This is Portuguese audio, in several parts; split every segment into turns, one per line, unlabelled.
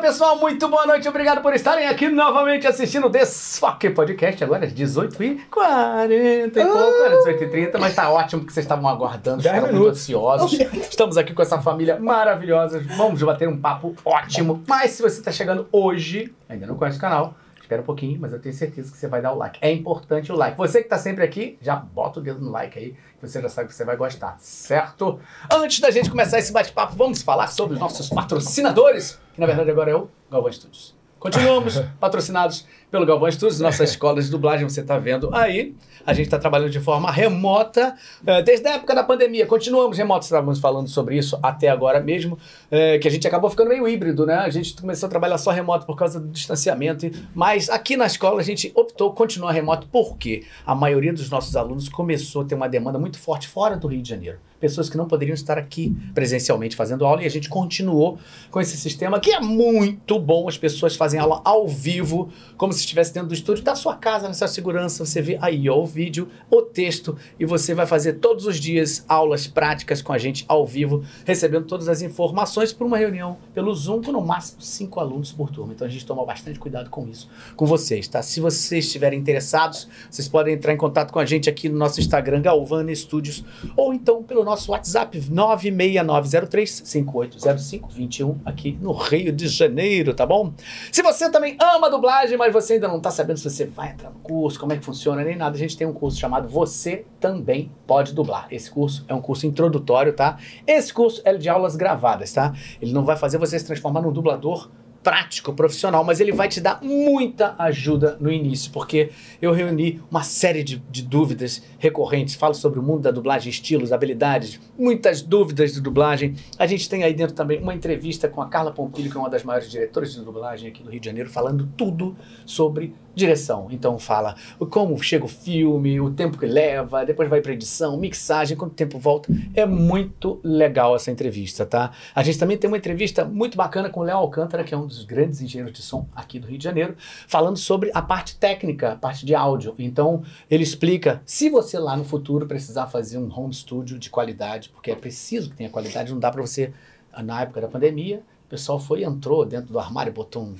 pessoal, muito boa noite, obrigado por estarem aqui novamente assistindo o Desfoque Podcast. Agora é 18h40 e pouco, era 18h30, mas tá ótimo que vocês estavam aguardando,
Ah! Dez
ficaram muito
minutos.
ansiosos. Estamos aqui com essa família maravilhosa, vamos bater um papo ótimo. Mas se você tá chegando hoje, ainda não conhece o canal, espera um pouquinho, mas eu tenho certeza que você vai dar o like. É importante o like. Você que tá sempre aqui, já bota o dedo no like aí, que você já sabe que você vai gostar, certo? Antes da gente começar esse bate-papo, vamos falar sobre os nossos patrocinadores, que na verdade agora é o Galvão Studios. Continuamos patrocinados pelo Galvão Studios, nossa escola de dublagem, você está vendo aí. A gente está trabalhando de forma remota, eh, desde a época da pandemia. Continuamos remotos, estávamos falando sobre isso até agora mesmo, eh, que a gente acabou ficando meio híbrido, né? A gente começou a trabalhar só remoto por causa do distanciamento, e- mas aqui na escola a gente optou continuar remoto porque a maioria dos nossos alunos começou a ter uma demanda muito forte fora do Rio de Janeiro. Pessoas que não poderiam estar aqui presencialmente fazendo aula e a gente continuou com esse sistema que é muito bom. As pessoas fazem aula ao vivo, como se estivesse dentro do estúdio da sua casa, na sua segurança. Você vê aí ó, o vídeo, o texto e você vai fazer todos os dias aulas práticas com a gente ao vivo, recebendo todas as informações por uma reunião pelo Zoom com no máximo cinco alunos por turma. Então a gente toma bastante cuidado com isso, com vocês, tá? Se vocês estiverem interessados, vocês podem entrar em contato com a gente aqui no nosso Instagram, Galvana Estúdios, ou então pelo nosso WhatsApp 96903-580521 aqui no Rio de Janeiro, tá bom? Se você também ama dublagem, mas você ainda não está sabendo se você vai entrar no curso, como é que funciona, nem nada, a gente tem um curso chamado Você Também Pode Dublar. Esse curso é um curso introdutório, tá? Esse curso é de aulas gravadas, tá? Ele não vai fazer você se transformar num dublador prático, profissional, mas ele vai te dar muita ajuda no início, porque eu reuni uma série de, de dúvidas recorrentes. Falo sobre o mundo da dublagem, estilos, habilidades, muitas dúvidas de dublagem. A gente tem aí dentro também uma entrevista com a Carla Pompilho, que é uma das maiores diretoras de dublagem aqui do Rio de Janeiro, falando tudo sobre direção. Então fala o- como chega o filme, o tempo que leva, depois vai para edição, mixagem, quanto tempo volta. É muito legal essa entrevista, tá? A gente também tem uma entrevista muito bacana com o Léo Alcântara, que é um dos grandes engenheiros de som aqui do Rio de Janeiro falando sobre a parte técnica, a parte de áudio. Então, ele explica se você lá no futuro precisar fazer um home studio de qualidade, porque é preciso que tenha qualidade, não dá para você. Na época da pandemia, o pessoal foi, entrou dentro do armário, botou um,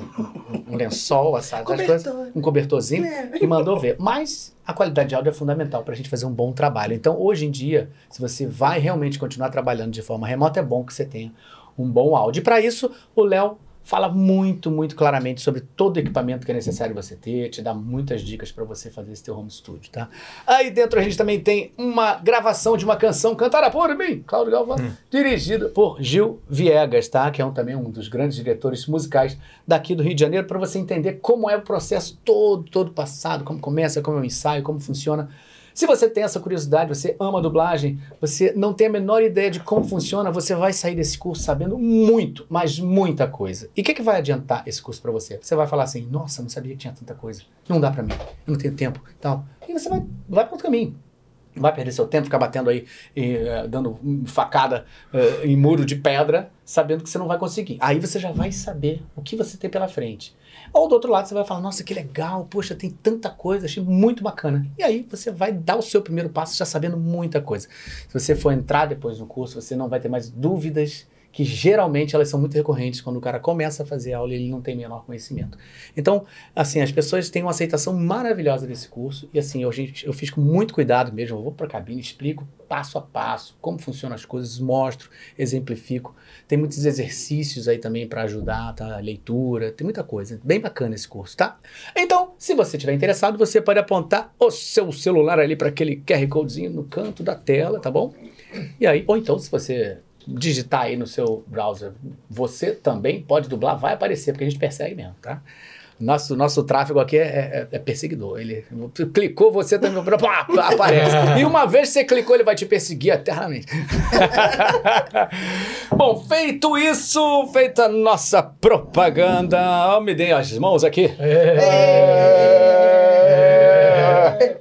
um, um lençol, essas essas coisas, um cobertorzinho e mandou ver. Mas a qualidade de áudio é fundamental para a gente fazer um bom trabalho. Então, hoje em dia, se você vai realmente continuar trabalhando de forma remota, é bom que você tenha um bom áudio. E para isso, o Léo fala muito, muito claramente sobre todo o equipamento que é necessário você ter, te dá muitas dicas para você fazer esse teu home studio, tá? Aí dentro a gente também tem uma gravação de uma canção cantada por mim, Cláudio Galvão, dirigida por Gil Viegas, tá? Que é um, também um dos grandes diretores musicais daqui do Rio de Janeiro, para você entender como é o processo todo, todo passado, como começa, como é o ensaio, como funciona. Se você tem essa curiosidade, você ama dublagem, você não tem a menor ideia de como funciona, você vai sair desse curso sabendo muito, mas muita coisa. E o que, que vai adiantar esse curso para você? Você vai falar assim: nossa, não sabia que tinha tanta coisa, não dá para mim, eu não tenho tempo tal. E você vai, vai para outro caminho. Não vai perder seu tempo ficar batendo aí, e, eh, dando hum, facada eh, em muro de pedra, sabendo que você não vai conseguir. Aí você já vai saber o que você tem pela frente. Ou do outro lado você vai falar, nossa, que legal, poxa, tem tanta coisa, achei muito bacana. E aí você vai dar o seu primeiro passo já sabendo muita coisa. Se você for entrar depois no curso, você não vai ter mais dúvidas, que geralmente elas são muito recorrentes quando o cara começa a fazer aula e ele não tem menor conhecimento. Então, assim, as pessoas têm uma aceitação maravilhosa desse curso e assim, eu, gente, eu fiz com muito cuidado mesmo, eu vou para a cabine, explico passo a passo como funcionam as coisas, mostro, exemplifico. Tem muitos exercícios aí também para ajudar, tá? A leitura, tem muita coisa. Bem bacana esse curso, tá? Então, se você estiver interessado, você pode apontar o seu celular ali para aquele QR Codezinho no canto da tela, tá bom? E aí, ou então, se você digitar aí no seu browser, você também pode dublar, vai aparecer, porque a gente persegue mesmo, tá? Nosso, nosso tráfego aqui é, é- é perseguidor. Ele clicou, você também pá, pá, aparece. E uma vez que você clicou, ele vai te perseguir eternamente. Bom, feito isso, feita a nossa propaganda, ó, me deem as mãos aqui.
É.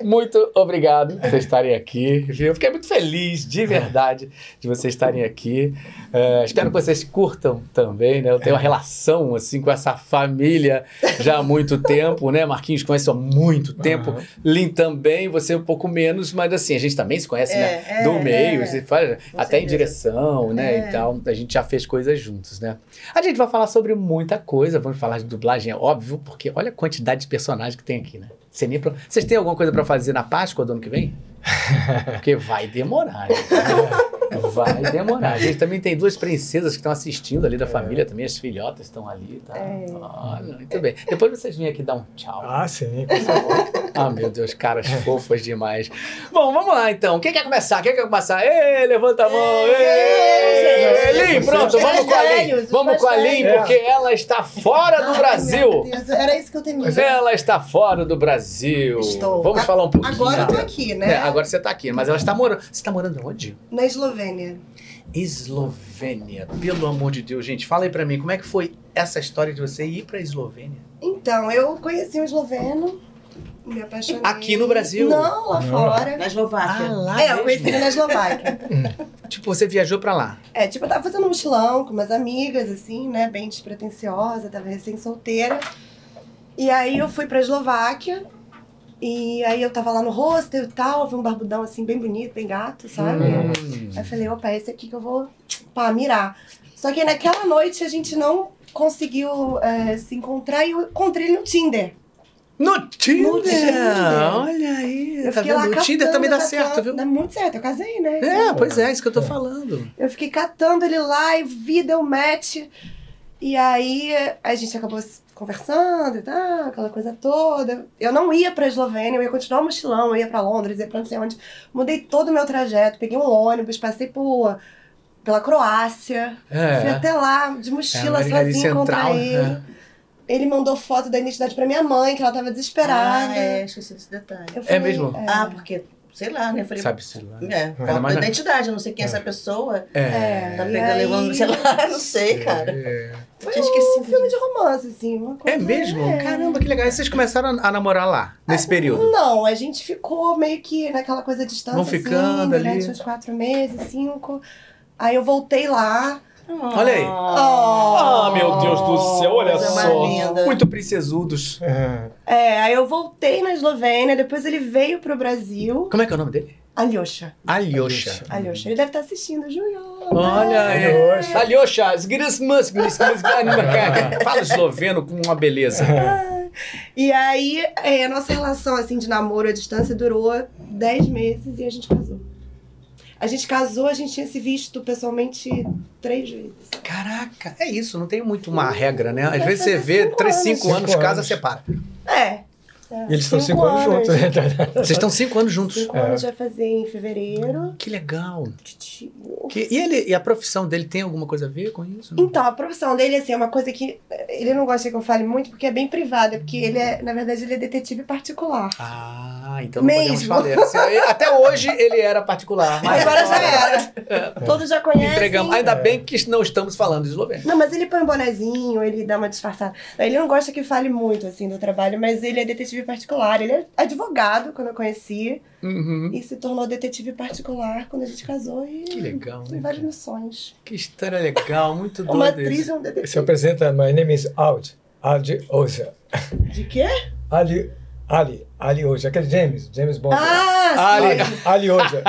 Muito obrigado por vocês estarem aqui. viu? Eu fiquei muito feliz, de verdade, de vocês estarem aqui. Eh, espero que vocês curtam também, né? Eu
É.
tenho uma relação, assim, com essa família já há muito tempo, né? Marquinhos conhece há muito tempo.
Aham.
Lin também, você um pouco menos, mas assim, a gente também se conhece, né?
É,
do
é,
meio,
é.
você faz, né?
Com
até em
certeza.
direção, né?
É.
E tal. A gente já fez coisas juntos, né? A gente vai falar sobre muita coisa, vamos falar de dublagem, é óbvio, porque olha a quantidade de personagens que tem aqui, né? Você nem pro- Vocês têm alguma coisa pra fazer na Páscoa do ano que vem? Porque vai demorar. né? Vai demorar. A gente também tem duas princesas que estão assistindo ali da família também, as filhotas estão ali, tá?
É.
Olha, muito bem. Depois vocês vêm aqui dar um tchau.
Ah, sim.
Ah, meu Deus, caras fofas demais. Bom, vamos lá então. Quem quer começar? Quem quer começar? Ei, levanta a mão. Ei,
Ei,
Lin,
os
pronto, vamos com a Lin.
velhos, os
Vamos com a Lin,
velhos.
porque ela está fora do
Ai, meu
Brasil.
Deus, Era isso que eu temia.
Ela está fora do Brasil.
Estou.
Vamos
A-
falar um pouquinho.
Agora eu tô aqui, né?
É, agora você está aqui, mas ela está morando. Você está morando onde?
Na Eslovênia.
Eslovênia. Pelo amor de Deus, gente, fala aí pra mim, como é que foi essa história de você ir pra Eslovênia?
Então, eu conheci um esloveno, me apaixonei.
Aqui no Brasil?
Não, lá
Não.
fora.
Na Eslováquia.
Ah, lá
É, eu conheci
mesmo?
ele na Eslováquia.
Tipo, você viajou pra lá.
É, tipo, eu tava fazendo um mochilão com umas amigas, assim, né? Bem despretensiosa, tava recém-solteira. E aí eu fui pra Eslováquia. E aí eu tava lá no hostel e tal, vi um barbudão assim, bem bonito, bem gato, sabe?
Hum.
Aí eu falei, opa, é esse aqui que eu vou pá, mirar. Só que aí naquela noite a gente não conseguiu é, se encontrar e eu encontrei ele no Tinder.
No Tinder!
No Tinder.
Olha aí,
Eu
tá
fiquei lá
vendo? O Tinder
catando,
também dá
catando.
certo, viu?
Dá muito certo, eu casei, né?
É, pois é, isso que eu tô
É.
falando.
Eu fiquei catando ele lá e vi, deu match. E aí a gente acabou se conversando e tal, aquela coisa toda. Eu não ia pra Eslovênia, eu ia continuar o mochilão, eu ia pra Londres, ia pra não sei onde. Mudei todo o meu trajeto, peguei um ônibus, passei por, pela Croácia. Fui
É.
até lá, de mochila, sozinha, encontrar ele.
né?
Ele mandou foto da identidade pra minha mãe, que ela tava desesperada.
Ah, é, esqueci desse detalhe.
Eu falei,
mesmo?
é.
Ah, porque, sei lá, né? Eu Falei,
Sabe se lá.
É,
Ainda
falta
mais
da
na-
identidade, eu não sei quem é essa pessoa.
É.
Tá
E
pegando,
aí-
levando, sei lá, não sei, cara.
É.
Foi
Tinha
um
esquecido.
filme de romance, assim. Uma coisa, né?
É mesmo? Caramba, que legal. E vocês começaram a a namorar lá, nesse período?
Não, a gente ficou meio que naquela coisa de distância,
Vão ficando
assim,
ali.
durante uns quatro meses, cinco. Aí eu voltei lá.
Oh.
Olha aí.
Ah, meu Deus do céu, olha
coisa mais
só.
linda.
Muito princesudos.
É.
É, aí eu voltei na Eslovênia, depois ele veio pro Brasil.
Como é que é o nome dele?
Alyosha.
Alyosha.
Alyosha. Ele deve estar assistindo, Juliana.
Olha aí.
Alyosha.
Alyosha, Zgrismus, Fala esloveno com uma beleza.
E aí, é, a nossa relação assim de namoro à distância durou 10 meses e a gente casou. A gente casou, a gente tinha se visto pessoalmente três vezes.
Caraca, é isso, não tem muito uma regra, né? Às
Vai
vezes você
fazer
vê
cinco
3,
anos.
5 anos,
Cinco
casa,
anos.
separa.
É.
E eles estão cinco anos juntos, né? É.
Vocês estão 5 anos juntos.
Cinco anos vai fazer em fevereiro.
Que legal. Que- e, ele, e a profissão dele tem alguma coisa a ver com isso? não?
Então, a profissão dele, assim, é uma coisa que eh, ele não gosta que eu fale muito, porque é bem privada, porque ele é, na verdade, ele é detetive particular.
Ah, então não podemos
Mesmo.
falar. Assim, ele- Até hoje ele era particular. Mas é.
Agora já é. era.
É.
Todos já conhecem.
Entregamos. Ainda bem que não estamos falando de esloveno.
Não, mas ele põe um bonezinho, ele dá uma disfarçada. Ele não gosta que fale muito, assim, do trabalho, mas ele é detetive particular. Ele é advogado quando eu conheci
Uhum.
e se tornou detetive particular quando a gente casou e
Que legal,
tem
né?
várias
cara?
missões.
Que história legal, muito doida.
Uma atriz
isso.
é um detetive.
Se apresenta, my name is Out. Ali Oza.
De quê?
Ali, Ali, Ali Oza. Aquele James, James Bond.
Ah,
Ali.
Ali, Ali Oza.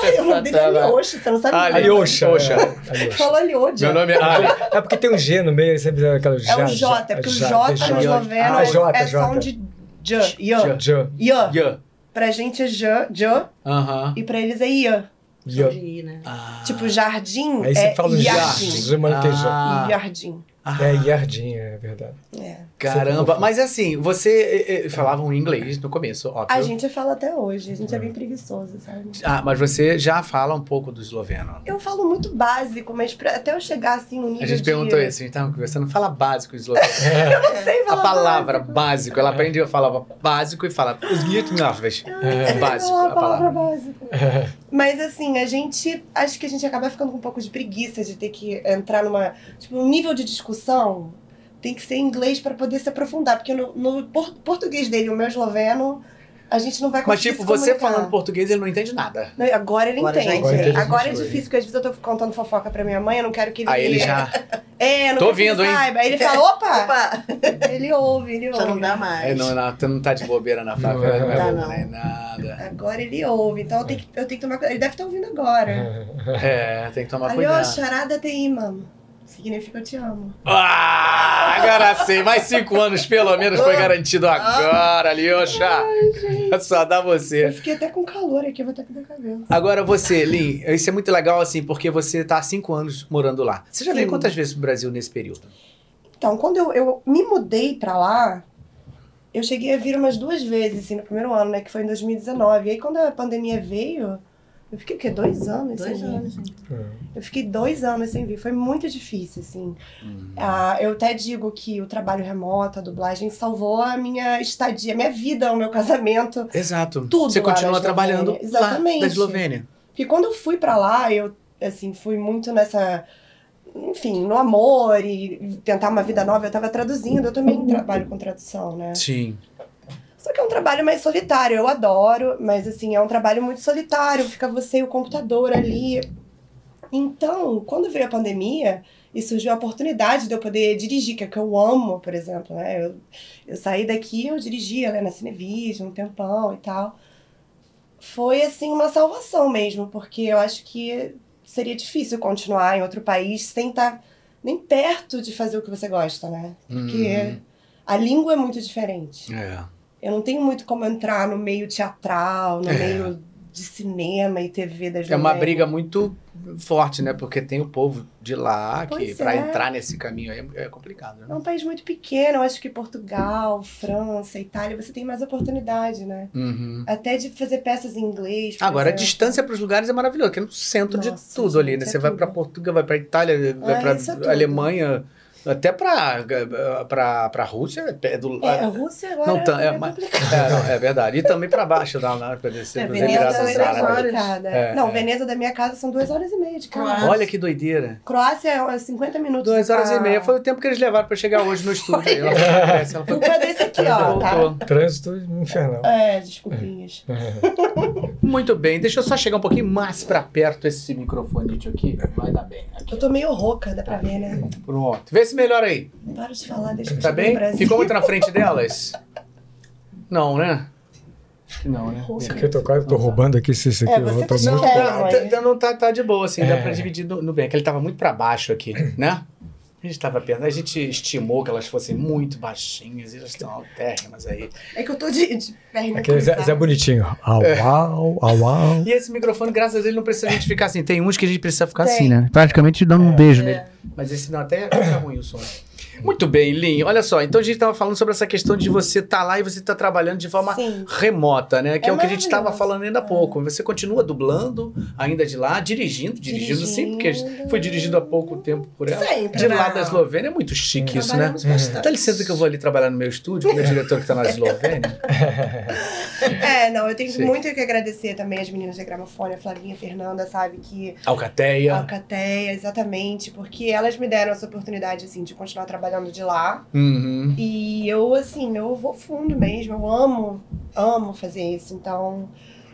sim, o nome dele é Alyosha, você não sabe
Ali.
o nome.
Alyosha.
Oxa.
é. Alyosha.
Fala Alyosha.
Meu nome é
Ali.
Ali.
É porque tem um G no meio, eles sempre dão aquela
É um J, é porque o J no
J.
esloveno
Ah,
J,
é
J.
som de J. J.
J,
J.
Ian.
Pra gente é J, J
Aham.
e pra eles é Ian.
J.
De ir, né?
Ah.
Tipo, jardim
Aí você
é
fala o
jardim.
Jardim. Mano, tem J.
Ah.
Jardim.
É Jardim, é verdade.
É.
Caramba, mas assim, você eh, eh, falava um inglês no começo, óbvio.
A gente fala até hoje, a gente é bem preguiçoso, sabe?
Ah, mas você já fala um pouco do esloveno.
Eu falo muito básico, mas pra, até eu chegar assim no nível
A gente
de-
perguntou isso, a gente tava conversando, fala básico em esloveno.
Ah,
É.
Eu não sei
A
falar
palavra básico, ela aprendeu a falar básico e fala "Zgitnavas".
básico.
é básico,
Não,
a palavra. É.
básica. Mas assim, a gente. Acho que a gente acaba ficando com um pouco de preguiça de ter que entrar numa. Tipo, um nível de discussão tem que ser em inglês para poder se aprofundar. Porque no, no por- português dele, o meu esloveno, A gente não vai
Mas,
conseguir
tipo,
se
você
comunicar.
falando português, ele não entende nada.
Não, agora ele
Agora já
entende.
entende.
Agora,
Agora ele
é
entende.
difícil, porque às vezes eu tô contando fofoca pra minha mãe, eu não quero que ele.
Aí ele já.
É, eu não
Tô
quero que ele
ouvindo, hein?
saiba. Aí ele fala, opa!
Opa,
ele ouve, ele
É. já não
ouve.
dá mais.
É, não, não, tu não tá de bobeira na favela, não,
Não,
é
tá,
boba,
não.
né? Nada.
Agora ele ouve, então eu tenho que, eu tenho que tomar cuidado. Ele deve estar ouvindo agora.
É, tem que tomar
Ali, ó,
Uhum. cuidado.
charada tem, mama. Significa eu te amo.
Ah, agora sim, mais cinco anos pelo menos foi garantido agora, Lioxa. Só dá você.
Eu fiquei até com calor aqui, eu vou até perder a cabeça.
Agora você, Lin, isso é muito legal, assim, porque você tá há cinco anos morando lá. Você já veio
Sim.
quantas vezes pro Brasil nesse período?
Então, quando eu, eu me mudei pra lá, eu cheguei a vir umas duas vezes, assim, no primeiro ano, né? Que foi em 2019. E aí, quando a pandemia veio, eu fiquei o quê? Dois anos? sem
Dois
vir?
anos. gente.
É.
Eu fiquei dois anos sem vir. Foi muito difícil, assim. Ah, eu até digo que o trabalho remoto, a dublagem, salvou a minha estadia, a minha vida, o meu casamento.
Exato.
Tudo
Você
lá na
continua
Eslovênia.
trabalhando lá
Exatamente.
da Eslovênia.
Porque quando eu fui pra lá, eu, assim, fui muito nessa... Enfim, no amor e tentar uma vida nova. Eu tava traduzindo, eu também trabalho com tradução, né?
Sim.
Só que é um trabalho mais solitário, eu adoro, mas assim, é um trabalho muito solitário, fica você e o computador ali. Então, quando veio a pandemia e surgiu a oportunidade de eu poder dirigir, que é o que eu amo, por exemplo, né? Eu, eu saí daqui, eu dirigia né, na Cinevision um tempão e tal. Foi, assim, uma salvação mesmo, porque eu acho que seria difícil continuar em outro país sem estar nem perto de fazer o que você gosta, né? Porque a língua é muito diferente.
Hum, Uhum. é.
Eu não tenho muito como entrar no meio teatral, no
É.
meio de cinema e TV da
É uma
Eslovênia.
briga muito forte, né? Porque tem o povo de lá que
Pois
pra
é.
entrar nesse caminho aí é complicado,
É
né?
um país muito pequeno, eu acho que Portugal, França, Itália, você tem mais oportunidade, né?
Uhum.
Até de fazer peças em inglês. por
Agora, é a
exemplo.
distância pros lugares é maravilhosa, que é no centro de
Nossa,
tudo ali, né?
gente, é
Você vai
tudo.
pra Portugal, vai pra Itália, vai
Ah, isso é tudo.
pra Alemanha, até pra, pra, pra Rússia, é do,
É, a Rússia agora
Não tá- é,
é,
mas-
complicado.
É, não, é verdade. E também pra baixo, dá lá pra descer
É,
pros
Veneza
Emirados
é três
Árabes.
horas.
É,
não,
é.
Veneza da minha casa são duas horas e meia de carro.
Croácia.
Olha que doideira.
Croácia é 50 minutos.
Duas
de
horas e
carro.
meia foi o tempo que eles levaram pra chegar hoje no estúdio. Aí Ela foi pra Grécia, ela foi-
Culpa desse aqui, ó, tá?
voltou.
Trânsito infernal.
É, desculpinhas.
Muito bem, deixa eu só chegar um pouquinho mais pra perto esse microfone aqui. Vai dar bem. Aqui.
Eu tô meio rouca, dá pra ver, né?
Pronto. Vê se melhora aí.
Para de falar, deixa eu
Tá
chegar no
bem?
Brasil.
Ficou muito na frente delas? Não, né? Acho que Não, né?
Rouca.
Porque É, eu tô quase tô roubando aqui esse, esse aqui.
É, você
eu um tô
tá
Não,
muito...
É,
tá,
mas-
tá- não tá, tá de boa, assim, dá
É.
pra dividir no, no bem. Que ele tava muito pra baixo aqui, né? A gente tava pensando, a gente estimou que elas fossem muito baixinhas, e elas estão altérrimas aí.
É que eu tô de, de perna
É
Aquele é Zé,
cruzada.
Zé Bonitinho. Au, au, au, au.
E esse microfone, graças a Deus, ele não precisa a gente ficar assim. Tem uns que a gente precisa ficar
Tem.
assim, né? Praticamente dando um beijo nele.
É.
Mas esse não, até fica ruim o som. Muito bem, Lin. Olha só, então a gente tava falando sobre essa questão de você tá lá e você tá trabalhando de forma
Sim.
remota, né? Que é,
É
o que a gente estava
maravilhoso.
falando ainda há pouco. Você continua dublando ainda de lá, dirigindo, dirigindo, sim, porque
Dirigindo.
foi dirigido há pouco tempo por ela.
Sempre.
De lá
não.
da Eslovênia é muito chique isso, né?
Trabalhamos bastante.
Dá licença que eu vou ali trabalhar no meu estúdio, com o meu diretor que tá na Eslovênia.
É, não, eu tenho
Sim.
muito que agradecer também as meninas da Gramofone, a Flavinha e a Fernanda, sabe? Que
Alcateia.
a Alcateia, exatamente, porque elas me deram essa oportunidade, assim, de continuar trabalhando de lá.
Uhum.
E eu, assim, eu vou fundo mesmo, eu amo, amo fazer isso. Então,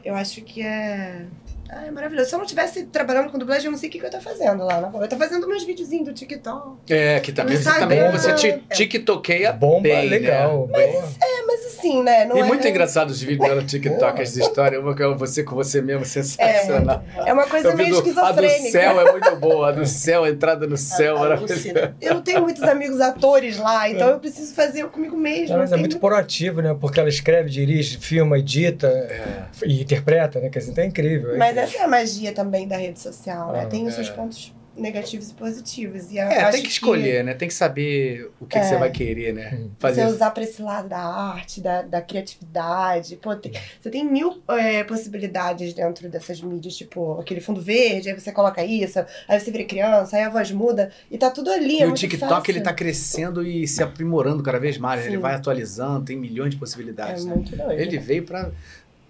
eu acho que é. Ah, é maravilhoso. Se eu não estivesse trabalhando com dublagem, eu não sei o que, que eu tô fazendo lá. Na boa. Eu tô fazendo meus videozinhos do TikTok.
É, que também
No
você, também, você
Instagram.
ti- tiktokeia
Bomba
é bem, né?
legal. boa.
É, mas assim, né? Não
E
é
muito engraçado os vídeos dela no TikTok, essa história. Uma que é você com você mesmo, sensacional.
É uma coisa
Eu vi
meio
do- a do
esquizofrênica.
céu é muito boa, a do céu, a entrada no céu.
A- a
maravilhosa.
Lucina.
Eu não tenho muitos amigos atores lá, então eu preciso fazer comigo mesma.
Não, mas é
Tem
muito proativo, né? Porque ela escreve, dirige, filma, edita
É.
e interpreta, né? Quer dizer, tá incrível. é
Mas
incrível.
essa é a magia também da rede social, né?
Ah,
Tem os
é.
seus pontos negativos e positivos. E eu
É,
acho
tem que escolher, né? Tem que saber o que, que
É.
você vai querer, né?
Hum.
Fazer.
Você usar pra esse lado da arte, da, da criatividade. Pô, tem- você tem mil é, possibilidades dentro dessas mídias, tipo aquele fundo verde, aí você coloca isso, aí você vira criança, aí a voz muda, e tá tudo ali.
E
é
o
muito
TikTok,
fácil.
ele tá crescendo e se aprimorando cada vez mais. né? Ele
Sim.
vai atualizando, tem milhões de possibilidades,
É
né?
muito doido.
Ele veio pra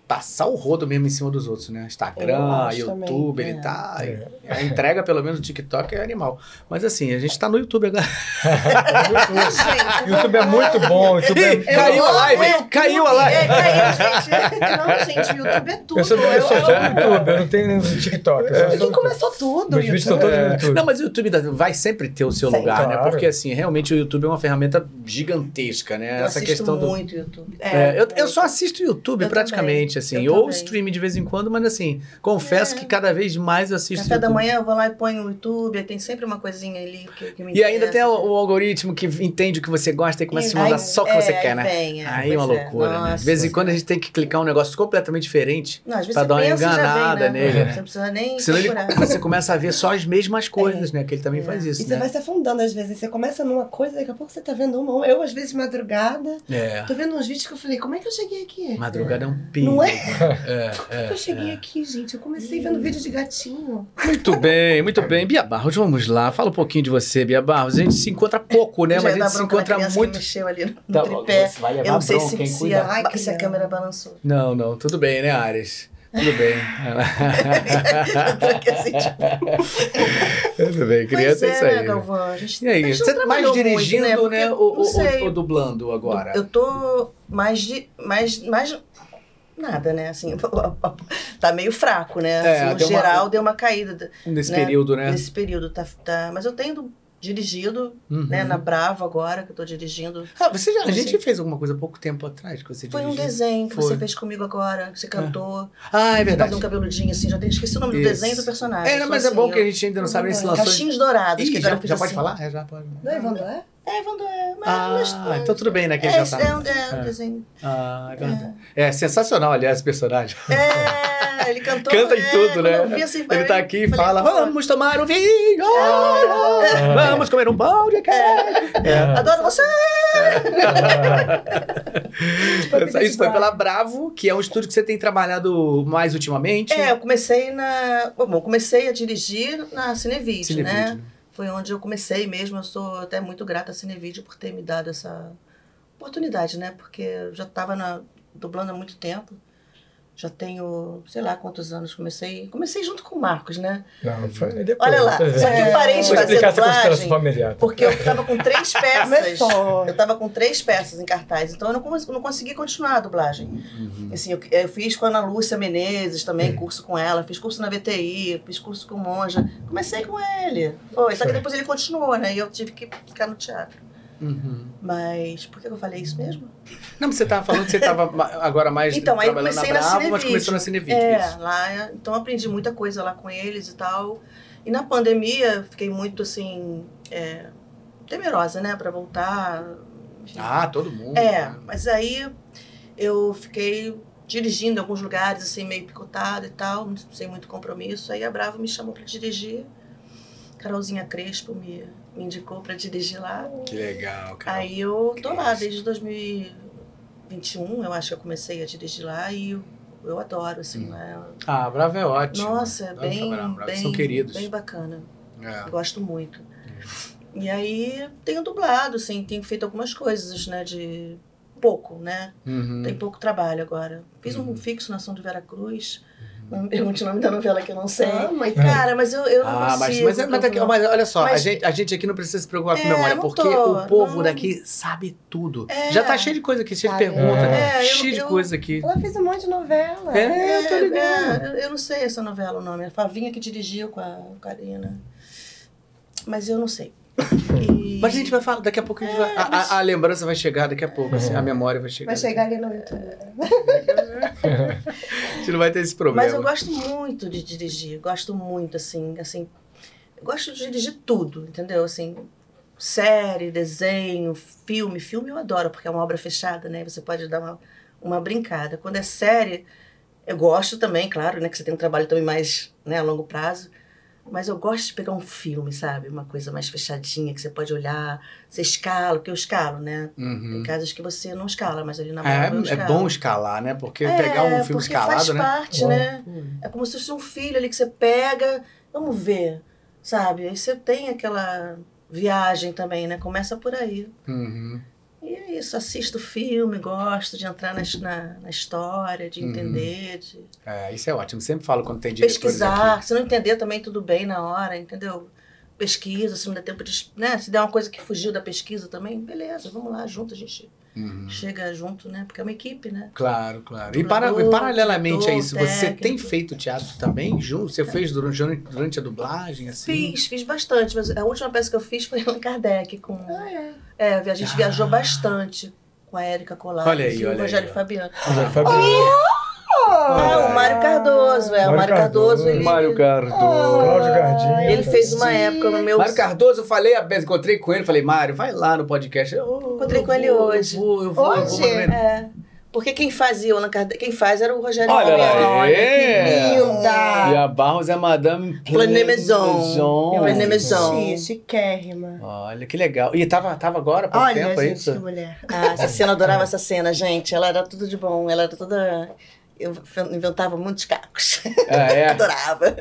passar o rodo mesmo em cima dos outros, né?
Eu
Instagram,
acho também,
YouTube, ele
é.
tá.
É.
A entrega, pelo menos, do TikTok é animal. Mas assim, a gente tá no YouTube agora.
Gente,
YouTube é muito bom. YouTube é...
Ih, caiu a
amo
live,
o
hein?
YouTube.
Caiu a live.
É, caiu, gente. Não, gente, o YouTube é tudo.
Eu sou, eu sou só
amo.
do YouTube, eu não tenho nem do TikTok. Eu sou só
Quem
do YouTube.
começou tudo?
Meus vídeos estão todos no YouTube.
Não, mas o YouTube da- vai sempre ter o seu
Sempre.
lugar, né?
É. Claro.
Porque assim, realmente o YouTube é uma ferramenta gigantesca, né?
Eu
Essa
assisto
questão do.
muito YouTube.
É, eu, eu só assisto YouTube
Eu
praticamente,
também,
assim.
eu
ou
também.
streaming de vez em quando, mas assim, confesso
É.
que cada vez mais eu assisto
Café da
YouTube.
manhã eu vou lá e ponho no YouTube, aí tem sempre uma coisinha ali que, que me
E ainda tem
interessa.
o, o algoritmo que entende o que você gosta e começa a te mandar
Aí-
só o que
é,
você quer,
aí
né?
vem, é,
Aí é uma
pois é.
loucura, né?
Nossa.
De vez em quando a gente tem que clicar um negócio completamente diferente.
Não, às vezes
pra
você
dar uma
pensa e já vem,
enganada
né?
nele, né?
Você não precisa nem
Senão ele,
procurar.
você começa a ver só as mesmas coisas, né? Que ele também
É.
faz
E
isso,
você
né?
vai se afundando às vezes. Você começa numa coisa, daqui a pouco você tá vendo uma. Eu, às vezes, de madrugada,
É.
tô vendo uns vídeos que eu falei, como é que eu cheguei aqui?
Madrugada é um perigo.
Não é?
É,
Como é que eu cheguei aqui, gente? Eu comecei vendo vídeo de gatinho.
Muito bem, muito bem. Bia Barros, vamos lá. Fala um pouquinho de você, Bia Barros. A gente se encontra pouco, né?
Já
Mas a
dá
gente se
bronca na
encontra
criança que
muito.
mexeu ali no
Tá,
tripé.
vai
Eu não sei se,
quem
se,
cuida.
a,
Ai, que
se a
legal.
câmera balançou.
Não, não, tudo bem, né, Ares? Tudo bem.
Eu tô aqui assim, tipo,
tudo bem,
pois
criança é, isso
né,
aí. né?
Galvão? A gente, um
E aí,
a gente não
você tá mais
trabalhou muito,
dirigindo,
Porque
né?
eu
ou,
não
ou-
sei.
ou dublando agora?
Eu tô mais de. mais. mais nada, né? Assim, tá meio fraco, né?
É,
Assim, no
deu uma-
geral, deu uma caída
Nesse
né?
período, né?
nesse período. Tá, tá- mas eu tenho dirigido,
Uhum.
né? Na Bravo agora, que eu tô dirigindo.
Ah, você já, a
Sim.
gente fez alguma coisa há pouco tempo atrás que você
Foi um
dirigiu.
desenho que
Foi.
você fez comigo agora, que você cantou.
Ah, é verdade.
Fazer um cabeludinho assim, já até esqueci o nome
Isso.
do desenho e do personagem.
É, não,
Só
mas é
assim,
bom
eu-
que a gente ainda não sabe nem se lançou.
Cachinhos dourados, que
Ih,
agora
já,
eu fiz
já pode
assim.
falar? É, já pode.
Não é, Wanda?
É, Vandoé, mas.
Ah,
mas-
então tudo bem, né? Que
é,
ele já tá.
é, um, é um
É.
desenho.
Ah, é verdade. É sensacional, aliás, esse personagem.
É, ele cantou.
Canta em
é,
tudo,
quando
né?
eu vi assim,
Ele tá aqui e
falei,
fala:
pô,
Vamos tomar um vinho! Vamos comer um pão de queijo!
É.
Adoro você!
Tipo, é
Isso- Isso foi pela Bravo, que Tipo, é um estúdio que você tem trabalhado mais ultimamente.
É, eu comecei na. Bom, comecei a dirigir na Cinevide, né?
Cinevídeo.
Foi onde eu comecei mesmo. Eu sou até muito grata à Cinevídeo por ter me dado essa oportunidade, né? Porque eu já estava na... dublando há muito tempo. Já tenho, sei lá quantos anos comecei. Comecei junto com o Marcos, né?
Não, foi depois.
Olha lá,
depois-
só que tá eu parei de
Vou
fazer
explicar essa
dublagem
constelação familiar.
porque eu tava com três
é
peças.
Começou.
Eu tava com três peças em cartaz, então eu não, cons- não consegui continuar a dublagem.
Uhum.
Assim, eu, eu fiz com a Ana Lúcia Menezes também, curso com ela, fiz curso na VTI, fiz curso com o Monja. Comecei com ele. Foi, só que
Sim.
depois ele continuou, né? E eu tive que ficar no teatro.
Uhum.
Mas por que eu falei isso mesmo?
Não, mas você tava falando que você tava ma- agora mais
Então, aí
trabalhando na
comecei na
Bravo, mas
Cinevídeo.
começou na Cinevídeo.
É,
isso.
lá, então eu aprendi muita coisa lá com eles e tal. E na pandemia eu fiquei muito assim é, temerosa, né, Pra voltar. Enfim.
Ah, todo mundo.
É,
né?
mas aí eu fiquei dirigindo em alguns lugares, assim, meio picotada e tal, sem muito compromisso. Aí a Bravo me chamou pra dirigir. Carolzinha Crespo me, me indicou pra dirigir lá.
Que legal, cara.
Aí eu tô lá
Crespo.
desde 2021, eu acho que eu comecei a dirigir lá e eu, eu adoro, assim,
Hum.
né?
Ah, Bravo é ótimo.
Nossa, é
Adoro
bem,
trabalhar na Bravo,
bem,
São queridos.
bem bacana.
É.
Gosto muito.
Uhum.
E aí tenho dublado, assim, tenho feito algumas coisas, né, de pouco, né?
Uhum.
Tem pouco trabalho agora. Fiz
Uhum.
um fixo na ação do Vera Cruz. Não me pergunte o um nome da novela que eu não sei.
Ah, mas
Cara, mas eu, eu não
Ah, mas,
consigo.
mas, é- mas, daqui- mas olha só, a,
Mas-
gente, a gente aqui não precisa se preocupar com
É,
memória,
não
porque
tô,
o povo
não-
daqui sabe tudo.
É.
Já tá cheio de coisa aqui, cheio de
Sabe.
pergunta,
É, eu-
cheio de
eu-
coisa aqui.
ela fez um monte de novela.
É. eu
eu,
tô ligado.
é, eu, eu não sei essa novela, o nome. A Favinha que dirigiu com a Karina. Mas eu não sei. E-
Mas a gente vai falar, daqui a pouco
É,
a, gente vai- a- a- a lembrança vai chegar, daqui a pouco, assim, a memória vai chegar.
Vai chegar ali no YouTube.
A gente não vai ter esse problema.
Mas eu gosto muito de dirigir, gosto muito, assim, assim. Eu gosto de dirigir tudo, entendeu? Assim, série, desenho, filme. Filme eu adoro, porque é uma obra fechada, né? Você pode dar uma, uma brincada. Quando é série, eu gosto também, claro, né? Que você tem um trabalho também mais né, a longo prazo. Mas eu gosto de pegar um filme, sabe? Uma coisa mais fechadinha, que você pode olhar, você escala, porque eu escalo, né? Tem
Uhum.
casas que você não escala, mas ali na Brava eu
É, é
escalo.
bom escalar, né? Porque pegar um filme
É, porque
escalado,
faz
né?
parte,
Bom.
né? É como se fosse um filho ali que você pega, vamos ver, sabe? Aí você tem aquela viagem também, né? Começa por aí.
Uhum.
E é isso, assisto filme, gosto de entrar nas- na, na história, de
Uhum.
entender, de
É, isso é ótimo. Sempre falo quando tem diretores
pesquisar.
aqui.
Se não entender também, tudo bem na hora, entendeu? Pesquisa, se não der tempo de. Né? Se der uma coisa que fugiu da pesquisa também, beleza, vamos lá, junto a gente
Uhum.
chega junto, né? Porque é uma equipe, né?
Claro, claro. E,
Dublador,
para- e paralelamente a
diretor,
isso, você tem
técnico.
feito teatro também? Ju? Você fez durante, durante a dublagem, assim?
Fiz, fiz bastante, mas a última peça que eu fiz foi Allan Kardec com.
Ah, é.
É, a gente
Ah.
viajou bastante com a Érica Colares
Olha aí,
e
olha
o Rogério
aí, ó.
Fabiano.
Rogério Fabiano.
Ah, é. o Mário Cardoso, é.
Mário
o Mário Cardoso,
Cardoso.
ele,
Cardoso.
Ah,
Cláudio Gardinho.
ele fez uma época no meu.
Mário Cardoso, eu falei, a- encontrei com ele, falei, Mário, vai lá no podcast. Eu-
Encontrei
eu
com ele
vou,
hoje.
Eu vou, eu vou, eu
Hoje?
vou, eu vou.
É. Porque quem fazia o Allan Kardec, quem faz era o Rogério
Olha
Fabiano.
lá,
Olha,
é.
que linda!
E a Barros é a Madame
Planemezon.
é
Planemezon.
Chique, chiquérrima.
Olha, que legal. E tava, tava agora, por
Olha,
tempo, é
gente, que
isso?
mulher.
Ah, essa cena, eu adorava essa cena, gente. Ela era tudo de bom, ela era toda. Eu inventava muitos cacos.
Ah, é.
Adorava.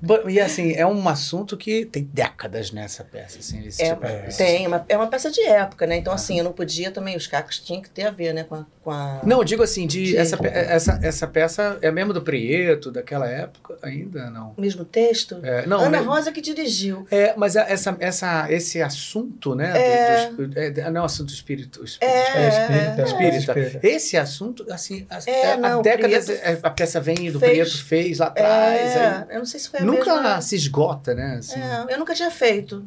Bo- E assim, é um assunto que tem décadas nessa peça, assim, esse
É,
tipo de peça.
Tem, uma- é uma peça de época, né? Então, assim, eu não podia também, os cacos tinham que ter a ver, né? Com a. com a-
Não, eu digo assim, de
De-
essa, pe- essa, essa peça é mesmo do Prieto, daquela época? Ainda não.
o mesmo texto.
É, não,
Ana
né?
Rosa que dirigiu.
É, mas a- essa, essa, esse assunto, né? do-
É.
dos- é, não, assunto espírito. espírito
É
É,
espírita.
é,
espírita.
espírita. Esse assunto, assim, a,
É,
a-
não,
a
o
década,
Prieto
é, a peça vem do
fez.
Prieto fez lá atrás.
é,
aí
eu não sei se foi a
nunca
mesma.
se esgota, né? assim.
É, eu nunca tinha feito.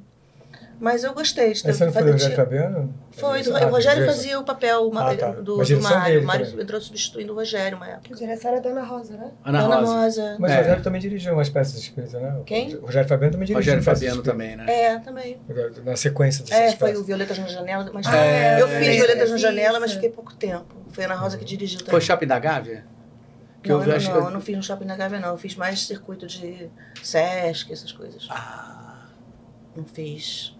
Mas eu gostei de ter
Aí você não foi do
fazer-
Rogério Fabiano?
Foi, do-
Ah,
o Rogério
beleza.
fazia o papel uma-
Ah, tá.
do,
Mas
do
direção
Mário.
dele
O Mário
também.
entrou substituindo o Rogério uma
Que
época.
direção era a Dona Rosa, né?
Ana, Rosa.
Mas
É.
o Rogério também dirigiu umas peças espíritas, né?
Quem?
O Rogério Fabiano também dirigiu.
Rogério
peças
Fabiano
espíritas.
também, né?
É, também.
Na sequência dessas
É, foi
peças.
o Violetas na Janela. Mas
Ah, é,
eu
é,
fiz
é,
Violetas na
é,
Janela,
isso.
mas fiquei pouco tempo. Foi a Ana Rosa que dirigiu também.
Foi Shopping da Gávea? que eu
não,
vi,
eu
acho
não,
que-
eu não fiz no Shopping da Gávea, não. Eu fiz mais circuito de Sesc, essas coisas.
Ah,
Não fiz.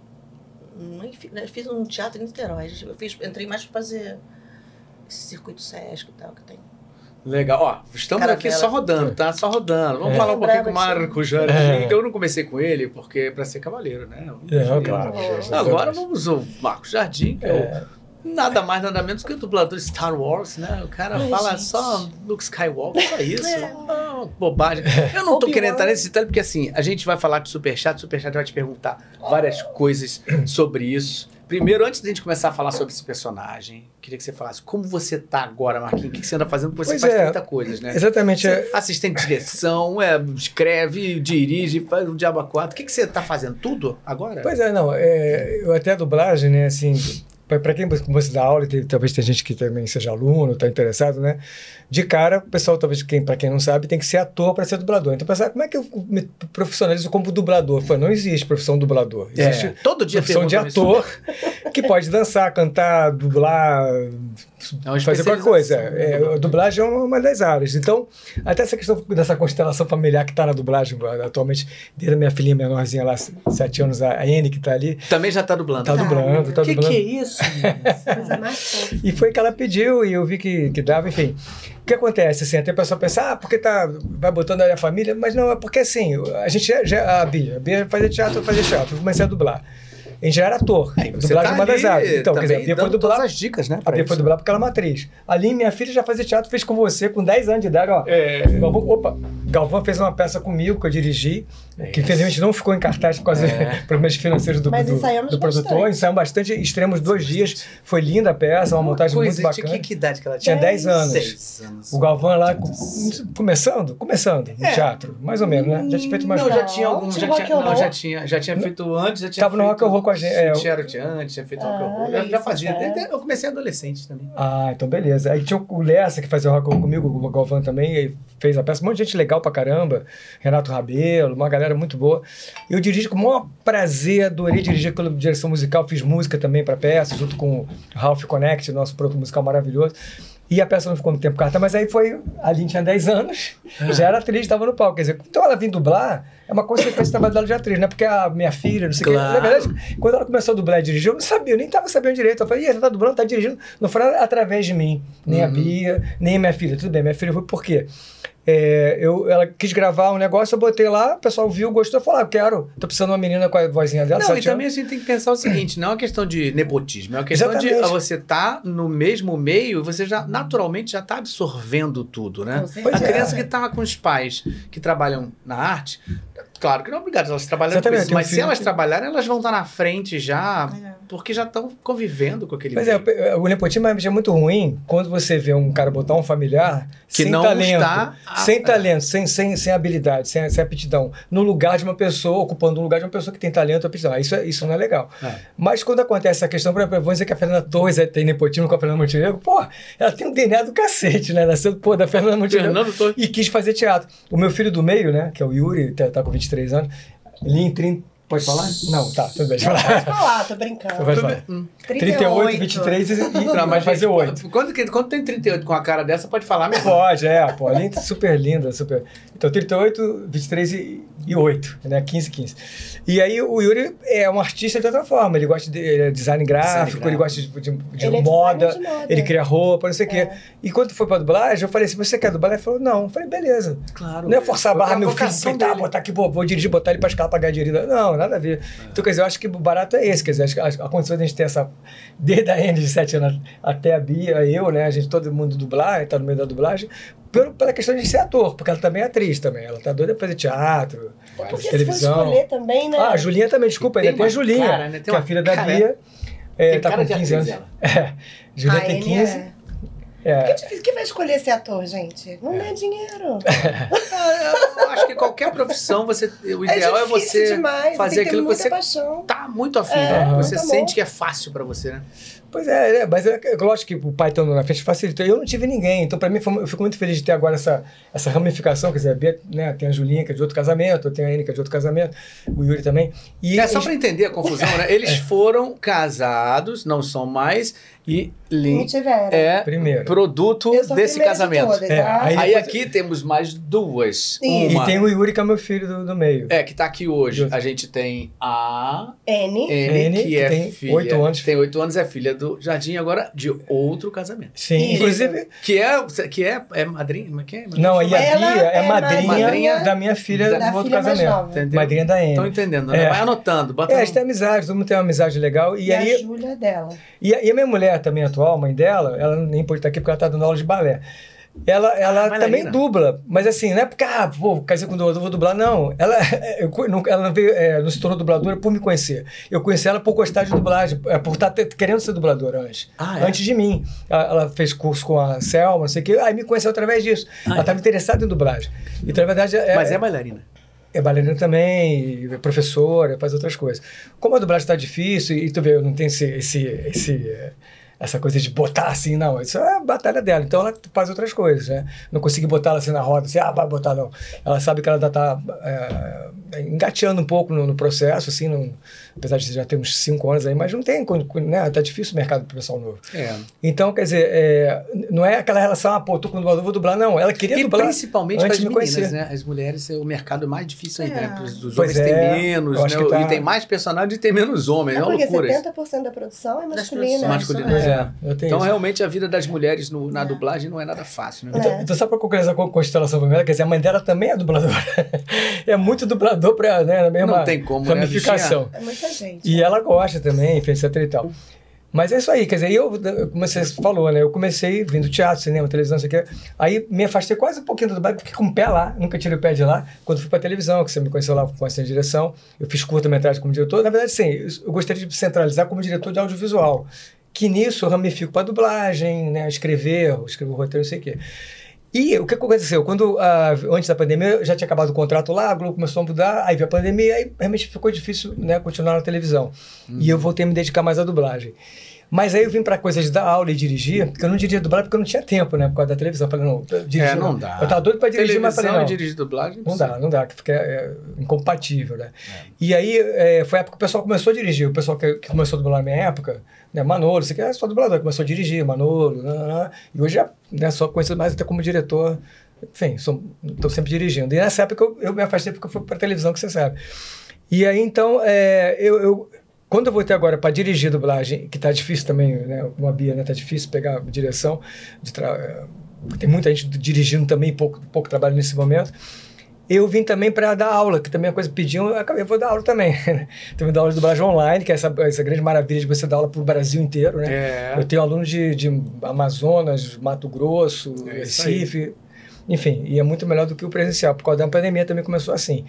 Nem fi- né, fiz um teatro em Niterói. Eu fiz, entrei mais pra fazer esse circuito Sesc e tal que tem.
legal. Ó, estamos
Caravela.
aqui só rodando, tá? Só rodando. Vamos
É.
falar um pouquinho com o
Lembrava disso.
Marco Jorge.
É.
Eu não comecei com ele, porque é pra ser cavaleiro, né?
É,
Eu-
claro.
Agora vamos o Marco Jardim, que é o
É,
Nada mais, nada menos que o dublador Star Wars, né? O cara
Ai,
fala
gente.
só Luke Skywalker, só isso.
É.
Só uma bobagem. Eu não tô
Obi-Wan.
querendo entrar nesse detalhe, porque assim, a gente vai falar de Superchat, Superchat vai te perguntar várias coisas sobre isso. Primeiro, antes da gente começar a falar sobre esse personagem, queria que você falasse como você tá agora, Marquinhos, o que que você anda fazendo, porque você
Pois
faz
é.
30 coisas, né?
exatamente.
Você é assistente de direção, é, escreve, dirige, faz um diabo a quatro. O que, que você tá fazendo? Tudo agora?
Pois é, não. é, eu até a dublagem, né, assim, para quem você- você dá aula, e tem- talvez tem gente que também seja aluno, está interessado, né? De cara, o pessoal, talvez, quem, para quem não sabe, tem que ser ator para ser dublador. Então, pensar, como é que eu me profissionalizo como dublador? Eu falei, não existe profissão dublador. Existe
É, todo dia
profissão de
perguntam isso.
ator que pode dançar, cantar, dublar,
É uma
fazer qualquer coisa. É,
especialização. né?
a dublagem é uma das áreas. Então, até essa questão dessa constelação familiar que está na dublagem atualmente, desde a minha filhinha menorzinha lá, sete anos, a N que está ali,
Também já tá dublando.
está
Tá.
dublando, está
que
dublando.
que é isso?
Coisa mais fofa.
E foi que ela pediu e eu vi que, que dava, enfim. O que acontece, assim, até o pessoal pensa, ah, porque tá, vai botando ali a família, mas não, é porque assim, a gente já, já a Bia, a Bia fazia teatro, eu fazia teatro, eu comecei a dublar. A gente já era ator,
Aí você tá
dublagem é uma das
ali
áreas. Então, quer dizer, a
também
Bia foi
dando
dublar,
todas as dicas, né?
a
pra
Bia foi
isso.
dublar porque ela é uma atriz. Ali, minha filha já fazia teatro, fez com você, com 10 anos de idade, ó.
É.
Galvão, opa, Galvão fez uma peça comigo que eu dirigi, que infelizmente não ficou em cartaz por causa
É.
dos problemas financeiros do,
Mas
do,
ensaiamos
do produtor.
bastante.
Ensaiamos bastante, extremos dois dias. Foi linda a peça, uma montagem
Coisa,
é muito
de
bacana.
Que, que idade que é ela tinha?
Tinha 10 anos.
Seis anos.
O Galvão lá, com- começando, começando no
É.
teatro, mais ou menos, né? Já tinha feito umas...
Não, já tinha algum,
Tinha
já
rock
tinha,
and
não,
roll.
já tinha, já tinha feito antes, já tinha
Tava no
feito
rock and roll com a gente, é, eu-
Tinha de antes, tinha feito rock and roll.
Olha
Eu já
isso,
fazia,
cara.
desde- eu comecei adolescente também.
Ah, então beleza. Aí tinha o Lessa que fazia rock and roll comigo, o Galvão também, aí fez a peça. Um monte de gente legal pra caramba. Renato Rabelo, uma galera muito boa. Eu dirijo com o maior prazer, adorei dirigir aquela direção musical. Fiz música também pra peça, junto com o Ralph Connect, nosso produto musical maravilhoso. E a peça não ficou muito tempo carta, mas aí foi. A Lin tinha 10 anos, já era atriz, estava no palco. Quer dizer, então ela vinha dublar. é uma consequência do trabalho dela de atriz, né? Porque a minha filha, não sei o
Claro.
que. Na verdade, quando ela começou a dublar e dirigir, eu não sabia, eu nem tava sabendo direito. Eu falei, Ih, você tá dublando, tá dirigindo. Não foi nada através de mim, nem a
Uhum.
Bia, nem a minha filha. Tudo bem, minha filha foi por quê? É, eu, ela quis gravar um negócio, eu botei lá, o pessoal viu, gostou, falou, ah, eu quero. Tô precisando de uma menina com a vozinha dela, um
Não,
sete
e também a gente tem que pensar o seguinte: não é uma questão de nepotismo, é uma questão de
Exatamente.
você estar no mesmo meio e você já naturalmente já está absorvendo tudo, né?
Com certeza.
Pois
a
é.
criança que está com os pais que trabalham na arte, claro que não é obrigado elas trabalharem com
Exatamente,
isso,
tem um
mas se
filho
elas
que-
trabalharem, elas vão estar na frente já,
É.
porque já estão convivendo com aquele
Mas é,
meio.
o nepotismo é muito ruim quando você vê um cara botar um familiar
Que
sem
não
talento.
está a- é.
Sem talento, sem, sem, sem habilidade, sem, sem aptidão. No lugar de uma pessoa, ocupando um lugar de uma pessoa que tem talento e aptidão. Isso, é- isso não é legal.
É.
Mas quando acontece essa questão, por exemplo, vamos dizer que a Fernanda Torres é- tem nepotismo com a Fernanda Montenegro, pô, ela tem um DNA do cacete, né? Nasceu, pô, da Fernanda Montenegro
Fernando Torres.
e quis fazer teatro. O meu filho do meio, né, que é o Yuri, tá, tá com 23 anos, ele em 30... Pode falar? Não, tá, tudo bem, deixa eu falar.
Pode falar, tô brincando.
Vai falar. 38, 23 e, e
Não, mas gente,
fazer 8.
Quando, que- quando tem 38 com a cara dessa, pode falar mesmo.
Pode, é, pô, ali super linda, super. Então, 38, 23 e, e 8, né? 15, 15. E aí, o Yuri é um artista de outra forma. Ele gosta de ele é design gráfico,
gráfico.
ele gosta de, de- de
Ele é
moda,
designer de moda.
ele cria roupa, não sei o quê.
É.
E quando foi pra dublagem, eu falei assim: você quer dublar? Ele falou: não. Eu falei: beleza.
Claro.
Não é forçar a
Foi
barra,
a
meu filho,
vocação
sentar,
dele.
botar aqui, pô, vou dirigir, botar ele pra escalar, pagar dinheiro. Não, nada a ver.
É.
Então, quer dizer, eu acho que o barato é esse, quer dizer, acho que a, a condição de a gente ter essa, desde a Anne de 7 anos até a Bia, eu, né, a gente, todo mundo dublar, tá no meio da dublagem, pelo, pela questão de ser ator, porque ela também é atriz também, ela tá doida pra fazer teatro,
Porque se for
televisão.
escolher também, né?
Ah, a Julinha também, desculpa,
Tem
ainda tem a
uma
Julinha,
cara, né? Tem
que é
uma
a filha da
cara-
Bia, é,
tem
tá
cara
com
de
15 anos.
atriz,
É, Julinha
Ah,
tem
ele
15,
É...
é.
Que difícil. Quem vai escolher ser ator, gente? Não ganha dinheiro.
É, Eu acho que qualquer profissão, você, o
É
ideal é,
difícil
você
demais.
fazer
tem que ter
aquilo que
muita
você-
paixão.
tá muito afim.
É,
né? Você
tá bom.
sente que é fácil pra você, né?
Pois é, é, mas é, que- lógico que o pai estando na frente facilitou. Eu não tive ninguém, então pra mim foi- eu fico muito feliz de ter agora essa, essa ramificação. Quer dizer, a Bia, né, tem a Julinha, que é de outro casamento, eu tenho a Anne, que é de outro casamento, o Yuri também. E
é só
eles- É.
pra entender a confusão, né? Eles foram casados, não são mais, e
Me
Lin
tiveram.
é
Primeiro.
produto
Eu sou a
desse
primeira
casamento.
De todas,
É,
tá?
Aí,
Aí depois-
aqui temos mais duas.
Sim.
Uma
E tem o Yuri, que é meu filho do, do meio.
é que tá aqui hoje.
Justo.
A gente tem a
N.
N,
N,
que
que
é
tem
filha.
oito anos.
Tem oito anos, é filha do Jardim agora de outro casamento.
Sim,
Isso.
inclusive.
Que é, que é, é madrinha? Como é que é?
Não, aí a
Ela
Bia é
é
madrinha,
madrinha
da minha filha
da
do
Da
outro
filha mais
casamento.
nova.
um Entendeu?
Madrinha da
Estão
Anne.
entendendo, né?
É.
Vai anotando, bota
É, a
no-
gente tem amizade, todo mundo tem uma amizade legal. E,
E
aí,
a Júlia é dela.
É
E a, e a minha mulher também atual, mãe dela, ela nem pode estar aqui porque ela está dando aula de balé. Ela, ela
bailarina.
também dubla, mas assim, não é porque, ah, vou casar com dublador, vou dublar, não. Ela, eu co- não, ela não, veio, é, não se tornou dubladora por me conhecer. Eu conheci ela por gostar de dublagem, é, por estar te- querendo ser dubladora antes.
Ah, é?
Antes de mim. Ela, ela fez curso com a Selma, não sei o quê, aí me conheceu através disso. ela estava interessada em dublagem. Então, na verdade, é,
Ah, é? Mas é bailarina.
é bailarina também, é professora, faz outras coisas. Como a dublagem está difícil, e tu vê, eu não tenho esse, esse, esse, eh, essa coisa de botar assim, não. Isso é a batalha dela. Então ela faz outras coisas, né? Não consegui botar ela assim na roda, assim, ah, vai botar não. Ela sabe que ela ainda está engateando um pouco no, no processo, assim, não- apesar de já ter uns cinco anos aí, mas não tem, quando- quando, né? Tá difícil o mercado pro pessoal novo.
É.
Então, quer dizer, eh, não é aquela relação, ah, pô, tô com o dublador, vou dublar, não. Ela queria
E
dublar.
principalmente para
antes
as
de me
meninas,
conhecer.
né? As mulheres é o mercado mais difícil ainda, né?
É.
Os os
Pois
homens
é,
têm menos,
eu acho
né?
que tá-
E tem mais personagem e tem menos homens.
É
É uma
porque
loucura isso.
70% da produção é
produções.
masculina.
Masculino.
Pois
É.
é, eu tenho
Então,
isso.
realmente, a vida das mulheres no- na
É.
dublagem não é nada fácil, né?
É.
Então, então só para concluir com a constelação familiar, quer dizer, a mãe dela também é dubladora. é muito dublador para né, na mesma
Não tem como, né,
ramificação.
É muita gente.
e ela gosta também, enfim, etc e tal. Mas é isso aí, quer dizer, eu, eu- como você falou, né? Eu comecei vindo teatro, cinema, televisão, isso aqui. Aí me afastei quase um pouquinho do dublagem, fiquei com o pé lá, nunca tirei o pé de lá. Quando fui pra televisão, que você me conheceu lá com essa direção, eu fiz curta-metragem como diretor. Na verdade, sim, eu- eu gostaria de centralizar como diretor de audiovisual. Que nisso eu ramifico pra dublagem, né? Escrever, escrever o roteiro, não sei o quê. E o que aconteceu? Quando, ah, antes da pandemia, eu já tinha acabado o contrato lá, a Globo começou a mudar, aí veio a pandemia, aí realmente ficou difícil né, continuar na televisão. E
Uhum.
eu voltei a me dedicar mais à dublagem. Mas aí eu vim para coisas de dar aula e dirigir, porque eu não dirigia dublagem porque eu não tinha tempo, né? Por causa da televisão. Eu falei, não, eu dirigir.
É, não dá.
Eu tava doido para dirigir, mas falei,
Televisão
Então, não.
e dirigir dublagem?
Não dá, não dá, que fica é, incompatível, né? E aí é, foi a época que o pessoal começou a dirigir, o pessoal que, que começou a dublar na minha época, né? Manolo, você que é só dublador, começou a dirigir, Manolo, né, né, né. e hoje é né, só conhecido mais até como diretor Enfim, estou sempre dirigindo. E nessa época eu, eu me afastei porque eu fui para televisão, que você sabe. E aí, então, é, eu, eu- quando eu voltei agora para dirigir dublagem, que está difícil também, né? Uma Bia, né? Tá difícil pegar direção. de tra- é, Tem muita gente dirigindo também, pouco, pouco trabalho nesse momento. Eu vim também para dar aula, que também a coisa pediam, eu acabei, eu vou dar aula também. né? Também dar aula de dublagem online, que é essa, essa grande maravilha de você dar aula para o Brasil inteiro, né?
É.
Eu tenho alunos de, de Amazonas, Mato Grosso,
É isso aí.
Recife, enfim, e é muito melhor do que o presencial, por causa da pandemia também começou assim.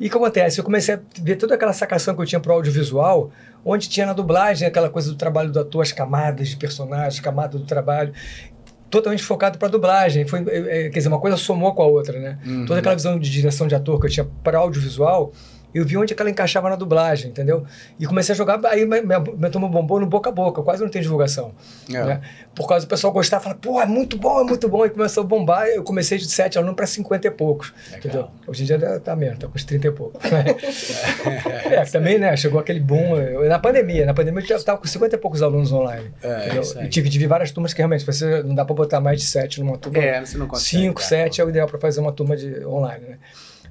E o que acontece? Eu comecei a ver toda aquela sacação que eu tinha pro audiovisual, onde tinha na dublagem aquela coisa do trabalho do ator, as camadas de personagens, camada do trabalho, totalmente focado pra dublagem. Foi, eh, eh, quer dizer, uma coisa somou com a outra, né?
Uhum.
Toda aquela visão de direção de ator que eu tinha para audiovisual, eu vi onde que ela encaixava na dublagem, entendeu? E comecei a jogar, aí me, me, me tomou bombom no boca a boca, quase não tem divulgação.
É.
Né? Por causa do pessoal gostar, falar, pô, é muito bom, é muito bom. E começou a bombar, eu comecei de 7 alunos para 50 e poucos.
Legal.
Entendeu? Hoje em dia tá- tá menos, tá com uns 30 e poucos. é, também, né? Chegou aquele boom. eu- Na pandemia, na pandemia eu já estava com 50 e poucos alunos online.
É,
entendeu?
isso aí.
e tive que dividir várias turmas que realmente você não dá para botar mais de 7 numa turma.
É, você não consegue.
5,
cara.
7 é o ideal para fazer uma turma de online, né?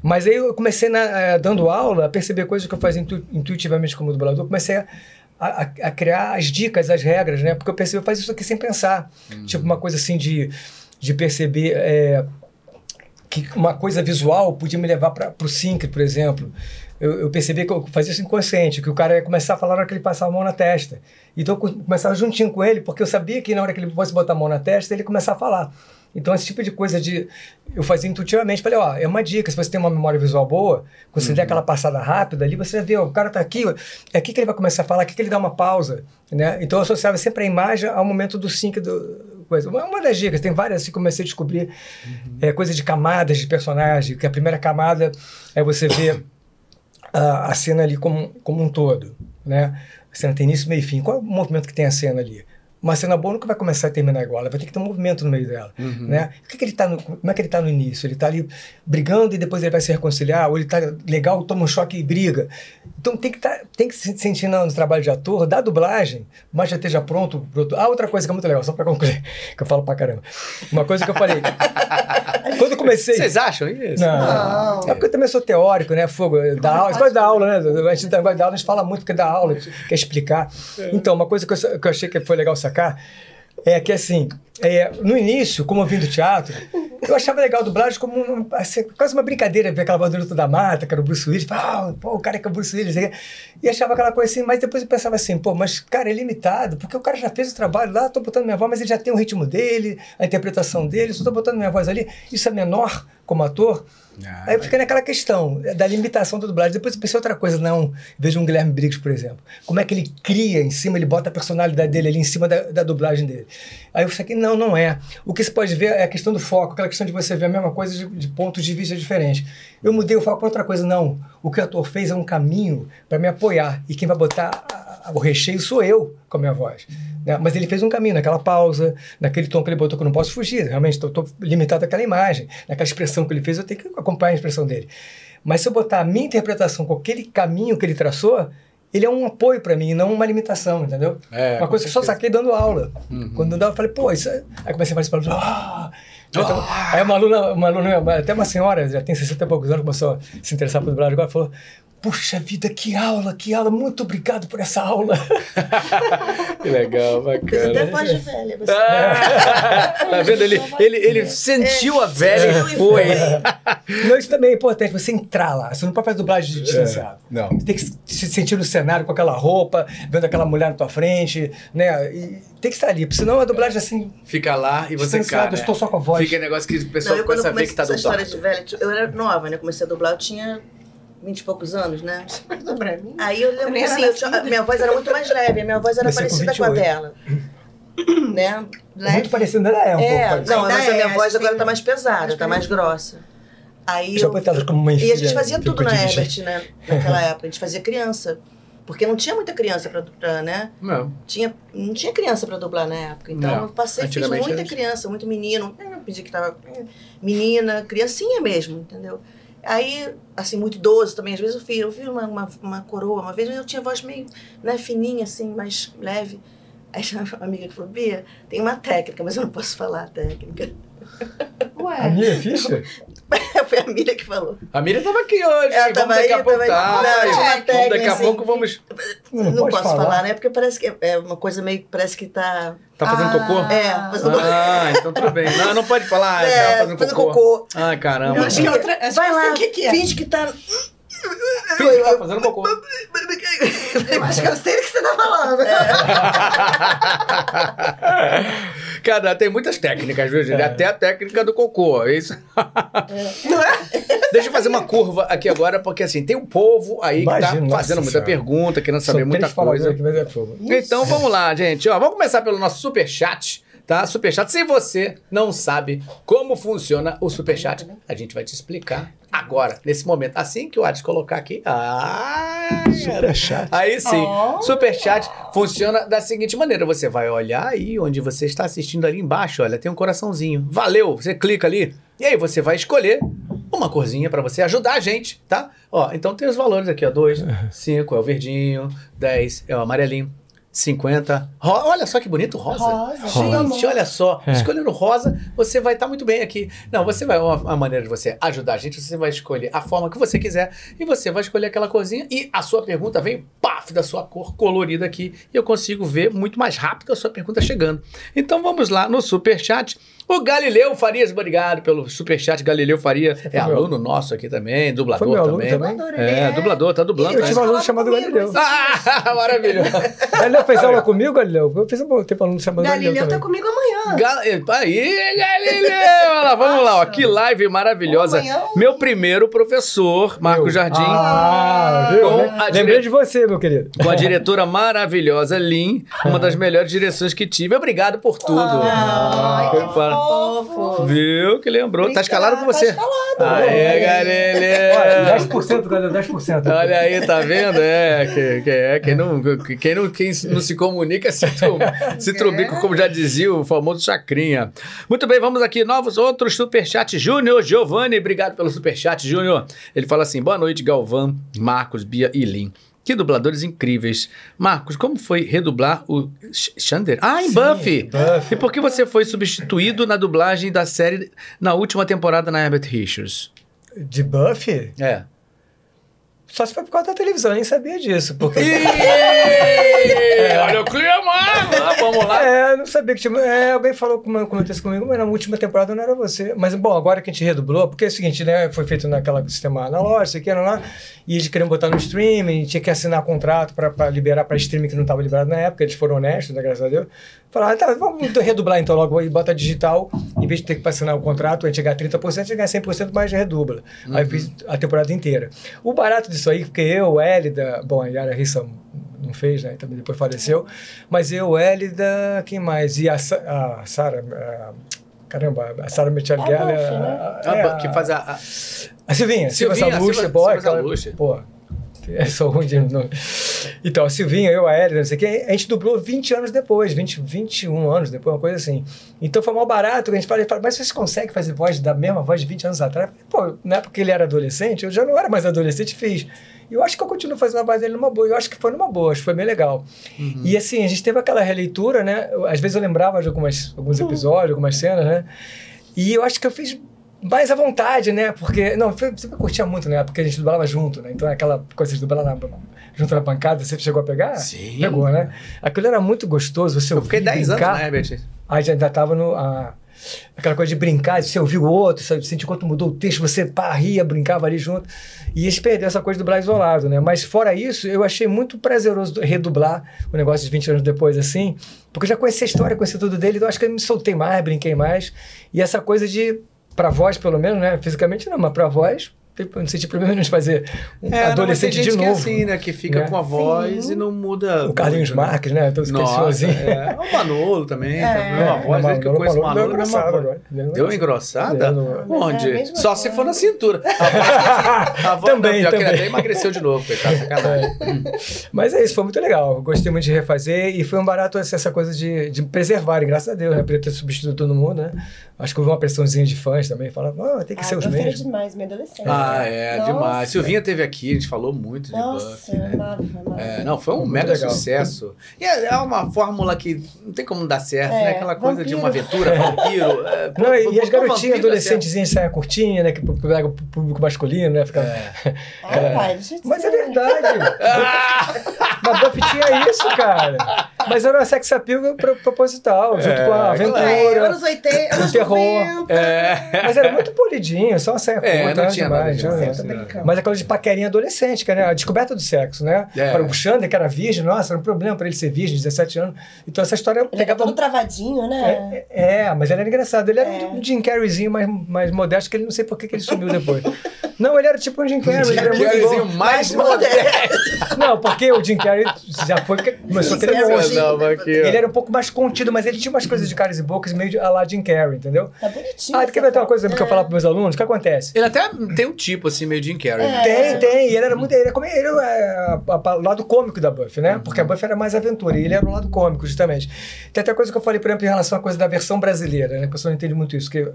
Mas aí eu comecei na- eh, dando aula a perceber coisas que eu fazia intu- intuitivamente como dublador, comecei a, a- a criar as dicas, as regras, né? Porque eu percebi, eu faço isso aqui sem pensar. Tipo, uma coisa assim de, de perceber eh, que uma coisa visual podia me levar para o sync, por exemplo. Eu, eu percebi que eu fazia isso inconsciente, que o cara ia começar a falar na hora que ele passava a mão na testa. Então eu co- começava juntinho com ele, porque eu sabia que na hora que ele fosse botar a mão na testa, ele ia começar a falar. Então esse tipo de coisa de eu fazia intuitivamente, falei, ó, é uma dica, se você tem uma memória visual boa, quando você der aquela passada rápida ali, você já vê, ó, o cara tá aqui, ó, é aqui que ele vai começar a falar, aqui que ele dá uma pausa, né? Então eu associava sempre a imagem ao momento do sync do coisa. Uma, uma das dicas, tem várias assim, comecei a descobrir é, coisa de camadas de personagem, que a primeira camada é você ver a, a cena ali como, como um todo, né? A cena tem início, meio e fim. Qual é o movimento que tem a cena ali? Uma cena boa nunca vai começar e terminar igual, ela vai ter que ter um movimento no meio dela, né? O que que ele tá no- como é que ele tá no início? Ele tá ali brigando e depois ele vai se reconciliar, ou ele tá legal, toma um choque e briga. Então tem que, tá, tem que se sentir no, no trabalho de ator, da dublagem, mas já esteja pronto. pro outro- Ah, outra coisa que é muito legal, só pra concluir, que eu falo pra caramba. Uma coisa que eu falei, quando eu comecei...
Vocês acham isso?
Não. É porque eu também sou teórico, né? Fogo, da aula, gosta da aula, né? A gente dá- gosta da aula, a gente fala muito que dá aula, quer explicar. Então, uma coisa que eu, que eu achei que foi legal sacar é que, assim, é, no início, como eu vim do teatro, eu achava legal a dublagem como um- assim, quase uma brincadeira, ver aquela bandeira da mata, que era o Bruce Willis, falar, ah, pô, o cara que é o Bruce Willis, não sei o quê. e achava aquela coisa assim, mas depois eu pensava assim, pô, mas cara, é limitado, porque o cara já fez o trabalho lá, tô botando minha voz, mas ele já tem o ritmo dele, a interpretação dele, só tô botando minha voz ali, isso é menor como ator,
Ah,
Aí fica naquela questão é, da limitação da dublagem. Depois eu pensei outra coisa, não. Veja um Guilherme Briggs, por exemplo. Como é que ele cria em cima, ele bota a personalidade dele ali em cima da, da dublagem dele. Aí eu falei, não, não é. O que se pode ver é a questão do foco, aquela questão de você ver a mesma coisa de, de pontos de vista diferentes. Eu mudei o foco para outra coisa, não. O que o ator fez é um caminho para me apoiar. E quem vai botar a- a- o recheio sou eu com a minha voz. né? Mas ele fez um caminho, naquela pausa, naquele tom que ele botou que eu não posso fugir, realmente estou limitado àquela imagem, naquela expressão que ele fez, eu tenho que acompanhar a expressão dele. Mas se eu botar a minha interpretação com aquele caminho que ele traçou, ele é um apoio para mim, não uma limitação, entendeu?
É,
uma
com
coisa que eu só
certeza.
saquei dando aula.
Uhum.
Quando eu dava, eu falei, pô, isso é... Aí comecei a participar, ah! Então, Aí uma aluna, uma aluna, minha, até uma senhora, já tem 60 e poucos anos, começou a se interessar por dublagem agora, falou, puxa vida, que aula, que aula, muito obrigado por essa aula.
que legal,
Fez até
bacana.
voz de velha. Você...
Ah, tá vendo? Ele, ele,
É.
ele sentiu a velha e foi.
Não, isso também é importante, você entrar lá. Você não pode fazer dublagem distanciada.
É, não.
Você tem que se sentir no cenário com aquela roupa, vendo aquela mulher na tua frente, né? E tem que estar ali, porque senão a dublagem assim.
Fica lá e você
Distanciado,
cara.
eu estou só com a voz.
Fica negócio que o
Não,
pessoal
eu quando
começa
eu
a ver
comecei
que tá
essa história
dublado.
de velha, tipo, eu era nova, né? Comecei a dublar, eu tinha vinte e poucos anos, né?
Pra mim.
Aí eu
Eu
lembro
nem
que
era
assim, eu tinha- a minha voz era muito mais leve, a minha voz era
Você com
parecida com a
28.
dela. né?
É Muito parecendo, ela é um pouco
É,
parecida.
não, mas a
Ainda
minha
é,
voz
assim,
agora tá mais pesada,
mais
tá mais grossa. Aí
Já
eu,
botei ela como uma
e a gente
filha,
fazia
tipo,
tudo na
dirigente.
Herbert, né? Naquela época, a gente fazia criança. Porque não tinha muita criança pra, pra né?
Não.
tinha, não tinha criança pra dublar na época. Então
Não.
eu passei, fiz
Antigamente
muita
era-
criança, muito menino. Eu não pedi que tava. Menina, criancinha mesmo, entendeu? Aí, assim, muito idoso também. Às vezes eu fiz, eu fiz uma, uma, uma coroa, uma vez eu tinha voz meio né, fininha, assim, mais leve. Aí tinha uma amiga que falou, Bia, tem uma técnica, mas eu não posso falar a técnica.
A
Ué.
minha é ficha?
Foi a Miriam que falou.
A Miriam tava aqui hoje.
Ela
vamos
tava
daqui
aí,
a pouco.
tava aí.
tá, aí.
Não, tinha uma
Vamos daqui
técnica,
a
assim,
pouco vamos.
Não,
pode
posso falar. né? Porque parece que é uma coisa meio que parece que tá.
Tá fazendo cocô?
É, fazendo,
Ah, então tudo bem. Não, não pode falar. Ah,
é,
tá fazendo, cocô.
cocô.
Ai, caramba.
Não, acho que é outra. Acho que
Vai
eu sei
lá,
o que, que é.
finge que tá.
Finge que tá fazendo cocô.
Eu acho que eu sei o que você tá falando.
É,
Cara, tem muitas técnicas, viu,
É.
gente? Até a técnica do cocô. é Isso. É. Deixa eu fazer uma curva aqui agora, porque assim, tem um povo aí que
Imagina,
tá
nossa
fazendo muita
senhora.
pergunta, querendo
São
saber muita
três palavras
coisa.
aqui, mas é fogo.
Então vamos lá, gente. Ó, vamos começar pelo nosso superchat, tá? Superchat. Se você não sabe como funciona o superchat, a gente vai te explicar agora, nesse momento. Assim que o Ades colocar aqui. Ah!
Superchat.
Aí sim.
Oh.
Superchat funciona da seguinte maneira: você vai olhar aí onde você está assistindo ali embaixo, olha, tem um coraçãozinho. Valeu! Você clica ali e aí você vai escolher uma corzinha para você ajudar a gente, tá? Ó, então tem os valores aqui, ó: 2, 5 é o verdinho, 10 é o amarelinho. 50. ro- olha só que bonito, rosa.
Rosa.
Gente, olha só.
É.
Escolhendo rosa, você vai estar muito bem aqui. Não, você vai. Uma, uma maneira de você ajudar a gente, você vai escolher a forma que você quiser e você vai escolher aquela corzinha e a sua pergunta vem, paf, da sua cor colorida aqui e eu consigo ver muito mais rápido a sua pergunta chegando. Então vamos lá no superchat. O Galileu Farias, obrigado pelo superchat. Galileu Farias é
meu
aluno nosso aqui também, dublador
Foi meu aluno
também.
também.
Adoro, ele
É, dublador, tá dublando.
Eu
né?
tive um aluno chamado Galileu.
Ah, maravilhoso.
Galileu fez aula comigo, Galileu? Eu fiz um tempo aluno chamado Galileu.
Galileu tá
também.
comigo amanhã.
Gal... Aí, Galileu! Olha lá, vamos lá, ó. que live maravilhosa.
Amanhã. é
Meu primeiro professor, Marco
Eu.
Jardim.
Ah, viu?
Com
Le-
a dire-
Lembrei de você, meu querido.
Com a diretora maravilhosa Lin, uma das melhores direções que tive. Obrigado por tudo.
Ai, Ah, que
Eu falo-
fofo.
Viu que lembrou? Tá escalado com você.
Tá escalado.
Aê,
Olha,
Galileu!
10%, Galileu, 10%.
É. Olha aí, tá vendo? É, que, que é, quem, não, que- quem, não, quem não se comunica se, tru, se trubica, como já dizia o famoso Chacrinha. Muito bem, vamos aqui, novos outros superchat. Júnior Giovanni, obrigado pelo superchat, Júnior. Ele fala assim: boa noite, Galvão, Marcos, Bia e Lin. Que dubladores incríveis. Marcos, como foi redublar o Sh- Xander? Ah, em
Sim,
Buffy!
Buffy.
E por que você foi substituído na dublagem da série na última temporada na Herbert Richards?
De Buffy?
É.
Só se foi por causa da televisão, eu nem sabia disso. Porque...
Ih, Olha o clima! Ah, Vamos lá.
É, eu não sabia que tinha. É, alguém falou, com- comentou isso comigo, mas na última temporada não era você. Mas, bom, agora que a gente redublou, porque é o seguinte, né? Foi feito naquela sistema analógico, sei o que, lá, lá, e eles queriam botar no streaming, tinha que assinar contrato pra, pra liberar pra streaming que não tava liberado na época, eles foram honestos, né, graças a Deus. Falaram, ah, tá, vamos redublar então logo e bota digital, em vez de ter que assinar o contrato, a gente ganha 30%, a gente ganha 100%, mas redubla. Aí eu fiz a temporada inteira. O barato disso aí, porque eu, Hélida, bom, a Yara Rissa não fez, né? Também depois faleceu. Mas eu, Hélida, quem mais? E a, Sa- a Sara. a- Caramba, a Sara Michelle
É
Gellar.
Dolph, né?
a-
Ah,
é,
ba- que faz a, a-
a Silvinha, Silva
Silvinha,
Saluxa,
Silva-
boy.
Silva
é aquela-
Saluxa.
Pô, é só ruim de nome. Então, a Silvinha, eu, a Hélida, não sei o quê, a gente dublou 20 anos depois, 20, 21 anos depois, uma coisa assim. Então foi mal barato, a gente fala, ele fala, mas vocês conseguem fazer voz da mesma voz de 20 anos atrás? Eu falei, Pô, na época que ele era adolescente, eu já não era mais adolescente, fiz. E eu acho que eu continuo fazendo a voz dele numa boa, eu acho que foi numa boa, acho que foi bem legal. E assim, a gente teve aquela releitura, né? Eu- Às vezes eu lembrava de algumas, alguns episódios, algumas cenas, né? E eu acho que eu fiz mais à vontade, né? Porque. Não, foi- sempre curtia muito, né? Porque a gente dublava junto, né? Então aquela coisa de dublar na- junto na bancada, você chegou a pegar?
Sim.
Pegou, né? Aquilo era muito gostoso, você
Eu fiquei 10 anos né? na Herbert.
Aí já ainda tava no. a- aquela coisa de brincar, de você ouvir o outro, sabe? Sentir quanto mudou o texto, você pá, ria, brincava ali junto. E eles perderam essa coisa de dublar isolado, né? Mas fora isso, eu achei muito prazeroso redublar o negócio de 20 anos depois, assim, porque eu já conhecia a história, conhecia tudo dele, então acho que eu me soltei mais, brinquei mais. E essa coisa de. Pra voz, pelo menos, né? Fisicamente não, mas pra voz, eu não senti problema nenhum de fazer um
É, não, mas tem
adolescente
gente
de
que é
novo.
assim, né? Que fica
né?
com a voz e não muda.
O Carlinhos
muito, né?
Marques, né? Todo
Nossa,
esqueciosinho.
é. O Manolo também. É. Tá, a mesma
É,
voz,
Manolo,
desde que eu conheço o
Manolo,
Manolo,
deu
a mesma
engrossada
voz.
agora, deu
Deu uma
Deu,
engrossada?
não-
Onde?
É, a mesma
Só se
voz.
for na cintura. A voz é
Também,
não, pior que ele
também. É,
até emagreceu de novo, coitado, sacanagem.
Mas é isso, foi muito legal. Gostei muito de refazer e foi um barato essa essa coisa de, de preservar, e graças a Deus, né? Podia ter substituído todo mundo, né? Acho que houve uma pressãozinha de fãs também, falava, "Ah, tem que ser os
eu prefiro
mesmos.
demais, minha adolescente.
Ah, Ah, é,
Nossa.
demais. Silvinha teve aqui, a gente falou muito de
Nossa,
Buffy, né?
maravilha, maravilha.
É, não, foi um
Muito
mega
legal.
sucesso. E é, é uma fórmula que não tem como dar certo,
É,
né? Aquela coisa de uma aventura, vampiro. é,
Não,
pô,
e, e
botar
as
um
garotinhas
vampiro dá certo.
adolescentezinhas saia curtinha, né? Que pega o público masculino, né? Fica...
Ai, pai, deixa eu te
Mas é
dizer. um
verdade.
Ah!
Na Buffy tinha isso, cara. Mas era uma sex appeal pro- proposital, junto
É,
com a aventura.
verdade.
É, anos 80, anos
Terror.
90.
É.
Mas era muito polidinho, só uma saia curta.
É, não
era
tinha nada é.
demais,
de
né?
mais.
Mas a coisa de paquerinha adolescente, que era a descoberta do sexo, né?
É.
Para o Xander, que era virgem, nossa, era um problema para ele ser virgem, 17 anos. Então essa história
Ele era
pegava.
todo travadinho, né?
É, é, mas ele era engraçado. Ele era
É.
um Jim Carreyzinho mais, mais modesto, que ele não sei por que que ele sumiu depois. não, ele era tipo um Jim Carrey. ele era muito
Querzinho
bom.
É
mais
Não, porque o Jim Carrey já foi. Começou a ter
Carrey.
monstro.
Não, mas aqui, ó.
Ele era um pouco mais contido, mas ele tinha umas coisas de caras e bocas meio de a la Jim Carrey, entendeu?
Tá bonitinho.
Ah, quer ver até uma coisa que eu falar para meus alunos? O que acontece?
Ele até tem um tipo, assim, meio Jim Carrey. né?
Tem, tem. E ele era muito. Ele era, como- ele era a- a- a- o lado cômico da Buffy, né? Porque a
Uhum.
Buffy era mais aventura. E ele era o lado cômico, justamente. Tem até coisa que eu falei, por exemplo, em relação à coisa da versão brasileira, né? Que o pessoal não entende muito isso. Que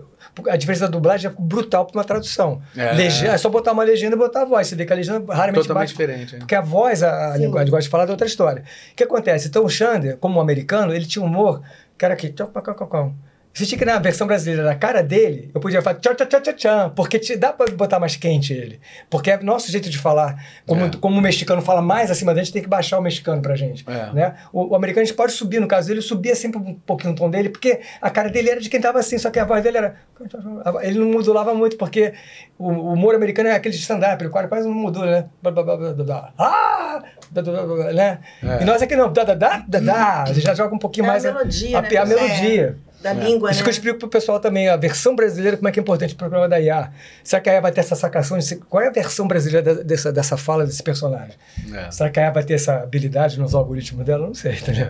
a diferença da dublagem é brutal pra uma tradução.
É.
É, é só botar uma legenda e botar a voz. Você vê que a legenda raramente
Totalmente
bate
diferente. né?
porque a voz, a, a
Sim.
linguagem gosta de falar é outra história. O que acontece? Então o Xander, como um americano, ele tinha um humor que era aqui. tchau, pá, cá, cá, cá. Você tinha que na versão brasileira, na cara dele, eu podia falar tchau, tchau, tchau, tchau, tchau, porque te, dá pra botar mais quente ele. Porque é o nosso jeito de falar. Como,
É.
como o mexicano fala mais acima da gente, tem que baixar o mexicano pra gente.
É.
Né? O, o americano a gente pode subir, no caso dele, subia sempre um pouquinho o tom dele, porque a cara dele era de quem tava assim, só que a voz dele era. Ele não modulava muito, porque o, o humor americano é aquele de stand-up, ele quase quase não mudou, né? Blá, blá, blá, blá, blá, blá. Ah! Blá, blá, blá, blá, blá, né?
É.
E nós aqui não, dá, dá, dá, dá, dá. Ele já joga um pouquinho
É a
mais a
melodia,
a-
né?
a melodia.
da língua,
Isso
né?
que eu explico pro pessoal também, a versão brasileira, como é que é importante o programa da IA. Será que a IA vai ter essa sacação de se- qual é a versão brasileira da- dessa, dessa fala desse personagem?
É.
Será que a IA vai ter essa habilidade nos algoritmos dela? Eu Não sei, entendeu?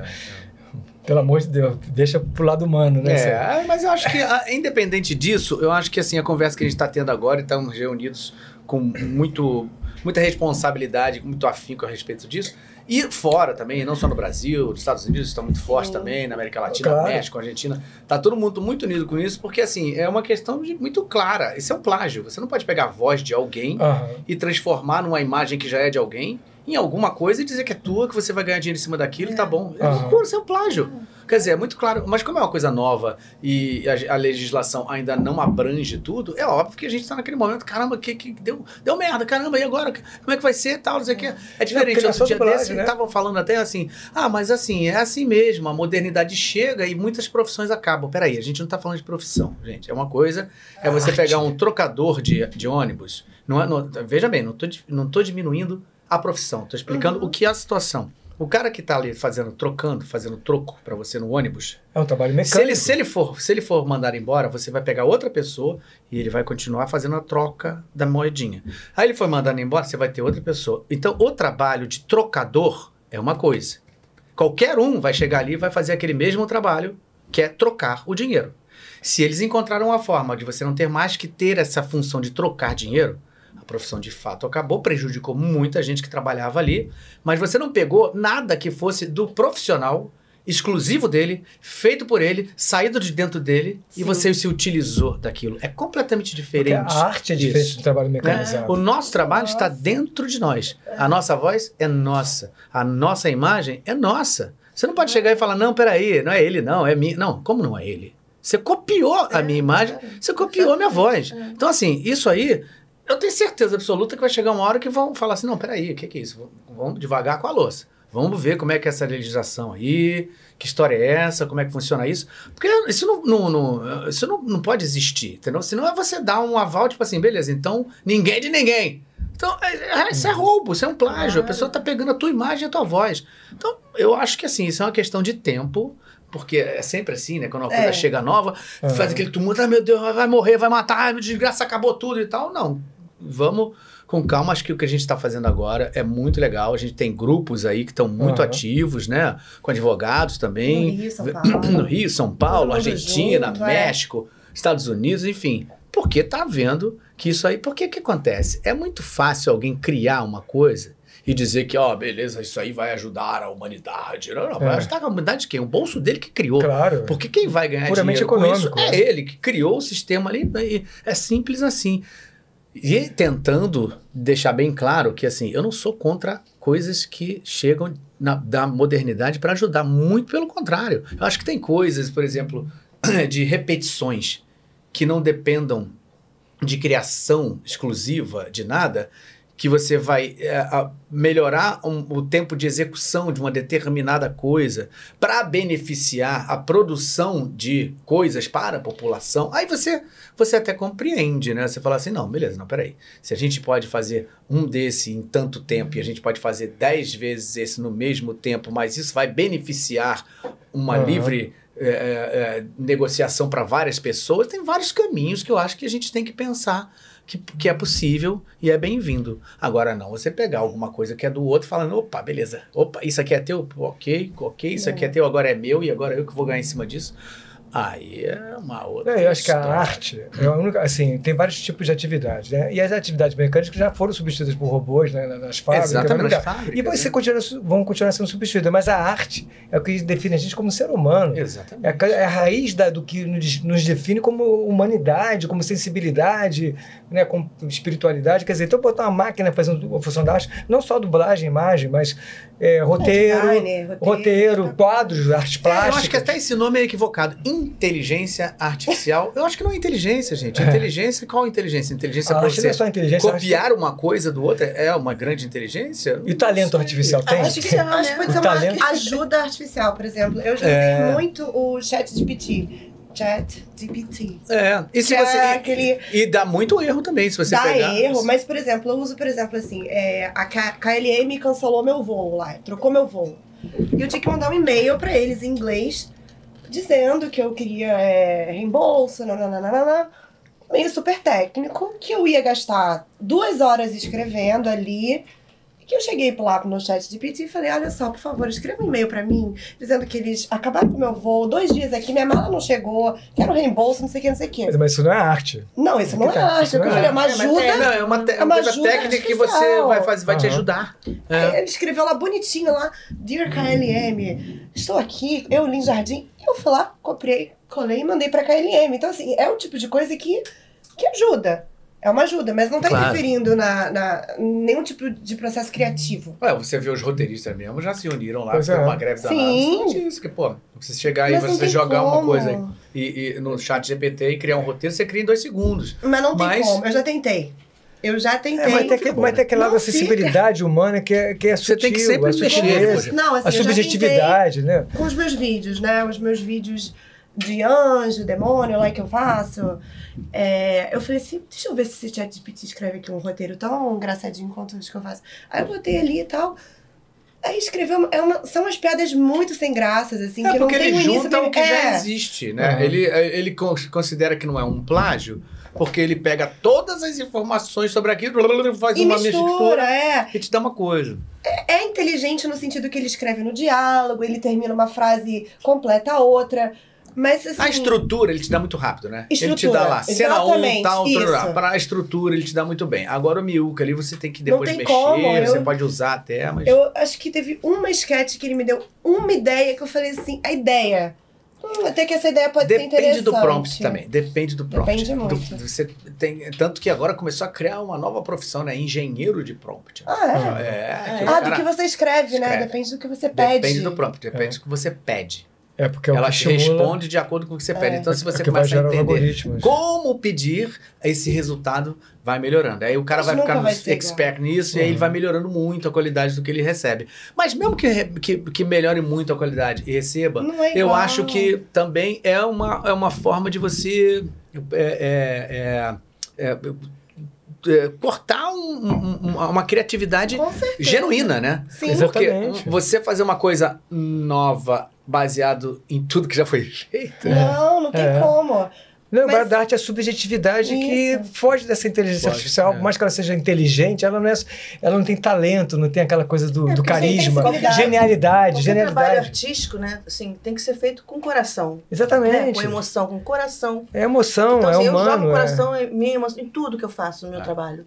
Pelo amor de Deus, deixa pro lado humano, né?
É, ah, mas eu acho que, ah, independente disso, eu acho que assim, a conversa que a gente está tendo agora e estamos reunidos com muito, muita responsabilidade, com muito afinco a respeito disso. E fora também, não só no Brasil, nos Estados Unidos está muito forte também, na América Latina,
Claro.
México, Argentina. Tá todo mundo muito unido com isso, porque assim, é uma questão de- muito clara. Isso é um plágio. Você não pode pegar a voz de alguém
Aham.
e transformar numa imagem que já é de alguém em alguma coisa e dizer que é tua, que você vai ganhar dinheiro em cima daquilo, e tá bom. É
Aham.
loucura, isso é um plágio. Quer dizer, é muito claro, mas como é uma coisa nova e a, a legislação ainda não abrange tudo, é óbvio que a gente tá naquele momento, caramba, que, que deu, deu merda, caramba, e agora? Como é que vai ser, tal, não sei o que. É diferente, outro
porque passou
dia
do lado,
desse,
né?
estavam falando até assim, ah, mas assim, é assim mesmo, a modernidade chega e muitas profissões acabam. Peraí, a gente não tá falando de profissão, gente. É uma coisa, é
Ah,
você pegar um trocador de, de ônibus. Não é, não- veja bem, não tô, di- não tô diminuindo a profissão, tô explicando
Uhum.
o que é a situação. O cara que tá ali fazendo, trocando, fazendo troco pra você no ônibus,
É um trabalho mecânico.
se ele, se, ele for, se ele for mandar embora, você vai pegar outra pessoa e ele vai continuar fazendo a troca da moedinha. Aí ele foi mandado embora, você vai ter outra pessoa. Então, o trabalho de trocador é uma coisa. Qualquer um vai chegar ali e vai fazer aquele mesmo trabalho, que é trocar o dinheiro. Se eles encontraram uma forma de você não ter mais que ter essa função de trocar dinheiro, a profissão de fato acabou, prejudicou muita gente que trabalhava ali, mas você não pegou nada que fosse do profissional, exclusivo dele, feito por ele, saído de dentro dele, e
Sim.
você se utilizou daquilo. É completamente
Porque
diferente.
a arte é diferente
Isso.
do trabalho
né?
mecanizado.
O nosso trabalho está dentro de nós. A nossa voz é nossa. A nossa imagem é nossa. Você não pode chegar e falar, não, peraí, não é ele, não, é minha. Não, como não é ele? Você copiou a minha imagem, você copiou a minha voz. Então, assim, isso aí, eu tenho certeza absoluta que vai chegar uma hora que vão falar assim, não, peraí, o que que é isso? Vamos devagar com a louça. Vamos ver como é que é essa legislação aí, que história é essa, como é que funciona isso. Porque isso não, não- não- isso não, não pode existir, entendeu? Senão é você dar um aval, tipo assim, beleza, então ninguém é de ninguém. Então, é- é- isso é roubo, isso é um plágio. A
Claro.
pessoa tá pegando a tua imagem e a tua voz. Então, eu acho que assim, isso é uma questão de tempo, porque é sempre assim, né? Quando uma coisa
É.
chega nova,
É.
faz aquele tumulto, ai meu Deus, vai morrer, vai matar, ai, meu desgraça, acabou tudo e tal. Não, vamos com calma, acho que o que a gente está fazendo agora é muito legal. A gente tem grupos aí que estão muito
Aham.
ativos, né? Com advogados também.
No Rio, São Paulo.
No Rio, São Paulo,
mundo
Argentina,
junto, é.
México, Estados Unidos, enfim. Porque tá vendo que isso aí. Porque o que acontece? É muito fácil alguém criar uma coisa e dizer que, ó, beleza, isso aí vai ajudar a humanidade. Não, não, vai
É.
ajudar a humanidade quem? O bolso dele que criou.
Claro.
Porque quem vai ganhar
Puramente
dinheiro com isso
econômico,
é
né?
ele que criou o sistema ali. e É simples assim. E tentando deixar bem claro que, assim, eu não sou contra coisas que chegam na- da modernidade para ajudar, muito pelo contrário. Eu acho que tem coisas, por exemplo, de repetições que não dependam de criação exclusiva de nada, que você vai é, a- melhorar um- o tempo de execução de uma determinada coisa para beneficiar a produção de coisas para a população. Aí você, você até compreende, né? Você fala assim, não, beleza, não, peraí. Se a gente pode fazer um desse em tanto tempo e a gente pode fazer dez vezes esse no mesmo tempo, mas isso vai beneficiar uma
Aham.
livre é, é, é, negociação para várias pessoas, tem vários caminhos que eu acho que a gente tem que pensar que, que é possível e é bem-vindo. Agora não, você pegar alguma coisa que é do outro falando, opa, beleza, opa, isso aqui é teu, Pô, ok, ok, isso aqui é teu, agora é meu e agora eu que vou ganhar em cima disso. Aí é uma outra.
É, eu acho que a
história.
arte é a única, assim, tem vários tipos de atividades, né? E as atividades mecânicas já foram substituídas por robôs né, nas fábricas. em vários
Exatamente,
lugares.
as fábricas,
E você
né?
continua, su- vão continuar sendo substituídas, mas a arte é o que define a gente como ser
né?
humano. É a,
Exatamente.
ca- é a raiz da- do que nos, nos define como humanidade, como sensibilidade, né, como espiritualidade. Quer dizer, então botar uma máquina fazendo a função da arte, não só dublagem, imagem, mas é, roteiro,
Designer,
roteiro,
tá.
quadros, artes
É,
plásticas.
eu acho que até esse nome é equivocado. Inteligência artificial. Eu acho que não é inteligência, gente. Inteligência, qual inteligência? Inteligência
a
pra
arte não
você
é só inteligência. a arte-
copiar uma coisa do outro é uma grande inteligência? Não
E talento
sei.
artificial tem?
Acho que-
Acho que pode ser
O
uma
talento.
ajuda artificial, por exemplo. Eu já usei
É.
muito o chat GPT. Chat GPT.
É. E, se
Que
você,
é aquele
e dá muito erro também, se você
dá
pegar.
erro, mas, por exemplo, eu uso, por exemplo, assim, é, a K- KLM cancelou meu voo lá, trocou meu voo. E eu tinha que mandar um e-mail pra eles em inglês, dizendo que eu queria é, reembolso, nananana. Meio super técnico, que eu ia gastar duas horas escrevendo ali. E Que eu cheguei lá no chat de PT e falei: Olha só, por favor, escreva um e-mail pra mim, dizendo que eles acabaram com o meu voo, dois dias aqui, minha mala não chegou, quero reembolso, não sei o que, não sei o que.
Mas isso não é arte.
Não, isso não é
Tá,
arte.
isso
O que eu
não é
falei é uma
arte. É, mas
ajuda
tem-
Não, é uma, te-
É uma
coisa
ajuda
técnica que
artificial.
você vai, fazer, vai te
Aham.
ajudar.
Aí
É.
Ele escreveu lá bonitinho lá,
Hum.
Dear KLM, estou aqui, eu, Lin Jardim. Eu fui lá, comprei, colei e mandei pra KLM. Então, assim, é o tipo de coisa que, que ajuda. É uma ajuda, mas não tá
Claro.
interferindo na, na nenhum tipo de processo criativo.
Ué, você vê os roteiristas mesmo, já se uniram lá,
Pois
fizeram
é.
uma greve da
Sim.
NASA. Isso que, pô, você chegar aí,
mas não
você
tem
jogar uma
como.
coisa aí e, e no chat GPT e criar um roteiro, você cria em dois segundos.
Mas não tem
Mas-
como, eu já tentei. Eu já
É,
tentei.
mas tem, aquele- mas tem aquele lado
Não
da sensibilidade humana que é, que é
Você
sutil.
tem que sempre
a
mexer,
sutileza,
pô.
Não, assim,
a
eu já tentei
subjetividade, né?
com os meus vídeos, né? Os meus vídeos de anjo, demônio, lá que eu faço. É, eu falei assim, deixa eu ver se esse chat GPT escreve aqui um roteiro tão engraçadinho quanto os que eu faço. Aí eu botei ali e tal. Aí escreveu, uma- é uma- são umas piadas muito sem graças, assim,
É
que não
porque
tem
ele
um início,
junta
nem-
o que já
é.
existe, né?
Uhum.
Ele, ele con- considera que não é um plágio, porque ele pega todas as informações sobre aquilo, blá, blá, blá, faz
E
uma
mistura,
mistura
é.
e te dá uma coisa.
É inteligente no sentido que ele escreve no diálogo, ele termina uma frase, completa a outra. Mas assim.
A estrutura ele te dá muito rápido, né? ele te
Estrutura,
dá lá, cena 1, um,
exatamente,
tal,
isso.
tal, para a estrutura ele te dá muito bem. Agora o miúca ali você tem que depois
tem
mexer,
como,
você
eu-
pode usar até, mas
Eu acho que teve uma sketch que ele me deu uma ideia que eu falei assim, a ideia. Hum, até que essa ideia pode ser
depende
interessante.
do prompt também, depende do prompt.
Depende
Do-
muito.
você tem tanto que agora começou a criar uma nova profissão, né? Engenheiro de prompt.
Ah, é?
É, que o
Ah,
cara-
do que você escreve, né?
escreve.
Depende do que você pede.
Depende do prompt, depende do que você pede.
É porque é o
Ela
que
te
estimula,
responde de acordo com o que você pede. Então, se
é
você
o que vai
começa a
gerar os
entender
algoritmos.
como pedir, esse resultado vai melhorando. Aí o cara
Mas
vai
nunca
ficar
vai ser
expert nisso e aí
Uhum.
ele vai melhorando muito a qualidade do que ele recebe. Mas mesmo que, re- que, que melhore muito a qualidade e receba,
Não é
eu
igual.
acho que também é uma, é uma forma de você é, é, é, é, é, cortar um- um- um- uma criatividade
Com certeza.
genuína, né?
Sim.
Exato.
Porque
Exatamente.
você fazer uma coisa nova baseado em tudo que já foi feito.
Não, não tem
É.
como.
Não,
Mas-
mas... da arte é a subjetividade que
Isso.
foge dessa inteligência
Foge,
artificial.
é.
Por mais que ela seja inteligente, ela não, é, ela não tem talento, não tem aquela coisa do,
É,
do
porque tem
carisma.
sensibilidade.
Genialidade,
Qualquer trabalho
genialidade.
artístico, né? Assim, tem que ser feito com coração. Né? Com
Exatamente.
emoção, com coração.
É emoção,
então,
é
assim, eu
humano.
jogo o
é.
coração em, minha emoção, em tudo que eu faço no meu
É.
trabalho.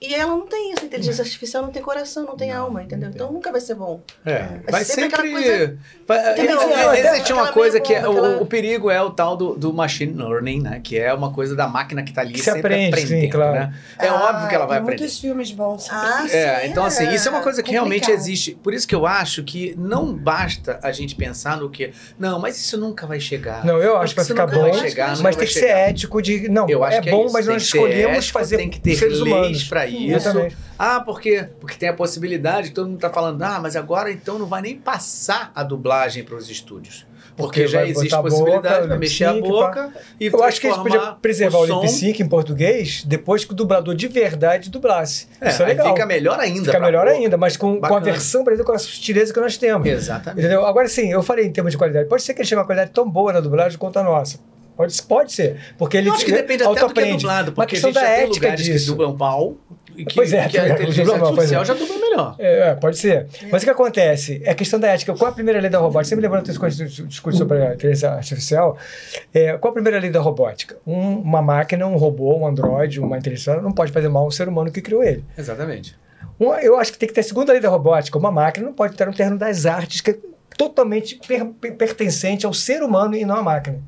E, e ela não tem essa inteligência artificial, não tem coração, não tem alma, entendeu? Então nunca vai ser bom.
É,
É
vai
sempre
sempre.
aquela coisa-
vai-
Entendeu?
Eles-
É,
eles
aquela-
tinham uma
aquela
coisa
meio
que é, o-
bomba, aquela-
o, perigo é o tal do, do machine learning, né? Que é uma coisa da máquina que tá ali
Que se
sempre
aprende, sim,
aprendendo,
claro.
né? É óbvio que ela vai
Ah, tem
aprender.
muitos filmes bons sobre
Ah,
isso.
É,
sim,
então assim,
é
isso é uma coisa que realmente
complicado.
existe. Por isso que eu acho que não basta a gente pensar no que, não, mas isso nunca vai chegar.
Não, eu acho que vai
Isso
ficar
nunca
bom,
vai chegar, nunca
mas
vai
tem que
chegar.
ser ético de. Não,
Eu acho
é
que
bom,
isso.
mas
Tem
nós
que ser
escolhemos
ético,
fazer
tem que ter leis
seres humanos.
para isso.
Exatamente.
Ah, porque porque tem a possibilidade, todo mundo tá falando, ah, mas agora então não vai nem passar a dublagem para os estúdios. Porque,
Porque
já
vai
existe
botar a
possibilidade,
boca, né?
vai mexer a
lip sync,
boca e
Eu acho que a gente podia
transformar
preservar o,
som.
lip sync em português depois que o dublador de verdade dublasse.
É,
Isso é
aí
legal.
fica melhor ainda.
Fica
pra
melhor
boca.
ainda, mas com, com a
Bacana. É.
versão brasileira, com a sutileza que nós temos.
Exatamente.
Entendeu? Agora sim, eu falei em termos de qualidade. Pode ser que ele chegue a uma qualidade tão boa na dublagem quanto a nossa. Pode, pode ser. Porque ele
Eu acho que depende até do que é
autoaprende.
dublado,
Uma
porque a
questão
gente
da
já tem
ética
lugares que
disso.
dublam pau e que,
Pois é,
que a
tem-
inteligência
dublam mal, pois
artificial
é.
já dubla melhor.
É, é, pode ser. Mas o que acontece? É questão da ética. Qual a primeira lei da robótica? Sempre lembrando que você discute sobre a inteligência artificial. é, qual a primeira lei da robótica? Um- uma máquina, um robô, um androide, uma inteligência artificial não pode fazer mal ao ser humano que criou ele.
Exatamente.
Um- eu acho que tem que ter a segunda lei da robótica. Uma máquina não pode estar no terreno das artes, que é totalmente per- per- pertencente ao ser humano e não à máquina.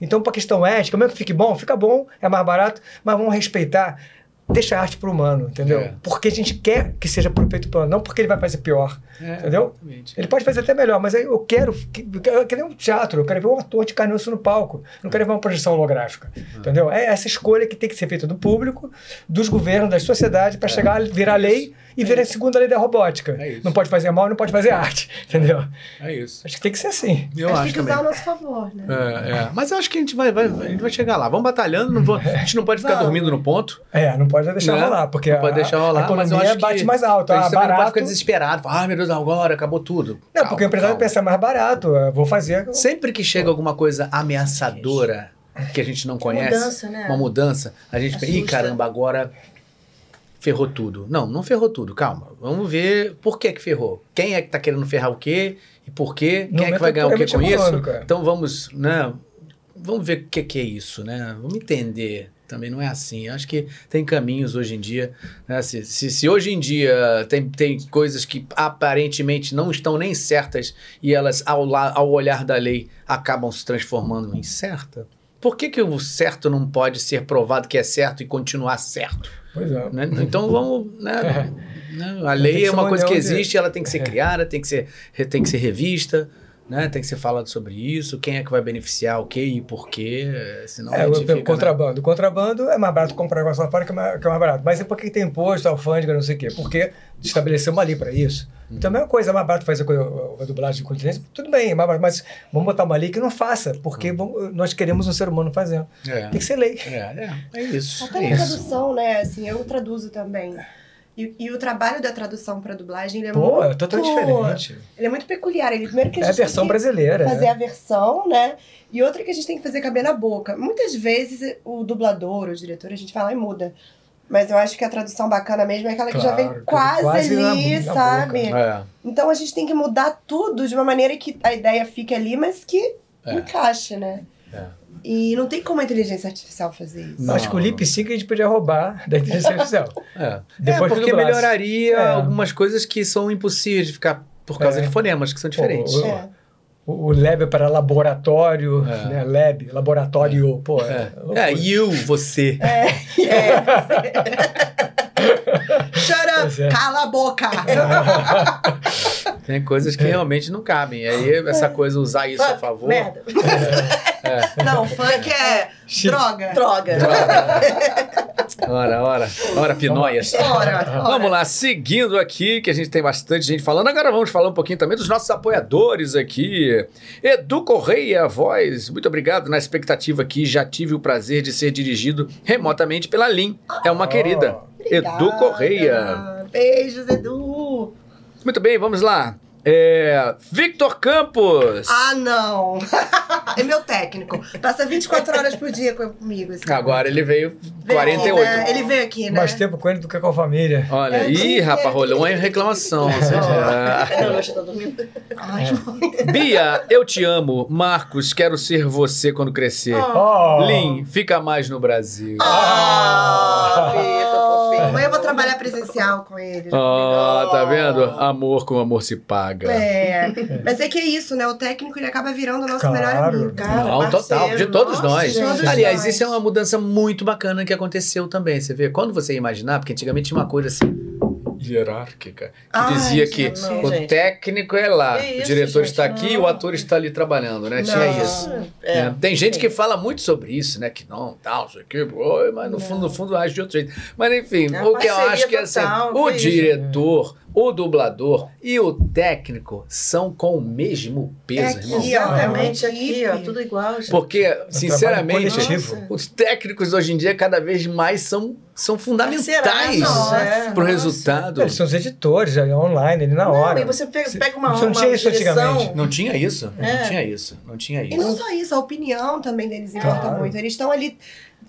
Então, para a questão ética, mesmo que fique bom, fica bom, é mais barato, mas vamos respeitar. Deixa a arte para o humano, entendeu?
É.
Porque a gente quer que seja perfeito plano, não porque ele vai fazer pior.
É,
Entendeu?
Exatamente.
Ele pode fazer até melhor, mas aí eu quero. que- Eu quero eu quero ver um teatro, eu quero ver um ator de carne e osso no palco. Não quero ver uma projeção holográfica.
Uhum.
Entendeu? É essa escolha que tem que ser feita do público, dos governos, da sociedade, para chegar a virar lei e virar a segunda lei da robótica.
É isso.
não pode fazer mal, não pode fazer arte. Entendeu?
É isso.
Acho que tem que ser assim.
Eu
Mas
acho
tem que
também.
usar ao nosso favor, né?
É, é. Mas eu acho que a gente vai, vai- a gente vai chegar lá. Vamos batalhando, não vou- a gente não pode ficar
Vamos.
dormindo no ponto.
É, não pode deixar
Né?
rolar, porque
Não pode
a-
deixar rolar, mas
a
eu
economia
acho que
bate mais alto.
a
Ah,
gente também não pode
barato.
ficar desesperado. falar, Ah, meu Deus, agora acabou tudo.
Não, porque o empresário pensa mais barato, eu vou fazer.
Sempre que chega alguma coisa ameaçadora que a gente não conhece,
mudança, né?
uma mudança, a gente pensa, ih
Assusta.
caramba, agora ferrou tudo. Não, não ferrou tudo, calma. Vamos ver por que que ferrou. Quem é que tá querendo ferrar o quê e por quê?
No
Quem é que vai
momento
ganhar o quê com
puramente
isso?
econômico, é.
Então vamos, né? Vamos ver o que que é isso, né? Vamos entender. Também não é assim. Eu acho que tem caminhos hoje em dia. né? Se, se- se hoje em dia tem, tem coisas que aparentemente não estão nem certas e elas, ao, la- ao olhar da lei, acabam se transformando em certa, por que, que o certo não pode ser provado que é certo e continuar certo?
Pois é.
né? Então vamos. né? Né? A lei
que
é
ser
uma
uma
coisa que
união de- É.
existe, ela tem que ser criada, tem que ser, re- tem que ser revista. Né? Tem que ser falado sobre isso, quem é que vai beneficiar o quê e por quê, eh, senão
É,
a
eu
gente
pego
fica... né?
contrabando. Contrabando é mais barato comprar negócio lá fora que é mais, que é mais barato. Mas é porque tem imposto, alfândega, não sei o quê. Porque estabeleceu uma lei para isso.
Uhum.
Então, a mesma coisa, é mais barato fazer co- a dublagem de continência, tudo bem, é mais barato, mas vamos botar uma lei que não faça, porque
Uhum.
vamos- nós queremos um ser humano fazendo.
É.
Tem que ser lei.
É, é, é isso.
Até
é
na
isso.
tradução, né? Assim, eu traduzo também. E, e o trabalho da tradução pra dublagem, ele é
Pô, é
muito...
totalmente diferente.
Ele é muito peculiar. Ele, primeiro que a
É
gente
a versão
tem que
É.
brasileira.
fazer
né?
a versão, né? E outra que a gente tem que fazer caber na boca. Muitas vezes o dublador, o diretor, a gente fala e muda. Mas eu acho que a tradução bacana mesmo é aquela que já
Claro,
vem
que
quase,
quase na-
ali,
na
sabe?
boca.
É,
Então a gente tem que mudar tudo de uma maneira que a ideia fique ali, mas que
É.
encaixe, né?
É.
E não tem como a inteligência artificial fazer isso.
Não.
Acho que o lip sync a gente podia roubar da inteligência artificial.
é.
Depois
é porque
do braço.
melhoraria
É.
algumas coisas que são impossíveis de ficar por causa
É.
de fonemas, que são diferentes.
Pô,
É.
O, o lab é para laboratório,
É.
né? Lab, laboratório, pô.
É.
loucura.
É, you, você.
Chora,
Pois é.
cala a boca!
é Tem coisas que
É.
realmente não cabem. Aí essa coisa, usar isso é a
Fuck,
favor.
Merda.
Não, funk é droga.
Droga.
Ora, ora, ora, pinóias.
Ora, ora.
Vamos lá, seguindo aqui, que a gente tem bastante gente falando. Agora vamos falar um pouquinho também dos nossos apoiadores aqui. Edu Correia, voz, muito obrigado na expectativa aqui. Já tive o prazer de ser dirigido remotamente pela Lin. É uma
Ó.
querida. Edu
Obrigada.
Correia.
Beijos, Edu.
Muito bem, vamos lá. É, Victor Campos.
Ah, não. é meu técnico. Passa 24 horas por dia comigo. esse cara.
Agora ele veio
Veio aqui,
48.
né? Ele veio aqui, né?
Mais tempo com ele do que com a família.
Olha,
É,
ih,
sim,
rapaz,
é.
rolou uma reclamação. ou seja,
Não, ela já tá dormindo.
É.
Ai,
Bia, eu te amo. Marcos, quero ser você quando crescer.
Ah.
Ó.
Oh.
Lin, fica mais no Brasil.
Ah.
É,
Ah, Vitor, fofinho.
Amanhã eu vou trabalhar presencial com ele. já
Ah, tá vendo?
Oh.
Amor com amor se
combinei.
paga.
É, mas é que é isso, né? O técnico ele acaba virando o nosso
Claro.
melhor amigo.
Cara,
Não, total, de todos
nossa,
nós.
gente.
Todos
Aliás,
nós.
isso é uma mudança muito bacana que aconteceu também. Você vê, quando você ia imaginar, porque antigamente tinha uma coisa assim hierárquica, que
Ai,
dizia que
gente,
não,
o
gente.
técnico é lá,
Que
o
isso,
diretor
gente,
está aqui e o
não.
ator está ali trabalhando, né?
Não.
Tinha isso.
É.
né? Tem gente
sim.
que fala muito sobre isso, né? Que não, tal, isso aqui, oi, mas no fundo, no fundo age de outro jeito. Mas enfim,
É
o que eu
parceria
acho que é assim,
total,
o
veja.
diretor, o dublador e o técnico são com o mesmo peso,
É
irmão.
aqui,
um
Exatamente
É.
aqui, ó, tudo igual, gente.
Porque, sinceramente,
coletivo.
os técnicos hoje em dia cada vez mais são, são fundamentais
Parceiraço,
é.
pro
Nossa.
resultado.
Eles são os editores, é online, ali na
Não,
hora.
e você pega,
Você-
pega uma,
você não
uma
tinha isso antigamente.
direção...
Não tinha isso, não
É.
tinha isso, não tinha
E não
isso.
só isso, a opinião também deles importa
Claro.
muito. Eles estão ali.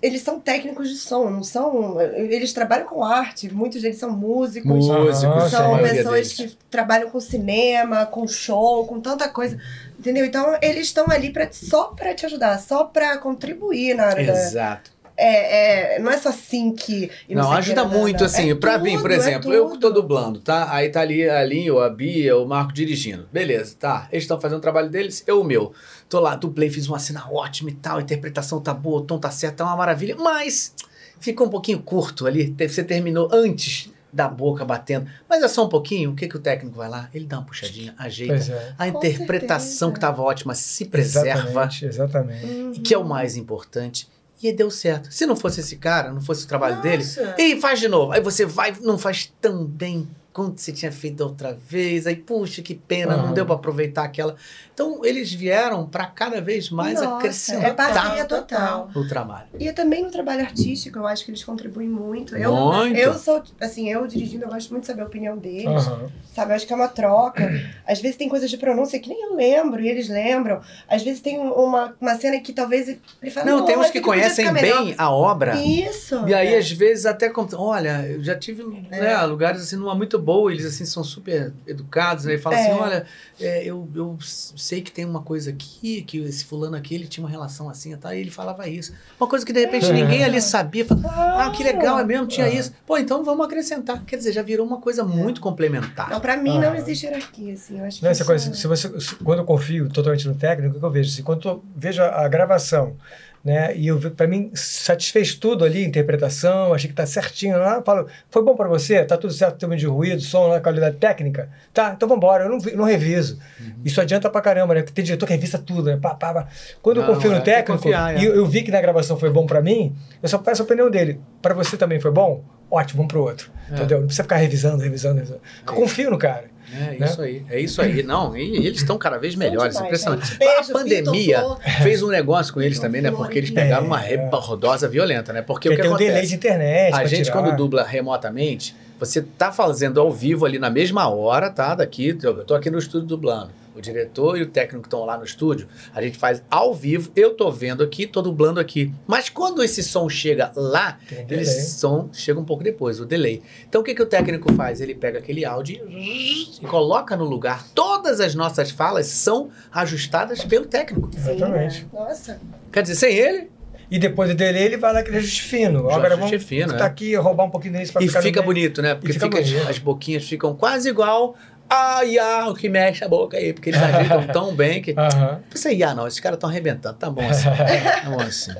Eles são técnicos de som, não são. Eles trabalham com arte, muitos deles são músicos.
Músicos,
Nossa,
a
são
maioria deles.
pessoas que trabalham com cinema, com show, com tanta coisa. Entendeu? Então eles estão ali pra, só pra te ajudar, só pra contribuir na área. da-
Exato.
É, é, não é só assim que. e
Não,
sei
ajuda
que,
muito,
nananã.
assim,
É
pra mim,
tudo,
por
é
exemplo, eu que tô
tudo.
dublando, tá? Aí tá ali a Linha, ou a Bia, ou o Marco dirigindo. Beleza, tá. Eles estão fazendo o trabalho deles, eu o meu. Tô lá, dublei, fiz uma cena ótima e tal, a interpretação tá boa, o tom tá certo, tá uma maravilha, mas ficou um pouquinho curto ali. te- Você terminou antes da boca batendo, mas é só um pouquinho. O que, que o técnico vai lá? Ele dá uma puxadinha, ajeita.
Pois é.
A
Com
interpretação
certeza.
que tava ótima se preserva
Exatamente, exatamente.
e que é o mais importante. E deu certo. Se não fosse esse cara, não fosse o trabalho dele,
Nossa.
e faz de novo. Aí você vai, não faz tão bem quanto você tinha feito da outra vez. Aí, puxa, que pena,
Aham.
não deu pra aproveitar aquela. Então, eles vieram pra cada vez mais Tá.
Nossa,
acrescentar
É parceria total.
o trabalho.
E é também no trabalho artístico, eu acho que eles contribuem muito. Eu,
Muito.
eu sou, assim, eu dirigindo, eu gosto muito de saber a opinião deles.
Aham.
Sabe, eu acho que é uma troca. Às vezes tem coisas de pronúncia que nem eu lembro e eles lembram. Às vezes tem um- uma, uma cena que talvez ele fala,
Não, tem
mas
uns que
aqui podia
conhecem
ficar melhor."
bem a obra.
Isso.
E aí,
É.
às vezes, até como. Olha, eu já tive
É.
né, lugares assim, numa muito boa, eles assim são super educados, né? E falam
É.
assim: olha, é, eu, eu sei que tem uma coisa aqui, que esse fulano aqui ele tinha uma relação assim, e tal, e ele falava isso. Uma coisa que de repente
É.
ninguém ali sabia. Fala, ah, que legal, é mesmo, tinha
Ah.
isso. Pô, então vamos acrescentar. Quer dizer, já virou uma coisa muito
Não,
complementar. né?
pra mim não
Ah.
existe hierarquia, assim. Eu acho
Não,
que
essa
isso
coisa,
é-
se Né? você, se- quando eu confio totalmente no técnico, o que que eu vejo? Assim, quando eu vejo a, a gravação, né? E eu para mim satisfez tudo ali, interpretação, achei que tá certinho lá, eu falo, foi bom para você? Tá tudo certo, também de ruído, som, né, qualidade técnica? Tá, então vamos embora, eu não, vi- não reviso.
Uhum.
Isso adianta pra caramba, né? Porque tem diretor que revisa tudo, né? Pá, pá, pá. Quando
Não,
eu confio
é,
no
tem que
técnico
confiar, é.
e eu, eu vi que na gravação foi bom para mim, eu só peço a opinião dele. Para você também foi bom? Ótimo, vamos pro outro.
É.
Entendeu? Não precisa ficar revisando, revisando, revisando. Eu confio no cara.
É
Né?
isso aí, é isso aí. Não, e eles estão cada vez melhores,
demais,
impressionante.
gente. Beijo,
a pandemia
Vitor
fez um negócio com eles
Vitor
também, né? Porque eles
Flor.
pegaram uma
É.
reba rodosa violenta, né? Porque
Porque
o que
tem um delay
acontece?
de internet.
a
pra
gente,
tirar.
quando dubla remotamente, você tá fazendo ao vivo ali na mesma hora, tá? Daqui, eu tô aqui no estúdio dublando. O diretor e o técnico estão lá no estúdio, a gente faz ao vivo, eu tô vendo aqui, tô dublando aqui. Mas quando esse som chega lá,
Tem um delay.
eles som chega um pouco depois, o delay. Então o que, que o técnico faz? Ele pega aquele áudio e coloca no lugar. Todas as nossas falas são ajustadas pelo técnico.
Sim,
Exatamente.
né? Nossa.
Quer dizer, sem ele,
E depois do delay, ele vai lá que ele ajuste fino.
já
Agora
ajuste
vamos
fino,
tá
né?
aqui roubar um pouquinho nisso pra
E
ficar no
fica
meio.
bonito, né? Porque
E fica
fica as-
bonito.
as boquinhas ficam quase igual a Iá, o que mexe a boca aí, porque eles agitam tão bem que. Não
Aham.
precisa Iá, não, esses caras estão arrebentando. Tá bom assim. tá bom assim.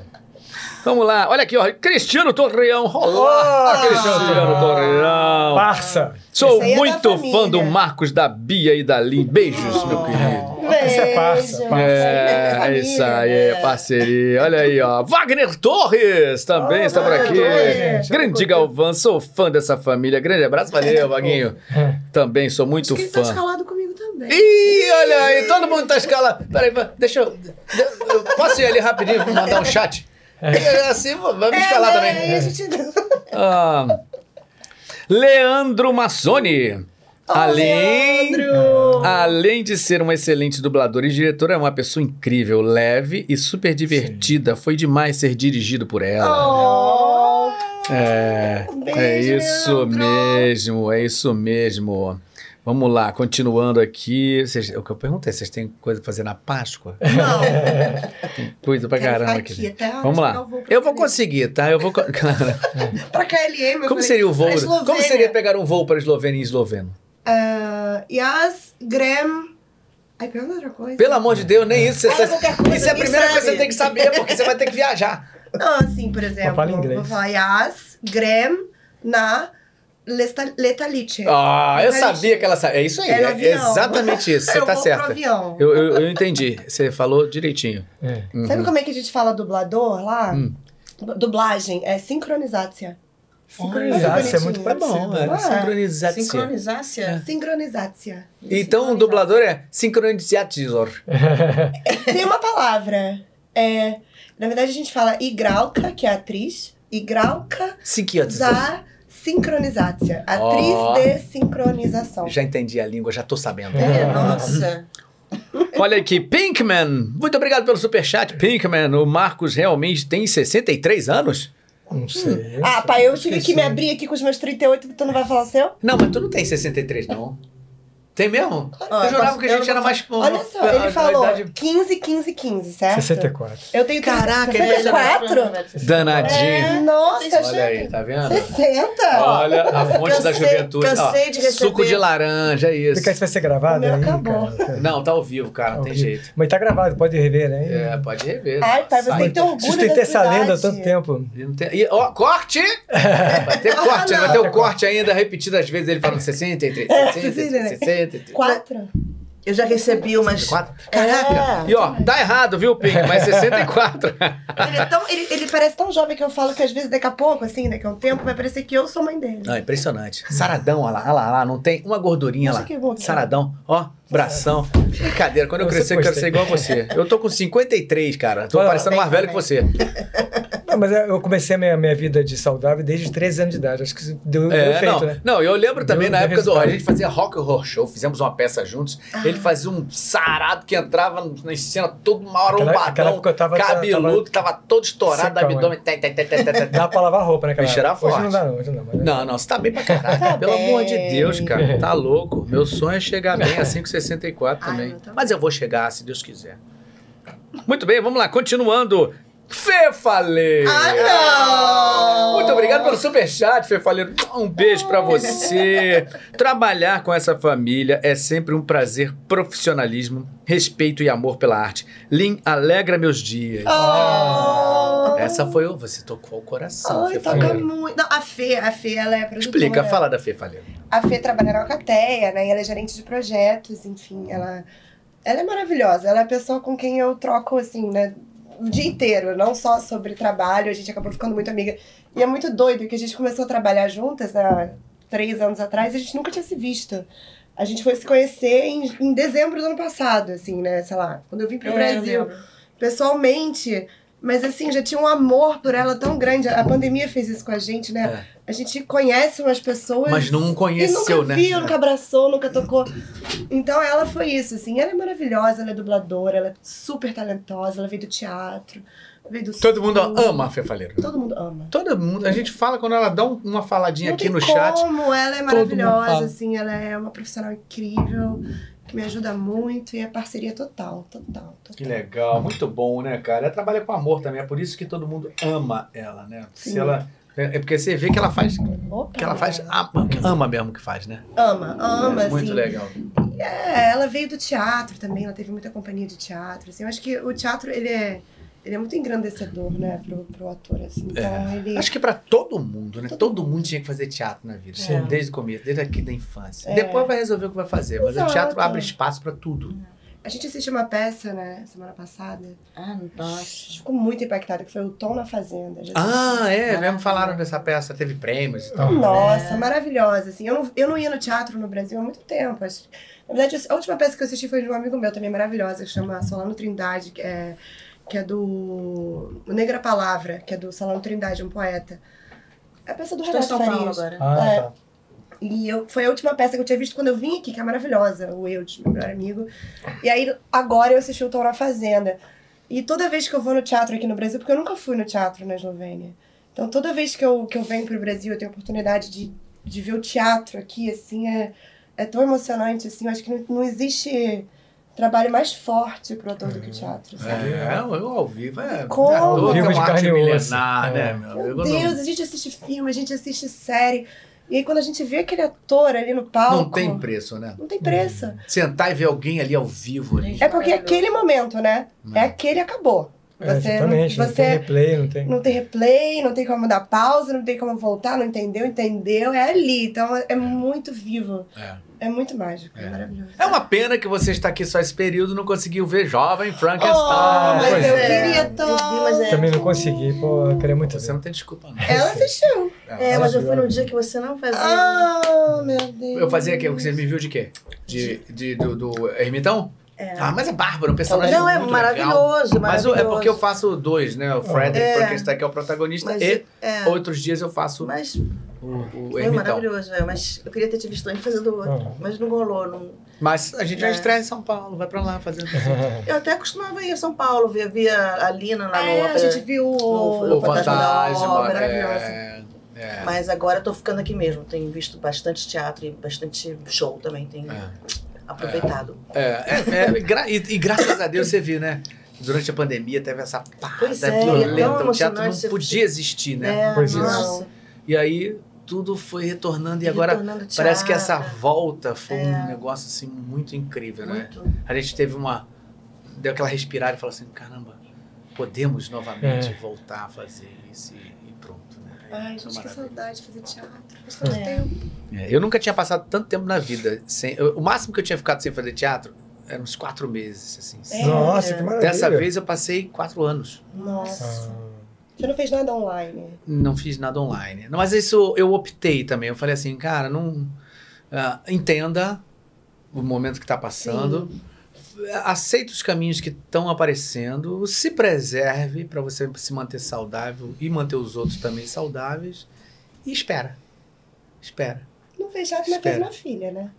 Vamos lá, olha aqui, ó. Cristiano Torreão. Olá,
Olá,
Cristiano
Ah, Cristiano.
Torreão.
Parça!
Sou
Esse aí é da
muito fã
família.
do Marcos, da Bia e da Lin. Beijos,
É.
meu querido.
Isso é parça,
Beijo.
parça.
É, é isso aí, é parceria. Olha aí, ó. Wagner Torres também
Ah,
Tá
está por
Wagner
aqui.
Torres, gente.
Grande Galvão, sou fã dessa família. Grande abraço, valeu, Vaguinho.
É,
Também sou muito
Acho que ele tá
fã.
escalado comigo também.
Ih, olha aí, todo mundo tá escalado. Peraí, pa- deixa eu. eu posso ir ali rapidinho mandar um chat? Assim, vai me escalar
né?
também.
Aí a
é,
gente-
Ah, Leandro Massoni. Além, além de ser um excelente dublador e diretor, é uma pessoa incrível, leve e super divertida. Foi demais ser dirigido por ela.
Oh,
é,
beijo,
é isso
Leandro.
mesmo, é isso mesmo.
Vamos lá, continuando aqui. Vocês, é o que eu perguntei, vocês têm coisa pra fazer na Páscoa?
Não,
Coisa pra
Quero
caramba
ficar
aqui.
aqui até a hora
Vamos
de
lá.
pegar o voo pra
Eu vou
Brasília.
conseguir, tá? Eu vou. co- Cara,
Pra KLM, eu
como
falei,
seria o voo?
pra Eslovênia.
Como seria pegar um voo para Eslovênia e esloveno?
Ah, Yas, Graham... Ai, pergunta outra coisa.
Pelo amor de Deus, nem isso. Você
Fala
tá-
qualquer coisa,
isso é a
ninguém
primeira coisa que
sabe.
você tem que saber, porque você vai ter que viajar.
Não, assim, por exemplo.
fala inglês.
Vou falar Yas, Graham, na Lesta- Letalice.
Ah, eu
Mas-
sabia que ela sabia. É isso aí.
Era
É
avião.
exatamente isso. Você
eu
tá
vou Pro
certa.
avião.
Eu, eu, eu entendi. Você falou direitinho.
É.
Uhum.
Sabe como é que a gente fala dublador lá?
Hum.
Du- Dublagem, é sincronizácia.
Sincronizar, isso é
bonitinho.
muito
Tá
parecido.
bom,
né?
é.
Ah,
Sincronizar.
sincronizasse.
Sincronizácia.
Então, o dublador é sincronizador.
Tem uma palavra. É, na verdade, a gente fala igralka, que é atriz. Igralka
Sincronizador.
za sincronizácia. Atriz
Ó.
de sincronização.
Já entendi a língua, já tô sabendo.
É, nossa.
É
Olha aqui, Pinkman. Muito obrigado pelo superchat, Pinkman. O Marcos realmente tem 63 anos?
Não sei.
Ah, pai, eu tive que
Esqueci.
me abrir aqui com os meus 38, tu não vai falar o seu?
Não, mas tu não tem 63, não. Tem mesmo?
Ó,
eu jurava que a
eu
gente
não
era mais...
Olha só,
a- a
ele falou
idade-
15, 15, 15, certo?
64.
Eu tenho
Caraca, ele é já-
64?
Danadinho.
É, nossa,
Olha aí, tá vendo?
60?
Olha a fonte da
Cansei-
juventude. Ó,
cansei de receber.
Suco de laranja, é isso.
Fica, isso vai ser
O
gravado
meu
aí,
acabou.
cara?
Não, tá ao vivo, cara, não
Ao
tem
vivo.
jeito.
Mas tá gravado, pode rever, né?
É, pode rever.
Ai, tá pai, você
Sai.
Ah, tem que ter orgulho
Sustentei
da
essa
sua
lenda há
idade.
tanto tempo.
Ele não tem- Ih, Ó, corte! Vai ter corte,
Ah,
vai
não. É,
ter o corte ainda repetido às vezes, ele falando 63,
né?
63, 63.
Quatro.
Eu já recebi umas. É.
64?
Caraca.
E ó, dá errado, viu, Pink? Mas 64.
Ele, é tão, ele, ele parece tão jovem que eu falo que às vezes daqui a pouco, assim, daqui a um tempo, vai parecer que eu sou mãe dele.
Não, é impressionante. Saradão, olha lá, olha lá, olha lá, não tem uma gordurinha
Nossa,
lá.
que bom, cara.
Saradão, ó, bração. Brincadeira, quando eu
Você
crescer, eu quero
gostei.
ser igual a você. Eu tô com 53, cara. Tô
Olha lá.
parecendo mais velho que você.
Não, mas eu comecei a minha, minha vida de saudável desde 13 anos de idade. Acho que isso deu deu
É,
efeito,
não.
né?
Não, eu lembro também
Deu- deu
na época do. A
resultado.
gente fazia rock and roll show, fizemos uma peça juntos. Ele fazia um sarado que entrava na cena toda uma hora, um
Aquela- aquela
badão,
época eu tava-
cabeludo, tava todo estourado,
secão,
abdômen. Tá, tá, tá, tá, tá, tá.
Dá pra lavar roupa, né, cara?
Bicho, era
Hoje
forte.
não dá, né? não. Hoje não, mas...
Não, não, você tá bem pra caralho.
Tá
Pelo
bem.
amor de
É.
Deus, cara. Tá louco. Meu sonho é chegar bem a 5,64
Ai,
também.
eu também.
Mas eu vou chegar, se Deus quiser. Muito bem, vamos lá, continuando. Fefaleiro!
Ah, não!
Muito obrigado pelo superchat, Fefaleiro. Um beijo pra você. Trabalhar com essa família é sempre um prazer, profissionalismo, respeito e amor pela arte. Lin alegra meus dias.
Oh.
Essa foi. o- Você tocou o coração,
Ai, toca
Fefaleiro.
muito. Não, a Fê, a Fê, ela é produtora.
Explica, fala da Fefaleiro.
A Fê trabalha na Alcateia, né? E ela é gerente de projetos, enfim, ela... Ela é maravilhosa, ela é a pessoa com quem eu troco, assim, né? O dia inteiro, não só sobre trabalho, a gente acabou ficando muito amiga. E é muito doido que a gente começou a trabalhar juntas há três anos atrás e a gente nunca tinha se visto. A gente foi se conhecer em, em dezembro do ano passado, assim, né? Sei lá, quando eu vim
É,
É,
pro Brasil pessoalmente. Mas assim, já tinha um amor por ela tão grande. A pandemia fez isso com a gente, né? A gente conhece umas pessoas.
Mas não
e
conheceu,
nunca viu,
né?
nunca abraçou, nunca tocou. Então ela foi isso, assim. Ela é maravilhosa, ela é dubladora, ela é super talentosa, ela veio do teatro, veio do
Todo mundo
sul.
ama a Fefaleiro.
Todo mundo ama.
Todo mundo. A gente fala quando ela dá um- uma faladinha
Não
aqui
tem
no chat.
Como ela é
todo mundo fala.
maravilhosa, assim, ela é uma profissional incrível, que me ajuda muito e é parceria total, total, total.
Que legal, muito bom, né, cara? Ela trabalha com amor também, é por isso que todo mundo ama ela, né? Se
Sim.
ela, é é porque você vê que ela faz,
Opa,
que ela faz, ama, que ama mesmo que faz, né?
Ama, ama,
é, muito
assim.
legal.
É, ela veio do teatro também, ela teve muita companhia de teatro, assim, eu acho que o teatro, ele é, ele é muito engrandecedor, né, pro, pro ator, assim, então
É.
ele...
Acho que pra todo mundo, né? Todo mundo tinha que fazer teatro na vida, assim,
Sim.
desde o começo, desde aqui da infância.
É.
Depois vai resolver o que vai fazer, mas o
Exato.
teatro abre espaço pra tudo.
A gente assistiu uma peça, né, semana passada,
Ah,
a
nossa.
gente ficou muito impactada, que foi o Tom na Fazenda. Já assisti.
Ah, é, mesmo falaram dessa peça, teve prêmios e
então.
tal.
Nossa,
É.
maravilhosa, assim, eu não, eu não ia no teatro no Brasil há muito tempo, acho- na verdade, a última peça que eu assisti foi de um amigo meu também, maravilhosa, que chama Solano Trindade, que é, que é do Negra Palavra, que é do Solano Trindade, um poeta. É a peça do
Estou em
Renato
São Paulo
Farias.
agora.
Ah,
É.
tá.
E eu, foi a última peça que eu tinha visto quando eu vim aqui, que é maravilhosa, o Eu, meu melhor amigo. E aí, agora eu assisti o Tom na Fazenda. E toda vez que eu vou no teatro aqui no Brasil, porque eu nunca fui no teatro na Eslovênia. Então, toda vez que eu, que eu venho pro Brasil, eu tenho a oportunidade de, de ver o teatro aqui, assim, é, é tão emocionante, assim. Eu acho que não, não existe trabalho mais forte pro ator do que o teatro. sabe?
É, eu ao vivo é.
Como?
Ator, tem
Vivo de
uma arte
carne e osso.
milenar, né,
É.
meu
Meu
amigo? Não-
Deus, a gente assiste filme, a gente assiste série. E aí quando a gente vê aquele ator ali no palco...
Não tem preço, né?
Não tem preço.
Sentar e ver alguém ali ao vivo. Ali.
É porque aquele momento, né? É aquele acabou.
É,
Você,
exatamente, não
você
tem replay, não tem...
Não tem replay, não tem como dar pausa, não tem como voltar, não entendeu, entendeu, é ali. Então é muito vivo,
É.
é muito mágico,
É.
é maravilhoso.
Ah,
É uma pena que você está aqui só esse período e não conseguiu ver jovem Frankenstein.
Oh, mas
pois
eu
é.
queria
Eu vi, mas
tanto.
é-
Também não consegui, pô, eu queria muito um
Você
ver.
não tem desculpa, não.
Ela assistiu.
É, mas eu fui num dia que você não fazia.
Ah, meu Deus.
Eu fazia o quê? Você me viu de quê? De, de- do, do Ermitão?
É.
Ah, mas é bárbaro, um personagem
não, é
muito legal.
maravilhoso, maravilhoso.
Mas eu- é porque eu faço dois, né? O Fred
É.
Frankenstein, que é o protagonista,
Mas,
e
é,
outros dias eu faço
mas
o, o
foi
Ermitão.
maravilhoso, é, mas eu queria ter te visto antes fazendo outro.
Uhum.
Mas não rolou. Não...
Mas a gente já
É.
estreia em São Paulo, vai pra lá fazendo.
Eu até costumava ir a São Paulo, ver via a Lina lá
Ah,
no
é, a
ópera.
gente viu
O
O
o...
Fantasma da
Fantasma,
Ópera,
é, é,
Mas agora eu tô ficando aqui mesmo. Tenho visto bastante teatro e bastante show também. Tenho
é.
aproveitado.
É, é, é, gra- e, e graças a Deus você viu, né? Durante a pandemia teve essa parada
Pois é, é tão
violenta. um o
emocionante,
teatro não
você-
podia existir, né?
É,
Pois é.
nossa.
E aí tudo foi retornando e agora
retornando ao
parece que essa
teatro,
volta foi um negócio assim muito incrível, né?
muito.
A gente teve uma. Deu aquela respirada e falou assim: caramba, podemos novamente voltar a fazer isso e, e pronto, né?
Ai,
Isso é
gente, que
maravilhoso.
saudade de fazer teatro. Faz tanto
É.
tempo.
É, eu nunca tinha passado tanto tempo na vida. Sem, eu- o máximo que eu tinha ficado sem fazer teatro eram uns quatro meses, assim.
É.
Nossa, que maravilha.
Dessa vez eu passei quatro anos.
Nossa.
Ah.
Você não fez nada online.
Não fiz nada online. Mas isso eu optei também. Eu falei assim, cara, não. ah, entenda o momento que está passando. Aceite os caminhos que estão aparecendo. Se preserve para você se manter saudável e manter os outros também saudáveis. E espera. Espera.
Não fez teatro, mas fez
Espera.
uma filha, né?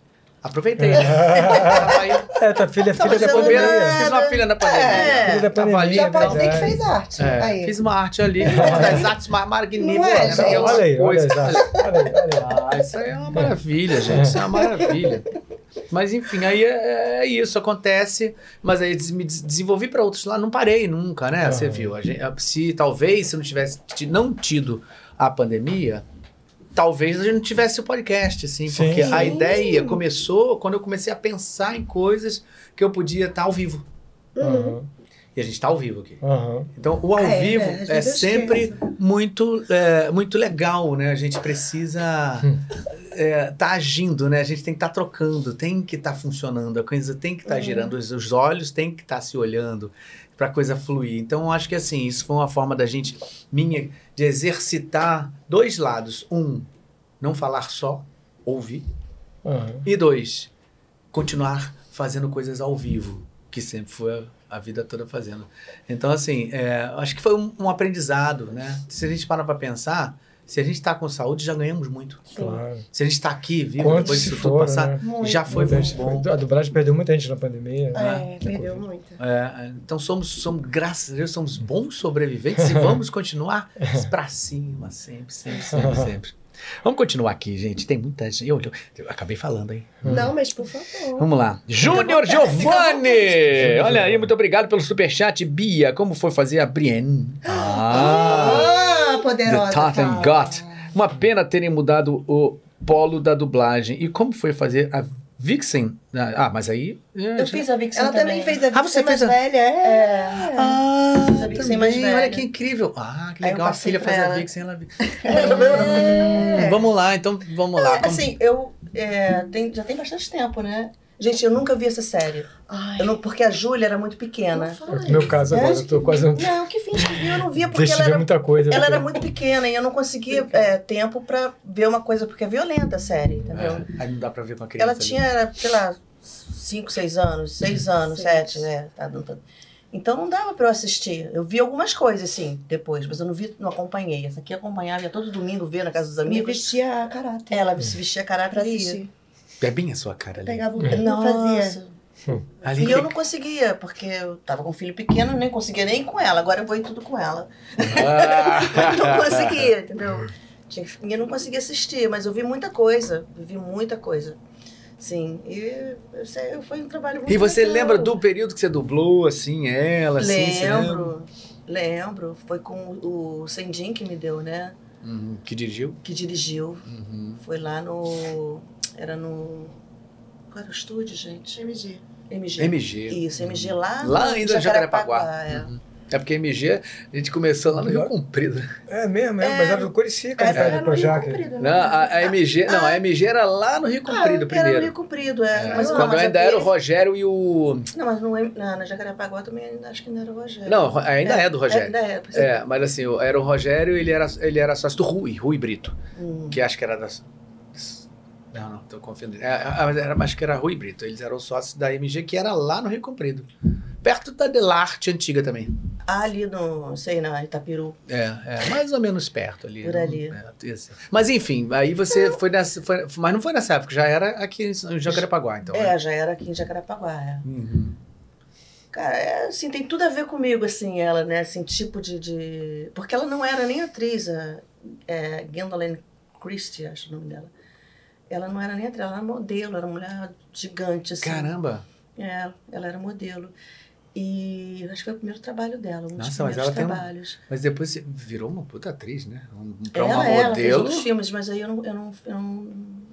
Aproveitei. Tava aí,
É, tua filha é filha da
tava de
fazendo
bobeira,
pandemia.
Fiz uma filha na pandemia.
É.
Filha da
Tava ali,
pandemia.
Já pode dizer que
verdade.
fez arte.
É,
Aí.
Fiz uma arte ali, uma das artes mais magníficas.
Não é,
né?
gente?
Porque é uma
Olha aí, olha
coisa-
aí, Zá. olha aí, olha aí.
Ah, isso aí é uma maravilha, gente. Isso é uma maravilha. Mas enfim, aí é, é isso, acontece. Mas aí des- me des- desenvolvi para outros lá, não parei nunca, né? Você
Aham.
viu? A gente- se talvez se não tivesse ti- não tido a pandemia, talvez a gente não tivesse o podcast, assim,
Sim.
porque a
Sim.
ideia começou quando eu comecei a pensar em coisas que eu podia estar ao vivo.
Uhum.
Aham,
E a gente está ao vivo aqui.
aham.
Então, o ao
É,
vivo
né? Às
é
vezes eu
sempre
esqueço.
muito, é, muito legal, né? A gente precisa
Hum.
é, tá agindo, né? A gente tem que estar trocando, tem que estar funcionando, a coisa tem que estar
É.
girando, os, os olhos tem que estar se olhando para a coisa fluir. Então, eu acho que assim, isso foi uma forma da gente, minha, de exercitar dois lados. Um, não falar só, ouvir.
aham.
E dois, continuar fazendo coisas ao vivo, que sempre foi a, a vida toda fazendo. Então, assim, é, acho que foi um, um aprendizado, né? Se a gente para pra pensar, se a gente tá com saúde, já ganhamos muito.
Claro.
Se a gente tá aqui, vivo,
Quanto
depois
se
disso tudo
for,
passar,
né?
Muito.
já foi
Muita
muito
gente-
bom.
A dublagem perdeu muita gente na pandemia. né?
né?
É, perdeu muito.
É, então somos, somos, graças a Deus, somos bons sobreviventes e vamos continuar pra cima, sempre, sempre, sempre, sempre. Vamos continuar aqui, gente. Tem muita gente. Eu, eu- eu acabei falando, hein?
Não, mas por favor.
Vamos lá. Júnior
Fica à vontade, fica à
Giovanni!
vontade.
Olha aí, muito obrigado pelo superchat. Bia, como foi fazer a Brienne? Ah!
Ah, poderosa.
The Tartan
fala.
Got. Uma pena terem mudado o polo da dublagem. E como foi fazer a Vixen? Ah, mas aí...
Eu fiz a Vixen
Ela também fez a
Ah,
ah,
você
você
fez
mais
a-
velha, é.
É.
Ah,
Fiz a Vixen
também.
mais velha.
Olha que incrível. Ah, que
Aí eu
legal. A
passei
filha
pra
faz a
ela.
Vixen. Ela...
É.
Vamos lá, então vamos lá. Vamos-
Assim, eu é, tem- já tem bastante tempo, né? Gente, eu nunca vi essa série.
Ai,
Eu não, porque a Júlia era muito pequena.
não fala
No É meu
isso.
caso agora, eu tô quase não
Não, que fins que viu, eu não via porque
deixa de
ela
ver
era,
muita coisa.
ela
né?
era muito pequena e eu não conseguia é, tempo pra ver uma coisa, porque é violenta a série, entendeu?
É, aí não dá pra ver com a criança.
Ela tinha, era, sei lá, 5, 6 anos, 6 anos,
Seis.
7, né? Tá, não tá- Então não dava pra eu assistir. Eu vi algumas coisas, assim, depois, mas eu não vi, não acompanhei. Essa aqui eu acompanhava, ia todo domingo ver na casa dos
Me
amigos.
vestia a caráter
Ela se vestia
pra
caráter e ia.
assistir.
É bem a sua cara
Eu
ali.
pegava o que não fazia.
Nossa.
Ali
E eu
fica-
não conseguia, porque eu tava com um filho pequeno, nem conseguia nem com ela. Agora eu vou ir tudo com ela.
Ah.
não conseguia, entendeu? Tinha que- E eu não conseguia assistir, mas eu vi muita coisa. Eu vi muita coisa. Sim, e eu sei, foi um trabalho muito
E você
legal.
lembra do período que você dublou, assim, ela, assim? você lembra?
Lembro, lembro. Foi com o Sendin que me deu, né?
Uhum, que dirigiu?
Que dirigiu.
Uhum.
Foi lá no. Era no. Qual era o estúdio, gente?
MG.
MG.
MG.
Isso, MG lá.
Uhum. Lá ainda em Jacarepaguá.
É.
É porque MG, a gente começou lá no Rio Comprido.
É mesmo, é,
É.
mas era do Curicica,
Essa
cara,
era
do
no Rio
Projac.
Comprido,
Não,
né?
a, a MG, não, a MG era lá no Rio Comprido
Ah, Era no
primeiro.
Rio Comprido, é.
É,
Mas, não,
quando
mas
ainda
aqui-
era o Rogério e o.
Não, mas não, é- na, na Jacarepaguá também ainda, acho que não era o Rogério.
Não, ro- ainda é, do Rogério.
Ainda é. pois
É, mas assim, o- era o Rogério e ele era, ele era sócio do Rui, Rui Brito,
Hum.
que acho que era das. das- Não, não, tô confundindo. É, ah, mas era, acho que era Rui Brito. Eles eram sócios da MG, que era lá no Rio Comprido. Perto da Delarte antiga também.
Ah, ali no, sei, na Itapiru.
É, é, mais ou menos perto ali.
Por
né?
não-
ali.
é, isso. mas enfim, aí você
Então
foi nessa. foi- mas não foi nessa época, já era aqui em Jacarepaguá, então. né?
É, já era aqui em Jacarepaguá, é.
Uhum.
Cara, é, assim, tem tudo a ver comigo, assim, ela, né? Assim, tipo de... de- Porque ela não era nem atriz, a, é, Gwendolyn Christie, acho o nome dela. Ela não era nem atriz, ela era modelo, era uma mulher gigante, assim.
Caramba!
É, ela era modelo. E eu acho que foi o primeiro trabalho dela, um dos
Nossa, mas
primeiros
ela tem um-
trabalhos.
Mas depois você virou uma puta atriz, né? Um, pra
ela,
uma
ela fez
modelo.
outros filmes, mas aí eu não, eu não, eu não,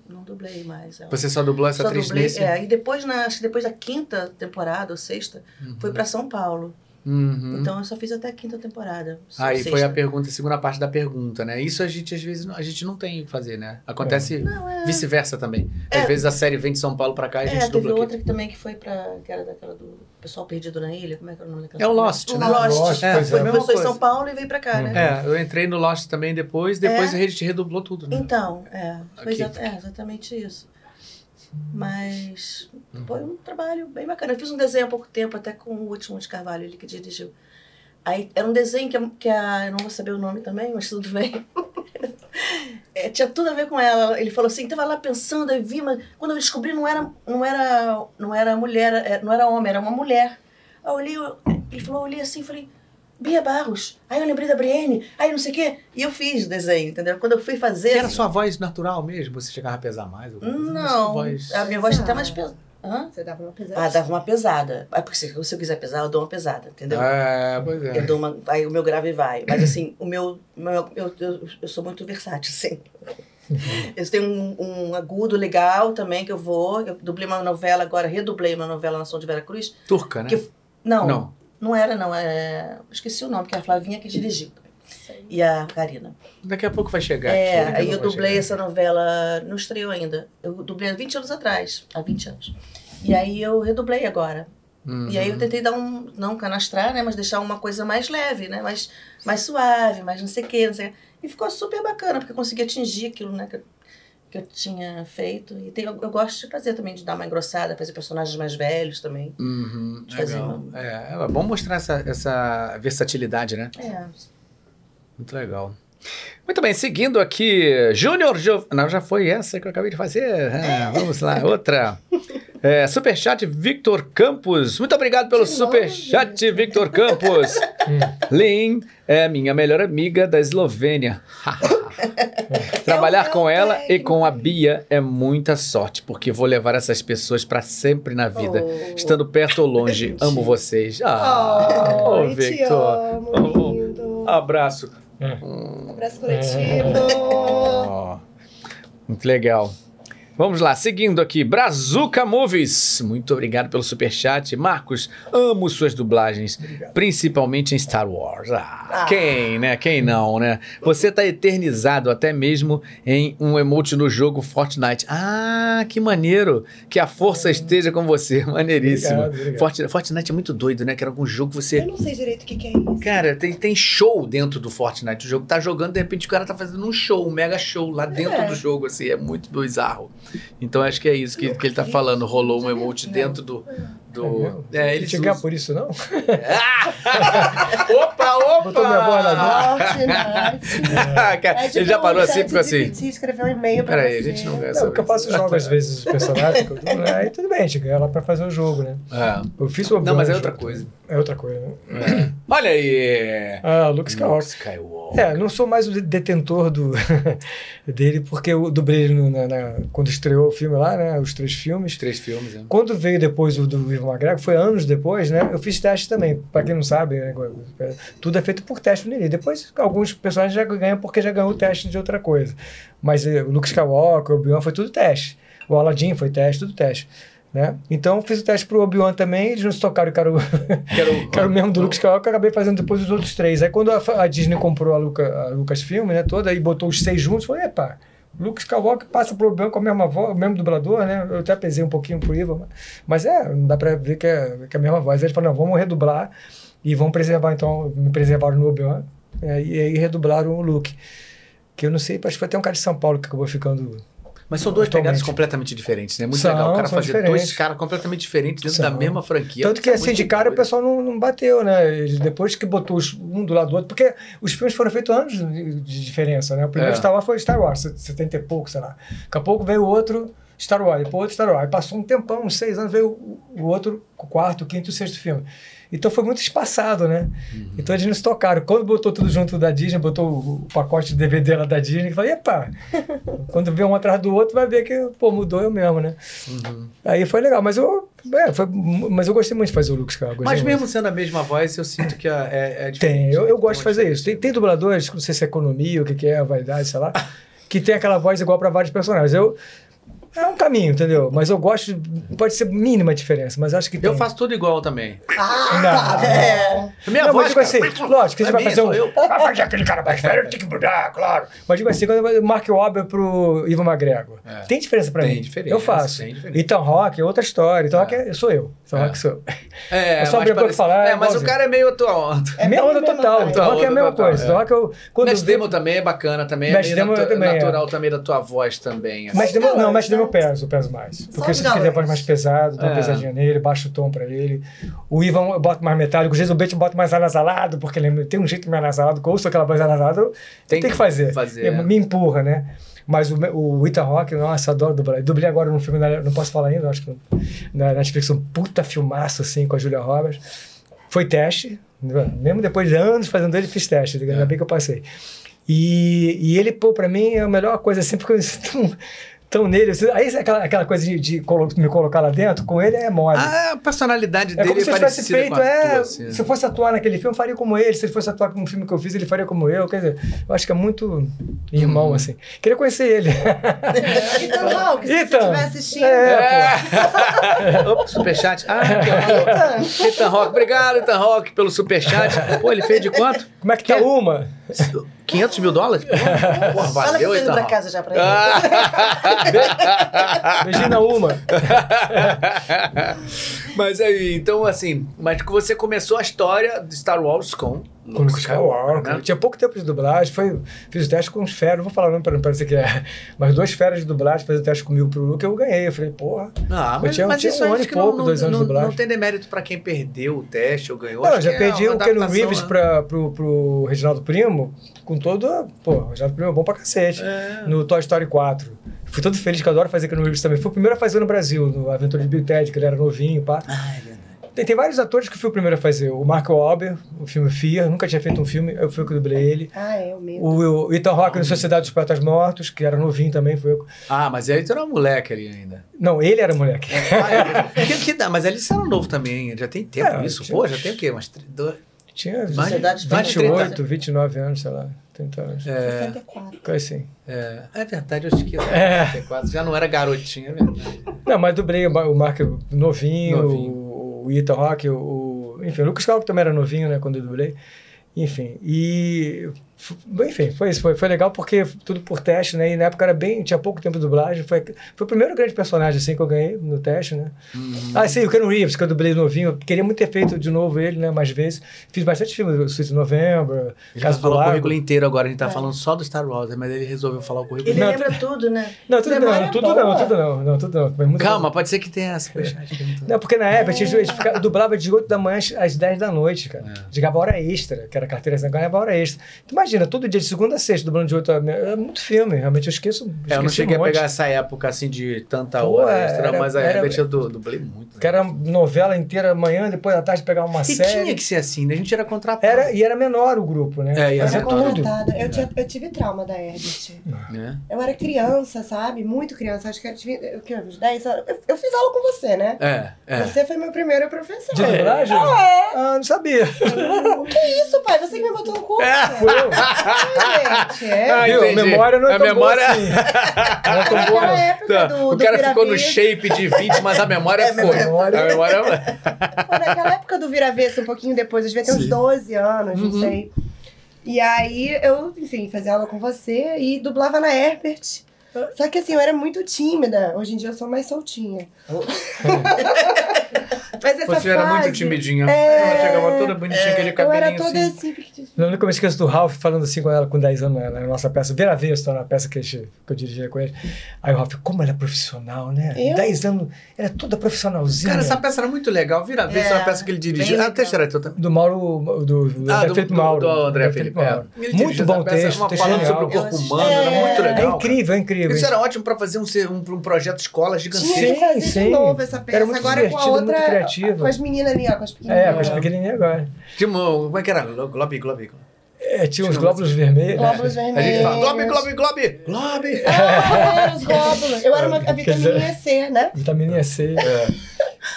não dublei mais ela.
Você só dublou essa
Só
atriz
dublei,
nesse?
é, e depois, na, acho que depois da quinta temporada, ou sexta,
Uhum.
foi pra São Paulo.
Uhum.
Então eu só fiz até a quinta temporada. só
Aí
sexta.
foi a pergunta, a segunda parte da pergunta, né? Isso a gente às vezes não- a gente não tem o que fazer, né? Acontece
Não, é.
vice-versa também.
É.
Às vezes a série vem de São Paulo pra cá e a
é,
gente
teve
dubla aqui.
outra que também que foi pra. que era daquela do Pessoal Perdido na Ilha. Como é que era o nome daquela?
É o
novela?
Lost,
O
né?
Lost.
Lost,
É,
pois
foi
é.
Começou
a mesma
em
coisa.
São Paulo e veio pra cá, né?
É, eu entrei no Lost também depois, depois a gente redublou tudo, né?
É. Então, é. Foi
Aqui. Uhum.
exa- é, exatamente isso. Mas foi um trabalho bem bacana. Eu fiz um desenho há pouco tempo, até com o último de Carvalho, ele que dirigiu. Aí era um desenho que a, que a- Eu não vou saber o nome também, mas tudo bem. É, tinha tudo a ver com ela. Ele falou assim, tava lá pensando, aí vi, mas quando eu descobri não era, não era, não era mulher, é, não era homem, era uma mulher. Aí eu olhei, eu- ele falou, eu olhei assim e falei, Bia Barros. Aí eu lembrei da Brienne, aí não sei o quê. E eu fiz o desenho, entendeu? Quando eu fui fazer.
Que era sua voz natural mesmo? Você chegava a pesar mais? alguma coisa? Sua
Não,
voz-
a minha voz tá até
Ah.
mais pesada. Hã?
Você dava uma pesada.
Ah, dava uma pesada. Ah, porque se, se eu quiser pesar, eu dou uma pesada, entendeu?
É, pois é.
Eu dou uma. Aí o meu grave vai. Mas assim, o meu. meu- eu, eu, eu sou muito versátil, assim. Eu tenho um, um agudo legal também que eu vou. Eu dublei uma novela agora, redublei uma novela na Som de Vera Cruz.
Turca, né?
Que- Não, não,
Não.
era, não. É... Esqueci o nome, que é a Flavinha que dirigiu.
Sei.
E a Karina.
Daqui a pouco vai chegar
É,
aqui. daqui a
aí
pouco
eu
vai
dublei
chegar.
essa novela, não estreou ainda. Eu dublei há 20 anos atrás, há 20 anos. E aí eu redublei agora.
Uhum.
E aí eu tentei dar um, não canastrar, né, mas deixar uma coisa mais leve, né, mais, mais suave, mais não sei o quê, não sei o quê. E ficou super bacana, porque eu consegui atingir aquilo, né, que eu, que eu tinha feito. E tem, eu, eu gosto de fazer também, de dar uma engrossada, fazer personagens mais velhos também.
Uhum,
de fazer
legal.
uma-
É, é bom mostrar essa, essa versatilidade, né?
É,
Muito legal. Muito bem, seguindo aqui, Júnior Gio... Não, já foi essa que eu acabei de fazer. Ah, vamos lá, outra. É, superchat Victor Campos. Muito obrigado pelo
De novo,
superchat, Victor Campos. Hum. Lin é minha melhor amiga da Eslovênia. Trabalhar
Eu
com ela e
também.
com a Bia é muita sorte, porque vou levar essas pessoas para sempre na vida. Estando perto ou longe,
Gente.
amo vocês. Ah,
Oh,
ô,
eu te
Victor.
amo,
Oh,
lindo.
Abraço.
Abraço coletivo.
Ó, Muito legal. Vamos lá, seguindo aqui, Brazuca Movies. Muito obrigado pelo superchat. Marcos, amo suas dublagens, principalmente em Star Wars. Ah,
Ah.
Quem, né? Quem não, né? Você tá eternizado até mesmo em um emote no jogo Fortnite. Ah, que maneiro! Que a força esteja com você. Maneiríssimo.
Obrigado, obrigado.
Fortnite, Fortnite é muito doido, né? Que era algum jogo que você.
Eu não sei direito o que, que é isso.
Cara, tem, tem show dentro do Fortnite. O jogo tá jogando, de repente o cara tá fazendo um show, um mega show lá dentro
É.
do jogo, assim, é muito bizarro. Então acho que é isso que, que ele tá falando. Rolou um emote dentro do. do...
É
É,
Ele
eles
chegar
usam-
por isso, não?
Ah! Opa, opa!
Botou minha bola na
Ah, Nath. É tipo
Ele já parou
um
assim,
chat
ficou assim.
GPT escrever um e-mail pra
Peraí, a
você.
gente não ganha
Não, porque eu faço jogo às vezes, os personagens. que eu dou, Aí tudo bem, a gente ganha lá pra fazer o jogo, né?
Ah,
Eu fiz o
Não, mas é
Oblivion,
outra coisa.
É outra coisa. né?
Olha
é,
aí!
Ah, Luke Skywalker.
Skywalker.
É, não sou mais o de- detentor do, dele, porque eu dublei ele no- na- na- quando estreou o filme lá, né? Os três filmes.
Três filmes, né?
Quando veio depois o do Ivan McGregor, foi anos depois, né? Eu fiz teste também. Pra quem não sabe, né, tudo é feito por teste nele. Depois, alguns personagens já ganham porque já ganhou o teste de outra coisa. Mas eh, o Luke Skywalker, o Obi-Wan, foi tudo teste. O Aladdin foi teste, tudo teste. Né? Então, fiz o teste pro Obi-Wan também, eles não se tocaram que era o,
Quero,
que era o mesmo do Luke Skywalker, eu acabei fazendo depois os outros três. Aí quando a, fa- a Disney comprou a, Luca, a Lucasfilm, né, toda, e botou os seis juntos, eu falei, epa, Luke Skywalker passa pro Obi-Wan com a mesma voz, o mesmo dublador, né? Eu até pesei um pouquinho pro Ivan, mas- mas é, não dá pra ver que é, que é a mesma voz. Aí eles falaram, não, vamos redublar e vamos preservar, então, me preservaram no Obi-Wan, é, e aí redublaram o Luke. Que eu não sei, acho que foi até um cara de São Paulo que acabou ficando...
Mas são duas pegadas
Atualmente.
completamente diferentes, né? Muito
São,
legal. O cara
são
fazer
diferentes.
dois caras completamente diferentes dentro
São.
da mesma franquia.
Tanto que
É
assim,
muito
de cara o
doido.
pessoal não, não bateu, né? Eles- Depois que botou os- um do lado do outro, porque os filmes foram feitos anos de de diferença, né? O primeiro
É.
Star Wars foi Star Wars, 70 e pouco, sei lá. Daqui a pouco veio o outro Star Wars, depois outro Star Wars. Aí passou um tempão, uns seis anos, veio o- o outro, o quarto, o quinto e o sexto filme. Então foi muito espaçado, né? Então eles não se tocaram. Quando botou tudo junto da Disney, botou o, o pacote de DVD lá da Disney, eu falei, epa! Quando vê um atrás do outro, vai ver que, pô, mudou eu mesmo, né? Aí foi legal, mas eu, é, foi, mu- mas eu gostei muito de fazer o Lucas Carl.
Mas mesmo sendo a mesma voz, eu sinto que a- é, é diferente.
Tem, eu,
né?
eu gosto de
uma
é?
fazer isso. Tem,
diferença.
tem dubladores, não sei se é economia, o que, que é, vaidade, sei lá, que tem aquela voz igual para vários personagens. Eu. É um caminho, entendeu? Mas eu gosto. de- Pode ser mínima a diferença, mas acho que tem.
Eu Ah, faço tudo igual também.
Não.
É.
A Minha
Não,
voz,
mas digo assim,
cara,
lógico que
não
você
é
vai
minha,
fazer
sou
um.
eu.
Vai fazer aquele cara mais velho, tem que mudar, claro. Mas digo assim, quando eu marco o Albert pro Ivan McGregor,
É.
tem diferença pra
Tem
mim.
diferença,
Eu faço.
tem diferença.
Então, rock é outra história. Então, rock é, sou eu. Então,
É.
rock sou eu.
É,
Eu só
mas
abri a boca
parece-
e falar,
É, mas
é
o
igualzinho.
cara é meio atuante.
É minha onda total.
Tua
Então, rock é
onda
a mesma
total,
coisa.
é.
Então, rock eu. Quando
Mesh
eu-
Demo também é bacana, também
Matt
é meio
Demo
natu-
também é.
natural também da tua voz também. assim.
Mas
Só os
demo, não,
galãs,
mas demo eu
né?
peso, eu peso mais. Porque
os
se quiser
galãs.
é voz mais pesado, dá uma
É.
pesadinha nele, baixo o tom pra ele. O Ivan eu boto mais metálico, o Jesus Bate eu boto mais anasalado, porque ele tem um jeito meio anasalado, que eu ouço aquela voz anasalada, eu
Tem
tem
que
que fazer.
fazer,
É,
é.
Me empurra, né? Mas o, o Ethan Rock, nossa, adoro dublar. Eu Dublei agora num filme, da- não posso falar ainda, acho que não- na Netflix, um puta filmaço assim com a Julia Roberts. Foi teste, mesmo depois de anos fazendo ele, fiz teste, ainda
É.
bem que eu passei. E, e ele, pô, pra mim é a melhor coisa, assim, porque eu me sinto tão, tão nele. assim, Aí aquela, aquela coisa de, de colo- me colocar lá dentro, com ele é mole.
Ah, a personalidade
É
dele
como
é
se eu tivesse
parecida
feito,
com a
é,
tua, assim.
se eu fosse atuar naquele filme, eu faria como ele, se ele fosse atuar com um filme que eu fiz, ele faria como eu, quer dizer, eu acho que é muito
Hum.
irmão, assim. Queria conhecer ele.
Então, Lau, que se
Então,
você estiver assistindo.
é.
É. Opa, superchat. Ah, que ó. Ethan Rock, obrigado, Ethan Rock, pelo superchat. Pô, ele fez de quanto?
Como é que tá
Que?
uma?
500 mil dólares? Porra, Porra,
Fala que eu
valeu,
tô indo
Ethan
pra
Rock.
casa já pra ele.
Ah.
Beijinho uma.
mas aí, então assim, mas que você começou a história de Star Wars com
Com o Luke Skywalker.
né?
Eu tinha pouco tempo de dublagem, foi, fiz o teste com os feras, não vou falar o nome pra não parecer que é, mas duas feras de dublagem fez o teste comigo pro Luke, eu ganhei. Eu falei, porra.
Ah,
Eu
mas,
tinha-
mas
tinha
isso
um ano
acho
e
que
pouco,
não,
dois
não,
anos
não,
dublado.
não tem demérito pra quem perdeu o teste ou ganhou.
Não, eu
Acho
já
que é
perdi
uma
o Ken
adaptação,
Reeves
né?
pra, pro, pro Reginaldo Primo, com todo. Pô, o Reginaldo Primo é bom pra cacete.
É.
No Toy Story 4. Fui todo feliz que eu adoro fazer Ken Reeves também. Fui o primeiro a fazer no Brasil, no Aventura de Bill Ted, que ele era novinho, pá.
Ah, é verdade.
Tem, tem vários atores que eu fui o primeiro a fazer. O Mark Wahlberg, o filme Fear, nunca tinha feito um filme, eu fui o que dublei ele.
Ah, é o mesmo.
O, o Ethan Hawke no Sociedade dos Poetas Mortos, que era novinho também, foi eu.
Ah, mas aí tu era um moleque ali ainda.
Não, ele era moleque.
Ah, é. que, que dá, mas ali saiu novo também, já tem tempo
É,
isso.
tinha-
Pô, já tem o quê? Umas três, dois-
Tinha
mais, de-
Sociedade
mais de 30.
28, 29 anos, sei lá, 30 anos. É.
64.
Coisa assim.
É, é verdade, eu esqueci.
É.
34, já não era garotinha, é verdade.
Não, mas dublei o Ma- o Mark novinho,
Novinho.
o- o Ethan Rock, o, o- Enfim, o Lucas Calco também era novinho, né, quando eu dublei. Enfim, e. f- Enfim, foi isso. Foi, foi legal porque tudo por teste, né? E na época era bem. Tinha pouco tempo de dublagem. Foi, foi o primeiro grande personagem, assim, que eu ganhei no teste, né?
Uhum.
Ah, sim, o Keanu Reeves, que eu dublei novinho. Eu queria muito ter feito de novo ele, né? Mais vezes. Fiz bastante filme, Suíte de Novembro,
Ele vai
Casa do
falar o
Lago.
currículo inteiro agora, a
É.
gente tá falando só do Star Wars, mas ele resolveu falar o currículo
Ele
Não,
lembra tudo, né?
Não, tudo
Memória
não, tudo
boa.
não, tudo não, não, tudo não. Foi muito-
Calma, pode ser que tenha essa superchat. perguntando.
Não, porque na época tinha, eles ficavam- dublava de 8 da manhã às- às 10 da noite, cara.
É.
Chegava hora extra, que era carteira, você ganhava hora extra. Então, imagina, todo dia de segunda a sexta, dublando de 8 a meia. É muito filme, realmente eu esqueço.
É, eu não
esqueci
cheguei
um
a
monte.
pegar essa época assim de tanta
Pô,
hora
era-
extra, mas a
era-
realmente eu du- dublei muito. né?
Que era novela inteira amanhã, depois da tarde pegar uma
E
série.
tinha que ser assim, né? A gente era contratado.
Era, e era menor o grupo, né?
É, né? e era
Fazia
menor.
tudo.
contratada. Eu, tinha- eu tive trauma da Herbert.
Né?
Eu era criança, sabe? Muito criança. Acho que eu tive. Eu, que, uns 10 anos. Eu, eu fiz aula com você, né?
É, é.
Você foi meu primeiro professor.
De
É.
dublagem?
É.
Ah, não sabia.
O que é isso, pai? Você que me botou no curso.
É.
Foi eu.
Ai, gente, é.
Ah,
Viu?
entendi.
memória não é
A
tão boa
memória-
assim. Não é tão boa,
Naquela
não.
época
Tá,
do,
o
do
cara ficou no
vira-vista,
shape de 20, mas a memória
É, a
foi.
memória-
A memória
Foi naquela época do vira-vista, um pouquinho depois, eu devia ter uns
Sim.
12 anos,
Uhum.
não sei. E aí eu, enfim, fazia aula com você e dublava na Herbert. Só que assim, eu era muito tímida. Hoje em dia eu sou mais soltinha.
Oh.
Mas essa
Você era
fase,
muito timidinha.
É.
Ela chegava toda bonitinha, aquele
Eu era
cabelinho
toda
assim.
assim, pequenininha.
Eu lembro que eu me esqueço do Ralph falando assim com ela com 10 anos na na nossa peça, Vera Vista, na peça que a gente- que eu dirigia com ele. Aí o Ralph, como ela é profissional, né?
Eu?
10 anos, era toda profissionalzinha.
É. Cara, essa peça era muito legal. Vira vez,
É,
é uma peça que ele dirigiu.
bem
Ah, o texto
legal.
era teu também.
Do Mauro, do, do
Ah,
André
do,
Felipe
do-
Mauro.
do André Felipe.
Mauro.
é. Ele
Muito
dirigiu essa
bom
peça,
texto,
uma
texto
falando
genial.
sobre o corpo
Eu assisti.
humano, era
É,
muito
É
legal. cara.
incrível, é incrível.
Isso era ótimo pra fazer um, ser- um, um projeto escola
Tinha
gigantesco.
que fazer
sim.
de novo essa peça.
Era muito
Agora com a
divertido, muito
outra.
criativo.
Com as meninas ali, ó, com as pequenininhas.
É, com as pequenininhas agora.
Tinha uma, como é que era? Globe, Globe.
É, tinha uns
Tinha
glóbulos vermelhos. né?
Glóbulos
A gente fala, Globe,
vermelhos.
Globe, Globe. Globe.
Ah, os glóbulos. Eu era uma a vitamininha C, né?
Vitamininha C.
É.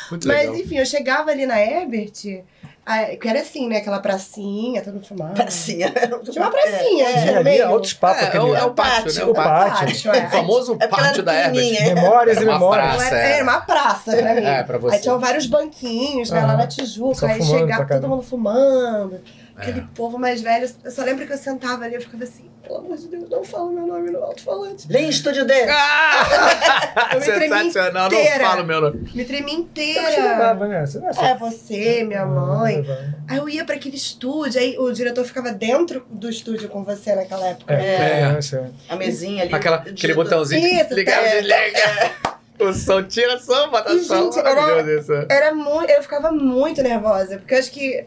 Muito
Mas
legal.
enfim, eu chegava ali na Herbert, a- que era assim, né? Aquela pracinha, todo mundo filmava.
Pracinha.
Ah. Tinha uma pracinha,
É,
né?
Tinha
no
ali
meio.
altos papos.
É, é, o, é o pátio, né?
pátio.
O pátio.
Pátio, é.
O famoso
É porque ela
pátio
era
da
pequenininha.
Herbert.
Memórias
Era
e
uma
memórias.
praça,
Não
é.
era, era uma praça pra mim.
É, pra você.
Aí tinham vários banquinhos, né?
Aham.
Lá na
Só
Tijuca. Aí
fumando
chegava
pra
todo mundo fumando. Aquele
É.
povo mais velho. Eu só lembro que eu sentava ali, eu ficava assim, pelo amor de Deus, não fala meu nome no alto-falante.
Lê em estúdio dele.
Ah!
Eu me tremi
Sensacional, não
inteira.
falo meu nome.
Me tremia
Eu te levava,
inteira.
né? Você não é só-
É você, minha mãe.
Ah, levava.
Aí eu ia pra aquele estúdio, aí o diretor ficava dentro do estúdio com você naquela época. né?
É,
É.
criança.
A mesinha ali.
Aquela,
o
aquele
diretor-
botãozinho de
Isso,
ligar,
tá.
desliga. O som tira som, bota
E,
som.
gente, era-
Maravilhoso isso.
Era muito. Eu ficava muito nervosa, porque eu acho que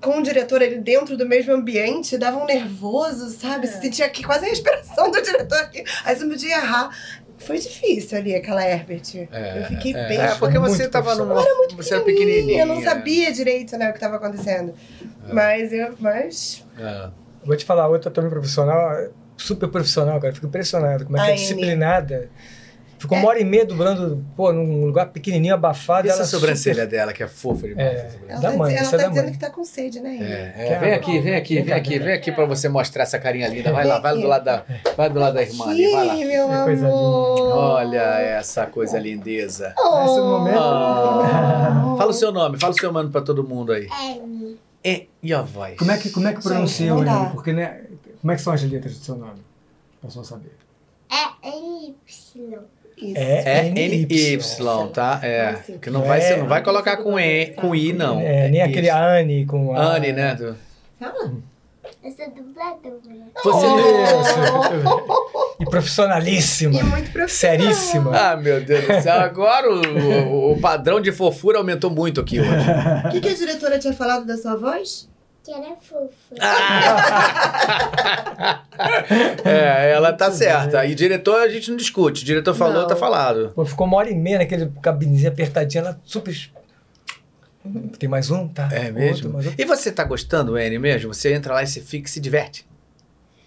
com o diretor ali dentro do mesmo ambiente dava um nervoso, sabe?
É.
Você sentia aqui quase a respiração do diretor aqui. Aí você não podia errar. Foi difícil ali aquela Herbert. eu fiquei
é,
bem.
É, porque
Muito
você tava
profissional.
numa. você era pequenininha.
Eu não sabia direito né, o que estava acontecendo. Mas eu. Mas.
É.
Vou te falar, outra também profissional, super profissional, cara. Fico impressionado como é que é
Ai, É.
disciplinada. Ficou uma hora e meia dublando, pô, num lugar pequenininho, abafado.
Essa
ela
sobrancelha dela que é fofa demais.
É.
essa sobrancelha.
Ela
Da
tá,
mãe,
diz- ela
isso é
tá
da
dizendo
mãe.
que tá com sede, né, Ingrid?
É, é,
Quero.
vem aqui, vem aqui, vem aqui, vem aqui pra você mostrar essa carinha linda. Vai lá, vai do lado da, vai do lado da irmã ali, vai lá.
Ih, meu
Que É coisa linda.
amor.
Olha essa coisa lindeza.
Esse é o momento.
Ah, fala o seu nome, fala o seu nome pra todo mundo aí. E, e a voz?
Como é que, como é que
Gente,
pronuncia
não
o
dá.
nome? Porque, né? Como é que são as letras do seu nome? Pra só saber.
É Y.
Isso.
É
NY.
NY, tá? É.
Sim.
Que não vai,
É.
você não vai colocar com, e, com I, não.
É, nem aquele Ah.
isso.
Anne com a.
Anne, né? do-
Eu sou dubladora.
Você
Isso. E
E
profissionalíssima.
é muito profissional.
Seríssima.
Ah, meu Deus do céu. Agora o, o- o padrão de fofura aumentou muito aqui hoje.
O que, que a diretora tinha falado da sua voz?
Que era fofa.
É, ela tá certa. E diretor a gente não discute. Diretor falou,
Não.
tá falado.
Pô, ficou uma hora e meia naquele cabinezinho apertadinho, ela super. Tem mais um? Tá.
É
Outro,
mesmo?
mais outro.
E você tá gostando, N mesmo? Você entra lá e se fica e se diverte?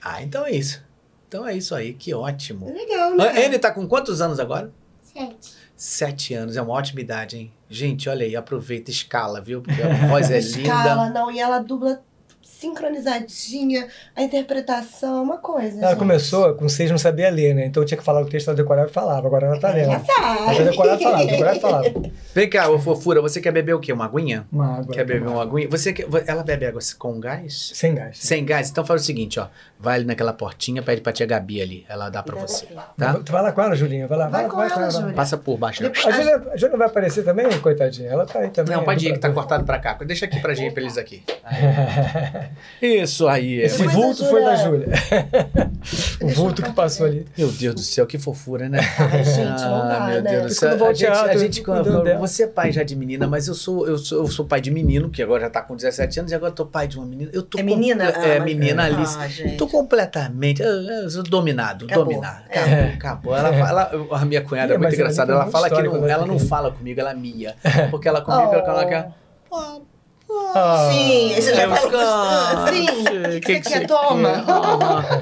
Ah, então é isso. Então é isso aí, que ótimo.
Legal,
A
né?
N tá com quantos anos agora?
Sete.
Sete anos, é uma ótima idade, hein? Gente, olha aí, aproveita, escala, viu? Porque a voz é linda.
Escala, não, e ela dubla sincronizadinha, a interpretação, uma coisa.
Ela
gente.
começou com seis, não sabia ler, né? Então eu tinha que falar o texto, ela decorava e falava. Agora ela tá lendo.
Já sabe.
Ela decorava e falava, decorava e falava.
Vem cá, ô fofura, você quer beber o quê? Uma aguinha?
Uma água.
Quer beber uma aguinha? Você quer... Ela bebe água com gás?
Sem gás.
Sem gás? Então faz o seguinte, ó. Vai ali naquela portinha, pede pra tia Gabi ali. Ela dá pra você, tá?
Tu vai lá com ela, Julinha. Vai lá,
Vai
lá,
com
vai
ela,
vai lá.
Júlia.
Passa por baixo.
A Júlia, a Júlia vai aparecer também, coitadinha? Ela tá aí também.
Não, pode ir, que tá cortado
cortando.
pra cá. Deixa aqui pra gente, pra eles aqui. Isso aí. É.
Esse
Depois a
vulto foi da
Júlia-
Júlia. o vulto que passou ali.
Meu Deus do céu, que fofura, né?
Ai, gente, não dá,
Ah, meu
né?
Deus
Por
do
isso
céu.
que eu não vou
a
ao
gente, a
teatro, eu
gente
fico
quando-
cuidando dela.
Você é pai já de menina, mas eu sou, eu sou, eu sou pai de menino, que agora já tá com 17 anos, e agora eu tô pai de uma menina. Eu tô
É menina?
comple- é,
Ah, mas-
menina
Ah,
Alice.
gente.
Tô completamente eu- eu sou dominado,
Acabou.
dominado.
É.
Acabou, acabou. Ela fala, eu- a minha cunhada
É,
é muito
mas ela
engraçada.
tem
Ela
uma
fala que
história
não,
quando ela
ela não
É.
pequena.
fala comigo, ela mia. Porque ela comigo,
Oh.
ela fala que ela-
Ah,
Sim, esse já
Eu
falou.
canto.
Oh.
Que
Sim, você
que
quer?
você
Toma.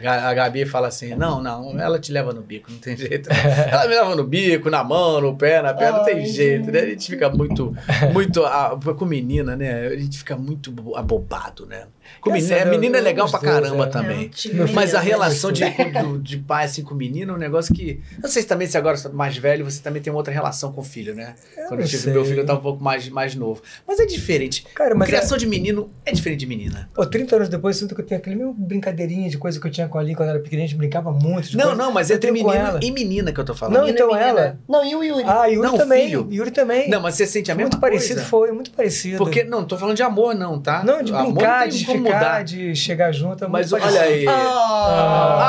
É, a Gabi fala assim: não, não, ela te leva no bico, não tem jeito. Ela me leva no bico, na mão, no pé, na perna, não tem
Ai,
jeito, né? A gente fica muito, muito. a- com menina, né? A gente fica muito bo- abobado, né? Com
Graças
menina,
a
é,
Deus,
menina é legal
os
pra
dois,
caramba
é.
também.
Eu tive
Mas a
medo.
relação de, do- de pai assim com menino é um negócio que. Não sei se também, se agora você é mais velho, você também tem outra relação com o filho, né? Quando eu
Ah, não
tive
sei.
meu filho, eu tava um pouco mais, mais novo. Mas é diferente.
Cara, mas é,
Criação de menino é diferente de menina.
pô, 30 anos depois, eu sinto que eu tenho aquele mesmo brincadeirinha de coisa que eu tinha com a Ali quando eu era pequenininha, a gente brincava muito. De
Não,
coisa.
não, mas
eu
entre
tenho com
menino
ela.
e menina que eu tô falando.
Não,
Menina,
então
menina.
ela.
Não, e o Yuri?
Ah, Yuri
Não,
também.
filho.
Yuri também.
Não, mas você sente É a mesma
muito
coisa?
parecido foi, muito parecido.
Porque, não, tô falando de amor, não, tá?
Não, de
amor
brincar,
não tem
de
como
ficar,
mudar.
de chegar junto. é
Mas
muito
olha aí.
Ah,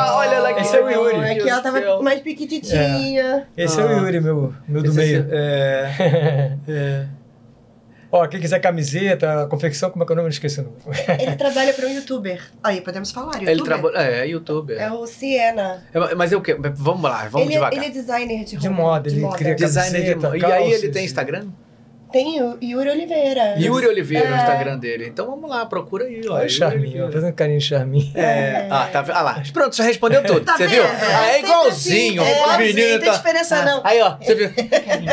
Ah,
olha ela aqui.
Esse é o Yuri.
É que ela tava
Meu Deus.
mais pequititinha.
Esse é o Yuri, meu, meu do
Ah. Esse
meio. É.
É,
Ó, quem quiser camiseta, confecção, como é que é o nome? Eu Esqueci o nome.
Ele trabalha pra um youtuber. Aí, podemos falar. Youtuber?
ele trabalha. É, é youtuber.
um
É o Siena.
É, Mas é o quê? Vamos lá, vamos
ele,
devagar.
ele é designer de
De
roupa,
moda, ele cria-
Designer de
Camiseta,
moda. E aí ele
calças, né?
tem
e-
Instagram?
Tem o Yuri Oliveira.
Yuri Oliveira, no
É.
Instagram dele. Então vamos lá, procura aí, ó.
Olha É o
Yuri
charminho, ó,
Oliveira.
fazendo carinho de charminho.
É. Ah, tá vendo? Ah lá. Pronto, já respondeu tudo.
Tá
você
vendo?
viu?
É,
Ah, é
sempre
igualzinho.
assim, é
o
igualzinho,
menino
não tem
tá.
diferença, não.
Aí, ó, você viu?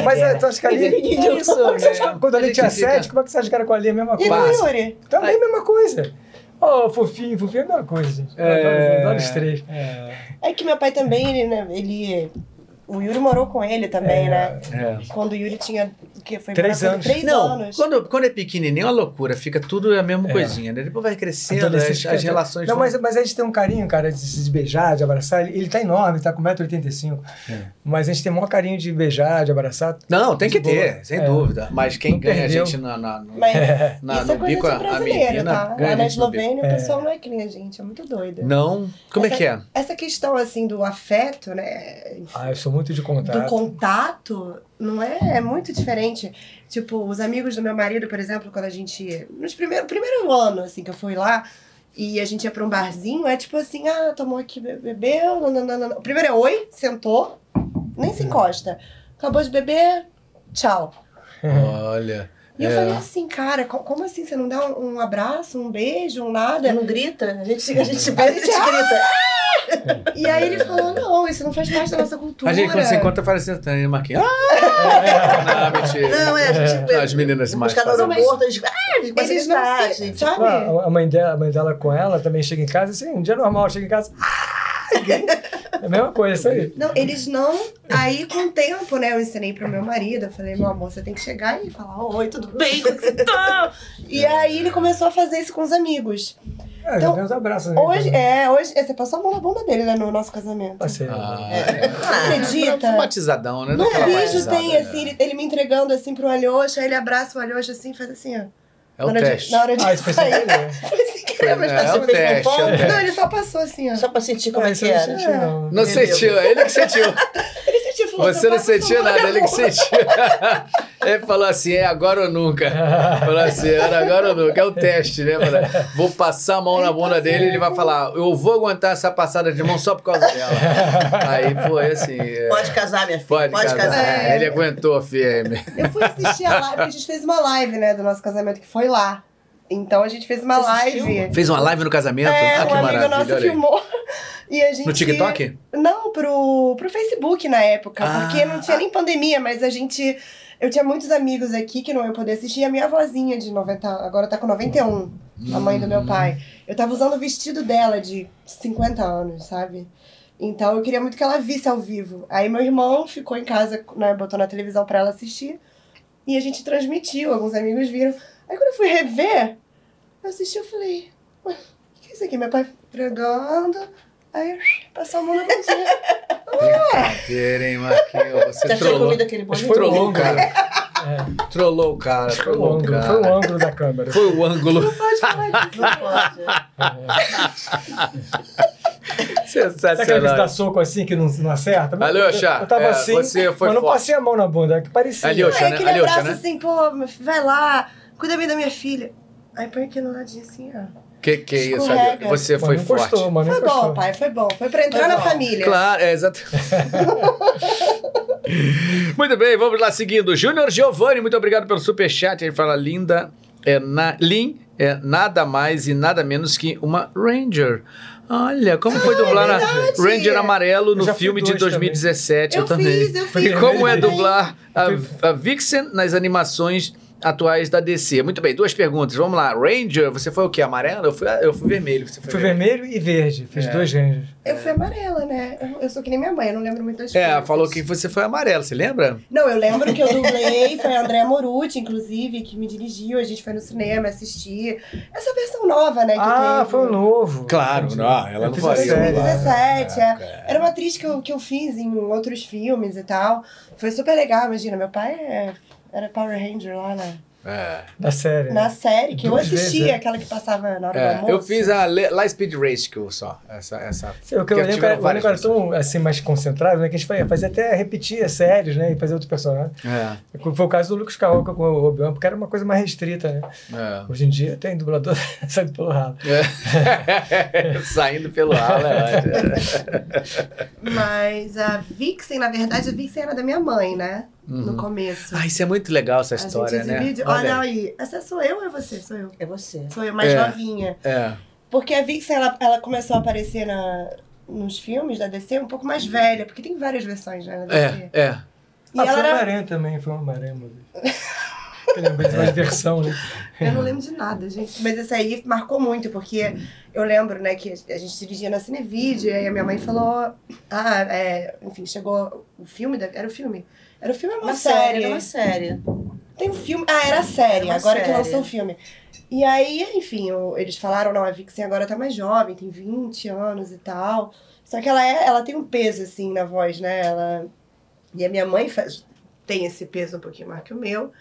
Mas é, tu acha que a Ali...
É isso,
Como é que vocês-
né?
Quando a Ali
gente
tinha
fica-
7, como é que vocês ficaram com a Ali? É a mesma
E com o
coisa.
Passa.
Yuri?
Também é a mesma coisa. Ó, fofinho, fofinho é a mesma coisa, gente. Eu adoro, eu adoro os três.
É que meu pai também, ele, né, ele... O Yuri morou com ele também, né?
É.
Quando o Yuri tinha... o quê? Foi
Três
morar com ele
anos.
Três
Não,
anos.
quando, quando é pequenininho é uma loucura, fica tudo a mesma coisinha, né? Depois vai crescendo,
É. Adolescente
as,
fica-
as relações
Não,
vão-
mas, mas a gente tem um carinho, cara, de se beijar, de abraçar. Ele, ele tá enorme, tá com 1,85m.
É.
Mas a gente tem o maior carinho de beijar, de abraçar.
Não, tem que
Boa.
ter, sem
É.
dúvida. Mas quem
Não
ganha a
perdeu.
gente na, na- no-
Mas
na-
isso é
no
coisa
bico,
de
a
brasileiro,
menina
tá?
ganha
Lá
a
na
gente no bico.
Eslovênia o pessoal não é que nem a gente, é muito doido.
Não, como é
Essa-
que é?
Essa questão, assim, do afeto, né?
Ah, eu sou muito de
do
contato.
contato, não é? É muito diferente. Tipo, os amigos do meu marido, por exemplo, quando a gente. Nos primeiros primeiro ano, assim, que eu fui lá. E a gente ia pra um barzinho, é tipo assim, ah, tomou aqui, be- bebeu, nananana. O primeiro é oi, sentou, nem
É.
se encosta. Acabou de beber, tchau.
Olha.
E eu
é.
falei assim, cara, co- como assim? Você não dá um, um abraço, um beijo, um nada?
Não grita? A gente, a gente se
A
beija, a
gente-
gente grita.
E aí ele falou, não, isso não faz parte da nossa cultura.
A gente, quando se encontra, faz assim, né, Marquinhos? Ah, não, mentira.
Não, é, a gente-
Não, As meninas mais.
Buscar no
fazem
um
isso.
aeroporto, a gente. Ah, a gente começa a
Eles não
gritar,
se-
tipo,
gente.
sabe?
Ah, a mãe dela, a mãe dela com ela também chega em casa, assim, um dia normal, chega em casa. ah, É a mesma coisa, isso aí.
Não, eles não. Aí, com o tempo, né, eu ensinei pro meu marido. Eu falei, meu amor, você tem que chegar e falar: Oi, tudo bem? Como você tá? E aí ele começou a fazer isso com os amigos.
Ah,
Então,
já dei uns abraços. né,
Hoje,
também.
é, hoje. é, Você passou a mão na bunda dele, né, no nosso casamento.
Passei.
Ah,
Acredita?
é. Batizadão, né?
é. No
Daquela
vídeo
batizada,
tem,
né?
assim, ele, ele me entregando assim pro Alhoxa, aí ele abraça o Alhoxa assim, faz assim, ó.
É o
na hora
teste.
de, na hora de
Ah, isso foi sem
sair.
querer. É,
Foi sem querer, mas
É,
passou
o
bem.
teste, é o
Não,
teste.
ele só passou assim, ó.
Só pra sentir como é
isso
que
eu não
era.
senti, não.
Não
Entendeu?
sentiu, é ele que sentiu.
Ele sentiu, falou,
Você não
"Passa a mão
sentiu
na
nada, ele
bunda."
que sentiu. ele falou assim: é agora ou nunca. Falou assim: era agora ou nunca. É o teste, né? Falou, vou passar a mão na bunda dele ele vai falar: eu vou aguentar essa passada de mão só por causa
É.
dela. Aí foi assim: é,
Pode casar, minha filha. Pode, casar.
casar.
Ele aguentou firme.
Eu fui assistir a live, porque a gente fez uma live, né, do nosso casamento, que foi lá. Então a gente fez uma
Você assistiu?
live.
Fez uma live no casamento?
É,
ah,
um
que
amigo
maravilha.
nosso um
olha aí.
filmou. E a gente...
No TikTok?
Não, pro, pro Facebook na época,
Ah.
porque não tinha nem pandemia, mas a gente... Eu tinha muitos amigos aqui que não iam poder assistir, e a minha avózinha de 90, agora tá com 91, a mãe do meu
Hum.
pai. Eu tava usando o vestido dela de 50 anos, sabe? Então eu queria muito que ela visse ao vivo. Aí meu irmão ficou em casa, né, botou na televisão pra ela assistir, e a gente transmitiu, alguns amigos viram. Aí quando eu fui rever, eu assisti, eu falei, ué, o que é isso aqui? Meu pai pregando, aí passou a mão na bundinha.
Brincadeira, hein, Marquinhos? Você
Já tinha
trollou.
comido aquele bolinho?
Mas foi
trollou,
longo,
um cara.
Trollou o cara,
Foi o
trollou o
ângulo, foi o
É, cara.
ângulo da câmera.
Foi o ângulo.
Pode falar disso.
Não pode.
Sabe aquela vez que dá
Sensacional.
soco assim que não, não acerta?
Valeu, Chá.
Eu tava
É,
assim,
você foi
mas não
forte.
passei a mão na bunda, é que parecia.
Ali, ó,
Aí aquele
Aleuxa,
abraço
né?
assim, pô, meu filho, vai lá, cuida bem da minha filha. Aí põe aqui no ladinho assim, ó.
Que que é isso,
Escorrega.
Aleuxa? Você
Mas
foi
não
forte.
Gostou, mano,
Foi
não gostou.
bom, pai, foi bom. Foi pra entrar
Foi
na
bom.
família.
Claro, é exato. muito bem, vamos lá seguindo. Júnior Giovanni, muito obrigado pelo superchat. Ele fala: linda, é na, Lin é nada mais e nada menos que uma Ranger. Olha, como foi dublar na
é verdade.
Ranger Amarelo
Eu
no
já fui
filme de
dois também.
2017?
Eu, fiz, eu fiz.
E como é
Também.
dublar a, a Vixen nas animações atuais da DC? Muito bem, duas perguntas. Vamos lá. Ranger, você foi o quê? Amarelo? Eu fui, eu fui vermelho. Você foi
Foi vermelho e verde, fiz
É.
dois rangers.
Eu fui amarela, né? Eu, eu sou que nem minha mãe, eu não lembro muito das
É,
coisas.
falou que você foi amarelo, você lembra?
Não, eu lembro que eu dublei, foi a Andréa Moruti, inclusive, que me dirigiu, a gente foi no cinema assistir. Essa versão nova, né? Que
Ah,
teve.
foi o novo.
Claro,
Entendi.
não, ela
Eu
não
fiz
faria.
a série.
2017,
Ah,
é. Era uma atriz que eu, que eu fiz em outros filmes e tal. Foi super legal, imagina. Meu pai é- era Power Ranger lá na,
É.
Da série. né?
na série, que eu
Duas
assistia,
vezes, é.
aquela que passava na hora do
É,
almoço.
eu fiz a Le- Lightspeed Rescue só. Essa, essa.
Eu, que eu
Que
lembro que
tiveram
era, eu
várias
lembro que era tão assim, mais concentrado, né? Que a gente fazia, fazia até repetir as séries, né? E fazer outro personagem.
É,
Foi o caso do Lucas Carroca com o Obi-Wan, porque era uma coisa mais restrita, né?
é.
Hoje em dia tem dublador saindo pelo ralo.
É. Saindo pelo ar, né?
Mas a Vixen, na verdade, a Vixen era da minha mãe, né? No começo.
Ah, isso é muito legal essa
a
história,
gente
né?
divide. Olha aí. Essa sou eu ou é você? Sou eu.
É você.
Sou eu mais
É.
novinha.
É.
Porque a Vixen, ela, ela começou a aparecer na, nos filmes da DC um pouco mais velha, porque tem várias versões, né? Da DC.
É, é.
E
ah,
ela
foi
era-
uma maré também, foi uma maré, meu Deus. Eu lembrei
É.
de uma versão, né?
Eu não lembro de nada, gente. Mas esse aí marcou muito, porque eu lembro, né, que a gente dirigia na Cinevídeo, e aí a minha mãe falou. Ah, é, enfim, chegou o filme. Da, era o filme? Era o filme ou uma,
Uma série,
série?
é uma série.
Tem um filme. Ah, era a série,
Era uma
agora que
série.
lançou o filme. E aí, enfim, o- eles falaram, não, a Vixen agora tá mais jovem, tem 20 anos e tal. Só que ela é, ela tem um peso, assim, na voz, né? Ela. E a minha mãe faz, tem esse peso um pouquinho mais que o meu.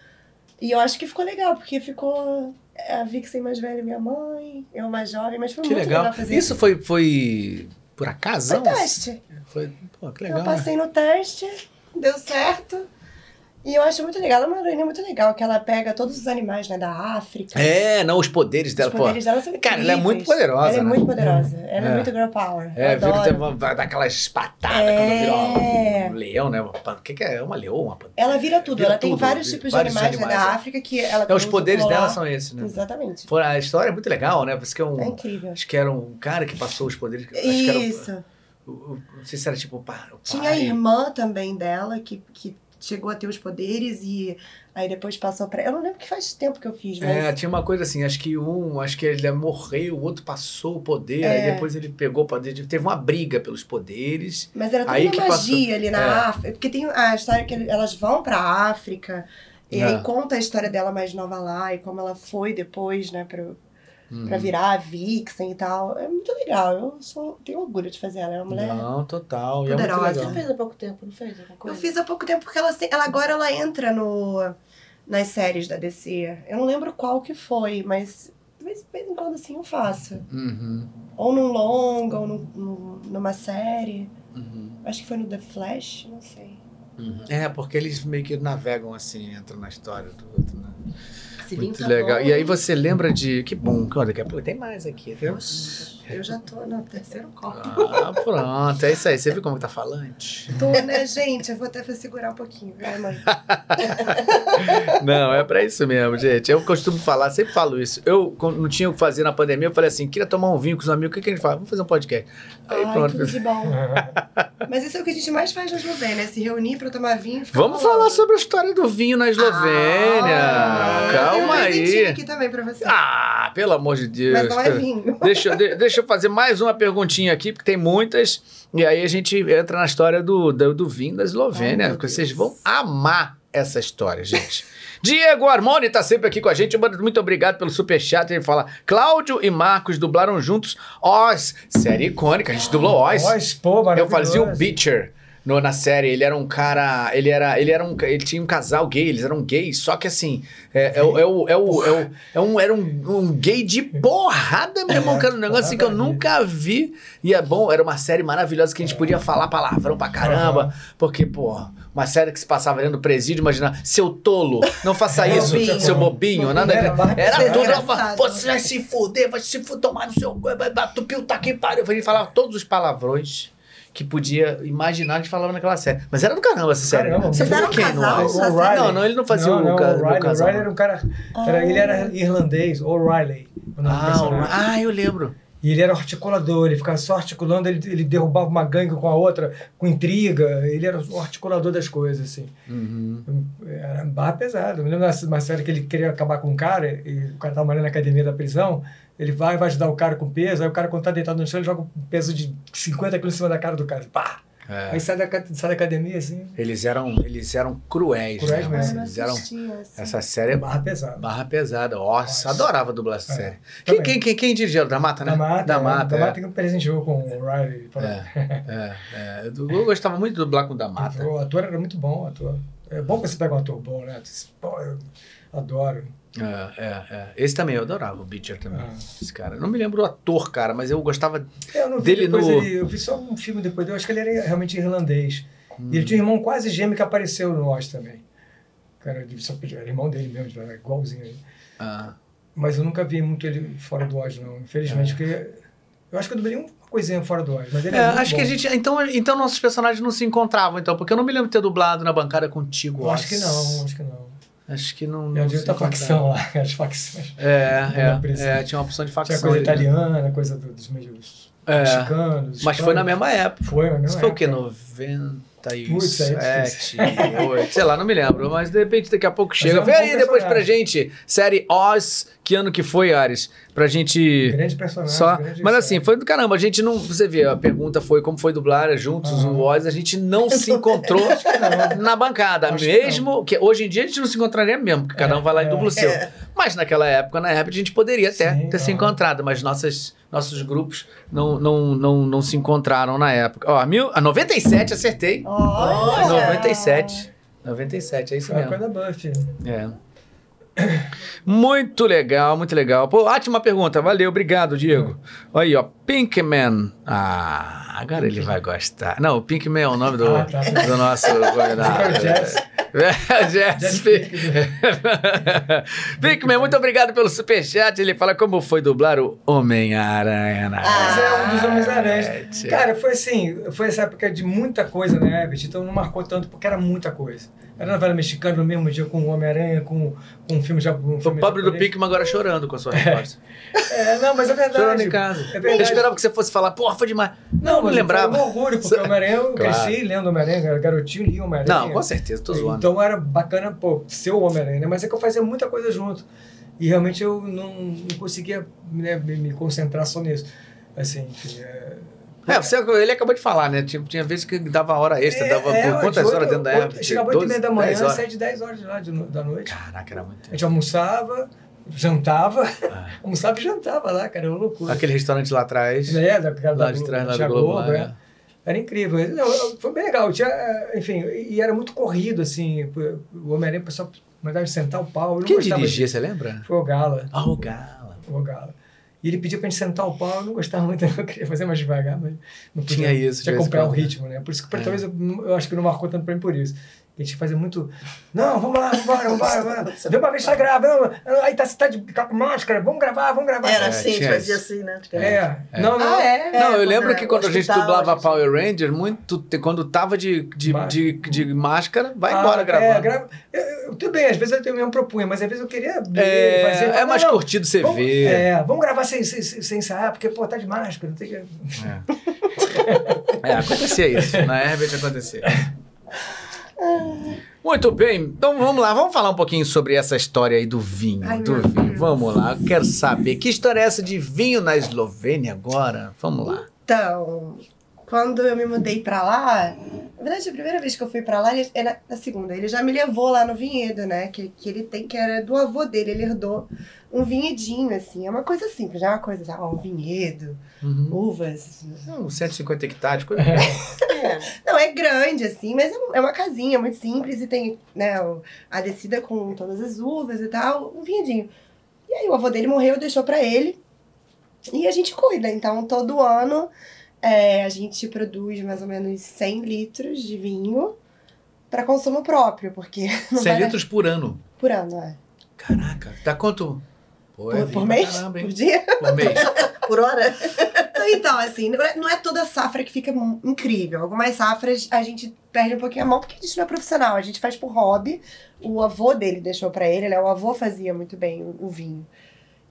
E eu acho que ficou legal, porque ficou é, a Vixen mais velha, minha mãe, eu mais jovem, mas foi
Que
muito legal,
legal.
fazer
Isso foi, foi por acaso?
Foi teste.
Foi, pô, que
Eu
legal. né?
passei no teste, deu certo. E eu acho muito legal, ela é uma heroína muito legal, que ela pega todos os animais, né, da África.
É, não, os poderes
Os
dela, pô.
poderes dela são
Cara, ela é
incríveis.
muito poderosa,
Ela é
né?
muito poderosa. Ela é,
É.
muito girl power. Eu
É, vira
adoro.
tem uma, vai dar aquelas patadas
É.
quando vira um leão, né? O que, que é? Uma leoa, uma pantera?
Ela vira tudo.
Vira
ela tem
tudo,
vários
vira
tipos
vários
de animais, né,
animais,
da
é.
África que ela
Então, os
usa
poderes
colar.
dela são esses, né?
Exatamente.
Fora- A história é muito legal, né? Porque é um.
É incrível.
Acho que era um cara que passou os poderes. Acho que era o-
Isso.
o- o- não sei se era tipo o pa- o pai.
Tinha a irmã também dela que, que chegou a ter os poderes e aí depois passou pra. Eu não lembro que faz tempo que eu fiz, mas.
É, tinha uma coisa assim, acho que um, acho que ele morreu, o outro passou o poder,
É.
aí depois ele pegou o poder. de- Teve uma briga pelos poderes.
Mas era tudo
Aí
uma
que
magia
passou-
ali na
É.
África. Porque tem a história que elas vão pra África. E
É.
aí conta a história dela mais nova lá e como ela foi depois, né, pro,
Hum.
pra virar a Vixen e tal. É muito legal. Eu sou, tenho orgulho de fazer ela. É uma mulher.
Não, total. e é muito
Poderosa.
legal.
Você fez há pouco tempo, não fez alguma
Eu
coisa?
fiz há pouco tempo porque ela, se- ela agora ela entra no, nas séries da DC. Eu não lembro qual que foi, mas de vez de vez em quando assim eu faço.
Uhum,
Ou num longa, ou num, num- numa série.
uhum,
Acho que foi no The Flash, não sei.
uhum. É, porque eles meio que navegam assim, entram na história do outro, né?
Se vir,
Muito
tá
legal.
bom.
E aí você lembra de. Que bom, que olha, daqui a pouco tem mais aqui, viu?
Eu já tô no terceiro copo.
Ah, pronto, é isso aí. Você viu como que tá falante?
Tô, né, gente? Eu vou até segurar um pouquinho, vai, mãe.
Não, é pra isso mesmo, gente. Eu costumo falar, sempre falo isso. Eu quando não tinha o que fazer na pandemia, eu falei assim, queria tomar um vinho com os amigos, o que, que a gente fala? Vamos fazer um podcast. Aí
Ai,
pronto.
tudo de bom. Mas isso é o que a gente mais faz na Eslovênia, né? Se reunir pra tomar vinho. e ficar
Vamos
falando.
falar sobre a história do vinho na Eslovênia.
Ah,
Calma
eu tenho um presentinho
aí.
aqui também pra você.
Ah, pelo amor de Deus.
Mas não é vinho.
Deixa, eu- de- deixa eu fazer mais uma perguntinha aqui, porque tem muitas. E aí a gente entra na história do, do, do vinho da
Ai,
Eslovênia.
meu
que vocês
Deus.
vão amar essa história, gente. Diego Armoni tá sempre aqui com a gente. Mano, Muito obrigado pelo superchat. Ele fala: Cláudio e Marcos dublaram juntos Oz, série icônica. A gente dublou Oz.
Ó, expô,
Eu fazia um o
maravilhoso.
Beecher.
no- na série, ele era um cara. Ele era. Ele era um. ca- Ele tinha um casal gay, eles eram gays. Só que assim, é, é o- é o- é o- é o- é um, era um, um gay de porrada, meu irmão. Cara, um negócio assim que eu
porrada mesmo.
nunca vi. E é bom, era uma série maravilhosa que a gente podia falar palavrão pra caramba. Porque, pô, uma série que se passava dentro do presídio, imagina, seu tolo, não faça isso,
Bobinho.
seu bobinho, nada.
Era barra-
Era tudo.
Desgraçado.
Você vai se fuder, vai se fuder, tomar no seu. cu, vai- vai- Tupiu tá aqui, pariu. Ele falava todos os palavrões que podia imaginar que falava naquela série. Mas era do caramba essa série.
Caramba. um
Você
Vocês
fazia
eram
quem,
casal?
não é? era?
né?
Essa série?
Não, não, ele não fazia
é? não,
o,
não,
ca-
o
do
Riley.
casal.
O Riley era um cara. era- ele era
Oh.
irlandês, O'Reilly. o nome do
Ah, o Ri-
personagem.
ah, eu lembro.
E ele era articulador, ele ficava só articulando, ele, ele derrubava uma gangue com a outra, com intriga. Ele era o articulador das coisas, assim.
Uhum.
Era barra pesada. Eu me lembro de uma série que ele queria acabar com um cara, e o cara tava morando na academia da prisão. Ele vai, vai ajudar o cara com peso, aí o cara, quando tá deitado no chão, ele joga um peso de 50 quilos em cima da cara do cara. Pá!
É.
é
Aí sai da, ca- sai da academia, assim,
Eles eram, eles eram cruéis,
Cruéis
né?
mesmo.
Marcelo? Eles eram.
Existia, assim.
Essa série é
barra pesada.
barra pesada. Nossa, adorava dublar essa
É,
série. Quem,
também.
quem, quem, quem dirigia? O Da Mata, né?
Da mata,
Da
é,
Mata,
da
é.
mata que presenteou com o Riley. falou,
É, é. Eu eu gostava muito de dublar com o Da Mata.
O ator era muito bom, o ator. É bom que você pega um ator bom, né? Tu diz, Pô, eu adoro.
É, é, é. Esse também, eu adorava o Beecher também.
Ah. É,
Esse cara. Não me lembro o ator, cara, mas eu gostava.
Eu não vi
Dele
depois
no-
ele- eu vi só um filme depois dele, eu acho que ele era realmente irlandês. E
Hum.
ele tinha um irmão quase gêmeo que apareceu no Oz também. Cara, ele só podia- era irmão dele mesmo, tipo, era igualzinho a ele.
Ah,
Mas eu nunca vi muito ele fora do Oz, não, infelizmente, porque eu acho que eu dobrei uma coisinha fora do Oz, mas ele
é,
é, muito
acho que a
bom.
gente. Então, então nossos personagens não se encontravam, então, porque eu não me lembro de ter dublado na bancada contigo.
Eu acho que não,
Oz.
acho que não.
Acho que não.
É
não
o
se
dia da
encontravam.
facção lá, as facções.
É,
Não
é,
precisa.
é, Tinha uma opção de facção.
Tinha coisa
ali, né?
italiana, coisa do- dos meios
É.
mexicanos.
Mas foi na
hispanos.
mesma época.
Foi, mas não
Isso
é,
foi o quê?
cara.
97, 8, sei lá, não me lembro. Mas de repente daqui a pouco chega.
é um
Vem
bom
aí depois pra
personagem.
gente. Série Oz, que ano que foi, Ares? Pra gente.
Grande personagem.
Só,
né? grande
mas
história.
assim, foi do caramba. A gente não. Você vê, a pergunta foi como foi dublar é juntos
Aham.
o Oz. A gente não se encontrou na bancada.
Acho que
mesmo que, hoje em dia a gente não se encontraria mesmo, porque cada um vai lá e
é.
dubla o seu.
É.
Mas naquela época, na época, a gente poderia até
Sim,
ter se
aham.
encontrado, mas nossas, nossos grupos não, não, não, não se encontraram na época. Ó, mil, a 97 acertei.
Olha!
97. 97, é isso
Foi a
mesmo.
coisa da Buffy.
É. Muito legal, muito legal. Pô, ótima pergunta. Valeu, obrigado, Diego.
Uhum.
Olha Aí, ó, Pinkman. Ah, agora ele vai gostar. Não, o Pinkman é o nome do,
Ah, tá.
do nosso convidado.
Fica o Jess.
É, o Jess
Jess
Pink- Pinkman, muito obrigado pelo superchat. Ele fala como foi dublar o Homem-Aranha.
Ah,
na
Mas é um dos Homens-Aranhas.
net.
Cara, foi assim, foi essa época de muita coisa na Abbott, então não marcou tanto porque era muita coisa. Era novela mexicana no mesmo dia com o Homem-Aranha, com, com um filme já. Um
O
filme
pobre do
japonês.
Pinkman agora chorando com a sua resposta.
É, não, mas é
Chorando em
verdade.
casa.
É
Eu
verdade.
esperava que você fosse falar, porra, foi demais. Não, não
mas
lembrava.
Foi um orgulho, porque o Homem-Aranha, eu
Claro.
cresci lendo Homem-Aranha, eu era garotinho, li Homem-Aranha.
Não, com certeza, tô zoando.
Então era bacana, pô, ser o Homem-Aranha, né? Mas é que eu fazia muita coisa junto. E realmente eu não, não conseguia né, me, me concentrar só nisso. Assim, enfim, é...
É, você, ele acabou de falar, né? Tinha, tinha vezes que dava hora extra, dava
É,
por
é,
quantas
de oito-
horas dentro da
oito-
época?
Chegava 8 e meia da manhã,
horas.
saía de 10 horas de lá de no- da noite.
Caraca, era muito
A
tempo.
gente almoçava, jantava,
É.
almoçava e jantava lá, cara, era uma loucura.
Aquele restaurante lá atrás,
É, da, da,
lá
da
de
Glo-
trás, lá
tinha
do Globo.
Globo,
é.
é. Era incrível. Não, eu- foi bem legal. Tinha, eh, enfim, e era muito corrido, assim. pô, O Homem-Aranha, o pessoal mandava sentar o pau. eu não
Quem
gostava
dirigia,
disso.
você lembra?
Foi o Gala.
Ah, o Gala.
o Gala. E ele pedia pra gente sentar o pau, eu não gostava muito, eu queria fazer mais devagar, mas não podia.
Tinha isso, de
Tinha
vez em
que acompanhar o
quando, né?
ritmo, né? Por isso que talvez eu, eu acho que não marcou tanto pra mim por isso. A gente fazia muito. Não, vamos lá, vambora, vambora, vambora. Vê uma vez que tá gravando. Aí tá, tá, de, tá com máscara, vamos gravar, vamos gravar.
Era
É,
assim, a gente
tinha
fazia
isso.
assim, né?
É. Não, não.
Ah, é?
Não, eu
quando
lembro
era
que quando a gente
tá
hospital,
dublava
assim.
a gente-
Power Ranger, muito te- quando tava de, de, de,
Máscara.
de máscara, vai
Ah,
embora
É,
gravando.
grava. Eu, eu, tudo bem, às vezes eu mesmo propunha, mas às vezes eu queria
É,
ver, fazer.
é
Não,
mais
não,
curtido você
vamos,
ver.
É, vamos gravar sem, sem, sem, sem ensaiar, porque, pô, tá de máscara, não tem que.
É, acontecia isso. Na Herbert acontecia. Muito bem, então vamos lá, vamos falar um pouquinho sobre essa história aí do vinho.
Ai,
do
meu
vinho.
Deus.
Vamos lá, eu quero saber que história é essa de vinho na Eslovênia agora? Vamos lá.
Então, quando eu me mudei pra lá, na verdade, a primeira vez que eu fui pra lá, ele, é na, na segunda, ele já me levou lá no vinhedo, né? Que, que ele tem, que era do avô dele, ele herdou um vinhedinho, assim. É uma coisa simples, já é uma coisa, já, ó, um vinhedo,
Uhum.
uvas. É.
Não, 150 hectares, coisa.
pequena.
Não, é grande, assim, mas é um- é uma casinha muito simples e tem, né, o- a descida com todas as uvas e tal, um vinhedinho. E aí o avô dele morreu, deixou pra ele. E a gente cuida, então todo ano é, a gente produz mais ou menos 100 litros de vinho pra consumo próprio, porque não
100
vai
litros por ano.
por ano, é.
Caraca, dá quanto? Pô,
Por,
é vinho
por
pra
mês?
caramba, hein?
por dia?
Por mês.
Por hora,
Então, assim, não é, não é toda safra que fica mu- incrível. Algumas safras a gente perde um pouquinho a mão porque a gente não é profissional, a gente faz por hobby. O avô dele deixou pra ele, né? O avô fazia muito bem o, o vinho.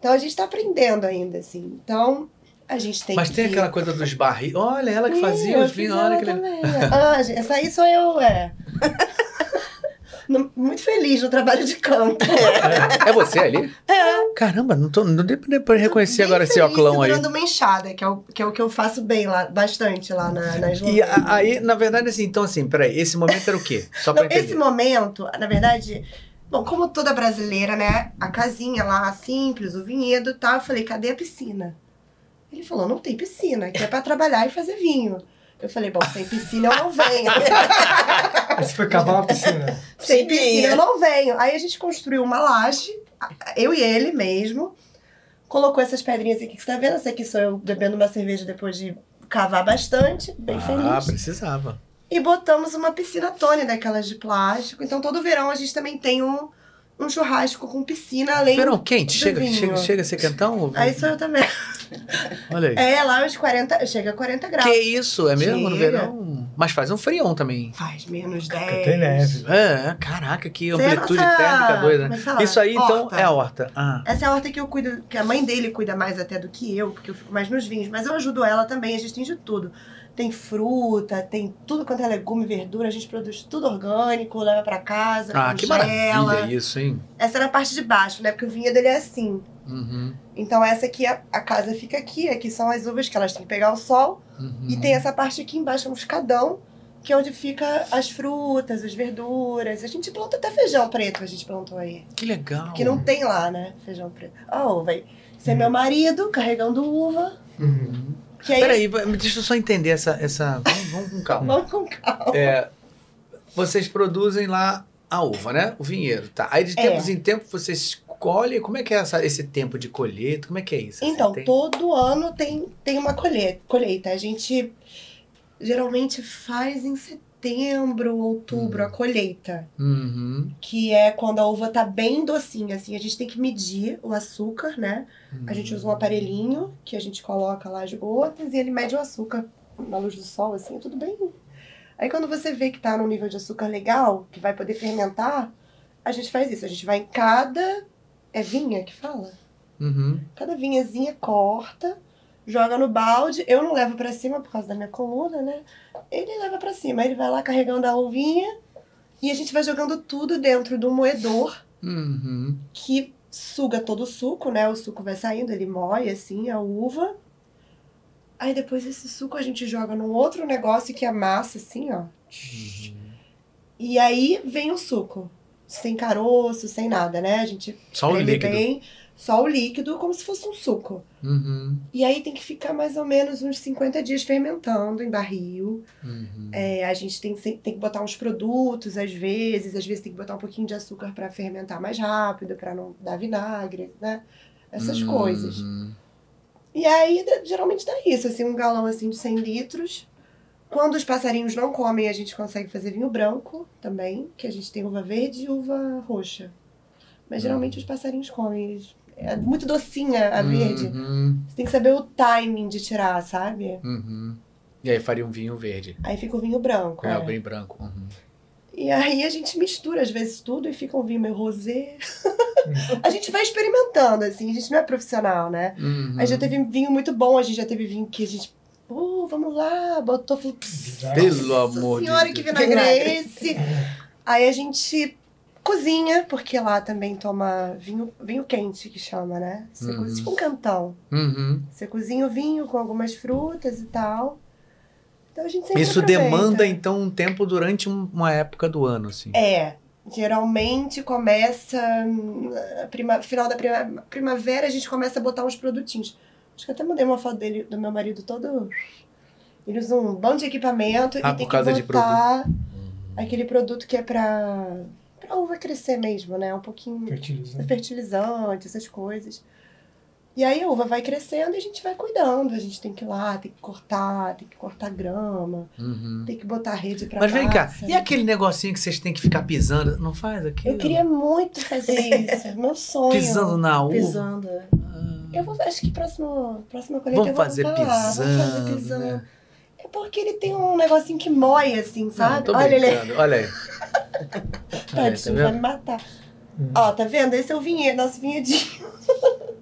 Então a gente tá aprendendo ainda, assim. Então a gente tem
Mas
que...
tem aquela coisa dos barris. Olha, ela que fazia
Ih, eu
os
fiz
vinhos. Olha
ela
que legal.
também. Ah, gente, essa aí sou eu, é. Não- Muito feliz no trabalho de canto.
É você ali? É. Caramba, não, tô, não deu pra- pra reconhecer
Bem
agora esse
feliz
óculão aí.
segurando uma enxada, que é, o, que é o que eu faço bem lá, bastante lá na, na
E
Islândia.
a- aí, na verdade, assim, então assim, peraí, esse momento era o quê? Só pra
Não,
entender.
esse momento, na verdade, bom, como toda brasileira, né? A casinha lá, simples, o vinhedo e tal, eu falei, cadê a piscina? Ele falou, não tem piscina, que é pra trabalhar e fazer vinho. Eu falei, bom, sem piscina eu não venho.
Você foi cavar uma piscina.
sem piscina eu não venho. Aí a gente construiu uma laje, eu e ele mesmo, colocou essas pedrinhas aqui que você tá vendo. Essa aqui sou eu bebendo uma cerveja depois de cavar bastante, bem
ah,
feliz.
precisava.
E botamos uma piscina Tony daquelas de plástico. Então todo verão a gente também tem um, um churrasco com piscina além.
Verão quente,
do
chega,
vinho.
chega, chega a ser quentão?
Aí sou eu também.
Olha aí.
É, lá uns 40. Chega a 40 graus.
Que isso, é mesmo no
Chega.
verão? Mas faz um frião também.
Faz menos 10.
Tem neve.
É, caraca, que
Isso aí é
amplitude
nossa-
térmica doida.
como é
né?
que fala?
Isso aí, então,
Horta.
é a horta. Ah.
Essa é a horta que eu cuido, que a mãe dele cuida mais até do que eu, porque eu fico mais nos vinhos, mas eu ajudo ela também, a gente tem de tudo. Tem fruta, tem tudo quanto é legume, verdura, a gente produz tudo orgânico, leva pra casa,
Ah, que
congela.
maravilha isso, hein?
Essa era a parte de baixo, né? Porque o vinho dele é assim.
Uhum,
Então essa aqui, a, a casa fica aqui, aqui são as uvas que elas têm que pegar o sol.
uhum.
E tem essa parte aqui embaixo, é um escadão, que é onde fica as frutas, as verduras. A gente planta até feijão preto, a gente plantou aí.
Que legal.
Que não tem lá, né? Feijão preto. Ó, uva aí. Esse é meu marido, carregando uva.
Uhum.
Que aí...
Peraí, vai- deixa eu só entender essa. essa... Vamos, vamos com calma.
Vamos com calma.
É, vocês produzem lá a uva, né? O vinheiro, tá. Aí de
É.
tempos em tempos vocês colhem. Como é que é essa- esse tempo de colheita? Como é que é isso?
Então,
Assim, tem-
todo ano tem, tem uma colhe- colheita. A gente geralmente faz em setembro, outubro, a colheita.
Uhum,
que é quando a uva tá bem docinha, assim, a gente tem que medir o açúcar, né?
uhum.
A gente usa um aparelhinho que a gente coloca lá as gotas e ele mede o açúcar na luz do sol, assim, tudo bem. Aí quando você vê que tá num nível de açúcar legal, que vai poder fermentar, a gente faz isso. A gente vai em cada. É vinha que fala?
Uhum.
Cada vinhazinha corta, joga no balde. Eu não levo pra cima por causa da minha coluna, né? Ele leva pra cima. Aí Ele vai lá carregando a uvinha e a gente vai jogando tudo dentro do moedor
Uhum.
que suga todo o suco, né? O suco vai saindo, ele moe assim a uva. Aí depois esse suco a gente joga num outro negócio que amassa assim, ó. E aí vem o suco. Sem caroço, sem nada, né? A gente
Só o
espreme
líquido.
bem, só o líquido, como se fosse um suco.
Uhum,
E aí tem que ficar mais ou menos uns 50 dias fermentando em barril.
uhum.
É, a gente tem, se- tem que botar uns produtos às vezes, às vezes tem que botar um pouquinho de açúcar para fermentar mais rápido, para não dar vinagre, né? Essas
Uhum.
coisas. E aí dá- geralmente dá isso, assim, um galão assim de 100 litros. Quando os passarinhos não comem, a gente consegue fazer vinho branco também, que a gente tem uva verde e uva roxa. Mas
Hum.
geralmente os passarinhos comem, eles... é muito docinha a verde.
Uhum,
Você tem que saber o timing de tirar, sabe?
uhum. E aí faria um vinho verde.
Aí fica o vinho branco.
né?
É,
é.
bem branco. Uhum.
E aí a gente mistura às vezes tudo e fica um vinho meio rosé.
Hum.
a gente vai experimentando, assim, a gente não é profissional, né?
Uhum.
A gente já teve vinho muito bom, a gente já teve vinho que a gente. Pô, vamos lá, botou. Falou,
Pelo
"Nossa
amor de
senhora,
Deus.
que vinagre é esse? Aí a gente cozinha, porque lá também toma vinho, vinho quente, que chama, né? Você
Uhum.
cozinha tipo um cantão.
Uhum.
Você cozinha o vinho com algumas frutas e tal. Então a gente sempre
Isso
aproveita.
demanda, então, um tempo durante um- uma época do ano, assim.
É, geralmente começa hum, a prima- final da prima- primavera a gente começa a botar uns produtinhos. Acho que até mandei uma foto dele do meu marido todo Ele usa um bando de equipamento
Ah,
e tem
por causa
que
de
botar aquele produto que é pra, pra uva crescer mesmo, né? Um pouquinho né?
Fertilizante.
fertilizante, essas coisas. E aí a uva vai crescendo e a gente vai cuidando. A gente tem que ir lá, tem que cortar, tem que cortar grama,
Uhum.
tem que botar rede É. pra
Mas vem cá,
massa.
e aquele negocinho que vocês têm que ficar pisando? Não faz aquilo?
Eu queria um muito fazer isso, meu sonho.
Pisando na uva.
Pisando. é.
Eu vou, acho que próximo, próxima colheita
Vamos
eu vou
fazer
falar,
pisando,
Vamos fazer pisando.
né?
É porque ele tem um negocinho que mói, assim, sabe?
Não, tô
Olha ele
brincando. Uhum. Olha aí.
É,
Olha aí, tá
Tadinho, vai
vendo?
me matar.
Hum.
Ó, tá vendo? Esse é o vinhedo, nosso vinhedinho.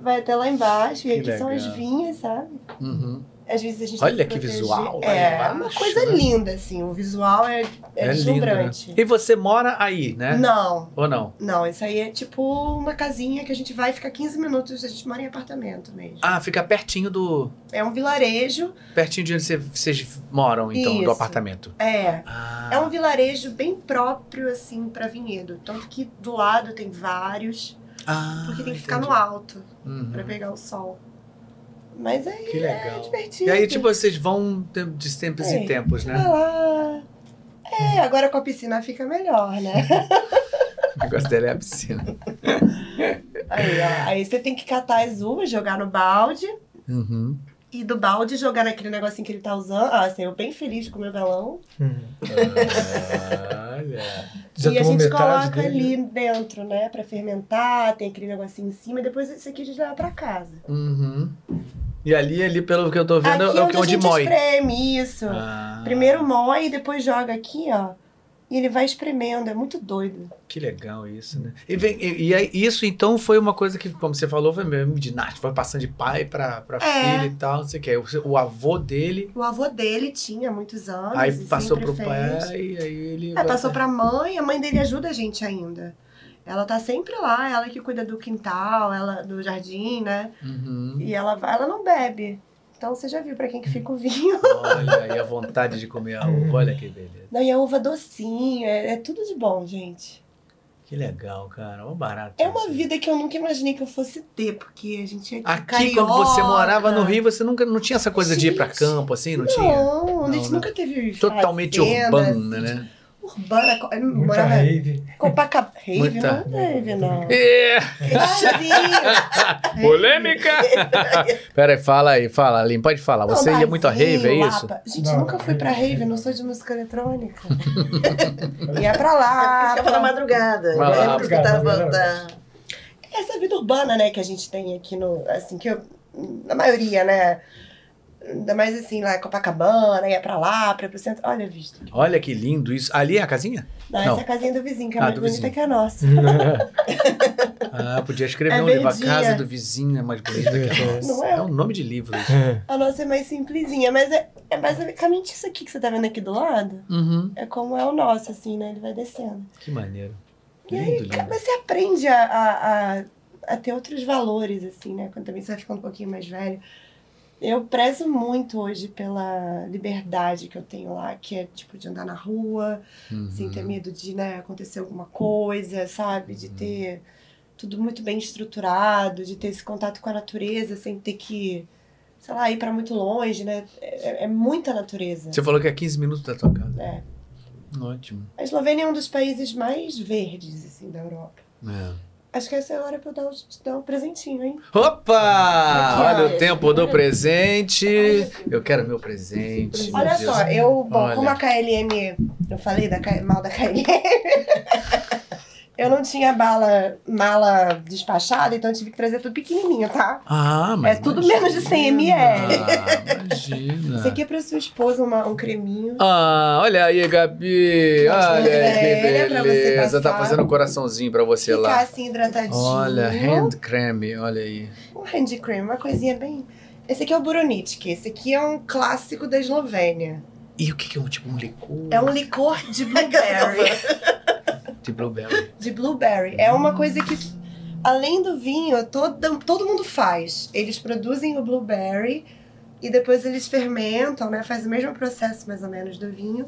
Vai até lá embaixo. E
Que
aqui são as
legal.
vinhas, sabe?
Uhum.
Às vezes a gente
Olha
tem
que
proteger.
visual lá
É, é uma
embaixo,
coisa
né?
linda, assim. O visual é,
É
é,
lindo. né?
deslumbrante.
E você mora aí, né?
Não,
Ou não?
não. Isso aí é tipo uma casinha que a gente vai ficar 15 minutos. A gente mora em apartamento mesmo.
Ah, fica pertinho do.
É um vilarejo.
Pertinho de onde cê- vocês moram, então, do
Isso.
apartamento.
É,
Ah.
É um vilarejo bem próprio, assim, pra vinhedo. Tanto que do lado tem vários,
Ah,
porque tem um que ficar no
entendi.
alto
Uhum.
pra pegar o sol. Mas aí
Que
é
legal.
divertido.
E aí, tipo, vocês vão tem- de tempos em
É.
tempos,
vai
né?
lá. É, agora com a piscina fica melhor, né?
O negócio dela é a piscina.
Aí, ó, aí você tem que catar as uvas, jogar no balde.
Uhum.
E do balde jogar naquele negocinho que ele tá usando. Ah, assim, eu bem feliz com o meu galão.
Hum.
Olha.
Já
e a
tomou
gente
metade
coloca
dele?
ali dentro, né? Pra fermentar, tem aquele negocinho em cima. E depois isso aqui a gente leva pra casa.
Uhum. E ali, ali, pelo que eu tô vendo,
aqui
é o que
a
onde
gente
mói.
espreme, isso.
Ah,
Primeiro mói, depois joga aqui, ó. E ele vai espremendo, é muito doido.
Que legal isso, né? E, vem, e, e aí, isso, então, foi uma coisa que, como você falou, foi mesmo ginástica, foi passando de pai pra, pra
É.
filha e tal, não sei o que. O, o avô dele,
O avô dele tinha muitos anos.
aí
e
passou
sempre
pro
fez.
pai, aí ele...
É, passou pra mãe, a mãe dele ajuda a gente ainda. Ela tá sempre lá, ela que cuida do quintal, ela do jardim, né?
Uhum.
E ela vai, ela não bebe. Então você já viu pra quem que fica o vinho.
Olha aí a vontade de comer a uva, olha que beleza.
Não, e a uva docinha, é, é tudo de bom, gente.
Que legal, cara, ó barato.
É uma
isso.
vida que eu nunca imaginei que eu fosse ter, porque a gente é de
Aqui, quando
carioca.
você morava no Rio, você nunca não tinha essa coisa de ir pra
Gente,
campo, assim, não, tinha?
Não, a gente
Não, né?
nunca teve.
Totalmente
fazenda,
urbana,
assim,
né?
Urbana, co- eu
Muita
morava
rave.
em Copacabana. Rave,
Muita-
não rave, não.
É.
Barzinho.
Polêmica! Pera aí, fala aí, fala, Aline, pode falar. Você
Não,
ia muito a
barzinho,
rave, é isso?
Lapa. Gente,
Não.
nunca fui pra rave, não sou de música eletrônica. Ia pra lá.
Ficava na
pra-
madrugada. Eu
Vai lá.
lembro que tava.
Madrugada,
Da...
Essa vida urbana, né, que a gente tem aqui no. Assim, que eu. Na maioria, né? Ainda mais assim, lá em Copacabana, ia pra lá, pra ir pro centro. Olha, visto.
Olha que lindo isso. Ali é a casinha?
Não,
Não.
essa é a casinha do vizinho, que é
Ah,
mais
do
bonita
vizinho.
que a nossa.
Ah, podia escrever
É
um livro. A
verdinha.
casa do vizinho é mais bonita que a nossa.
Não é?
um nome de livro. isso.
A nossa é mais simplesinha, mas é, é basicamente isso aqui que você tá vendo aqui do lado.
Uhum.
É como é o nosso, assim, né? Ele vai descendo.
Que maneiro.
E
Lindo,
aí,
lindo.
você aprende a, a, a, a ter outros valores, assim, né? Quando também você vai ficando um pouquinho mais velho. Eu prezo muito hoje pela liberdade que eu tenho lá, que é, tipo, de andar na rua, sem ter
Uhum.
medo de, né, acontecer alguma coisa, sabe? De ter tudo muito bem estruturado, de ter esse contato com a natureza sem ter que, sei lá, ir pra muito longe, né? É, é muita natureza.
Você falou que é 15 minutos da tua casa.
É.
Ótimo.
A Eslovênia é um dos países mais verdes, assim, da Europa.
É.
Acho que essa é a hora pra eu dar, um- te dar um presentinho, hein?
Opa!
Aqui, ó.
Olha o tempo do presente. Eu quero meu presente. meu
Olha
Deus.
só, eu, bom,
Olha.
como a KLM, eu falei da, K- mal da KLM, eu não tinha bala, mala despachada, então eu tive que trazer tudo pequenininho, tá?
Ah, mas
É tudo
imagina.
menos de 100 ml.
Ah, imagina.
Isso aqui é pra sua esposa, uma- um creminho.
Ah, olha aí, Gabi.
Mostra
Olha aí,
pra
que
você
beleza. Tá
passar.
fazendo um coraçãozinho pra você
Ficar
lá.
assim, hidratadinho.
Olha, hand creme, olha aí.
Um hand cream, uma coisinha bem... Esse aqui é o Burunitski, esse aqui é um clássico da Eslovênia.
E o que que é um tipo um licor
É um licor de blueberry.
de blueberry?
de blueberry. É uma coisa que, além do vinho, todo, todo mundo faz. Eles produzem o blueberry e depois eles fermentam, né? Faz o mesmo processo, mais ou menos, do vinho.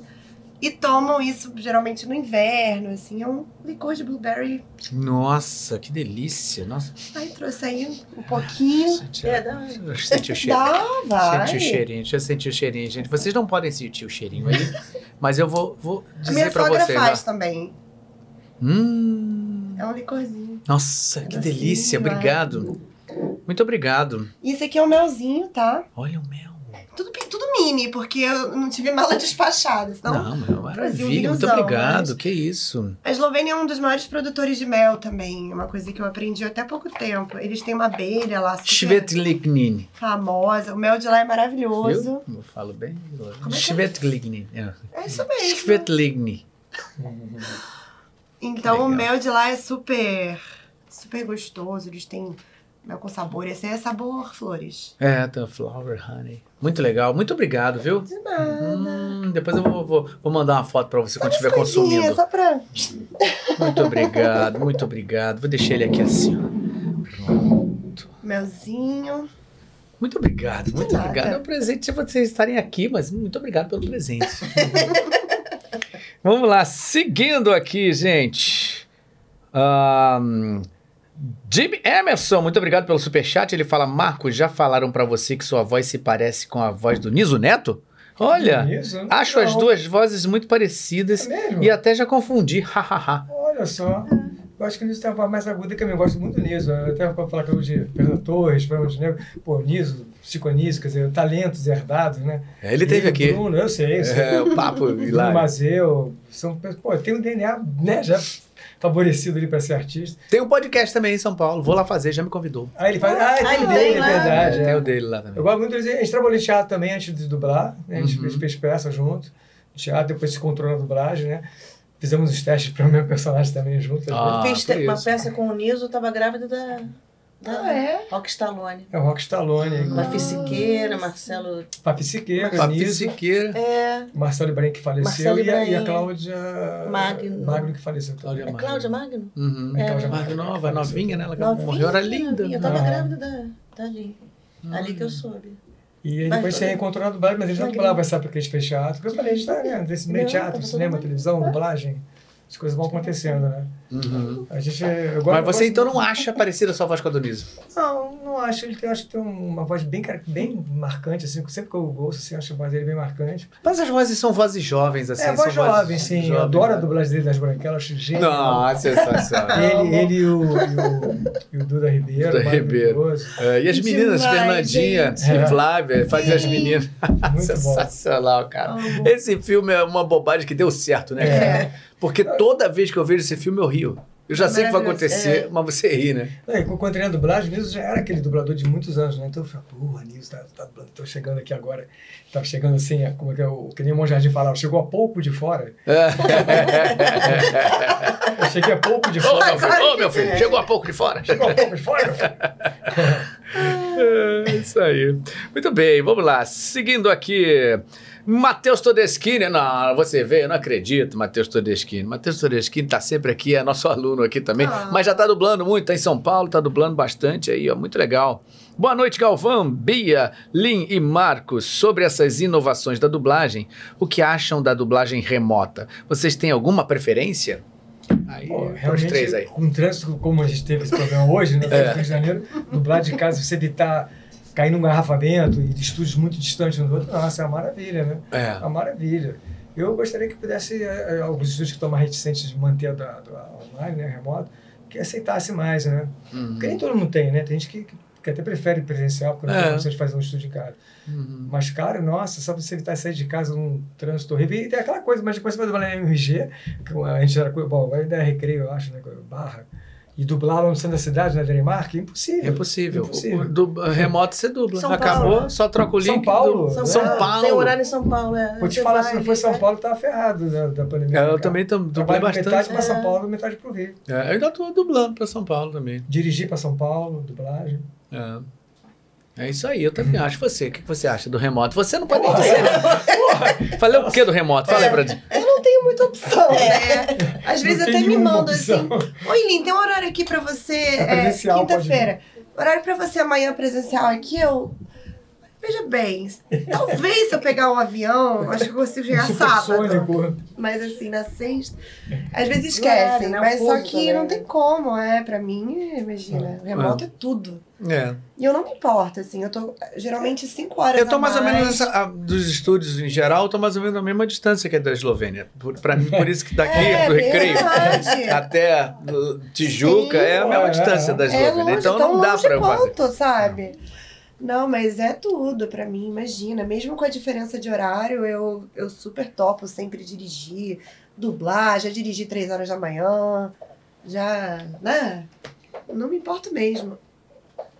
E tomam isso geralmente no inverno, assim. É um licor de blueberry.
Nossa, que delícia. Nossa,
Aí trouxe aí um pouquinho.
senti,
É, dá
eu senti o cheiro.
Dá,
Senti
vai.
o cheirinho, deixa eu sentir o cheirinho, gente. Vocês não podem sentir o cheirinho aí, mas eu vou, vou
A minha
dizer pra né?
sogra
vocês.
faz
ó.
também.
Hum,
É um licorzinho.
nossa, que
Docinho,
delícia,
vai.
obrigado. Muito obrigado.
E esse aqui é um melzinho, tá?
Olha o mel.
Tudo, pe- tudo mini, porque eu não tive mala despachada. Senão
Não,
Brasil,
meu, maravilha, muito
vinhozão,
obrigado,
mas-
que isso.
A Eslovênia é um dos maiores produtores de mel também. É uma coisa que eu aprendi até há pouco tempo. Eles têm uma abelha lá super
Schwetlignini.
famosa. O mel de lá é maravilhoso.
Viu? Eu falo bem.
é que é?
Schwetlignini. É.
É isso mesmo.
Schwetlignini.
Então
Legal.
o mel de lá é super, super gostoso. Eles têm mel com sabor. Esse é sabor flores.
É, The Flower Honey. Muito legal, muito obrigado, viu?
De nada.
Hum, depois eu vou, vou, vou mandar uma foto pra você quando estiver consumindo.
Só pra...
Muito obrigado, muito obrigado. Vou deixar ele aqui assim. ó.
Melzinho.
Muito obrigado, muito
nada.
obrigado. É um presente se vocês estarem aqui, mas muito obrigado pelo presente. Vamos lá, seguindo aqui, gente. Ahn, Jimmy Emerson, muito obrigado pelo superchat. Ele fala: Marcos, já falaram pra você que sua voz se parece com a voz do Niso Neto? Olha,
É Isso?
acho as
Não.
duas vozes muito
É
parecidas
mesmo?
e até já confundi. Hahaha.
Olha só. Eu acho que o Niso tem uma voz mais aguda que eu, eu gosto muito do Niso. Eu até vou falar que eu de Fernando Torres, Fernando de Negro, pô, Niso, Chico Niso, quer dizer, talentos herdados, né?
É,
Ele teve
E
aqui.
Bruno, eu sei, eu sei.
É, o papo
Bruno
hilário.
Mazeu, são, pessoas- pô, tem um DNA, né, já favorecido ali pra ser artista.
Tem um podcast também em São Paulo. Vou lá fazer, já me convidou.
Aí ele faz, ah,
Ah,
tem
ele
o dele,
tem
é
lá.
verdade.
Tem
é.
o dele lá também.
Eu gosto muito deles. A gente trabalhou em teatro também antes de dublar. né? A gente
Uhum.
fez, fez peça junto. Teatro, depois se encontrou na dublagem, né? Fizemos os testes para o meu personagem também junto.
Ah,
Fiz
por
te- uma
isso.
peça com o Niso, tava grávida da, da
Ah, é?
Rock Stallone.
É o Rock Stallone,
Com a Fisiqueira,
Ah,
Marcelo.
Papi Siqueira,
Papi
Niso,
Siqueira.
É.
Marcelo Ibrahim que faleceu
Marcelo
e, a, e a
Ibrahim.
Cláudia
Magno.
que faleceu.
Cláudia
É
Magno.
Cláudia Magno?
Uhum.
É.
Cláudia Magno, nova, novinha, né? Ela
Novinha,
morreu, era linda.
novinha. Eu tava
Ah.
grávida da, da Lin. Ali que eu soube.
E aí depois
Mas-
você encontrou na dublagem, mas ele já
Magno.
dublava, sabe, porque a gente fez teatro. Porque eu falei, a gente tá, né, desse meio
Não,
teatro,
tava
cinema,
todo-
televisão, dublagem, as coisas vão acontecendo, né?
Uhum.
A gente, eu gosto-
Mas você
eu gosto-
então não acha parecida a sua voz com a do Niso?
Não, não acho. Ele tem, acho que tem um, uma voz bem, cara- bem marcante, assim. Sempre que eu ouço, assim, acho a voz dele bem marcante.
Mas as vozes são vozes jovens, assim.
é, voz
são
jovem,
vozes
sim.
jovens,
eu adoro
né?
a dublagem dele das branquelas, acho genial.
Não, sensacional.
Ele, ele e, o, e, o, e o Duda Ribeiro.
Duda Ribeiro.
maravilhoso.
É, e as meninas,
Demais,
Fernandinha
gente.
e Flávia, fazem as meninas. é
Muito Tá bom.
Sensacional, cara.
Amo.
Esse filme é uma bobagem que deu certo, né, cara?
É.
Porque toda vez que eu vejo esse filme, eu rio. Eu já sei que vai
Maravilhoso.
acontecer,
É.
mas você ri, né?
É, quando eu entrei na dublagem, o Nilson já era aquele dublador de muitos anos, né? Então eu falei, porra, Nilson, tá, tá dublando. Tô chegando aqui agora. Tava chegando assim, é, como é que, é, o, que nem o Monjardim falava, chegou a pouco de fora.
É.
Eu cheguei a pouco de
Ô,
fora.
meu filho, ô, meu filho, chegou há pouco de fora.
Chegou a pouco de fora, meu filho.
É isso aí. Muito bem, vamos lá. Seguindo aqui. Matheus Todeschini, não, você vê, eu não acredito, Matheus Todeschini. Matheus Todeschini tá sempre aqui, é nosso aluno aqui também,
Ah.
mas já tá dublando muito, tá em São Paulo, tá dublando bastante aí, ó, muito legal. Boa noite, Galvão, Bia, Lin e Marcos. Sobre essas inovações da dublagem, o que acham da dublagem remota? Vocês têm alguma preferência? Aí, então, tá
Pô,
os
realmente,
três aí. É.
um trânsito como a gente teve esse problema hoje, né? No Rio de Janeiro, dublar de casa, você evitar cair num garrafamento e de estúdios muito distantes um do outro, nossa, é uma maravilha, né?
É.
É uma maravilha. Eu gostaria que pudesse, eh, eh, alguns estúdios que estão mais reticentes de manter a da- do- a online, né, remoto, que aceitasse mais, né?
Uhum.
Porque nem todo mundo tem, né? Tem gente que, que- que até prefere presencial, porque não
É.
tem condição de fazer um estúdio em casa.
Uhum.
Mas, cara, nossa, só pra você evitar sair de casa num trânsito horrível. E tem aquela coisa, mas depois você vai dublar na MRG, que a gente era. co- Bom, ainda é recreio, eu acho, né? Barra. E dublar lá no centro da cidade, na Dinamarca, é
É
impossível.
possível.
Impossível.
O- o dub- remoto você dubla.
São
Acabou,
Paulo.
só troca o link.
São Paulo,
do-
Hum. São
São Paulo.
Tem horário em São Paulo, é.
Vou te
Você
falar,
vai,
se não fosse
vai.
São Paulo, tava ferrado da, da pandemia.
É, Eu
cara.
também tam- dublei
Trabalho metade
bastante.
pra São Paulo, metade pro Rio.
É, eu ainda tô dublando pra São Paulo também.
Dirigir pra São Paulo, dublagem.
É. É isso aí, eu também acho. Você, o que você acha do remoto? Você não pode nem dizer, né? Falei o quê do remoto? Fala aí pra mim.
Eu não tenho muita opção, né? Às vezes
Não tem
até me
nenhuma
mandam
opção.
assim. Oi, Lin, tem um horário aqui pra você.
presencial,
é, Quinta-feira. Horário pra você amanhã presencial aqui, eu. Veja bem, talvez se eu pegar um avião, acho que eu consigo chegar sábado.
Supersônico.
Mas assim, na sexta. Às
Não
vezes esquecem,
era, né? O
mas só
pouso
que
também,
não
né?
tem como, é. Pra mim, imagina. Remoto é tudo.
É.
E eu não me importo, assim. Eu tô geralmente cinco horas.
Eu tô
a
mais ou menos
mais.
nessa- a- dos estúdios em geral, eu tô mais ou menos na mesma distância que a da Eslovênia. Por, pra mim, por isso que daqui
É,
do Recreio
verdade.
até uh, Tijuca
Sim.
é a mesma
É,
distância da
É
Eslovênia.
longe,
então
tão
não dá
longe
pra eu fazer.
quanto, sabe? Não, mas é tudo pra mim, imagina. Mesmo com a diferença de horário, eu, eu super topo sempre dirigir, dublar, já dirigi três horas da manhã, já, né? Não me importo mesmo.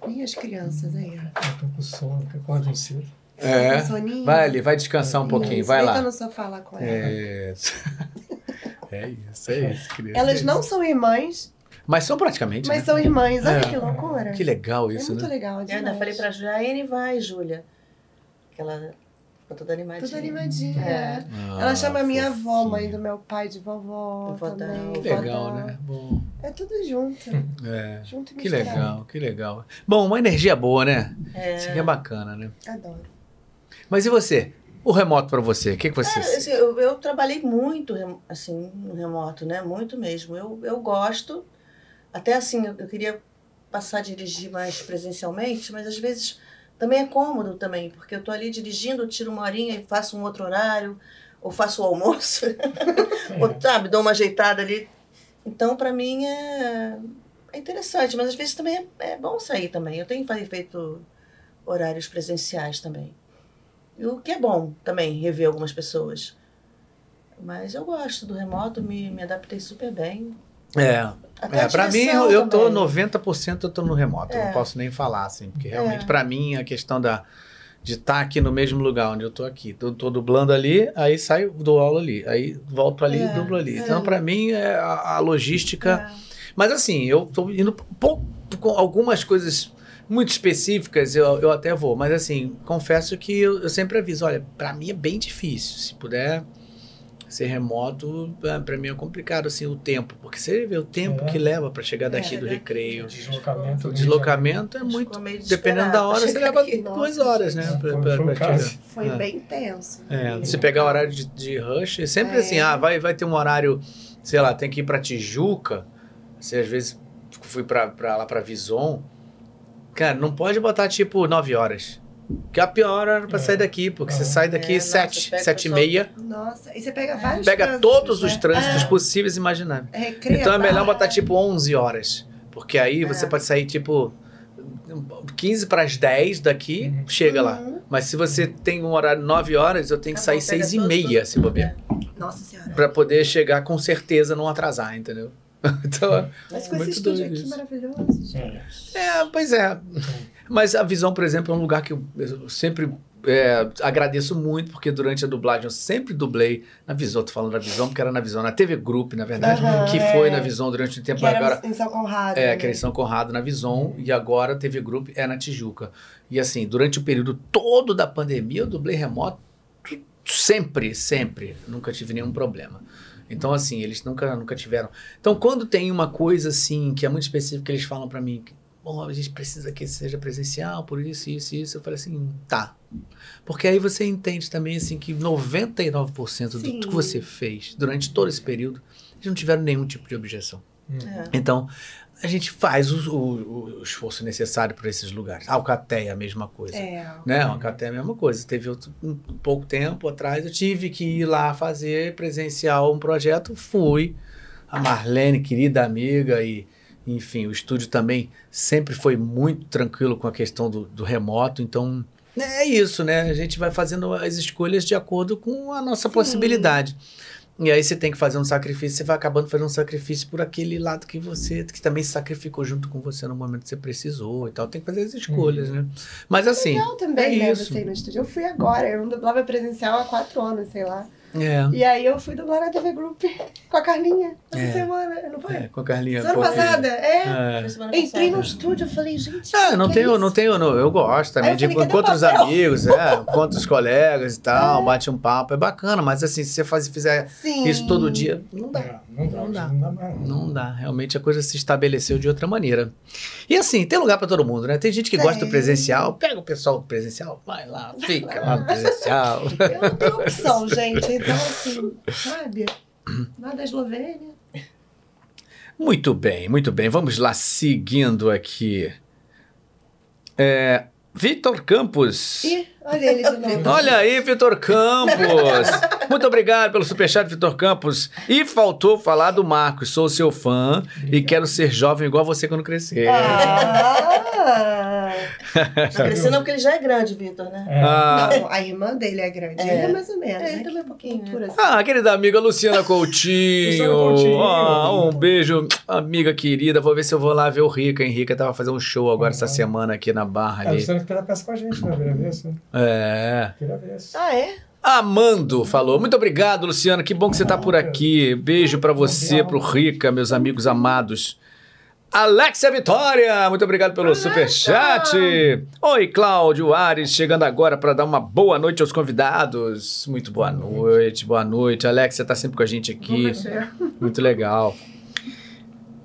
E as crianças aí, ó.
Eu tô com sono, que acordam cedo.
É.
Com soninho.
Vai ali, vai descansar um pouquinho, vai
Senta
lá.
no sofá lá com ela.
É isso. É isso, é isso, criança. é
Elas
isso.
não são irmãs,
Mas são praticamente.
mas
né?
são irmãs. Olha
É.
que loucura.
Que legal
é
isso,
muito
né?
legal,
Eu ainda
demais.
falei pra Jane, vai, Júlia. Que ela ficou toda animadinha.
Tudo animadinha.
É.
é.
Ah,
Ela chama a minha avó,
fofinho.
mãe do meu pai, de vovó.
Vovó
também,
Dal.
Que legal,
vovó Dal.
né? Bom,
É tudo junto.
é.
junto e
Que
misturado.
legal, que legal. Bom, uma energia boa, né?
É.
Isso aqui é bacana, né?
Adoro.
Mas e você? O remoto pra você, o que, que você.
É, assim, eu, eu trabalhei muito rem- assim no remoto, né? Muito mesmo. Eu, eu gosto. Até assim, eu, eu queria passar a dirigir mais presencialmente, mas às vezes também é cômodo também, porque eu tô ali dirigindo, eu tiro uma horinha e faço um outro horário, ou faço o almoço,
É.
É,
ou sabe, dou uma ajeitada ali. Então, para mim é, é interessante, mas às vezes também é, é bom sair também. Eu tenho fa- feito horários presenciais também. E o que é bom também, rever algumas pessoas. Mas eu gosto do remoto, me, me adaptei super bem.
É,
Até
é
a
para mim
diversão
eu, eu tô
também.
90% eu tô no remoto. Eu
É.
não posso nem falar assim, porque realmente
É.
pra mim a questão da de estar aqui no mesmo lugar onde eu tô aqui, tô, tô dublando ali, aí saio dou aula ali, aí volto ali e
É,
dublo ali.
é.
Então pra mim é a, a logística,
É.
mas assim, eu tô indo pou- com algumas coisas muito específicas, eu, eu até vou, mas assim, confesso que eu, eu sempre aviso, olha, pra mim é bem difícil, se puder ser remoto, pra- pra mim é complicado assim o tempo, porque você vê o tempo
É.
que leva pra chegar daqui
É,
do
daqui.
recreio.
Deslocamento.
O
né,
deslocamento é
A gente
muito
ficou meio
Dependendo da
desesperado
hora,
pra
você
chegar
leva
aqui.
duas
Nossa,
horas, né?
já-
Pra,
Foi-
pra-
foi o
pra
caso.
chegar.
Foi
É.
bem intenso.
Uhum.
É, se pegar o horário de, de rush, é sempre
É.
assim, ah, vai, vai ter um horário, sei lá, tem que ir pra Tijuca. Assim, às vezes fui pra, pra lá pra Vison. Cara, não pode botar tipo 9 horas. Que é a pior hora pra
É.
sair daqui, porque
É.
você sai
É,
daqui
nossa,
sete,
pega
sete e
só-
meia,
Nossa, e você pega vários
pega
trânsitos,
todos os
né?
trânsitos
É,
possíveis e imagináveis.
recreio,
Então é melhor
tá?
botar tipo 11 horas, porque aí você
É.
pode sair tipo 15 para as 10 daqui,
Uhum.
chega lá.
Uhum.
Mas se você tem um horário 9 horas, eu tenho que
Tá
sair
bom, pega
6 e
todos,
meia,
todos.
se bobear.
Nossa senhora.
Pra poder chegar com certeza, não atrasar, entendeu? Então,
Mas com
Muito
esse estúdio
doido
aqui
isso.
maravilhoso, gente.
É.
é, pois é. Mas a Visão, por exemplo, é um lugar que eu- eu sempre é, agradeço muito, porque durante a dublagem eu sempre dublei na Visão, tô falando da Visão, porque era na Visão, na TV Group, na verdade,
Aham,
Uhum. que
é.
foi na Visão durante o tempo
Que era
agora.
em São Conrado.
É,
né?
que eles são Conrado na Vison e agora a TV Group é na Tijuca. E assim, durante o período todo da pandemia, eu dublei remoto sempre, sempre. Nunca tive nenhum problema. Então, assim, eles nunca, nunca tiveram. Então, quando tem uma coisa assim, que é muito específica, que eles falam pra mim, que, bom, a gente precisa que seja presencial, por isso, isso, isso. Eu falei assim, tá. Porque aí você entende também, assim, que 99% do
Sim.
que você fez durante todo esse período, eles não tiveram nenhum tipo de objeção.
É.
Então, a gente faz o, o- o esforço necessário para esses lugares. Alcateia, a mesma coisa.
É.
Né? Alcateia é a mesma coisa. Teve outro- um pouco tempo atrás, eu tive que ir lá fazer presencial um projeto, fui. A Marlene, querida amiga, e enfim, o estúdio também sempre foi muito tranquilo com a questão do, do remoto, então é isso, né? A gente vai fazendo as escolhas de acordo com a nossa
Sim.
possibilidade. E aí você tem que fazer um sacrifício, você vai acabando fazendo um sacrifício por aquele lado que você que também se sacrificou junto com você no momento que você precisou e tal. Tem que fazer as escolhas, né? Mas assim,
Uhum. Legal também,
É
né?
isso.
Você ir no estúdio. Eu fui agora, eu não dublava presencial há quatro anos, sei lá.
É.
E aí eu fui dublar na TV Group com a Carlinha essa
É.
semana, não foi?
É, com a Carlinha.
semana
pô,
passada, é.
É.
semana
Entrei
passada.
no estúdio, eu falei, gente.
Ah, não
que
tenho,
isso?
não tenho, não. Eu gosto também.
Aí eu
de,
falei, cadê
encontro
o
os
papel?
amigos, é, encontro os colegas e tal, bate um papo, é bacana, mas assim, se você faz, fizer
Sim.
isso todo dia, não dá.
É, Não dá,
Não
não
dá.
dá. mais.
Não dá, realmente a coisa se estabeleceu de outra maneira. E assim, tem lugar pra todo mundo, né? Tem gente que gosta do
Tem.
presencial, pega o pessoal do presencial, vai lá, fica lá no presencial.
Eu não tenho opção, gente. Então, assim, sabe? Lá da Eslovênia.
Muito bem, muito bem. Vamos lá, seguindo aqui. É, Vitor Campos.
Ih, olha ele de novo. Ah.
Olha aí, Vitor Campos. Muito obrigado pelo superchat, Vitor Campos. E faltou falar do Marcos. Sou seu fã e quero ser jovem igual você quando crescer.
Ah!
Tá crescendo porque ele já é grande, Vitor, né?
Ah,
Não, a irmã dele é grande.
É.
Ele é mais ou menos.
É, ele
né?
também é
Que
pouquinho,
altura, assim.
ah, querida amiga Luciana Coutinho.
Luciana Coutinho.
Ah, um beijo, amiga querida. Vou ver se eu vou lá ver o Rica. hein? Rica tava fazendo um show agora essa
Ah.
semana aqui na Barra.
É,
Ali.
você não espera peça com a gente, né? Vira avesso.
É.
Vira avesso.
Ah, é?
Amando falou. Muito obrigado, Luciana. Que bom que você tá por aqui. Beijo pra você, pro Rica, meus amigos amados. Alexia Vitória, muito obrigado pelo superchat. Oi, Cláudio Ares, chegando agora pra dar uma boa noite aos convidados. Muito boa noite, boa noite. Alexia tá sempre com a gente aqui. Muito legal.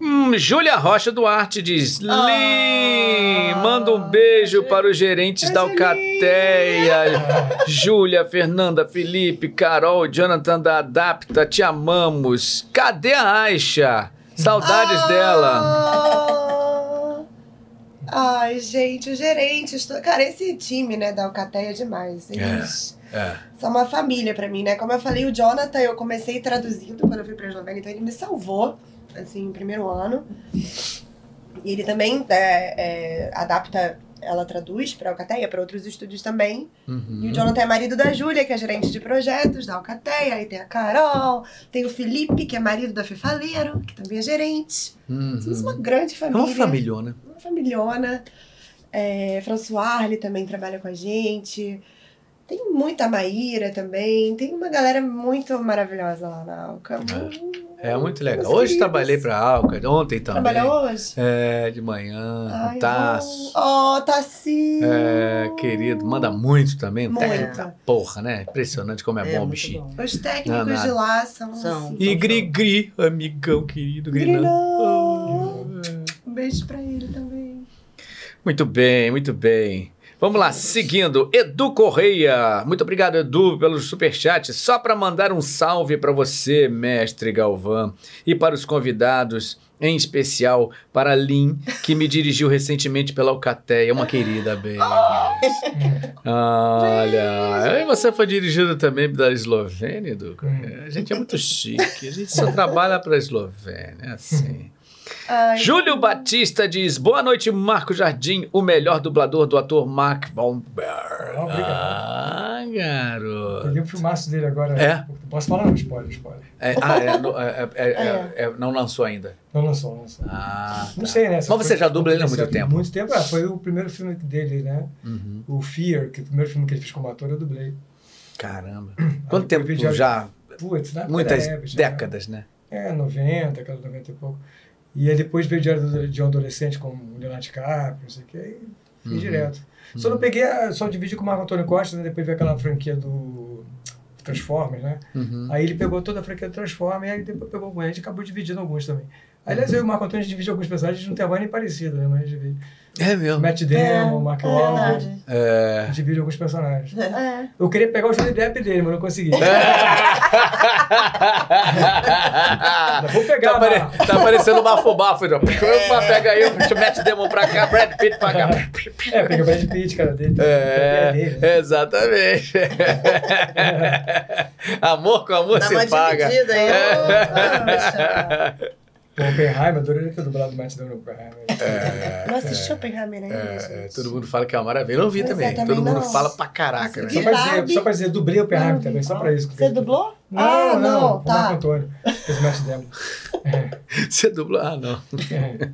Hum, Júlia Rocha Duarte diz:
Ah,
Li, manda um beijo para os gerentes da Alcateia. Júlia, Fernanda, Felipe, Carol, Jonathan da Adapta, te amamos. Cadê a Aisha? Saudades
Ah!
dela.
dela. Ai, gente, o gerente. Estou... Cara, esse time, né, da Alcateia é demais. Eles
É.
são uma família pra mim, né? Como eu falei, o Jonathan, eu comecei traduzindo quando eu fui pra Eslovênia, então ele me salvou, assim, no primeiro ano. E ele também né, é, é, adapta, ela traduz pra Alcateia, pra outros estúdios também. E o
Uhum.
Jonathan é marido da Júlia, que é gerente de projetos da Alcateia. Aí tem a Carol, tem o Felipe, que é marido da Fefaleiro, que também é gerente. Somos uma
Uhum.
grande
É
família.
uma familhona.
Uma familhona. É, François Arle também trabalha com a gente. Tem muita Maíra também. Tem uma galera muito maravilhosa lá na Alca.
É muito legal.
Meus
Hoje
queridos.
trabalhei pra Alca, ontem também.
Trabalhou hoje?
É, de manhã,
Ai,
Tasso.
Ó, oh, Tassi!
É, querido, manda muito também. Um
Muito.
técnico da porra, né? Impressionante como é, bom o
muito
bichinho.
bom.
Os
Não,
técnicos
não.
de lá são,
São.
assim.
E Gri-Gri, amigão querido, Grinão.
Grinão! Um beijo pra ele também.
Muito bem, muito bem. Vamos lá, seguindo, Edu Correia. Muito obrigado, Edu, pelo superchat. Só para mandar um salve para você, mestre Galvão, e para os convidados, em especial para a Lin, que me dirigiu recentemente pela Alcateia. Uma querida, bem. Olha, e você foi dirigido também da Eslovênia, Edu? Correia? A gente é muito chique, a gente só trabalha para a Eslovênia, é assim.
Ai,
Júlio Batista diz: Boa noite, Marco Jardim, o melhor dublador do ator Mark Von Berg.
Ah, obrigado.
Ah,
Eu
garoto.
li o filmaço dele agora.
É?
Posso falar? Não, spoiler, spoiler.
É, ah, é, no- é, é, é, é, não lançou ainda.
Não lançou, não lançou.
Ah,
Não
tá.
sei, né?
Mas
Essa
você
foi-
já dubla ele há muito
Esse-
tempo.
Muito tempo, é, foi o primeiro filme dele, né?
Uhum.
O Fear, que é o primeiro filme que ele fez como ator, eu dublei.
Caramba. Quanto
eu
tempo
vi já-
já?
Putz, na
Muitas
época, já-
décadas, né?
É, 90, aquela 90 e pouco. E aí depois veio Diário do- de um Adolescente com o Leonardo DiCaprio, não sei o que, e fiz
Uhum.
direto. Só não peguei, a- só dividi com o Marco Antônio Costa, né? depois veio aquela franquia do Transformers, né?
Uhum.
Aí ele pegou toda a franquia do Transformers, aí depois pegou alguns, a gente acabou dividindo alguns também. Aliás,
Uhum.
eu e o Marco Antônio a gente divide alguns personagens, não tem a voz nem parecida, né? Mas a gente divide.
É mesmo.
Matt Damon, Mark
É
Wahlberg,
verdade.
É.
a gente divide alguns personagens.
É.
Eu queria pegar o Johnny Depp dele, mas não consegui.
É.
Vou
Tá,
pegar,
pare...
Marco.
tá parecendo um bafo-bafo. então. Pega aí, mete o Demon pra cá, Brad Pitt pra cá.
É, pega o Brad Pitt, cara, dele.
É,
Pega dele.
exatamente. amor com amor
Dá
se
uma
paga. É.
dividida aí.
Ah,
Pô, Oppenheimer, adorei ter dublado o Matt Damon Oppenheimer.
É.
É,
Não assisti Oppenheimer ainda,
É, é,
gente.
todo mundo fala que é uma maravilha. Eu não vi
Pois é,
também.
também
Todo mundo
não.
fala pra caraca, né?
Nossa,
Só
que-
pra, dizer,
Barbie.
só pra dizer, dublei Oppenheimer também, só pra isso. que eu
Você
queria.
dublou?
Não,
Ah,
não,
não,
o
tá.
Marco Antônio, fez o Matt Damon.
Você dublou? Ah, não.
É.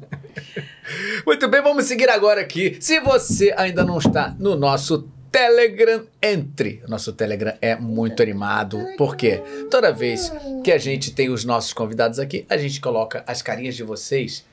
Muito bem, vamos seguir agora aqui. Se você ainda não está no nosso
Telegram entre. Nosso Telegram é muito animado, porque toda vez que a gente tem os nossos convidados aqui, a gente coloca as carinhas de vocês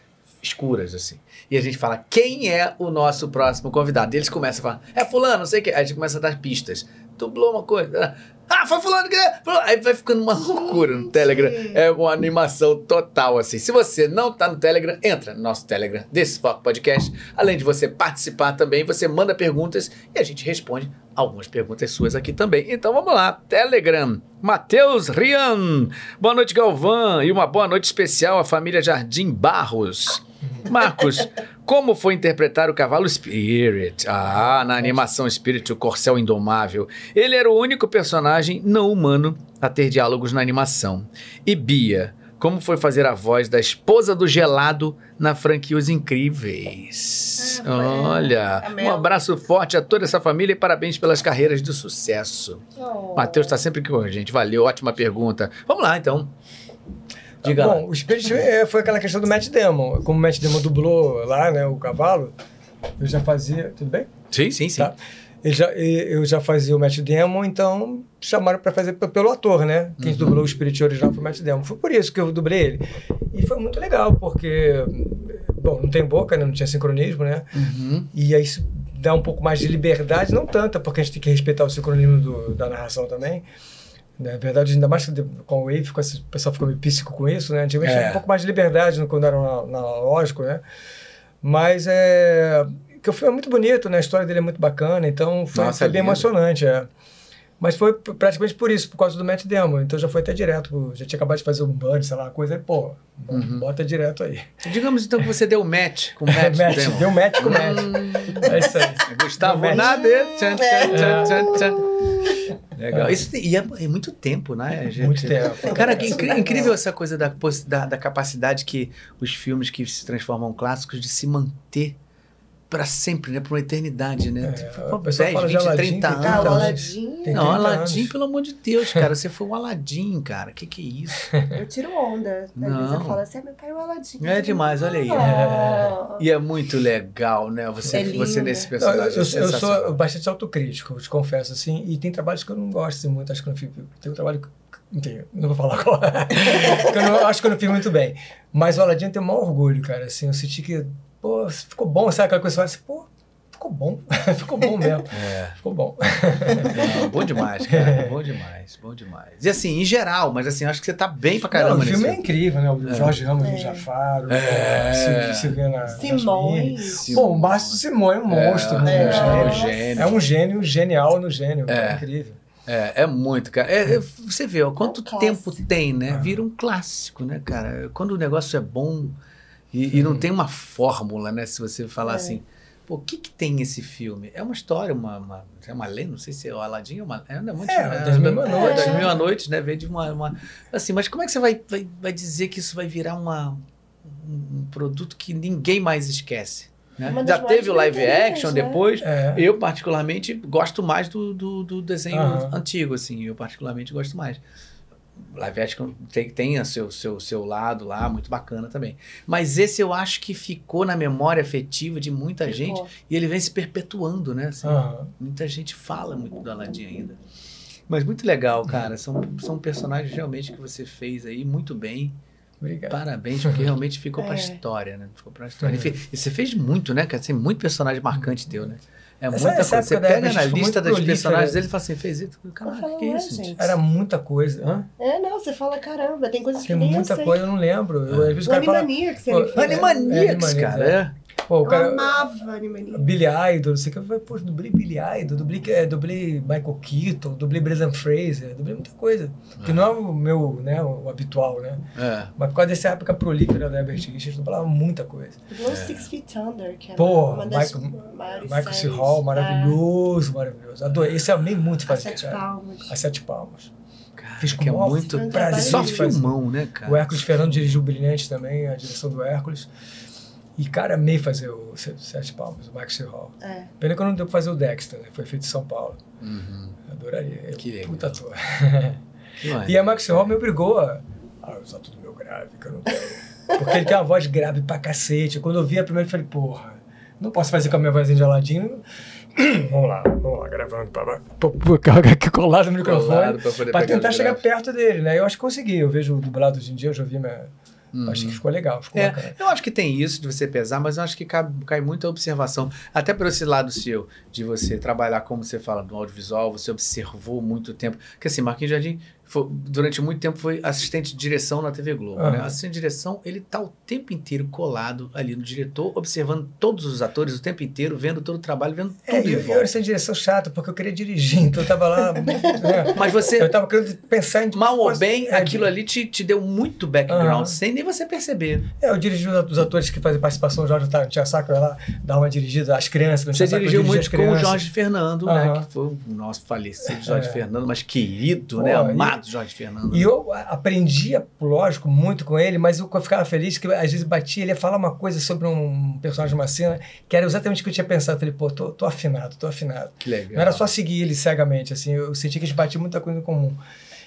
escuras, assim. E a gente fala quem é o nosso próximo convidado. E eles começam a falar, é fulano, não sei o quê. Aí a gente começa a dar pistas. Dublou uma coisa. Ah, foi fulano que... Aí vai ficando uma loucura no Telegram. É uma animação total, assim. Se você não tá no Telegram, entra no nosso Telegram desse Foco Podcast. Além de você participar também, você manda perguntas e a gente responde algumas perguntas suas aqui também. Então vamos lá, Telegram. Matheus Rian. Boa noite, Galvão. E uma boa noite especial à família Jardim Barros. Marcos, como foi interpretar o cavalo Spirit? Ah, na animação Spirit, o corcel indomável. Ele era o único personagem não humano a ter diálogos na animação. E Bia, como foi fazer a voz da esposa do gelado na franquia Os Incríveis?
Ah, foi.
Olha,
A
um
Mel.
abraço forte a toda essa família e parabéns pelas carreiras de sucesso. Matheus está sempre aqui com a gente. Valeu, ótima pergunta. Vamos lá, então. Diga lá.
Tá Bom, o Spirit eh, foi aquela questão do Matt Damon. Como o Matt Damon dublou lá, né, o cavalo, eu já fazia... Tudo bem?
Sim, sim, sim.
Tá. Ele já- e- eu já fazia o Matt Damon, então chamaram pra fazer pe- pelo ator, né? Quem dublou o Spirit original foi o Matt Damon. Foi por isso que eu dublei ele. E foi muito legal, porque... Bom, não tem boca, né? Não tinha sincronismo, né?
Uhum.
E aí isso dá um pouco mais de liberdade, não tanta, porque a gente tem que respeitar o sincronismo do- da narração também. Na verdade, ainda mais que de- com o Wave, ficou esse- o pessoal ficou meio píssico com isso, né? Antigamente
É.
tinha um pouco mais de liberdade no- quando era na- na analógico, né? Mas é. que o filme é muito bonito, né? A história dele é muito bacana, então foi,
Nossa,
foi
é
bem
lindo.
emocionante, é. Mas foi p- praticamente por isso, por causa do Matt Demo. Então já foi até direto. pô, Já tinha acabado de fazer um banho, sei lá, uma coisa, e pô, bota direto aí.
Digamos então que você deu match com o Uhum. Matt
match,
Damon.
deu match com o Matt. É isso aí.
Gustavo
Deu match.
Nader. Tchan, tchan, tchan, tchan, tchan.
Tá.
Legal. Isso, e é, é muito tempo, né, gente?
Muito tempo.
Cara, que incri-
é
incrível essa coisa da, pos- da- da capacidade que os filmes que se transformam clássicos de se manter pra sempre, né? Pra uma eternidade, né? Tipo,
É, o pessoal
10,
fala de
20,
Aladdin,
30
tem
anos.
trinta
Tá,
Ah, o
Então,
Aladdin.
tem
Não,
30
Aladim,
anos.
pelo amor de Deus, cara. Você foi o Aladim, cara. Que que é isso?
Eu tiro onda. Às vezes
Não.
eu falo assim, "Ah, meu pai é o Aladim.
É demais, olha aí.
Ah.
E é muito legal, né? Você,
É lindo.
você nesse
Não, eu,
personagem.
eu- eu
é
sou
sensacional.
bastante autocrítico, eu te confesso, assim, e tem trabalhos que eu não gosto assim, muito, acho que eu não fiz. Tem um trabalho que. Enfim, não vou falar qual. que eu não- acho que eu não fiz muito bem. Mas o Aladdin tem o maior orgulho, cara, assim, eu senti que, pô, ficou bom, sabe aquela coisa que você fala assim, pô, ficou bom, ficou bom mesmo,
É,
ficou bom.
não, bom demais, cara. Bom demais, bom demais. E assim, em geral, mas assim, acho que você tá bem pra caramba
Não, o
nesse
filme é incrível, né? O Jorge Ramos,
É.
o Jafaro,
É.
o Silvio que se vê na. nas meninas.
Simões.
Pô, o Márcio Simões é um monstro, né?
É,
Um
é um
gênio.
gênio.
É um gênio genial no gênio, é incrível.
É, é muito, cara. É, é, você vê, ó, quanto
É um clássico.
tempo tem,
É.
né? Vira um clássico, né, cara? Quando o negócio é bom e, e não tem uma fórmula, né? Se você falar
É.
assim, pô, o que, que tem esse filme? É uma história, uma, uma, é uma lenda, não sei se é o Aladim, é uma é, não, é muito,
É, Das Mil e Uma Noites.
Das Mil e Uma Noites, né? Vem de uma, uma- Assim, mas como é que você vai, vai, vai dizer que isso vai virar uma, um um produto que ninguém mais esquece? né?
Uma das
Já teve o
maiores
live
bilheterias,
action
né?
depois.
É.
Eu, particularmente, gosto mais do, do, do desenho
Aham.
antigo, assim. Eu, particularmente, gosto mais. Live action tem, tem a seu, seu, seu lado lá, muito bacana também. Mas esse eu acho que ficou na memória afetiva de muita gente
Pô,
e ele vem se perpetuando, né? assim.
Aham.
Muita gente fala muito do Aladdin ainda. Mas muito legal, cara. São, são personagens realmente que você fez aí muito bem.
Obrigado.
Parabéns, porque realmente ficou pra
É.
história, né? Ficou pra
É.
história. E fe- E você fez muito, né, cara? Tem muito personagem marcante teu, né? É
Essa-
muita
essa
coisa. Você
época da
pega
Disney
na
foi muito né?
lista dos
prolífera.
personagens dele e fala assim, fez isso. Caraca,
falo,
que é
ué,
isso, gente?
gente.
Era muita coisa. Hã?
É, não, você fala, caramba, tem coisas que
Tem
nem eu
muita
sei.
coisa, eu não lembro.
É.
Eu, às vezes o
O
cara fala.
Animania que você
Pô,
me fez.
Animaniacs,
É, Animaniacs,
cara. É.
Pô, o
Eu
cara.
amava Animania.
Billy Idol, não sei o que. Eu falei, pô, dublei Billy Idol, dublei, é, dublei Michael Keaton, dublei Brendan Fraser, dublei muita coisa. Que não é o meu, né, o habitual, né?
É.
Mas por causa dessa época prolífera da Herbert Richards, eu dublava muita coisa.
Blue Six Feet Under, que era
Pô,
uma das
Michael-
maiores
Michael C.
séries.
Hall, maravilhoso, maravilhoso. Adorei. Esse eu amei muito
Ah, A
fazer,
Sete
cara.
Palmas.
A Sete Palmas.
Cara,
Fiz com
que é
o maior
muito...
prazer
Só
de
fazer.
filmão, né, cara?
O Hércules Fernando dirigiu Brilhante também, a direção do Hércules. E, cara, amei fazer o Se- Sete Palmas, o Michael C. Hall.
É.
Pena que eu não deu pra fazer o Dexter, né? Foi feito em São Paulo.
Uhum.
Adoraria. Eu,
Que legal.
Puta ator.
Que maneiro.
E a Max Hall me obrigou a... Ah, eu só tudo meu grave, que eu não tenho. Porque ele tem uma voz grave pra cacete. Quando eu vi a primeira, eu falei, porra, não posso fazer com a minha vozinha de Aladino. vamos lá, vamos lá, gravando. Pá, pá. Pô, pô, Carga aqui colado no microfone.
Colado pra poder
Pra
pegar
tentar
os
chegar
graves.
perto dele, né? Eu acho que consegui. Eu vejo o dublado hoje em dia, eu já vi minha.
Uhum.
Achei que ficou legal, ficou
É,
bacana.
eu acho que tem isso de você pesar, mas eu acho que cai, cai muita observação. Até por esse lado seu, de você trabalhar, como você fala, no audiovisual, você observou muito tempo. Porque assim, Marquinhos Jardim, foi- durante muito tempo, foi assistente de direção na TV Globo. né?
Aham.
Assistente de direção, ele tá o tempo inteiro colado ali no diretor, observando todos os atores o tempo inteiro, vendo todo o trabalho, vendo tudo
É,
em
eu, eu
volta.
era essa direção chata, porque eu queria dirigir, então eu tava lá. né?
Mas
Eu
você,
tava querendo pensar em.
mal ou
coisas-
bem,
é,
aquilo ali te, te deu muito background,
Aham.
sem nem você perceber.
É, eu dirigi um dos atores que fazem participação, o Jorge Tia Saco, eu ia lá dar uma dirigida às crianças. no
Você
Tia Saco, eu
dirigiu
dirigi
muito
às
com o
crianças.
Jorge Fernando, né?
Aham.
Que foi o nosso falecido Jorge
É.
Fernando, mas querido, né?
Pô, e-
Amado Jorge Fernando.
E eu a- aprendia, lógico, muito com ele, mas eu ficava feliz é que às vezes batia, ele ia falar uma coisa sobre um personagem, uma cena, que era exatamente o que eu tinha pensado. Eu Falei, pô, tô, tô afinado, tô afinado.
que legal.
Não era só seguir ele cegamente, assim, eu senti que a gente batia muita coisa em comum.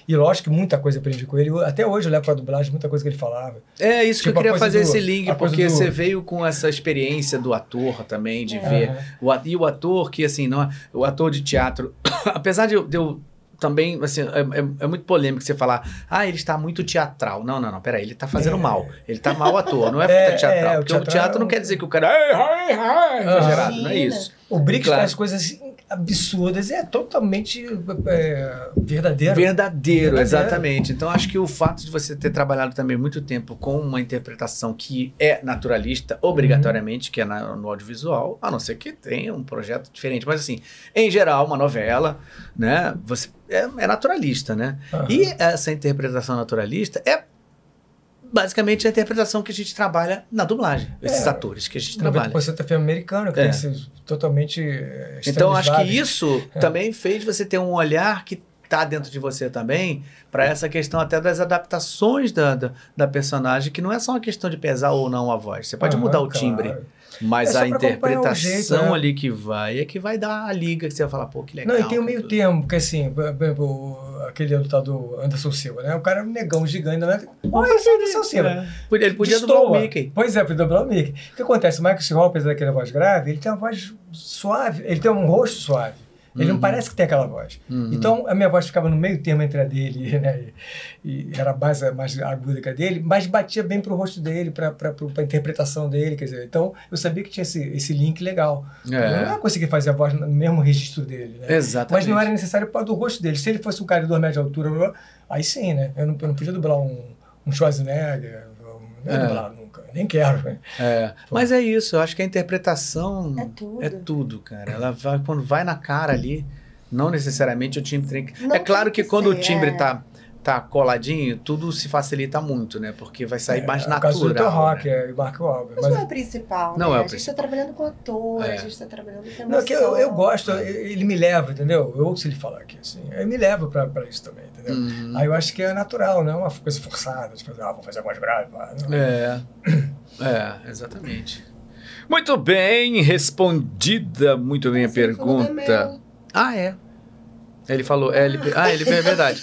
E lógico que muita coisa eu aprendi com ele. Eu- Até hoje eu levo pra dublagem muita coisa que ele falava.
É isso
Tipo,
que eu
a
queria
coisa
fazer
do-
esse link,
a coisa
porque
do- É.
você veio com essa experiência do ator também, de ver.
Aham.
O a- e o ator que, assim, não, é- o ator de teatro, apesar de eu, de eu também, assim, é, é- é muito polêmico você falar, ah, ele está muito teatral. Não, não, não, peraí, ele está fazendo
É.
mal. Ele está mal ator, não é,
É,
teatral.
é, o
porque o
teatral
teatro
é
não
um-
quer dizer que o cara "Ei, ai, ai",
Aham.
exagerado, não é
Imagina.
isso.
O Briggs
Claro.
faz coisas assim, absurdas e é totalmente é,
Verdadeiro,
verdadeiro. Verdadeiro.
exatamente. Então acho que o fato de você ter trabalhado também muito tempo com uma interpretação que é naturalista, obrigatoriamente, que é na- no audiovisual, a não ser que tenha um projeto diferente. Mas assim, em geral, uma novela, né? Você é, é naturalista, né?
Aham.
E essa interpretação naturalista é basicamente a interpretação que a gente trabalha na dublagem, esses atores que a gente trabalha.
90% é filme americano, que
É.
tem esses totalmente. é,
Então acho que
Stanislavski.
isso
É.
também fez você ter um olhar que tá dentro de você também para essa questão até das adaptações da, da, da personagem, que não é só uma questão de pesar ou não a voz. Você pode
Aham,
mudar o
claro.
timbre, mas
É só
a
pra acompanhar o
interpretação
jeito, né?
ali que vai é que vai dar a liga que você vai falar, pô, que legal.
Não, e tem o
que
meio
É tudo.
termo, porque assim, por exemplo, o- aquele lutador Anderson Silva, né? O cara é um negão gigante, né? Olha esse Anderson Silva.
É. Ele podia
assim, Destoa.
dublar o Mickey.
Pois é, podia dobrar o Mickey. O que acontece? O Michael C. Hall, apesar daquela voz grave, ele tem uma voz suave, ele tem um rosto suave. Ele não parece que tem aquela voz. Então, a minha voz ficava no meio termo entre a dele, né? E, e era a base mais aguda que a dele, mas batia bem pro rosto dele, pra, pra, pro- pra interpretação dele, quer dizer. Então, eu sabia que tinha esse, esse link legal.
É,
Eu não ia conseguir fazer a voz no mesmo registro dele, né?
Exatamente.
Mas não era necessário por causa do rosto dele. Se ele fosse um cara de 2 metros de altura, blá, blá, aí sim, né? Eu não, eu não podia dublar um, um Schwarzenegger, um, eu não ia
É.
dublar nunca, nem quero. né?
É, mas é isso, eu acho que a interpretação
Hum,
É tudo.
é tudo, cara. Ela vai, quando vai na cara ali, não necessariamente o timbre tem que.
Não
é claro
tem
que,
que
quando o
ser,
timbre
é.
tá, tá coladinho, tudo se facilita muito, né? Porque vai sair mais
É o caso do Tom
natural.
Rock
né?
é, e Marco Alba.
Mas,
Mas,
não é o principal,
Não
né?
é o
A gente tá
principal.
trabalhando com ator,
É.
a gente tá trabalhando com
não, é que eu, eu
emoção.
gosto,
né?
ele me leva, entendeu? Eu ouço ele falar aqui, assim. Ele me leva pra, pra isso também, entendeu?
Uhum.
Aí eu acho que é natural, não é uma coisa forçada, de fazer, ah, vou fazer a voz grave. pá, não.
É. É, exatamente. Muito bem, respondida muito bem a
Você falou um- da
pergunta.
Mel.
Ah, é. Ele falou, é, ele, ah, ele, é verdade.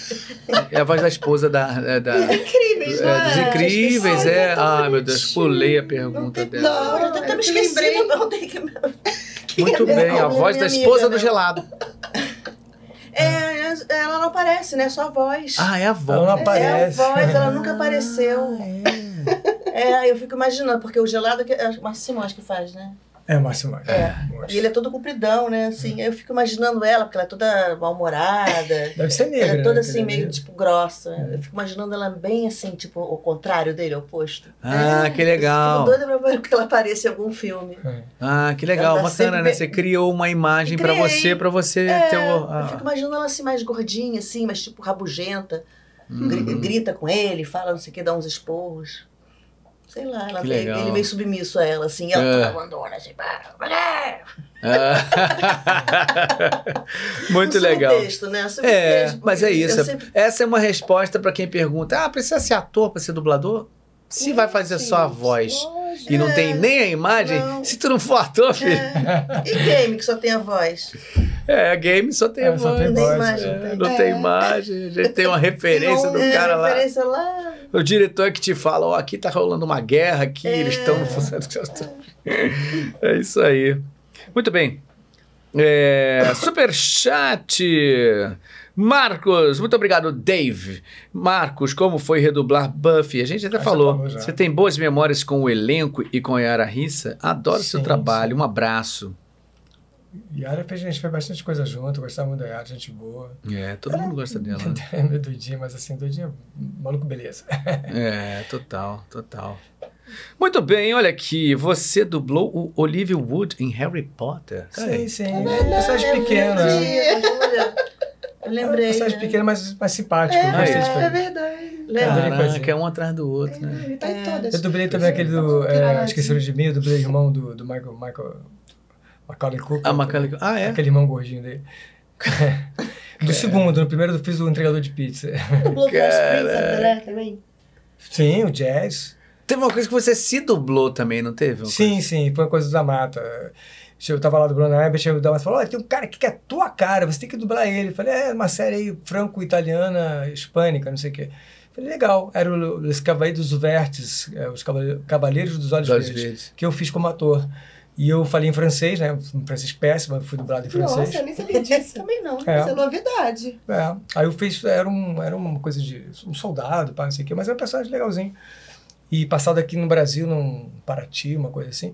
É a voz da esposa da- é, da,
Incríveis, não
É, dos incríveis,
Ai,
é.
tá tão
Ai, meu Deus,
bonitinho.
pulei a pergunta
tem-
dela.
É,
Agora eu tô até me
Eu lembrei.
esquecendo, eu perguntei que
Ah.
Muito
que
bem,
legal,
a
minha
voz da
amiga,
esposa do
né?
gelado.
É, ela não aparece, né? Só a voz.
Ah, é a
Ela não
voz.
aparece. Ah.
É a voz, ela nunca apareceu.
É.
É, eu fico imaginando, porque o gelado é que- é o Márcio Simões que faz, né?
É, Márcio Marcos.
É.
Márcio.
E ele é todo compridão, né? Assim, eu fico imaginando ela, porque ela é toda mal-humorada.
Deve ser negro.
Ela é
né,
toda assim,
entendeu?
meio, tipo, grossa. Eu fico imaginando ela bem assim, tipo, o contrário dele, o oposto.
Ah, que
Fico
legal.
doida pra que ela apareça em algum filme.
É.
Ah, que legal.
Ela tá
Bacana,
sempre
né?
bem-
Você criou uma imagem pra
Criei.
você, pra você
É,
ter o.
Eu
ah,
fico imaginando ela assim, mais gordinha, assim, mas tipo rabugenta. Gri-
uhum.
Grita com ele, fala não sei o que, dá uns esporros. Sei lá, ela
Que
tem-
legal.
ele meio submisso a ela, assim, ela
É.
toda mandona, assim, pá, pá.
Ah. Muito
Um
legal.
Subtexto, né? Subtexto,
É,
porque
mas é isso.
Eu sempre
Essa é uma resposta pra quem pergunta: ah, precisa ser ator pra ser dublador? Se vai fazer só a
Gente,
voz e não tem nem a imagem,
não.
se tu não for ator, filho.
É. E game que só tem a voz?
É, game só tem
É,
voz.
só tem
Nem
voz,
imagem
é.
tem.
Não
É.
tem imagem, a gente tem uma referência do
É,
cara lá.
referência lá.
O diretor é que te fala, ó, aqui tá rolando uma guerra aqui, eles estão no É isso aí. Muito bem.
É, superchat. Marcos, muito obrigado, Dave. Marcos, como foi redublar Buffy? A gente até
Ah, já
falou.
falou já.
Você tem boas memórias com o elenco e com a Yara Rissa? Adoro seu
Sim,
trabalho. Um abraço.
Yara fez, a gente fez bastante coisa junto, eu gostava muito da Yara, gente boa.
É, todo mundo gosta dela. né?
É meio doidinha, mas assim, doidinha, maluco, beleza.
É, total, total. Muito bem, olha aqui. Você dublou o Olivia Wood em Harry Potter. Cara,
Sim, sim. É Personagem pequena.
Eu é lembrei.
Personagem
né?
pequena, mas, mas simpático.
É,
gostei de
é.
É
fazer.
verdade.
Lembrei.
Caraca, é um atrás do outro, né?
Ele
É.
tá em todas.
Eu dublei também aquele do. É, Esqueceram de mim, eu dublei o irmão do, do Michael. Michael Macaulay Cooper.
Ah, Macaulay- Ah, é?
Aquele irmão gordinho dele. Do segundo, no primeiro eu fiz o entregador de pizza.
Dublou Fresh Prince, né? Também.
Sim, o jazz.
Teve uma coisa que você se dublou também, não teve? Uma
Sim, sim, foi uma coisa da mata. Eu tava lá dublando a Herbert, o Damas falou: Olha, tem um cara aqui que é a tua cara, você tem que dublar ele. Eu falei: É, uma série aí franco-italiana, hispânica, não sei o quê. Eu falei: Legal, era o- os Cavaleiros dos Vertes, é, os Cavale- Cavaleiros dos Olhos
Dos Olhos
Verdes,
Verdes.
que eu fiz como ator. E eu falei em francês, né? Um francês péssimo, eu fui dublado em francês.
Nossa, eu nem sabia disso também não.
É.
Isso é novidade.
É, aí eu fiz, era, um, era uma coisa de um soldado, pá, não sei o quê, mas era um personagem legalzinho. E passado aqui no Brasil, num Paraty, uma coisa assim.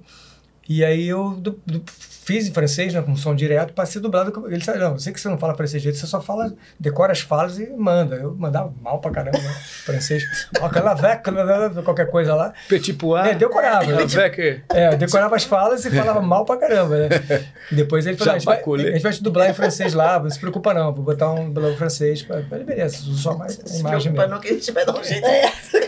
E aí eu du- du- fiz em francês, né, com som direto, para ser dublado. com- Ele sabe, não, eu sei que você não fala francês direito, você só fala, decora as falas e manda. Eu mandava mal pra caramba, né, francês. Ó, aquela veca, né, qualquer coisa lá.
coisa? Petit pois.
É, decorava. né?
Ah, Becker.
É, eu decorava as falas e falava mal pra caramba, né? Depois ele falou:
Já
"Ah, a gente, vai,
maculei."
a gente vai te dublar em francês lá, não se preocupa não, vou botar um dublador francês. pra- Eu Falei, beleza, só mais a
Se
Ah, imagem mesmo.
preocupa
É.
não que a gente vai dar um jeito.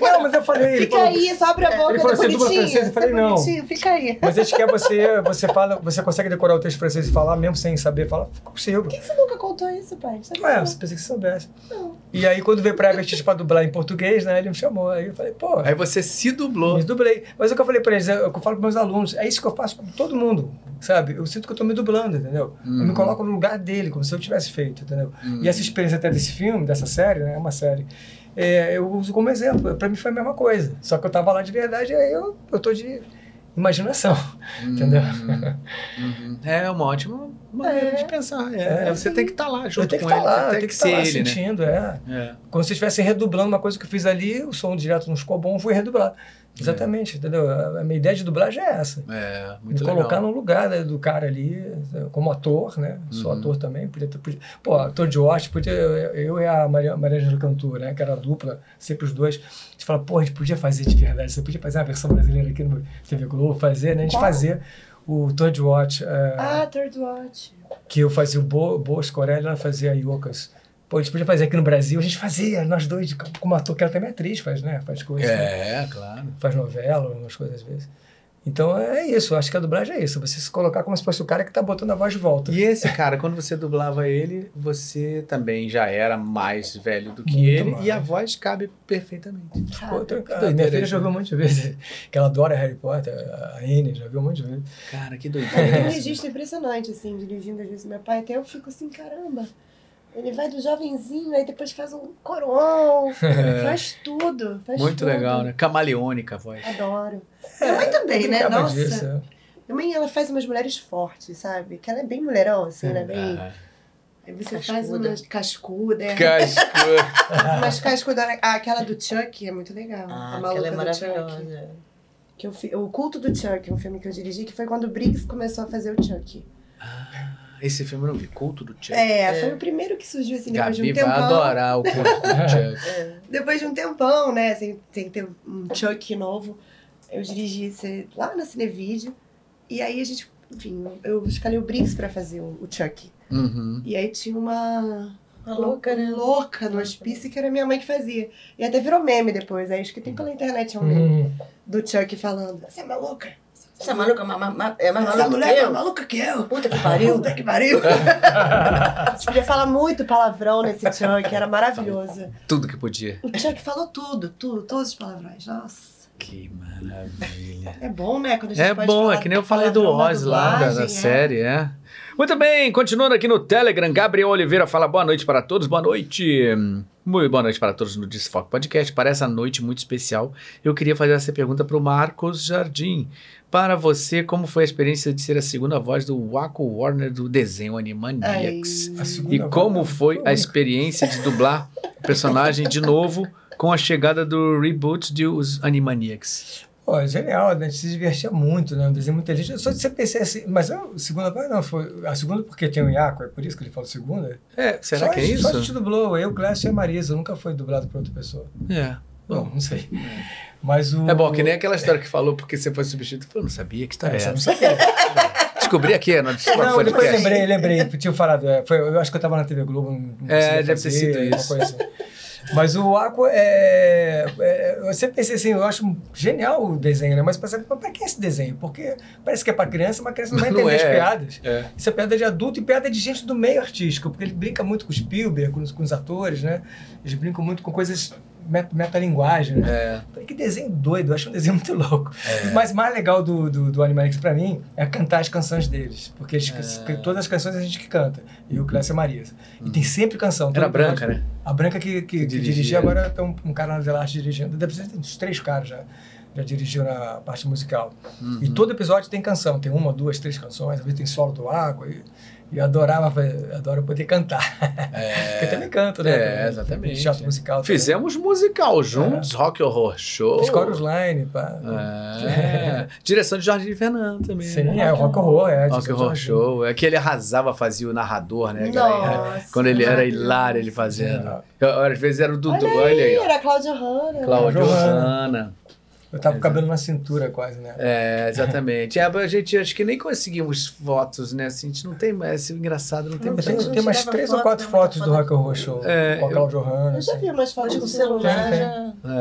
Não, mas eu falei. ele
Fica
falou, É,
aí, só abre a boca,
Ele falou,
tá
você dubla
bonitinho.
francês? Eu falei,
tá
não.
bonitinho, Fica aí.
Mas eles querem você, você fala, você consegue decorar o texto francês e falar mesmo sem saber falar? Consigo.
Por que você nunca contou isso, pai? Você
Ué,
não-
você pensei que soubesse. E aí, quando veio pra Everest pra dublar em português, né? Ele me chamou. Aí eu falei, pô.
Aí você se dublou.
Me dublei. Mas é o que eu falei pra eles, é o que eu falo pros meus alunos, é isso que eu faço com todo mundo, sabe? Eu sinto que eu tô me dublando, entendeu? Eu
Uhum.
me coloco no lugar dele, como se eu tivesse feito, entendeu? E assim- essa experiência até desse filme, dessa série, né? É uma série. é, eu uso como exemplo. Pra mim foi a mesma coisa. Só que eu tava lá de verdade, aí eu, eu tô de imaginação,
Uhum.
entendeu?
É uma ótima maneira de pensar. É,
É.
você tem que
tá
estar lá
Eu
junto
tenho que
com
estar
ele.
lá,
você
eu
tem
tenho que estar lá
ser ele, né?
sentindo, é.
É.
Como se estivesse redublando uma coisa que eu fiz ali, o som direto não ficou bom, eu fui redublar. Exatamente, entendeu? A a minha ideia de dublagem é essa.
É,
Me
muito legal.
colocar no lugar né, do cara ali, né, como ator, né? Sou
Uhum.
ator também, podia ter. Podia, pô, ator de Watch, podia. Eu, eu e a Maria, Maria Angela Cantu, né? Que era a dupla, sempre os dois. A gente fala, pô, a gente podia fazer de verdade, você podia fazer uma versão brasileira aqui no TV Globo, fazer, né? A gente
Qual?
fazer o Todd Watch, é,
Ah, Third Watch.
que eu fazia o Bo, Boas Corelli, ela fazia a Iocas. Pô, a gente podia fazer aqui no Brasil, a gente fazia, nós dois, como ator, que ela também é atriz, faz, né? Faz coisas. né?
É, claro.
faz novela, umas coisas às vezes. Então é isso, eu acho que a dublagem é isso, você se colocar como se fosse o cara que tá botando a voz de volta.
E esse cara, quando você dublava ele, você também já era mais velho do que
Muito
ele
mais.
e a voz cabe perfeitamente.
Pô,
Ah,
tô- cara,
doideira
minha filha
isso,
já viu um monte de vezes, que ela adora Harry Potter, a Anne já viu um monte de vezes.
Cara, que
Tem um
doideira. essa.
registro impressionante, assim, dirigindo às vezes meu pai. Até eu fico assim, caramba. Ele vai do jovenzinho, aí depois faz um coroão, faz tudo. Faz
Muito
tudo.
legal, né? Camaleônica a voz.
Adoro. Minha mãe também, né?
Acaba
Nossa.
disso, é.
Minha mãe, ela faz umas mulheres fortes, sabe? Que ela é bem mulherão, assim, né? Bem...
Ah.
Aí você faz
Cascuda.
umas cascuda, é.
Cascura.
Mas cascuda, ah, aquela do Chuck é muito legal.
Ah,
a
aquela
maluca
é
do Chuck.
maravilhosa.
Que eu fi- O Culto do Chuck, um filme que eu dirigi, que foi quando o Briggs começou a fazer o Chuck.
Esse filme eu não vi, Culto do Chuck.
É, foi o primeiro que surgiu assim depois
Gabi
de um
vai
tempão.
adorar o Culto do Chuck.
Depois de um tempão, né? Sem, sem ter um Chuck novo, eu dirigi esse lá na Cinevídeo. E aí a gente, enfim, eu escalei o Briggs pra fazer o, o Chuck.
Hum.
Uhum.
E aí tinha uma
Uma louca, né?
louca no hospício que era minha mãe que fazia. E até virou meme depois. Aí acho que tem pela internet é um meme
Hum,
do Chuck falando: Você é maluca?
Essa maluca é ma- ma- ma- é mais
Essa
maluca um
mulher
que
é mais
eu.
maluca que eu.
Puta que pariu.
Puta que pariu. Você podia falar muito palavrão nesse Chuck, era maravilhoso.
Tudo que podia.
O Chuck falou tudo, tudo, todos os palavrões. Nossa.
Que maravilha.
É bom, né? Quando a gente
É
pode
bom,
falar
é que nem eu falei do
palavrão na
Oz lá, da, da
dublagem, é.
série, é.
Muito bem, continuando aqui no Telegram, Gabriel Oliveira fala boa noite para todos, boa noite. Muito boa noite para todos no Desfoque Podcast. Para essa noite muito especial, eu queria fazer essa pergunta para o Marcos Jardim. Para você, como foi a experiência de ser a segunda voz do Waco Warner do desenho Animaniacs?
A segunda
E
voz.
como foi a
única.
experiência de dublar o personagem de novo com a chegada do reboot de Os Animaniacs?
Pô, é genial, né? A gente se divertia muito, né? Um desenho muito inteligente. Só de você pensar assim, mas a segunda voz não foi. A segunda porque tem o Iaco, é por isso que ele fala segunda.
É, será
Só
que é
a gente- Só a gente
isso?
dublou, eu, Clécio e a Marisa, nunca foi dublado por outra pessoa.
É.
Bom, não sei. Mas o.
É bom, que nem aquela história que falou porque você foi substituído. Eu não sabia que
É,
história é
só não
essa.
sabia.
Descobri aqui, não descobri
É, Não, depois
podcast.
lembrei, lembrei. Tinha falado. é, foi- eu acho que eu tava na TV Globo. Não, não
É,
conseguia
deve ter
fazer,
sido
uma
isso.
coisa assim. Mas o Aqua é, é- Eu sempre pensei assim, eu acho genial o desenho, né? Mas pensava, mas pra que esse desenho? Porque parece que é pra criança, mas a criança não vai
Não
entender as
é.
piadas.
É.
Isso é piada de adulto e piada de gente do meio artístico, porque ele brinca muito com o Spielberg, com os, com os atores, né? Eles brincam muito com coisas met- metalinguagem, né?
É.
Falei, Que desenho doido, eu acho um desenho muito louco. Mas o mais legal do, do, do Animaniacs pra mim é cantar as canções deles. Porque
É.
eles- todas as canções a gente que canta. Eu, Clécio e Marisa. E tem sempre canção.
Uhum. Era
Todo
branca,
episódio-
né?
A Branca que, que, que
dirigia.
dirigia, agora tem um, um cara na arte dirigindo. Deve ser uns três caras já. Já dirigiu na parte musical.
Uhum.
E todo episódio tem canção. Tem uma, duas, três canções. Às vezes tem solo do água. E, e eu adorava, fa- adoro poder cantar. Porque eu também canto, né?
É,
Também,
exatamente.
Teatro musical. também.
Fizemos musical juntos, rock horror show.
Fiz chorus line, pá.
É. Direção de Jorge Fernando também.
Sim, é o rock and roll, é.
Rock Horror Show. É que ele arrasava, fazia o narrador, né? galera?
Nossa.
Quando ele era hilário, ele fazendo.
é.
Eu- eu, às vezes era o Dudu, olha aí, ó.
Era a Cláudia Hanna.
Cláudio
Johanna.
Hanna.
Eu tava com o cabelo na cintura quase, né?
É, exatamente. É, a gente acho que nem conseguimos fotos, né? Assim, a gente não tem mais. assim, engraçado, não tem
Eu
mais.
tenho,
não
tenho umas
tirava
três
foto,
ou quatro
não, mas
fotos do
foto-
Rock and Roll Show.
É,
com a Cláudio Hanna.
Eu já
assim.
vi umas fotos
Hoje
no
com
celular.
celular né?
tem.
já.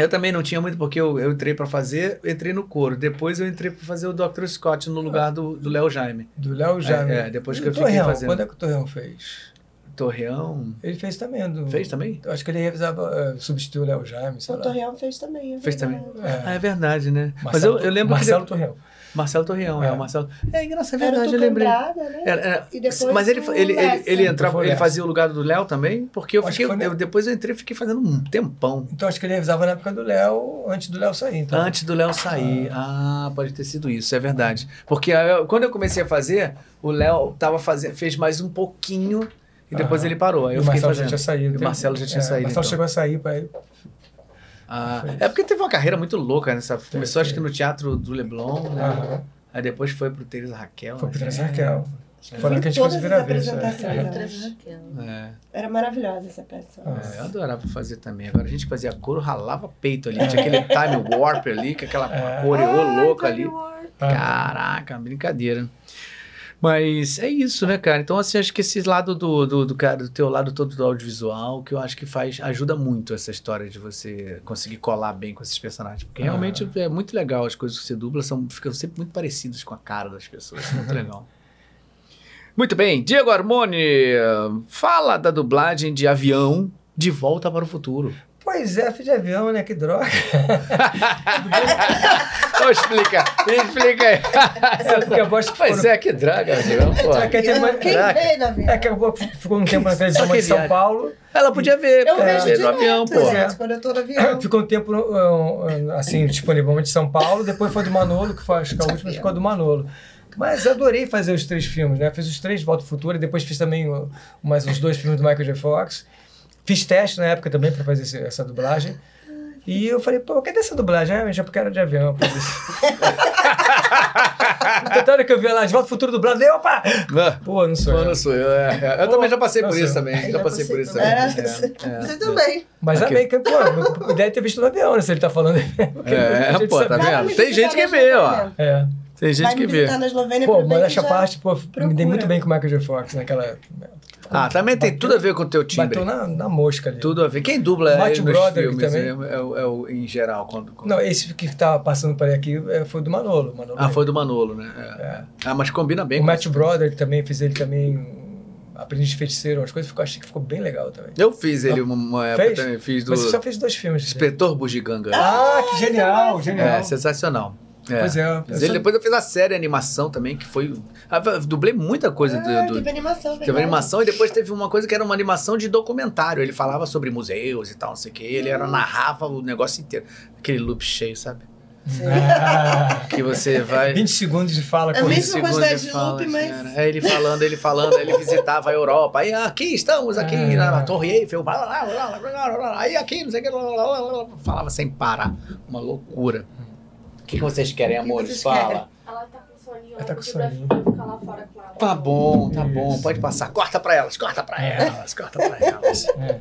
É. Eu também não tinha muito, porque eu, eu entrei pra fazer, eu entrei no coro. Depois eu entrei pra fazer o Dr. Scott no lugar do do Léo Jaime.
Do Léo Jaime.
É, é, depois
E
que eu
o
fiquei
Torreão,
fazendo.
Quando é que o Torreão fez?
Torreão.
Ele fez também. Do,
Fez também?
Eu acho que ele revisava, eh, substituiu o Léo Jaime, sei
O
lá.
Torreão fez também. é
Fez
verdade.
Ah,
É.
é verdade, né? Mas
Marcelo
eu,
Tor-
eu lembro
Marcelo
que.
Torreão.
Ele... Marcelo Torreão, é,
É.
o Marcelo. É engraçado, é
Era o
verdade, eu
Tuca
lembrei.
Braga, né?
Era- era-
E depois
mas ele, fa-
o
ele, ele,
Lessa.
ele entrava,
Foi o
ele
Lessa.
fazia o lugar do Léo também, porque eu
Acho que
fiquei,
foi ne-
eu- depois eu entrei e fiquei fazendo um tempão.
Então acho que ele revisava na época do Léo, antes do Léo sair. Então.
Antes do Léo sair. Ah, pode ter sido isso, é verdade. Porque aí eu- quando eu comecei a fazer, o Léo tava fazendo, fez mais um pouquinho e depois
Aham.
ele parou. Aí
E
eu
o
fiquei
Marcelo já
fazendo.
tinha saído.
E o
Tem-
Marcelo já tinha
é,
saído.
O Marcelo
então.
chegou a sair pra ir.
Ah,
Foi isso.
é porque teve uma carreira muito louca, né? sabe? Começou acho
foi.
que no teatro do Leblon, né?
Aham.
Aí depois foi pro Teresa Raquel.
Ah. Foi
né?
pro Teresa Raquel. Foi lá que a gente
Todas
fez o
as
Vira-Vez. é.
apresentações.
Era atrás daquela.
É,
Era maravilhosa essa peça.
Ah.
é, eu adorava fazer também. Agora a gente fazia couro, ralava peito ali. Tinha aquele time warp ali, com aquela
É.
coreô louca ali.
Ah.
Caraca, brincadeira. Mas é isso, né, cara? Então, assim, acho que esse lado do, do, do cara, do teu lado todo do audiovisual, que eu acho que faz, ajuda muito essa história de você conseguir colar bem com esses personagens. Porque
Ah.
realmente é muito legal, as coisas que você dubla são, ficam sempre muito parecidas com a cara das pessoas. Isso é Muito legal. Muito bem, Diego Armone, fala da dublagem de avião de volta para o futuro.
Pois é, fiz de avião, né? Que droga.
Então explica, explica aí.
É porque a voz que
Pois
foram-
é, que draga, avião, pô.
É que tem uma-
Quem
Caraca.
vê na vida?
É que acabou que ficou um tempo na televisão
Só que
de São
viagem.
Paulo.
Ela podia ver,
Eu
é
pô,
vejo
ver
direto,
no avião, pô.
gente, quando eu tô no avião.
Ficou um tempo, uh, uh, assim, disponivelmente em São Paulo. Depois foi do Manolo, que foi, acho que a última ficou a do Manolo. Mas eu adorei fazer os três filmes, né? Fiz os três de Volta ao Futuro. e Depois fiz também o- mais uns dois filmes do Michael J. Fox. Fiz teste na época também para fazer esse- essa dublagem. E eu falei, pô, cadê essa dublagem? Ah, eu já porque era de avião. por isso. então, toda hora que eu vi lá, de volta ao futuro dublado, eu, opa!
Ah,
Pô, não sou
Pô,
eu.
não sou eu. é, é. Eu
Pô,
também já passei
não
por
sou
isso
eu.
também.
Eu
Já
já
passei por
passei
isso
também.
também.
É, você-
É,
Você
é.
também.
Mas
Aqui.
amei que, pô, eu- deve ter visto no avião, né? Se ele tá falando. Porque a
É,
gente
pô, tá
sabe.
vendo?
me
Tem
visitar
gente que
na
vê, ó.
Eslovênia.
É.
Tem
Vai
gente que
me
vê.
visitar na Eslovênia
Pô,
pra ver
mas
que
essa
já-
parte, pô, me dei
procura.
muito bem com o Michael J. Fox naquela.
Ah, também tem tudo a ver com o teu
Bateu
timbre.
na, na mosca ali.
Tudo a ver. Quem dubla
Bate
ele nos
Brother
filmes
também.
é, o- é o- é o- em geral. Quando, quando-
Não, esse que tava passando por aqui é, foi do Manolo. Manolo
Ah, foi do Manolo, né? É. Ah, mas combina bem.
O
com
Matt
isso.
Brother que também, fiz ele também. um Aprendiz de feiticeiro, umas coisas, ficou, achei que ficou bem legal também.
Eu fiz ele um, uma, uma época
Fez?
É, também. Fiz do
Mas você só fez dois filmes. né?
Ah,
Inspetor Bugiganga.
Ah, que genial,
É,
genial.
sensacional.
Pois é. eu
Mas
só-
ele, depois eu fiz a série a animação também, que foi. Ah, eu Dublei muita coisa
Ah,
do. do-
teve animação,
Teve
verdade.
animação e depois teve uma coisa que era uma animação de documentário. Ele falava sobre museus e tal, não sei o que. Ele era, narrava o negócio inteiro. Aquele loop cheio, sabe?
Ah,
Que você vai.
20 segundos de fala
É
com
mesmo?
isso.
Segundo
quantidade
ele
de
fala,
loop, mas-
cara. É ele falando, ele falando, aí ele visitava a Europa. Aí aqui estamos, aqui
É.
na Torre Eiffel. blá, blá, blá, blá, blá, blá, Aí aqui, não sei o que. blá, blá, blá, blá, blá. Falava sem parar. Uma loucura.
O que, que vocês querem,
O que
amores?
vocês
Fala.
querem?
Ela tá com soninho.
Ela tá com
pediu pra
soninho.
Pra ficar lá fora com ela.
Tá bom, tá bom,
Isso.
pode passar. Corta pra elas, corta pra
É.
elas, corta pra elas.
É.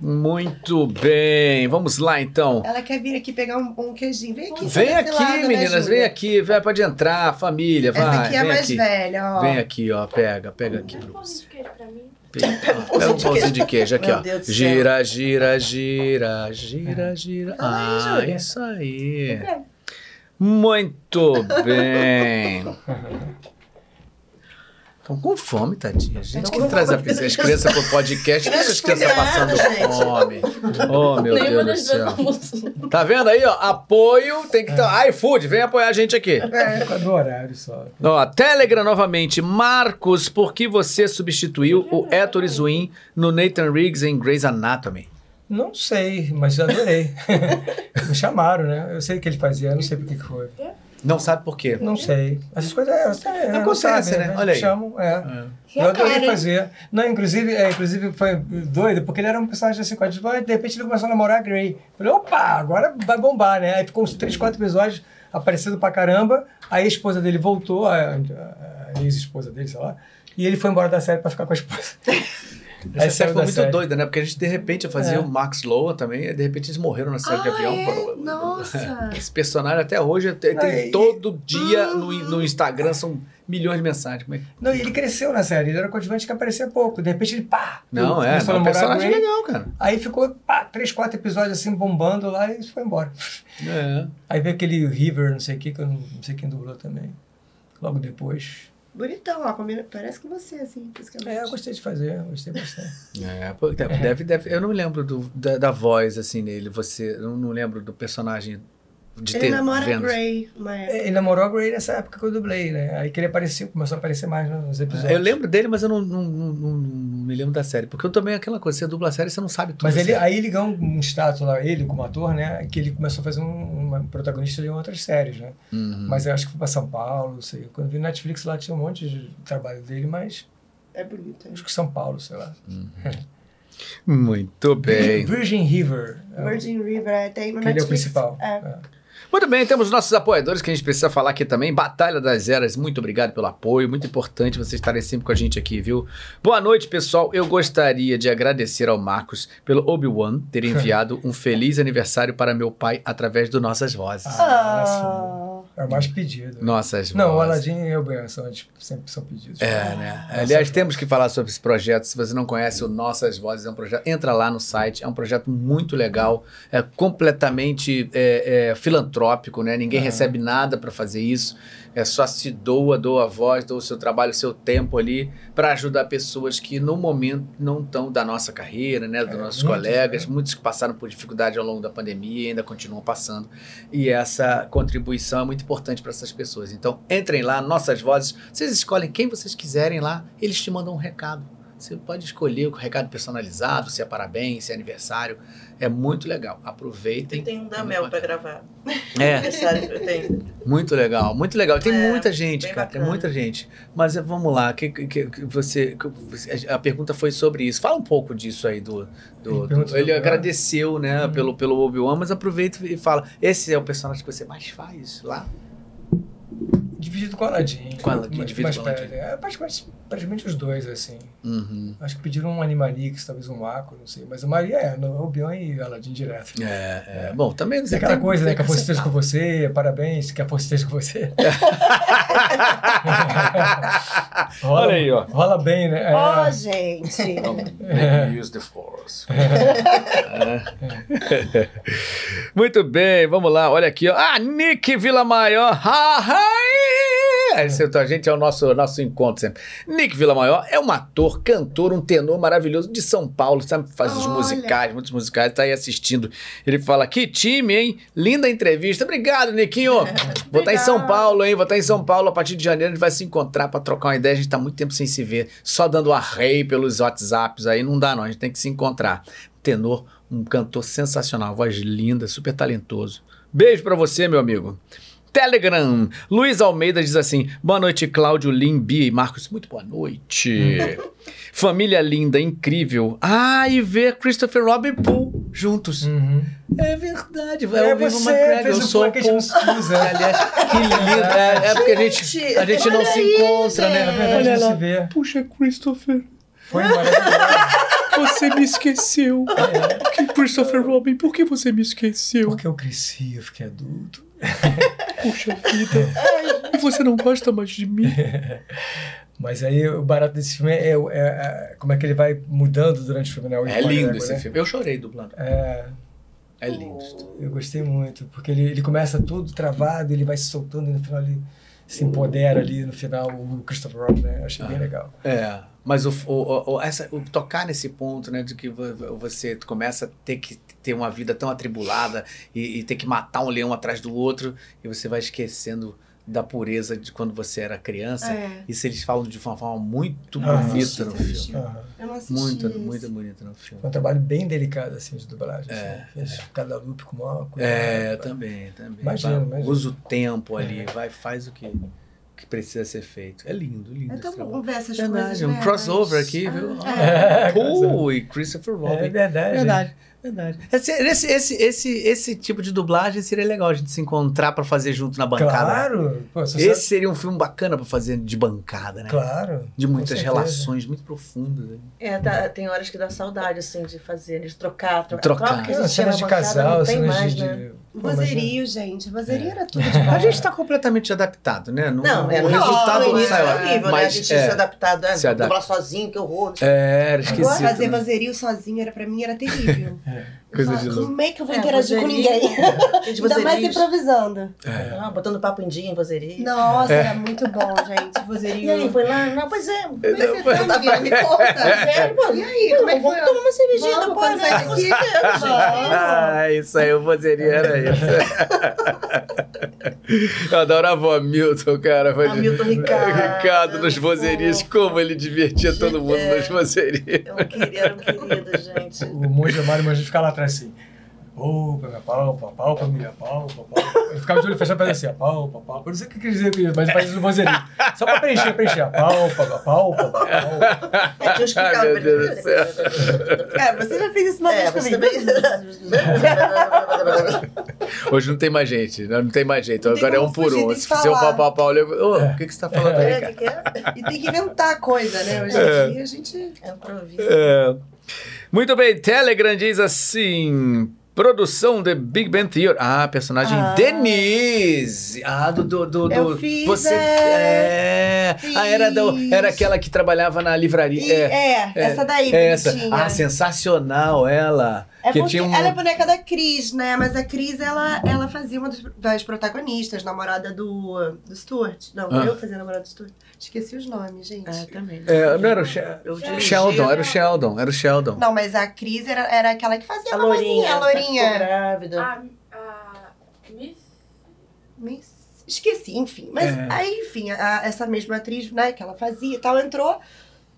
Muito bem, vamos lá então.
Ela quer vir aqui pegar um, um queijinho. Vem aqui.
Vem
tá cancelada,
aqui,
né,
meninas,
Júlia?
vem aqui, vai, pode entrar, família, vai.
Essa aqui é a
vem
mais
aqui.
velha, ó.
Vem aqui, ó, pega, pega aqui pra
Pega um
você.
pãozinho de queijo pra mim.
Pega um pãozinho de queijo aqui,
Meu
ó.
Deus do céu.
Gira, gira, gira, gira, gira. Ah, isso aí. Muito bem. Estão com fome, tadinha. Gente, quem traz a- as crianças pro podcast? Deixa as crianças passando fome. Oh, meu Deus
Nenhuma
do
das duas
céu.
almoçou.
Tá vendo aí, ó? Apoio tem que ter. iFood, vem apoiar a gente aqui.
É, por causa do horário só.
Ó, Telegram novamente. Marcos, por que você substituiu o Héctor Izuin no Nathan Riggs em Grey's Anatomy?
Não sei, mas adorei. Me chamaram, né? Eu sei o que ele fazia, eu não sei por que que foi.
Não sabe por quê.
Não sei. Essas coisas é, é,
Acontece,
sabem,
né?
Eles
Olha aí.
Chamam, é. Eu adorei fazer. Não, inclusive, é, inclusive foi doido, porque ele era um personagem assim, coadjuvante, de repente ele começou a namorar a Grey. Falei, opa, agora vai bombar, né? Aí ficou uns três, quatro episódios aparecendo pra caramba. Aí a esposa dele voltou, a, a ex-esposa dele, sei lá, e ele foi embora da série pra ficar com a esposa.
Essa série
saiu
foi
da
muito doida, né? Porque a gente, de repente, eu fazia
É.
o Max Loa também, e de repente eles morreram na série de
Ah,
avião. um
é?
Pro-
Nossa.
Esse personagem até hoje tem, tem
É, e-
todo
Ah.
dia no, no Instagram, são milhões de mensagens. Como é que-
Não, e ele cresceu na série, ele era um coadjuvante que aparecia pouco. De repente ele, pá!
Não, é. Não,
começou a
é um
namorar a
personagem
Grey.
legal, cara.
Aí ficou pá, três, quatro episódios assim bombando lá e foi embora.
É.
Aí veio aquele River, não sei o que, que eu não, não sei quem dublou também. Logo depois.
Bonitão, ó. combina- Parece com você, assim, fisicamente.
É, eu gostei de fazer, eu gostei bastante.
É, pô, deve, deve, deve- eu não me lembro do- da, da voz assim nele. Você eu não lembro do personagem de
Ele
ter
namora a
vendo.
Grey, mas...
É, Ele namorou a Grey nessa época que eu dublei, né? Aí que ele apareceu, começou a aparecer mais nos episódios.
Eu lembro dele, mas eu não, não- não- não- não me lembro da série. Porque eu também, aquela coisa, você é dubla a série, você não sabe tudo.
Mas
da
ele,
série.
aí ele ganhou um status lá, ele como ator, né? Que ele começou a fazer um, uma protagonista de outras séries, né?
Uhum.
Mas eu acho que foi pra São Paulo, não sei. Quando eu vi Netflix lá tinha um monte de trabalho dele, mas
É bonito.
acho que São Paulo, sei lá.
Muito bem.
Virgin River. é o-
Virgin River, é, tem no
Que ele é o
Netflix.
principal.
É.
É.
Muito bem, temos nossos apoiadores que a gente precisa falar aqui também. Batalha das Eras, muito obrigado pelo apoio. Muito importante vocês estarem sempre com a gente aqui, viu? Boa noite, pessoal. Eu gostaria de agradecer ao Marcos pelo Obi-Wan ter enviado um feliz aniversário para meu pai através do Nossas Vozes.
Ah,
Ah.
sim. É o mais pedido.
Nossas
Não, o
Vozes.
Aladdin e o Ben são, tipo, sempre são pedidos.
É, né? Aliás, temos que falar sobre esse projeto. Se você não conhece o Nossas Vozes, é um projeto. Entra lá no site, é um projeto muito legal, é completamente é, é, filantrópico, né? Ninguém
Aham.
recebe nada para fazer isso. É só se doa, doa a voz, doa o seu trabalho, o seu tempo ali para ajudar pessoas que no momento não estão da nossa carreira, né? Dos
É,
nossos
muitos,
colegas,
né?
muitos que passaram por dificuldade ao longo da pandemia e ainda continuam passando. E essa contribuição é muito importante para essas pessoas. Então, entrem lá, nossas vozes. Vocês escolhem quem vocês quiserem lá, eles te mandam um recado. Você pode escolher o recado personalizado, se é parabéns, se é aniversário. É muito legal. Aproveitem.
Tem, tem um da Mel pra gravar.
É,
Aniversário, eu tenho.
muito legal, muito legal. Tem
É,
muita gente,
bem
cara, tem
bacana.
muita gente. Mas eh, vamos lá, que, que- que- que você, que você- eh, A pergunta foi sobre isso. Fala um pouco disso aí do. do-
Ele
do-
pergunta
ele
sobre-
agradeceu, né,
Hum.
pelo, pelo Obi-Wan, mas aproveita e fala: esse é o personagem que você mais faz lá?
Dividido com o Aladdin.
Com o Aladdin,
Mas-
dividido
mas
com o Aladdin.
pera- É, praticamente, praticamente os dois, assim.
Uhum.
Acho que pediram um Animanix, talvez um Aqua, não sei. Mas o Maria é, no Obion e Aladdin direto.
É, é, bom, também
É aquela
tem-
coisa, né?
tem
Que a força esteja com você, parabéns, que a força esteja com você. Rola,
Olha aí, ó.
Rola bem, né? É.
Ó, gente.
Make me use the force. É. Muito bem, vamos lá. Olha aqui, ó. Ah, Nick Vila Maior.
É, esse, a gente é o nosso, nosso encontro sempre. Nick Villamaior é um ator, cantor, um tenor maravilhoso de São Paulo, sabe? Faz os
Olha.
musicais, muitos musicais, tá aí assistindo. Ele fala: que time, hein? Linda entrevista. Obrigado, Niquinho. Vou estar em São Paulo, hein? Vou estar em São Paulo. A partir de janeiro a gente vai se encontrar pra trocar uma ideia. A gente tá muito tempo sem se ver. Só dando arrei pelos WhatsApps aí. Não dá, não. A gente tem que se encontrar. Tenor, um cantor sensacional, voz linda, super talentoso. Beijo pra você, meu amigo. Telegram. Luiz Almeida diz assim: Boa noite, Cláudio Limbi e Marcos. Muito boa noite. Família linda, incrível. Ah, e ver Christopher Robin Poole juntos.
Uhum.
É verdade, vai
É
ouvir uma
você,
credo. Eu
fez o
sou
plano que a gente não se usa.
Aliás, que lindo. É, é porque a gente, a gente não se encontra,
Na
né?
É, verdade, não se vê.
Puxa, Christopher,
Foi maravilhoso. É.
você me esqueceu. Que Christopher Robin, por que você me esqueceu?
Porque eu cresci, eu fiquei adulto.
Puxa vida. E você não gosta mais de mim?
Mas aí o barato desse filme é, é- é- como é que ele vai mudando durante o filme, né? O
É
spoiler,
lindo
né,
esse
né?
filme. Eu chorei dublando.
É,
É lindo.
eu gostei muito, porque ele, ele começa todo travado, ele vai se soltando e no final ele se empodera ali no final, o Christopher Robin, né? Eu achei bem legal.
É. Mas o, o- o- essa- o tocar nesse ponto, né, de que vo- você começa a ter que ter uma vida tão atribulada e, e ter que matar um leão atrás do outro e você vai esquecendo da pureza de quando você era criança.
É,
Isso eles falam de uma forma muito
Ah,
bonita no
assisti,
filme.
Aham.
eu não assisti
Muito,
isso. É
muito bonita no filme.
Foi um trabalho bem delicado, assim, de dublagem.
É,
assim. Fez cada loop com uma cuidado.
É, também, também.
Imagino,
Vai,
imagino. É.
Usa o tempo ali, vai, faz o que, o que precisa ser feito. É lindo, lindo.
É
esse
tão bom
trabalho.
ver essas
Verdade,
coisas.
um
né?
crossover
Mas-
aqui, viu?
Ah, é.
É,
Pô, e Christopher Robin.
é verdade.
Verdade, verdade. Esse, esse, esse, esse, esse tipo de dublagem seria legal a gente se encontrar pra fazer junto na bancada. né?
Claro. Pô, sucesso-
Esse seria um filme bacana pra fazer de bancada, né?
Claro.
De muitas
certeza.
relações muito profundas. né?
É, tá- tem horas que dá saudade, assim, de fazer, de trocar, trocar.
Trocar. É,
Troca que a
Não,
gente tinha na
cenas de
bancada
casal,
não tem
cenas
mais,
de.
né?
de- Pô, mas-
Vozerio, gente. Vozerio era tudo de bom.
A gente tá completamente adaptado, né?
Não, é,
o
no
resultado
início
saiu.
era horrível, né? A
Mas,
gente
é,
se adaptado, né?
se adapta.
Dublar sozinho, que horror.
É,
Agora
era esquisito.
fazer
né?
vozerio sozinho era pra mim era terrível.
Coisa
Eu falava,
de louco.
Como é que eu vou
É,
interagir com
vozerio,
ninguém?
Gente,
Ainda mais
vozeris.
improvisando.
É.
Ah, botando papo em dia em vozeria.
Nossa, era muito bom, gente. Vozerio.
E aí, foi lá? Não, pois é. Pois é,
Tá, menina, me conta.
sério, pô.
E aí, como é que
Vamos
foi?
tomar uma cervejinha
Vamos,
depois,
quando
né?
sair
Com
daqui.
certeza, gente.
Ah, isso aí, o vozeria era isso. né? Eu adorava o Hamilton, cara. Foi-
Hamilton Ricardo.
Ricardo nos
Fofo.
vozerias, como ele divertia todo mundo
É.
nos vozerias.
Eu queria, era um querido, gente.
O monge Amaro imagina ficar lá atrás assim. Opa, minha palpa, palpa, minha palpa, palpa. Ele ficava de olho fechado e fazia assim, a palpa, palpa. Eu não sei o que quer dizer com isso, mas ele faz isso no vozerio. Só pra preencher, preencher. A palpa, a palpa, a palpa.
É, tinha uns que
Ah,
ficavam-
meu Deus do céu.
Cara, você já fez isso uma
É,
vez
você
comigo.
também.
Hoje não tem mais gente, né? não tem mais jeito.
Não tem
Agora é
como
um por
fugir,
um.
tem que
Se fizer um
falar.
pau, pau, olha. Ô, o que, que você tá falando aí,
É,
cara?
que que é?
E tem que inventar coisa, né? Hoje em dia a gente.
É improviso.
É. Muito bem, Telegram diz assim. Produção de Big Bang Theory. Ah, personagem
Ah.
Denise. Ah, do. do, do,
Eu
do-
fiz,
Você. É. Ah, era, do,
Fiz.
era aquela que trabalhava na
E-
livraria. É,
é, essa daí,
é essa.
bonitinha.
Ah, sensacional ela.
É
que
porque
tinha um-
ela é boneca da Cris, né? Mas a Cris, ela, ela fazia uma dos- das protagonistas, namorada do, do Stuart. Não,
Ah.
eu fazia namorada do Stuart. Esqueci os nomes, gente.
Ah, também.
É, não era o Sha-
Eu dirigi.
Sheldon, era o Sheldon, era o Sheldon.
Não, mas a Cris era, era aquela que fazia
A Lourinha.
vozinha, a
tá Ficou
Lourinha.
grávida.
A, a Miss...
Mas esqueci, enfim. Mas
É.
aí, enfim, a- essa mesma atriz, né, que ela fazia e tal, entrou.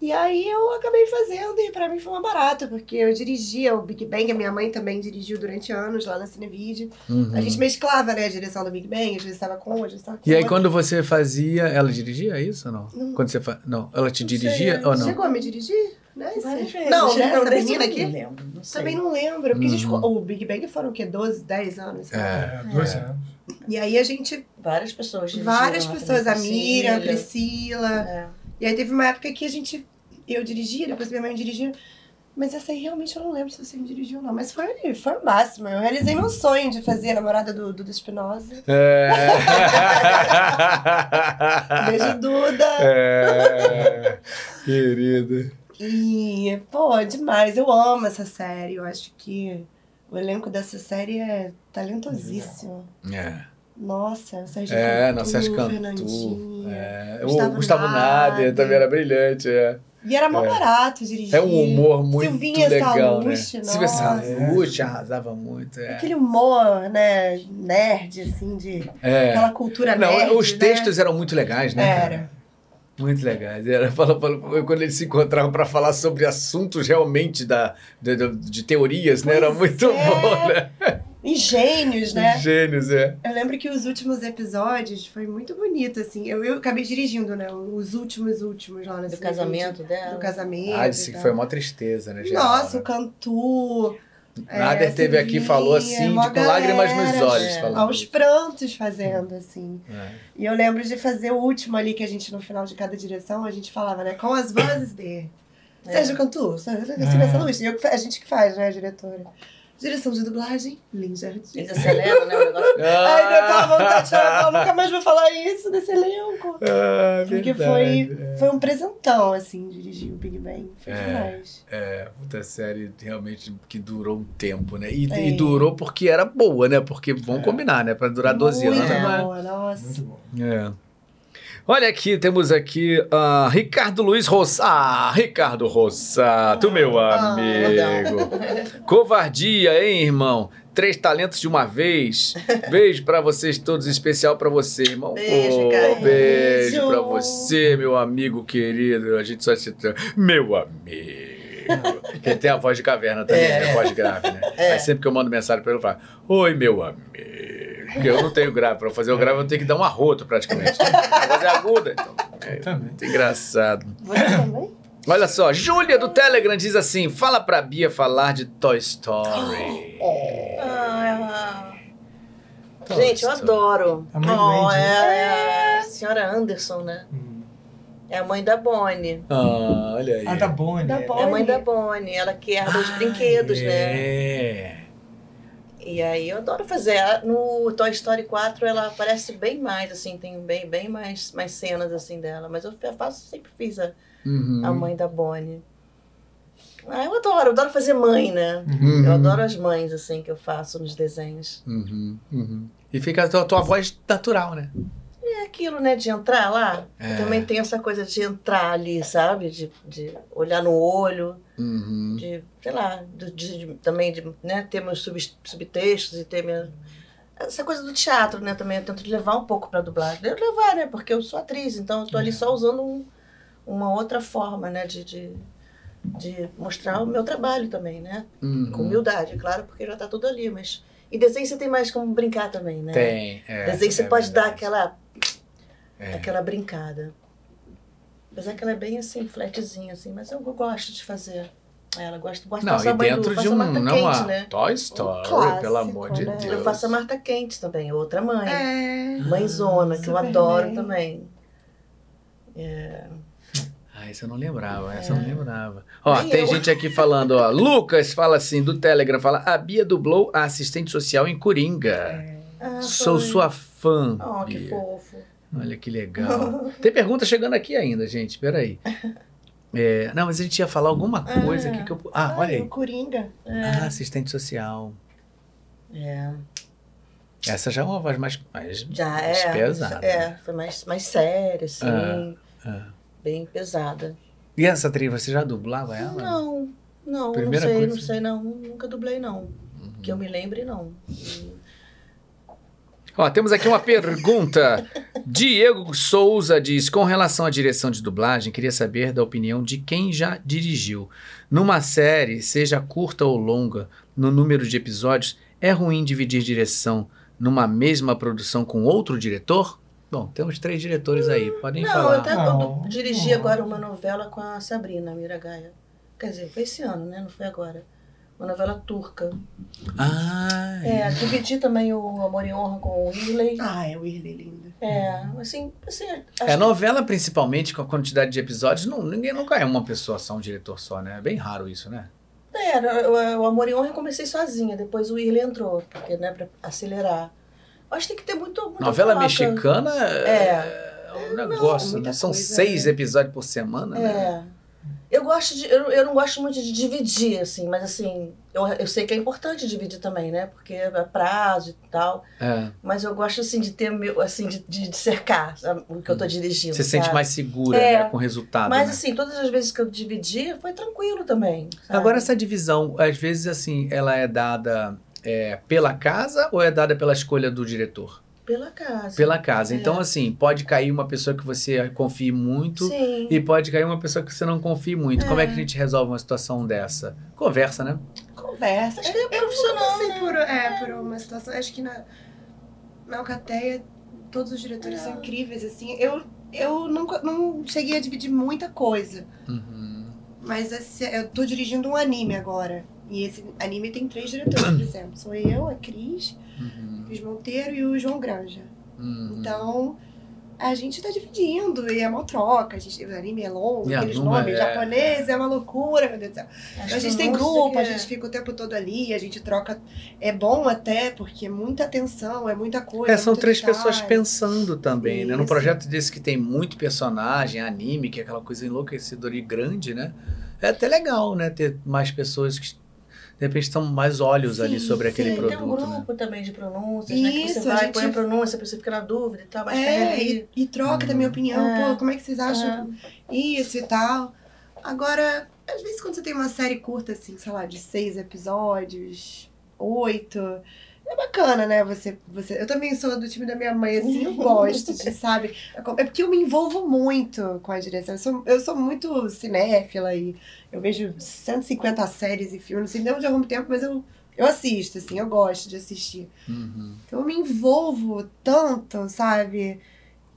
E aí eu acabei fazendo e pra mim foi uma barata, porque eu dirigia o Big Bang, a minha mãe também dirigiu durante anos lá na Cinevid.
Uhum.
A gente mesclava, né, a direção do Big Bang, às vezes tava com uma, às vezes tava com
E aí,
outra.
quando você fazia. Ela dirigia é isso ou não?
Não.
Quando você fa... Não, ela te
Não sei,
dirigia
eu
ou não?
Chegou a me dirigir? Né?
Várias vezes.
Não, né, essa
dessa
menina
eu
aqui?
é Não lembro, não sei.
Também não lembro, porque a gente,
Uhum.
o Big Bang foram o quê? 12, 10 anos? sei lá.
É.
É, dois anos.
E aí a gente,
Várias pessoas. dirigiram
várias
lá
pessoas, a
também,
Mira, a
Priscila.
Priscila.
É.
E aí teve uma época que a gente. Eu dirigia, depois minha mãe dirigia. Mas essa aí realmente eu não lembro se você me dirigiu ou não. Mas foi, foi o máximo. Eu realizei meu sonho de fazer a namorada do Duda Espinosa.
É.
Beijo, Duda.
É. Querido.
E, pô, demais. Eu amo essa série. Eu acho que o elenco dessa série é talentosíssimo.
É.
Nossa, o Sérgio
É,
Cantu,
não, Sérgio Cantu.
Fernandinha.
É,
Gustavo
o Gustavo Nader,
Nader.
também era brilhante. É,
E era mó
É.
barato dirigir.
é um humor muito
Silvinha
legal,
Salucci,
né?
nossa.
Silvia Salucci arrasava muito. É.
Aquele humor, né, nerd, assim, de
É.
aquela cultura
Não,
nerd,
os
né?
textos eram muito legais, né,
É,
Era.
cara? Muito legais. Era, fala, fala, quando eles se encontravam para falar sobre assuntos realmente da, de, de- de teorias, né? Era muito
é.
bom, né?
E gênios, né?
Gênios, é.
Eu lembro que os últimos episódios foi muito bonito, assim. Eu, eu acabei dirigindo, né? Os últimos, últimos lá nesse
Do casamento
Do
dela.
casamento.
Ah,
e
disse que
tal.
foi uma tristeza, né, geral,
Nossa,
né?
o Cantu.
Nader
é,
teve aqui e falou
Silvinha,
assim, de,
mó
com lágrimas nos
galera,
olhos.
é.
falando
Aos
isso.
prantos fazendo, assim.
É.
E eu lembro de fazer o último ali, que a gente, no final de cada direção, a gente falava, né? Com as vozes de.
É.
Sérgio Cantu, Sérgio
É.
Silvia Salucci. E eu que fa- A gente que faz, né, diretora? Direção de dublagem, Lin Jardim.
Ah!
Eles aceleram, né? O negócio.
Ai, deu aquela vontade de chorar. Eu nunca mais vou falar isso desse elenco.
Ah,
Porque
verdade.
foi, foi um presentão, assim, dirigir o Big Bang. Foi
É.
demais.
Puta série realmente que durou um tempo, né? E,
É.
e durou porque era boa, né? Porque vamos combinar, né? Pra durar 12
Muito
anos. né?
boa, nossa.
Muito bom.
É. Olha aqui, temos aqui ah, Ricardo Luiz Rossa. Ah, Ricardo Rossato, meu
Ah,
amigo. Covardia, hein, irmão? Três talentos de uma vez. Beijo pra vocês todos, em especial pra você, irmão.
Beijo, Ricardo.
Beijo pra
Beijo.
você, meu amigo querido. A gente só se. tra- Meu amigo. Porque tem a voz de caverna também,
É.
né? a voz grave, né?
É.
Aí sempre que eu mando mensagem pra ele, eu falo: Oi, meu amigo. Porque eu não tenho grave. Pra fazer o grave, eu tenho que dar um arroto praticamente. Pra fazer aguda. Então, é
Também.
muito engraçado.
Você também?
Olha só, Júlia do Telegram diz assim: fala pra Bia falar de Toy Story.
Ah,
Toy
Gente, eu
Story.
adoro.
A mãe
oh,
doente,
é,
né?
é a senhora Anderson, né?
Hum.
É a mãe da Bonnie.
Ah, olha aí.
Ah, da Bonnie.
Da
é.
Bonnie.
É a mãe da Bonnie. Ela que herda os brinquedos, né?
Ah, É.
E aí eu adoro fazer. Ela- No Toy Story 4 ela aparece bem mais, assim, tem bem, bem mais, mais cenas assim dela. Mas eu faço, sempre fiz a,
Uhum.
Hum.
a mãe da Bonnie. Ah, eu adoro, eu adoro fazer mãe, né?
Uhum.
Eu adoro as mães, assim, que eu faço nos desenhos.
Uhum, uhum. E fica a tua, tua voz natural, né?
É aquilo, né, de entrar lá.
É.
Eu também tenho essa coisa de entrar ali, sabe? De, de olhar no olho,
Uhum.
de, sei lá, do- de- de- também de né, ter meus sub- subtextos e ter minha... Essa coisa do teatro, né, também. Eu tento levar um pouco pra dublagem. Eu levar, né, porque eu sou atriz, então eu tô
É.
ali só usando um- uma outra forma, né, de... de de mostrar o meu trabalho também, né?
uhum.
Com humildade, é claro, porque já tá tudo ali, mas... E desenho você tem mais como brincar também, né?
Tem. É,
Desenho você
é
pode dar
verdade.
aquela.
É.
aquela brincada. Apesar que ela é bem assim, flatzinha, assim, mas eu gosto de fazer. É, Ela gosto, gosto de
Não,
fazer a
e
mãe
dentro
do,
de
faço
um.
a Marta
Não,
Quente,
uma
né?
Toy Story,
clássico,
pelo amor de
né? Eu
Deus.
Eu faço a Marta Quente também, outra mãe.
É.
Mãezona, que eu
Superman.
adoro também.
Ah, isso eu não lembrava, essa eu não lembrava. Ó,
É. Nem
tem
eu.
gente aqui falando, ó. Lucas fala assim, do Telegram, fala, a Bia dublou a assistente social em Coringa.
Ah,
Sou
foi.
sua fã,
Oh, que
Bia.
fofo.
Olha que legal. tem pergunta chegando aqui ainda, gente, peraí. É, não, mas a gente ia falar alguma coisa
Ah.
aqui que eu... Ah,
Ai,
olha
o
aí.
Coringa.
Ah, assistente social.
É.
Essa já é uma voz mais, mais,
Já
mais
é.
pesada.
É, foi mais, mais sério, assim.
Ah, ah.
Bem pesada.
E essa atriz, você já dublava ela?
Não, não,
Primeira
não sei,
coisa. Uhum.
não sei, não. Nunca dublei, não. Que eu me lembre, não.
Ó, temos aqui uma pergunta. Diego Souza diz: com relação à direção de dublagem, queria saber da opinião de quem já dirigiu. Numa série, seja curta ou longa, no número de episódios, é ruim dividir direção numa mesma produção com outro diretor? Bom, temos três diretores aí, podem
não,
falar.
eu, até, eu
Não.
dirigi
Não.
agora uma novela com a Sabrina Miragaia. Quer dizer, foi esse ano, né? Não foi agora. Uma novela turca.
Ah,
É, dividi também o Amor e Honra com o Whirley.
Ah, é o Irley lindo.
É, assim, assim. acho
É, novela principalmente, com a quantidade de episódios, não, ninguém nunca é uma pessoa só, um diretor só, né? É bem raro isso, né?
que- é, o- o Amor e Honra eu comecei sozinha, depois o Whirley entrou, porque, né, pra acelerar. Acho que tem que ter muito. muita
Novela
troca.
mexicana é,
É.
um negócio,
muita
né? São
coisa,
seis
né?
episódios por semana, né?
É. Eu gosto de. Eu, eu não gosto muito de dividir, assim, mas assim, eu, eu sei que é importante dividir também, né? Porque é prazo e tal.
É.
Mas eu gosto assim de ter meu, assim, de, de, de cercar sabe, o que eu tô dirigindo.
Hum. Você se sente
sabe?
mais segura
É.
né, com o resultado.
Mas
né?
assim, todas as vezes que eu dividi, foi tranquilo também.
Tá.
sabe?
Agora, essa divisão, às vezes, assim, ela é dada é, pela casa ou é dada pela escolha do diretor?
Pela casa.
Pela casa.
É.
Então, assim, pode cair uma pessoa que você confie muito
Sim.
e pode cair uma pessoa que você não confie muito.
É.
Como é que a gente resolve uma situação dessa? Conversa, né?
Conversa. Acho que é
profissional,
Eu passei por, é, por uma situação. Acho que na, na Alcateia todos os diretores são incríveis, assim. Eu, eu nunca, não cheguei a dividir muita coisa.
Uhum.
Mas esse- eu tô dirigindo um anime agora. E esse anime tem três diretores, por exemplo. Sou eu, a Cris,
Uhum.
Cris Monteiro e o João Granja.
Uhum.
Então, a gente tá dividindo e é uma troca. A gente, o anime é longo,
E a
aqueles
Numa
nomes
é-
japoneses, é uma loucura, meu Deus do céu.
Acho
A gente tem
que é. eu não
grupo, a
sei-
gente fica o tempo todo ali, a gente troca. É bom até, porque é muita atenção, é muita coisa.
É, são
muito
três
detalhe.
pessoas pensando também, né? Num
Isso.
projeto desse que tem muito personagem, anime, que é aquela coisa enlouquecedora e grande, né? É até legal, né? Ter mais pessoas que, de repente, estão mais olhos
Sim,
ali sobre aquele
sim,
Tem um
produto, né?
grupo também de pronúncias, né? Que você
Isso, a
vai,
gente-
põe a pronúncia, a pessoa fica na dúvida e tal, mas tem
É,
ali.
e, e troca também opinião,
É.
pô, como é que vocês acham isso e tal. Agora, às vezes quando você tem uma série curta, assim, sei lá, de seis episódios, oito, é bacana, né? Você, você... Eu também sou do time da minha mãe, assim, eu gosto, de, sabe? É porque eu me envolvo muito com a direção. Eu sou, eu sou muito cinéfila e eu vejo 150 séries e filmes, não sei de onde eu arrumo tempo, mas eu, eu assisto, assim, eu gosto de assistir. Então,
Uhum.
Eu me envolvo tanto, sabe?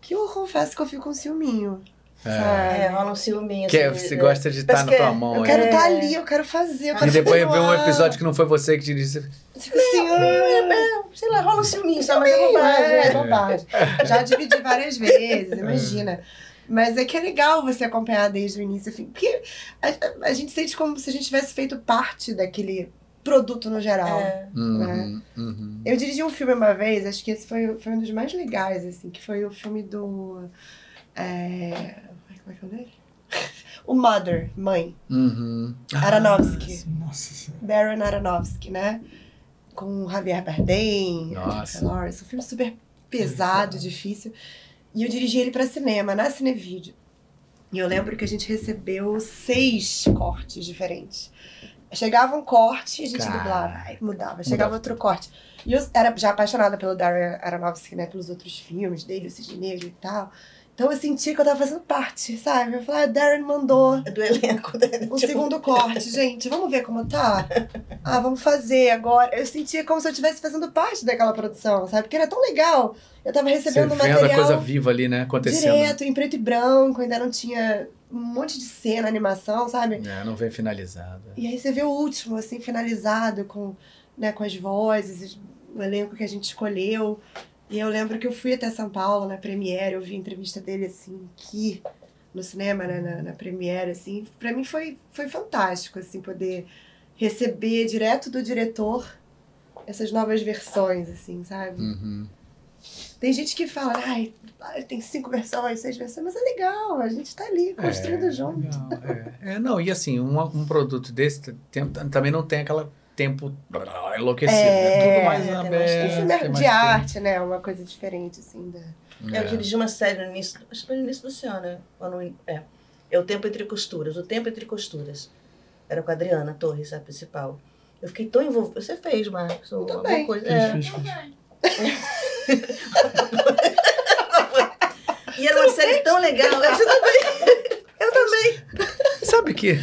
Que eu confesso que eu fico com ciúminho.
É.
É,
Sabe?
rola um ciúminho.
Que é,
assim,
você
né?
gosta de estar
Mas
na
que
tua
é-
mão,
Eu
é.
quero estar ali, eu quero fazer, eu quero
E depois vê um
continuar.
episódio que não foi você que dirigiu. você-
Eu Fico assim, ah,
Sei lá, rola um ciúminho, sabe? Mas é
é
bobagem.
bobagem, é
né?
bobagem. Já dividi várias vezes, imagina. Mas é que é legal você acompanhar desde o início ao fim. Porque a, a gente sente como se a gente tivesse feito parte daquele produto no geral. né?
É.
Uhum, uhum.
Eu dirigi um filme uma vez, acho que esse foi, foi um dos mais legais, assim, que foi o filme do. É... ai, Como é que é o nome? O Mother, Mãe,
Uhum.
Aronofsky.
Nossa Senhora.
Darren Aronofsky, né? Com o Javier Bardem,
Nossa.
Jennifer Lawrence, um filme super pesado, difícil. E eu dirigi ele pra cinema, na Cinevídeo. E eu lembro que a gente recebeu seis cortes diferentes. Chegava um corte e a gente
Caraca.
dublava, aí mudava. Chegava outro corte. E eu era já apaixonada pelo Darren Aronofsky, né? Pelos outros filmes dele, o Cisne Negro e tal. Então eu sentia que eu tava fazendo parte, sabe? Eu falei, ah, Darren mandou
É do elenco dele.
Tipo,
um segundo corte, gente. Vamos ver como tá? Ah, vamos fazer agora. Eu sentia como se eu estivesse fazendo parte daquela produção, sabe? Porque era tão legal. Eu tava
Você
recebendo
vendo a
material
coisa viva ali, né? Acontecendo.
direto, em preto e branco, ainda não tinha um monte de cena, animação, sabe?
É, não vem finalizada.
E aí você vê o último, assim, finalizado com, né, com as vozes, o elenco que a gente escolheu. E eu lembro que eu fui até São Paulo na Premiere, eu vi a entrevista dele, assim, aqui no cinema, né, na, na Premiere, assim. Pra mim foi, foi fantástico, assim, poder receber direto do diretor essas novas versões, assim, sabe?
Uhum.
Tem gente que fala, ai, tem cinco versões, seis versões, mas é legal, a gente tá ali construindo
É,
junto.
legal, é. É, não, e assim, um, um produto desse t- tem- também não tem aquela tempo
ah,
enlouquecido,
É,
né? Tudo mais
tem mais
Um
aberto.
filme
tem mais
de
tempo.
arte, né? Uma coisa diferente, assim, da...
Eu dirigi uma série no início, acho que foi no início do ano, né? Ou no- é. é o Tempo Entre Costuras, o Tempo Entre Costuras. Era com a Adriana Torres, a principal. Eu fiquei tão envolvida. Você fez, Marcos, alguma
bem.
coisa.
Fiz,
É.
fiz, fiz.
E era uma série tão legal. É, tá, Eu também. Eu também.
Sabe que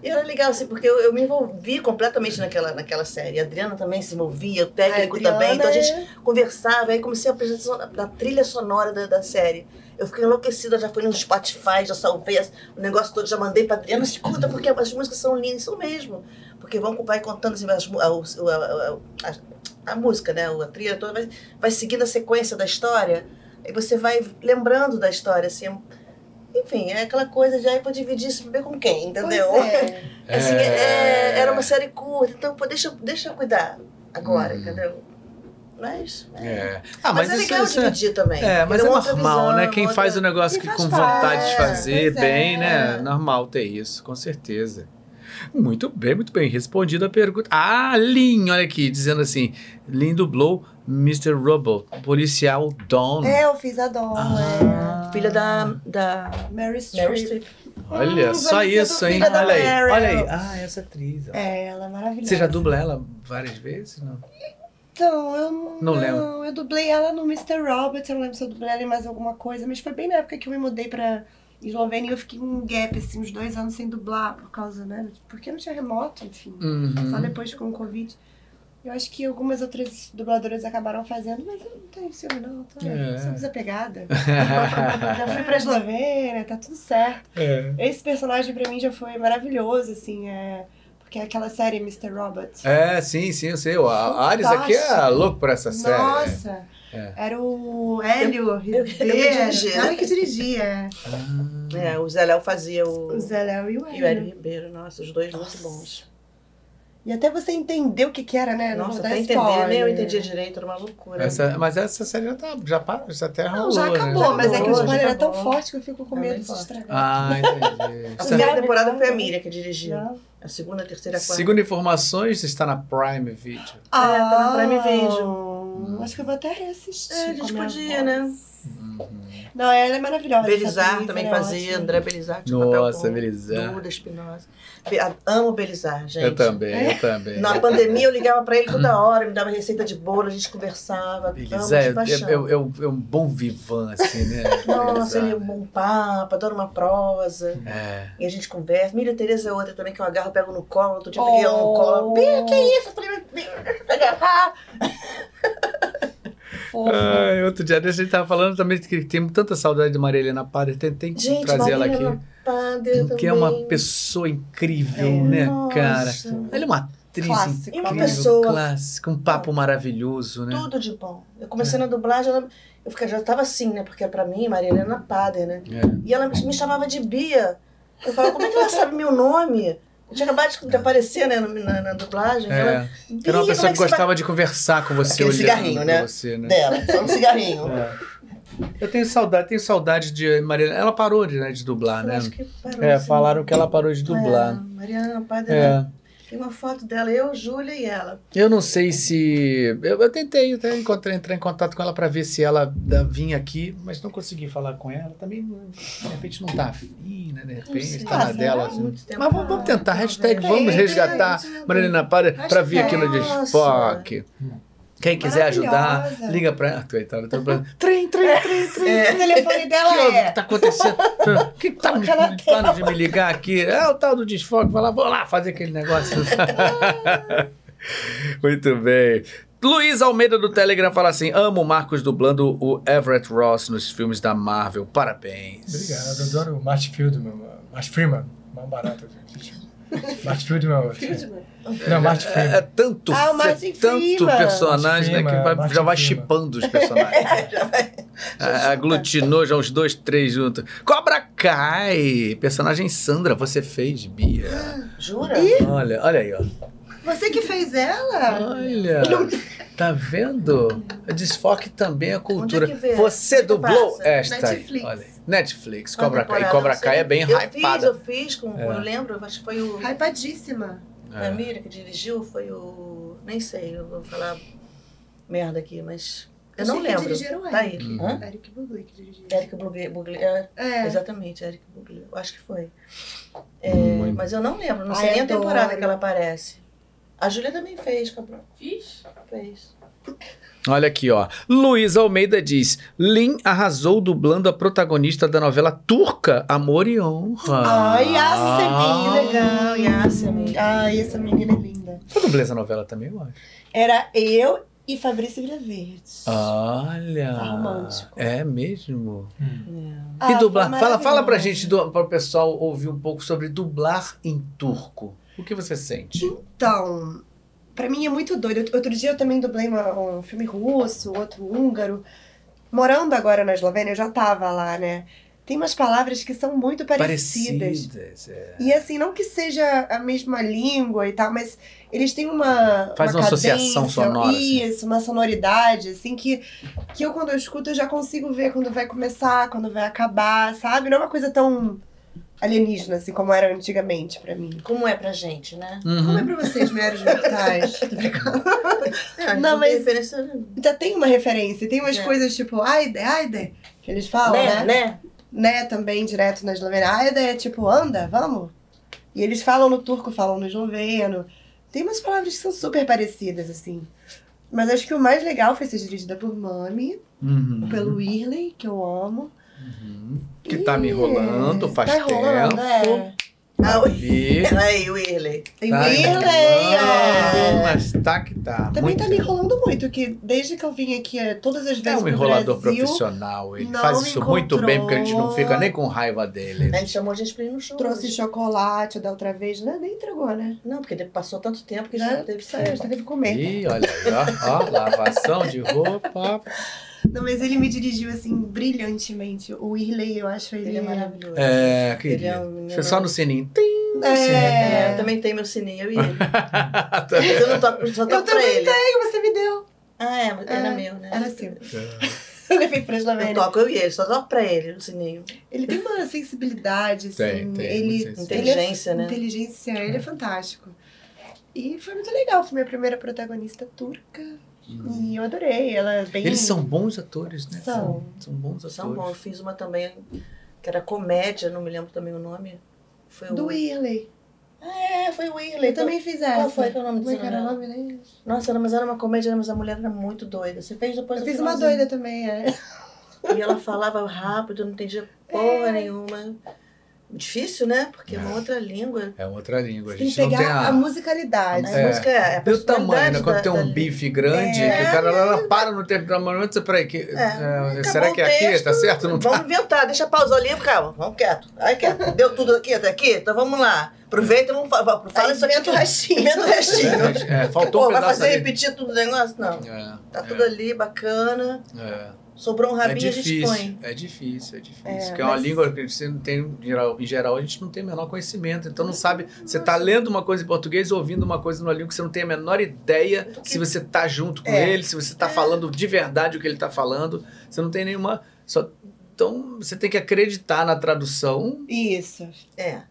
E era legal, assim, porque eu, eu me envolvi completamente naquela, naquela série. A Adriana também se envolvia, o técnico
Adriana
também. Então a gente
é-
conversava, aí comecei a apresentação da, da trilha sonora da, da série. Eu fiquei enlouquecida, já fui no Spotify, já salvei as- o negócio todo, já mandei pra Adriana, escuta, porque as músicas são lindas, são mesmo. Porque vão, vai contando assim, as mu- a, o- o- a- a- a- a música, né? A trilha toda vai, vai seguindo a sequência da história, aí você vai lembrando da história, assim. Enfim, é aquela coisa de aí vou dividir isso pra ver com quem, entendeu?
Pois é.
Assim, é,
É.
era uma série curta, então pô, deixa, deixa eu cuidar agora,
Hum.
entendeu? Mas.
É. Ah,
mas,
mas,
é
isso,
legal
isso é...
dividir também.
É, mas é
Uma outra
normal,
visão,
né? Quem
outra-
faz o negócio
Quem
que
faz,
com vontade de
faz.
fazer,
pois
bem,
é.
né? Normal ter isso, com certeza. Muito bem, muito bem. Respondida a pergunta. Ah, Lin, olha aqui, dizendo assim: Lin dublou Mr. Rubble, policial Don.
É, eu fiz a dona.
Ah,
Filha da, da
é. Mary Streep.
Meryl Streep.
Olha,
Hum,
só
vai ser do
isso, hein?
filho da
Olha aí,
Meryl.
olha aí. Ah, essa atriz. ó.
É, ela é maravilhosa.
Você já dubla ela várias vezes? Não?
Então, eu não,
Não
não
lembro.
Eu dublei ela no Mr. Robert, eu não lembro se eu dublei ela em mais alguma coisa, mas foi bem na época que eu me mudei pra Eslovênia e eu fiquei em um gap, assim, uns dois anos sem dublar, por causa, né? Porque não tinha remoto, enfim.
Uhum.
Só depois com o Covid. Eu acho que algumas outras dubladoras acabaram fazendo, mas eu não tenho ciúme, não. Tô,
É.
Sou desapegada. já fui pra Eslovênia, tá tudo certo.
É.
Esse personagem pra mim já foi maravilhoso, assim, é... Porque aquela série Mr. Robert.
É, sim, sim, eu sei. ó, A Ares aqui é
Fantástico.
louco por essa série. né?
Nossa!
É.
Era o Hélio
eu que
Ribeiro.
dirigia.
Ela que dirigia.
É, o Zé Léo fazia o.
O Zé Léo e o
E o Hélio
Hélio.
Ribeiro, nossa, os dois
Nossa.
muito bons.
E até você entender o que que era, né? Não
Nossa,
vou dar
até entender,
spoiler.
nem eu entendia direito, era uma loucura.
Essa- mas essa série já tá. Já, pa- já até
Não, já
rolou, né?
acabou, mas é que o
Acabou,
spoiler
já
é tão
acabou.
forte que eu fico com
É
medo
bem
de
forte.
estragar.
Ah, entendi.
A
Isso é-
primeira temporada foi a Miriam que dirigiu.
Não?
A segunda, a terceira, a quarta.
Segundo informações, está na Prime Video.
É, tá no Prime
Video. Hum, Acho que eu vou até reassistir.
É, a
com
gente
minha
podia,
avó.
né?
Não, ela é maravilhosa. essa
Belizar
atriz,
também
ela é
fazia,
ótima.
André Belizar tinha
Nossa,
papel bom.
beleza.
Duda Espinosa. Be- a- Amo Belizar, gente.
Eu também,
É.
eu também.
Na pandemia eu ligava pra ele toda hora, me dava receita de bolo, a gente conversava. amo
Beleza,
de
é,
paixão.
é, é- é um- é um bom vivan, assim, né?
Nossa, ele é
Beleza.
um bom papo, adora uma prosa.
É.
E a gente conversa. Miriam Tereza é outra também que eu agarro, pego no colo. Outro dia eu um
Oh.
peguei ela no colo. "Bia, Que isso? Eu falei, "Bia, agarrar.
Fofa.
Ai, É, outro dia desse a gente tava falando também que tem tanta saudade de Maria Helena Padre, tem, tem que
Gente,
trazer ela
é
Maria
aqui.
Padre
Que é uma
também.
pessoa incrível,
É.
né,
Nossa.
cara? Ela é uma atriz
Clássico.
incrível,
E uma pessoa-
clássica, um papo maravilhoso, né? É.
Tudo de bom. Eu comecei na dublagem, ela- eu fica- já tava assim, né? Porque pra mim, Maria Helena Padre, né?
É.
E ela me chamava de Bia. Eu falava, como é que ela sabe meu nome? Eu tinha acabado de aparecer, né, na, na- na dublagem.
É.
Ela,
Era uma
"Bia, como
pessoa
é
que
você
gostava de conversar com você,
Aquele
olhando
cigarrinho,
pra
né?
você, né?
vai-" dela, só um cigarrinho.
Eu tenho saudade, tenho saudade de Maria. Ela parou de, né, de dublar,
Eu
né?
acho que parou,
É,
assim.
falaram que ela parou de
É,
dublar.
Mariana Padre, né?
É.
tem uma foto dela, eu, Júlia e ela.
Eu não sei se. Eu, eu tentei até encontrar, entrar em contato com ela pra ver se ela da- vinha aqui, mas não consegui falar com ela. Também, não- de repente, não tá afim, né? De repente,
sei.
tá na
Ah,
dela.
Faz
assim.
muito tempo.
Mas vamos, vamos tentar. Hashtag
Tem,
vamos
tem,
resgatar
tem.
Marilena para, pra vir aqui no
Nossa.
Desfoque. Quem quiser ajudar,
Maravilhosa.
liga pra ela. Coitada, tá falando, Trem,
É.
trem, trem, trem.
O telefone
O que
dela
houve? O que
é.
tá acontecendo? O que tá me
Aquela
plano de me ligar aqui? É o tal do desfoque. Vai lá, vou lá fazer aquele negócio. Muito bem. Luiz Almeida do Telegram fala assim: amo o Marcos dublando o Everett Ross nos filmes da Marvel. Parabéns.
Obrigado, eu adoro o Martin Fieldman. Martin Freeman, mais barato. gente. Martin Fieldman.
Fieldman.
Não, Martin
É, é
Freeman.
tanto,
Ah, o
é
Martin
tanto
Freeman.
personagem né,
Martin
que vai-
Freeman,
já vai
Martin Freeman.
chipando os personagens. Ah, Aglutinou já uns dois, três juntos. Cobra Kai! Personagem Sandra, você fez, Bia.
Jura?
Olha, olha aí, ó.
Você que fez ela?
Olha, tá vendo? Desfoque também a cultura.
Onde é que vê?
Você
Onde que
dublou
passa? Tá
esta.
Netflix.
Olha, aí. Netflix,
Uma
Cobra Kai. E
temporada,
Cobra
não
Kai
sei.
é bem É.
eu
hypada.
Fiz, eu fiz, com, eu lembro, eu acho que foi o
Hypadíssima.
É.
a Miriam que dirigiu, foi o... Nem sei, eu vou falar merda aqui, mas... Eu não
Achei que
lembro.
dirigiram
Tá
ela.
aí. Hã?
Eric Bublé que dirigiu.
Eric Bugle, Bugle, é,
É.
exatamente, Eric Bugle, eu acho que foi. É, mas eu não lembro, não
Ai,
sei nem a
adoro.
temporada que ela aparece. A Júlia também fez, Cabral,
Fiz?
fez.
Olha aqui, ó. Luiz Almeida diz: Lin arrasou dublando a protagonista da novela turca Amor e Honra.
Ai, é
Ah.
Yasemin,
legal, Yasemin.
Ai, essa menina é linda.
Você dublou essa novela também, eu acho.
Era eu e Fabrício Villaverde.
Ah. Olha.
Tá romântico.
É mesmo.
Hum.
Ah,
e
foi
dublar? Fala, fala pra
maravilhoso.
gente, do- para o pessoal ouvir um pouco sobre dublar em turco. O que você sente?
Então, pra mim é muito doido. Out- Outro dia eu também dublei uma- um filme russo, outro húngaro. Morando agora na Eslovênia, eu já tava lá, né? Tem umas palavras que são muito parecidas.
Parecidas, é.
E assim, não que seja a mesma língua e tal, mas eles têm uma.
Faz uma associação
cadência,
sonora, assim.
Isso, uma sonoridade, assim, que, que eu, quando eu escuto, eu já consigo ver quando vai começar, quando vai acabar, sabe? Não é uma coisa tão alienígena, assim, como era antigamente pra mim.
Como é pra gente, né?
Como é
Uhum.
pra vocês, meros mortais? Tô brincando.
É,
Não,
tem
mas-
referência, né?
Ainda tem uma referência, tem umas
É.
coisas tipo, Aide, Aide, que eles falam, né?
né? né?
Né, também direto na Eslovênia. Aide é tipo, anda, vamos. E eles falam no turco, falam no esloveno. Tem umas palavras que são super parecidas, assim. Mas acho que o mais legal foi ser dirigida por Mami,
Uhum.
pelo Whirley, que eu amo.
Que tá me
E-
enrolando faz
tá enrolando,
tempo.
É.
Ah, o-
Vi.
Peraí, Whirley.
Tem
Tá
Whirley,
enrolando,
é.
Mas tá que tá.
Também
Muito
tá me enrolando muito, que desde que eu vim aqui, eh, todas as
É
vezes
um
pro
enrolador
Brasil,
profissional, ele
não
faz
me
isso muito bem, porque a gente não
encontrou.
fica nem com raiva dele.
Ele chamou a gente pra ir no show.
trouxe
hoje.
chocolate da outra vez, né? Nem entregou, né?
Não, porque passou tanto tempo que
Né?
já teve que
Só eu,
sair.
só teve que comer.
Ih, olha aí, ó, ó, lavação de roupa.
Não, mas ele me dirigiu assim brilhantemente. O Whirley, eu acho ele.
Ele é maravilhoso.
É,
Ele é
querido.
um menino-
Você só no sininho. Tim.
É,
É.
eu também tenho meu sininho, eu e ele.
Tá
Mas eu não toco, só toco
Eu
pra
também
ele.
tenho, você me deu.
Ah, é, mas era
É,
meu, né?
Era seu. Eu levei pra
Eu
Eslovênia.
toco eu e ele, só toco pra ele no sininho.
Ele tem uma sensibilidade, assim.
Tem, tem, muito
ele,
sensível.
ele é-
Inteligência, né?
Inteligência, ele é fantástico. E foi muito legal, foi minha primeira protagonista turca. E eu adorei, ela é bem...
Uhum. Eles são bons atores, né?
São.
São bons atores.
São bom, eu fiz uma também, que era comédia, não me lembro também o nome. Foi
Do
o...
Whirley.
É, foi o Whirley.
Eu também fiz essa.
Qual foi que é o nome
Como é que era o
dela?
nome, né?
Nossa, era- mas era uma comédia, mas a mulher era muito doida. Você fez depois
Eu
do
fiz uma
finalzinho.
doida também, é.
E ela falava rápido, eu não entendia
É.
porra nenhuma. Difícil, né? Porque é uma
É.
outra língua.
É outra língua, a
Tem que
gente não tem
pegar
a...
a musicalidade.
A
É.
música é a
Vê o tamanho, né?
personalidade
Quando
da-
tem
da
um
língua.
bife grande,
É.
que o cara ela para no tempo da manhã, peraí, que, é,
acabou
será que é
o
aqui?
texto,
Tá certo? Não tá?
Vamos inventar, deixa pausar o livro, calma, vamos quieto. Aí quieto. Deu tudo aqui até aqui? Então vamos lá. Aproveita e vamos fa- fa- fala
Aí
isso aqui.
inventa o
tudo.
restinho.
Inventa o restinho.
É, é, faltou
Pô,
um
vai
pedaço
fazer
ali.
repetir tudo o negócio? Não.
É,
Tá
é,
tudo ali, bacana.
é.
Sobrou um
É
rabinho, a gente põe.
difícil, é difícil, é difícil.
É,
Porque é uma
mas-
língua que você não tem, em geral, em geral, a gente não tem o menor conhecimento. Então não sabe. Você tá lendo uma coisa em português, ouvindo uma coisa numa língua que você não tem a menor ideia se você tá junto com
É.
ele, se você tá falando de verdade o que ele tá falando. Você não tem nenhuma. só- Então você tem que acreditar na tradução
Isso.
É.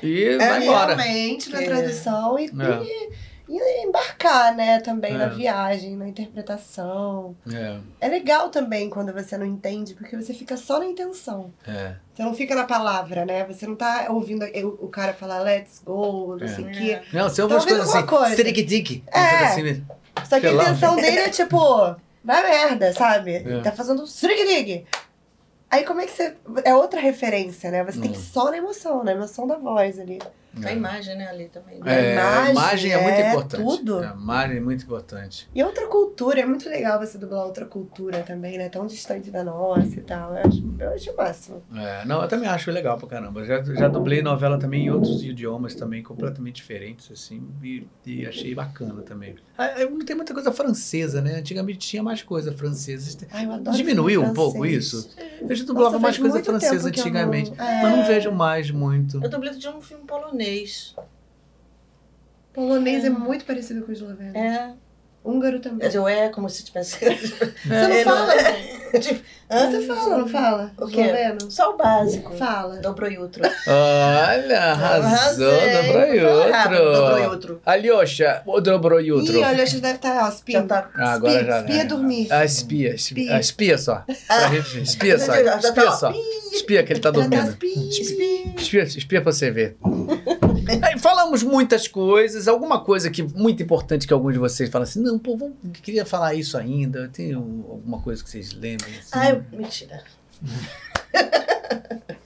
e vai embora.
Realmente, na
É.
tradução e,
É.
e- e embarcar, né, também
É.
na viagem, na interpretação.
É,
É legal também quando você não entende, porque você fica só na intenção.
é.
Você não fica na palavra, né? Você não tá ouvindo eu- o cara falar let's go, não
É.
sei o quê.
Não, são algumas
Talvez
coisas
alguma
assim.
coisa.
Stric-tic.
É. Só que
Sei lá.
a intenção dele é tipo, vai merda, sabe?
É.
Tá fazendo srig Aí como é que você. É outra referência, né? Você
Hum.
tem que ir só na emoção, na emoção da voz ali.
A imagem, né, ali também.
É.
a imagem é muito
é
importante.
tudo.
A imagem é muito importante.
E outra cultura, é muito legal você dublar outra cultura também, né? Tão distante da nossa e tal. Eu acho, eu acho o máximo.
É, não, eu também acho legal pra caramba. Já, já dublei novela também em outros idiomas também, completamente diferentes, assim, e, e achei bacana também. Ah, eu não tem muita coisa francesa, né? Antigamente tinha mais coisa francesa.
Ai, eu adoro
Diminuiu um
filme
pouco
francês.
isso? Eu já
Nossa,
dublava mais
faz
coisa
muito
francesa
tempo que eu não-
antigamente,
É,
mas não vejo mais muito.
Eu dublei de um filme polonês.
Polonês é muito parecido com o esloveno.
É.
Húngaro também.
Quer dizer, é como se tivesse.
Você não
É, não-
fala? né?
Tipo, hã?
Você fala, não fala?
O quê?
Esloveno?
Só o básico.
Fala. um
Dobro jutro.
Olha, arrasou,
Arrasei. Fala rápido, Dobro
dobrou outro.
jutro.
Alyosha, o dobrou outro.
Ih, olha, a gente deve estar, ó,
Já
espia.
tá.
Ah, agora
espia,
já.
espia
é.
dormir.
Ah, espia, espia,
Espia. Ah.
espia só. Pra gente- Espia só.
Já tá,
Espia
ó.
só. Espia que ele tá
Ela tá
dormindo.
espia.
Espia, espia pra você ver. Aí, falamos muitas coisas, alguma coisa que muito importante que alguns de vocês falam assim, não, pô, vamos, queria falar isso ainda. Tem um- alguma coisa que vocês lembrem? assim?
Ai, eu- mentira.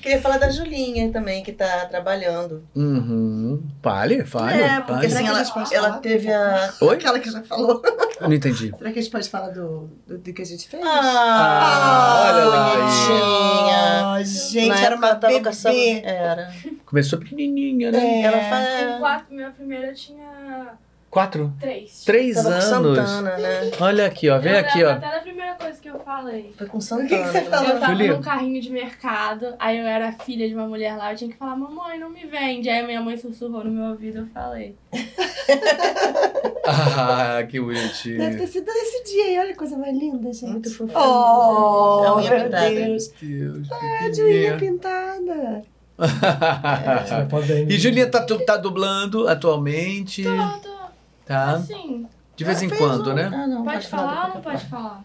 Queria falar da Julinha também, que tá trabalhando.
Uhum. Fale, fale.
é, porque
fale.
assim,
Será que
ela,
a gente pode
ela
falar?
teve a.
Oi?
Aquela que já falou.
Eu não entendi.
Será que a gente pode falar do, do, do que a gente fez?
Ah, olha lá.
bonitinha.
Ah, gente,
Na
era
época
uma
ela tava caçando-
bebê.
Era.
Começou pequenininha, né?
É.
Ela
Com
faz.
quatro, minha primeira tinha
Quatro?
Três.
Três
Tava com
anos.
Santana, né?
Olha aqui, ó. Vem
Eu
aqui,
lembro
ó.
Até da primeira coisa que eu falei.
Foi com
O
Santana.
que, que você
né?
Eu
falou?
tava
Julia.
num carrinho de mercado, aí eu era filha de uma mulher lá, eu tinha que falar, mamãe, não me vende. Aí minha mãe sussurrou no meu ouvido, eu falei.
Ah, que
Deve
bonitinho.
ter sido esse dia aí. Olha que coisa mais linda, gente.
Muito fofinho. né?
Oh,
É A unha
meu
pintada.
Deus.
Deus,
É de unha
que
pintada.
queria. E Julinha tá, tu- tá dublando atualmente,
Tô, tô,
tá?
assim,
De
É,
vez em
um-
quando, né?
Ah, não,
pode falar ou não pode falar?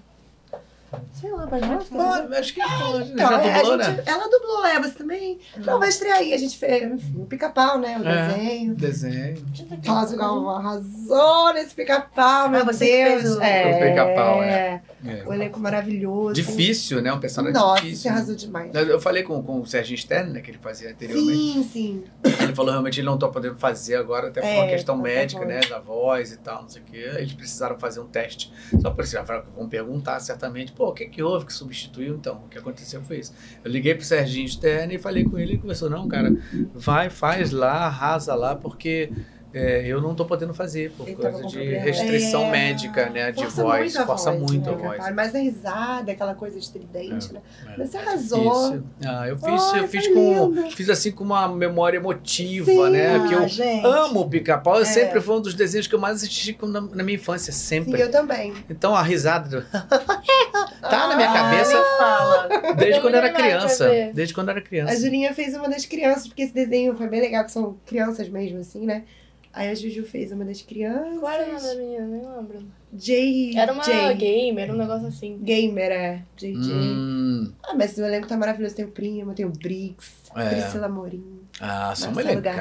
Sei lá, mas não.
Ah, acho que pode.
Então,
Já
é, a
dublou,
gente-
né?
ela dublou, é, você também. Não, vai estrear aí. A gente fez, enfim, o pica-pau, né? O
É.
desenho.
Desenho.
Rosa Galvão arrasou nesse pica-pau, meu
Ah, você que
Deus.
fez o-
é,
O pica-pau, é.
O elenco maravilhoso.
É. Difícil, né? Um personagem
Nossa, você
difícil.
arrasou demais.
Eu eu falei com, com o Serginho Stern, né, que ele fazia anteriormente.
Sim, sim.
Ele falou realmente ele não tá podendo fazer agora, até por
É,
uma questão
tá
médica,
bom.
né? Da voz e tal, não sei o quê. Eles precisaram fazer um teste. Só por isso, já falaram que vão perguntar certamente, pô, o que, que houve que substituiu então? O que aconteceu foi isso. Eu liguei pro Serginho Stern e falei com ele, ele conversou, não, cara, vai, faz lá, arrasa lá, porque. é, eu não tô podendo fazer por
Ele tava
causa
com
de
problema. né?
restrição
É,
médica, né? De
força
voz,
muito a
força
voz,
muito
né,
a voz.
cara? Mas a risada, aquela coisa estridente, né?
É.
Mas você arrasou.
Difícil. Ah, eu fiz,
Ai,
eu fiz
foi
com,
lindo.
fiz assim com uma memória emotiva,
Sim. É.
né? Que eu
Ah, gente.
amo o
Ah,
Pica-Pau. Eu sempre foi um dos desenhos que eu mais assisti com- na, na minha infância,
Sim,
sempre.
eu também.
Então a risada do- tá na minha
Ah,
cabeça
nem fala.
desde
Eu
quando eu era
demorei pra
criança.
ver.
Desde quando eu era
A
criança.
Julinha fez uma das crianças, porque esse desenho foi bem legal, que são crianças mesmo, assim, né? Aí a Juju fez uma das crianças.
Qual era o nome da menina? Nem lembro.
Jay.
Era uma
Jay.
gamer, era um negócio assim.
Gamer, é. JJ.
Hum,
Ah, mas o elenco tá maravilhoso. Tem o Primo, tem o Briggs,
É.
Priscila Morim.
ah, só um
Marcelo
elencaço.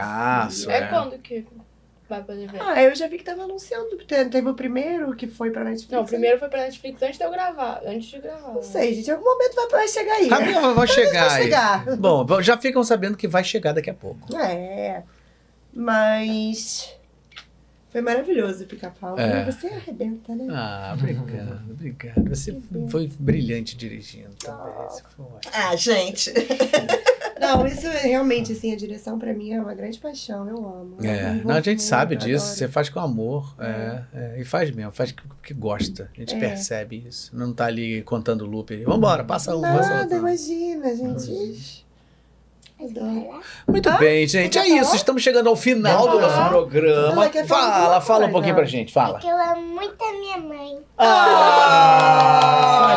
Garcia.
É
É.
quando que vai poder ver?
Ah, eu já vi que tava anunciando. Te- Teve o primeiro que foi pra Netflix.
Não, o primeiro foi pra Netflix antes de eu gravar. Antes de gravar.
Não sei, gente. Em algum momento vai, vai chegar aí.
Ah, não, vai chegar
Vai
aí.
chegar.
Bom, já ficam sabendo que vai chegar daqui a pouco.
É. Mas. Foi maravilhoso o pica-pau.
É.
Você arrebenta, né?
Ah, obrigado, obrigado. Você foi brilhante dirigindo também. Você foi ótimo.
Ah, gente.
Não, isso é realmente, assim, a direção pra mim é uma grande paixão, eu amo. Eu
É,
me
não, a gente
envolvo
sabe
muito,
disso,
adoro.
você faz com amor, é, é, e faz mesmo, faz que- porque gosta, a gente
É.
percebe isso, não tá ali contando loop, ali, vambora, passa um, passa
Nada,
outro.
imagina, gente. Adoro.
Muito bem, gente, é
Ah, Quer falar?
isso, estamos chegando ao final
Quer
do nosso
falar?
programa,
Ela quer falar
fala,
alguma
fala um
coisa.
pouquinho pra gente, fala.
Porque é eu amo muito a minha mãe.
Ah,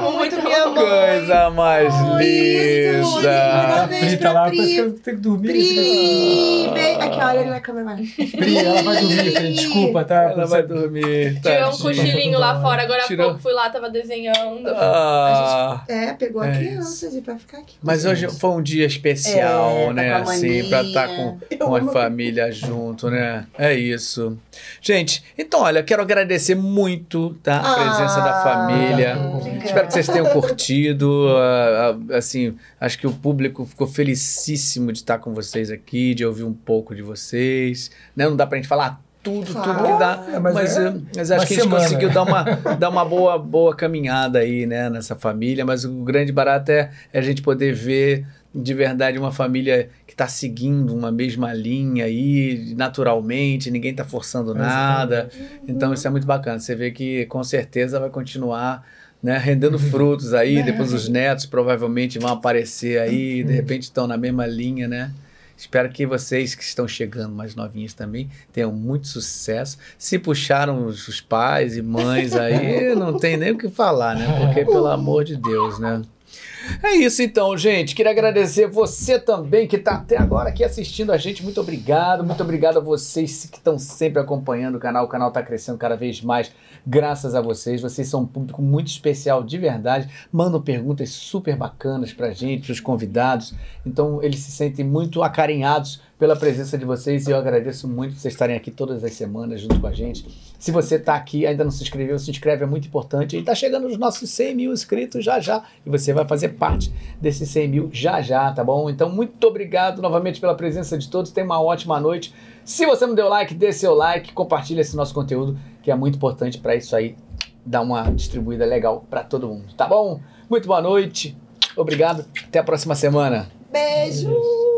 Olha, eu amo muito minha mãe.
coisa mais
Ai, isso,
linda.
Parabéns pra
Frita Ah, tá lá,
Pri.
parece que eu tenho que dormir. né?
Pri, bem- Aqui, olha ele na câmera.
Pri, ela vai dormir, Pri. Desculpa, tá?
Ela vai dormir,
Tirei um
tadinha.
cochilinho lá fora, agora
Tirou.
há pouco fui lá, tava desenhando.
Ah.
É, pegou
É
a criança, gente, pra ficar aqui. com
Mas hoje
gente.
foi um dia especial,
É, tá
né?
com a
assim, pra estar com,
maninha.
com a
amo.
família junto, né? É isso. Gente, então, olha, quero agradecer muito tá, a
Ah,
presença da família.
obrigada.
Espero que vocês tenham curtido. ah, ah, Assim, acho que o público ficou felicíssimo de estar com vocês aqui, de ouvir um pouco de vocês. né? Não dá pra gente falar tudo, tudo que dá.
É,
Mas,
mas é-
eh, mas acho
uma
que a gente
semana.
conseguiu dar uma, dar uma boa, boa caminhada aí, né, nessa família. Mas o grande barato é, é a gente poder ver de verdade uma família que está seguindo uma mesma linha aí, naturalmente, ninguém está forçando nada. Então isso é muito bacana. Você vê que com certeza vai continuar. Né, rendendo
Uhum.
frutos
Né?
aí, depois os netos provavelmente vão aparecer
Uhum.
aí, de repente estão na mesma linha, né? Espero que vocês que estão chegando mais novinhos também tenham muito sucesso. Se puxaram os, os pais e mães aí, não tem nem o que falar, né? Porque, pelo amor de Deus, né? É isso então, gente. Queria agradecer você também que está até agora aqui assistindo a gente. Muito obrigado, muito obrigado a vocês que estão sempre acompanhando o canal. O canal está crescendo cada vez mais, graças a vocês. Vocês são um público muito especial, de verdade. Mandam perguntas super bacanas pra gente, pros convidados. Então, eles se sentem muito acarinhados pela presença de vocês e eu agradeço muito por vocês estarem aqui todas as semanas junto com a gente. Se você está aqui e ainda não se inscreveu, se inscreve, é muito importante. Ele está chegando nos nossos 100 mil inscritos já já e você vai fazer parte desses 100 mil já já, tá bom? Então, muito obrigado novamente pela presença de todos. Tenha uma ótima noite. Se você não deu like, dê seu like, compartilha esse nosso conteúdo que é muito importante para isso aí dar uma distribuída legal para todo mundo, tá bom? Muito boa noite. Obrigado. Até a próxima semana.
Beijo!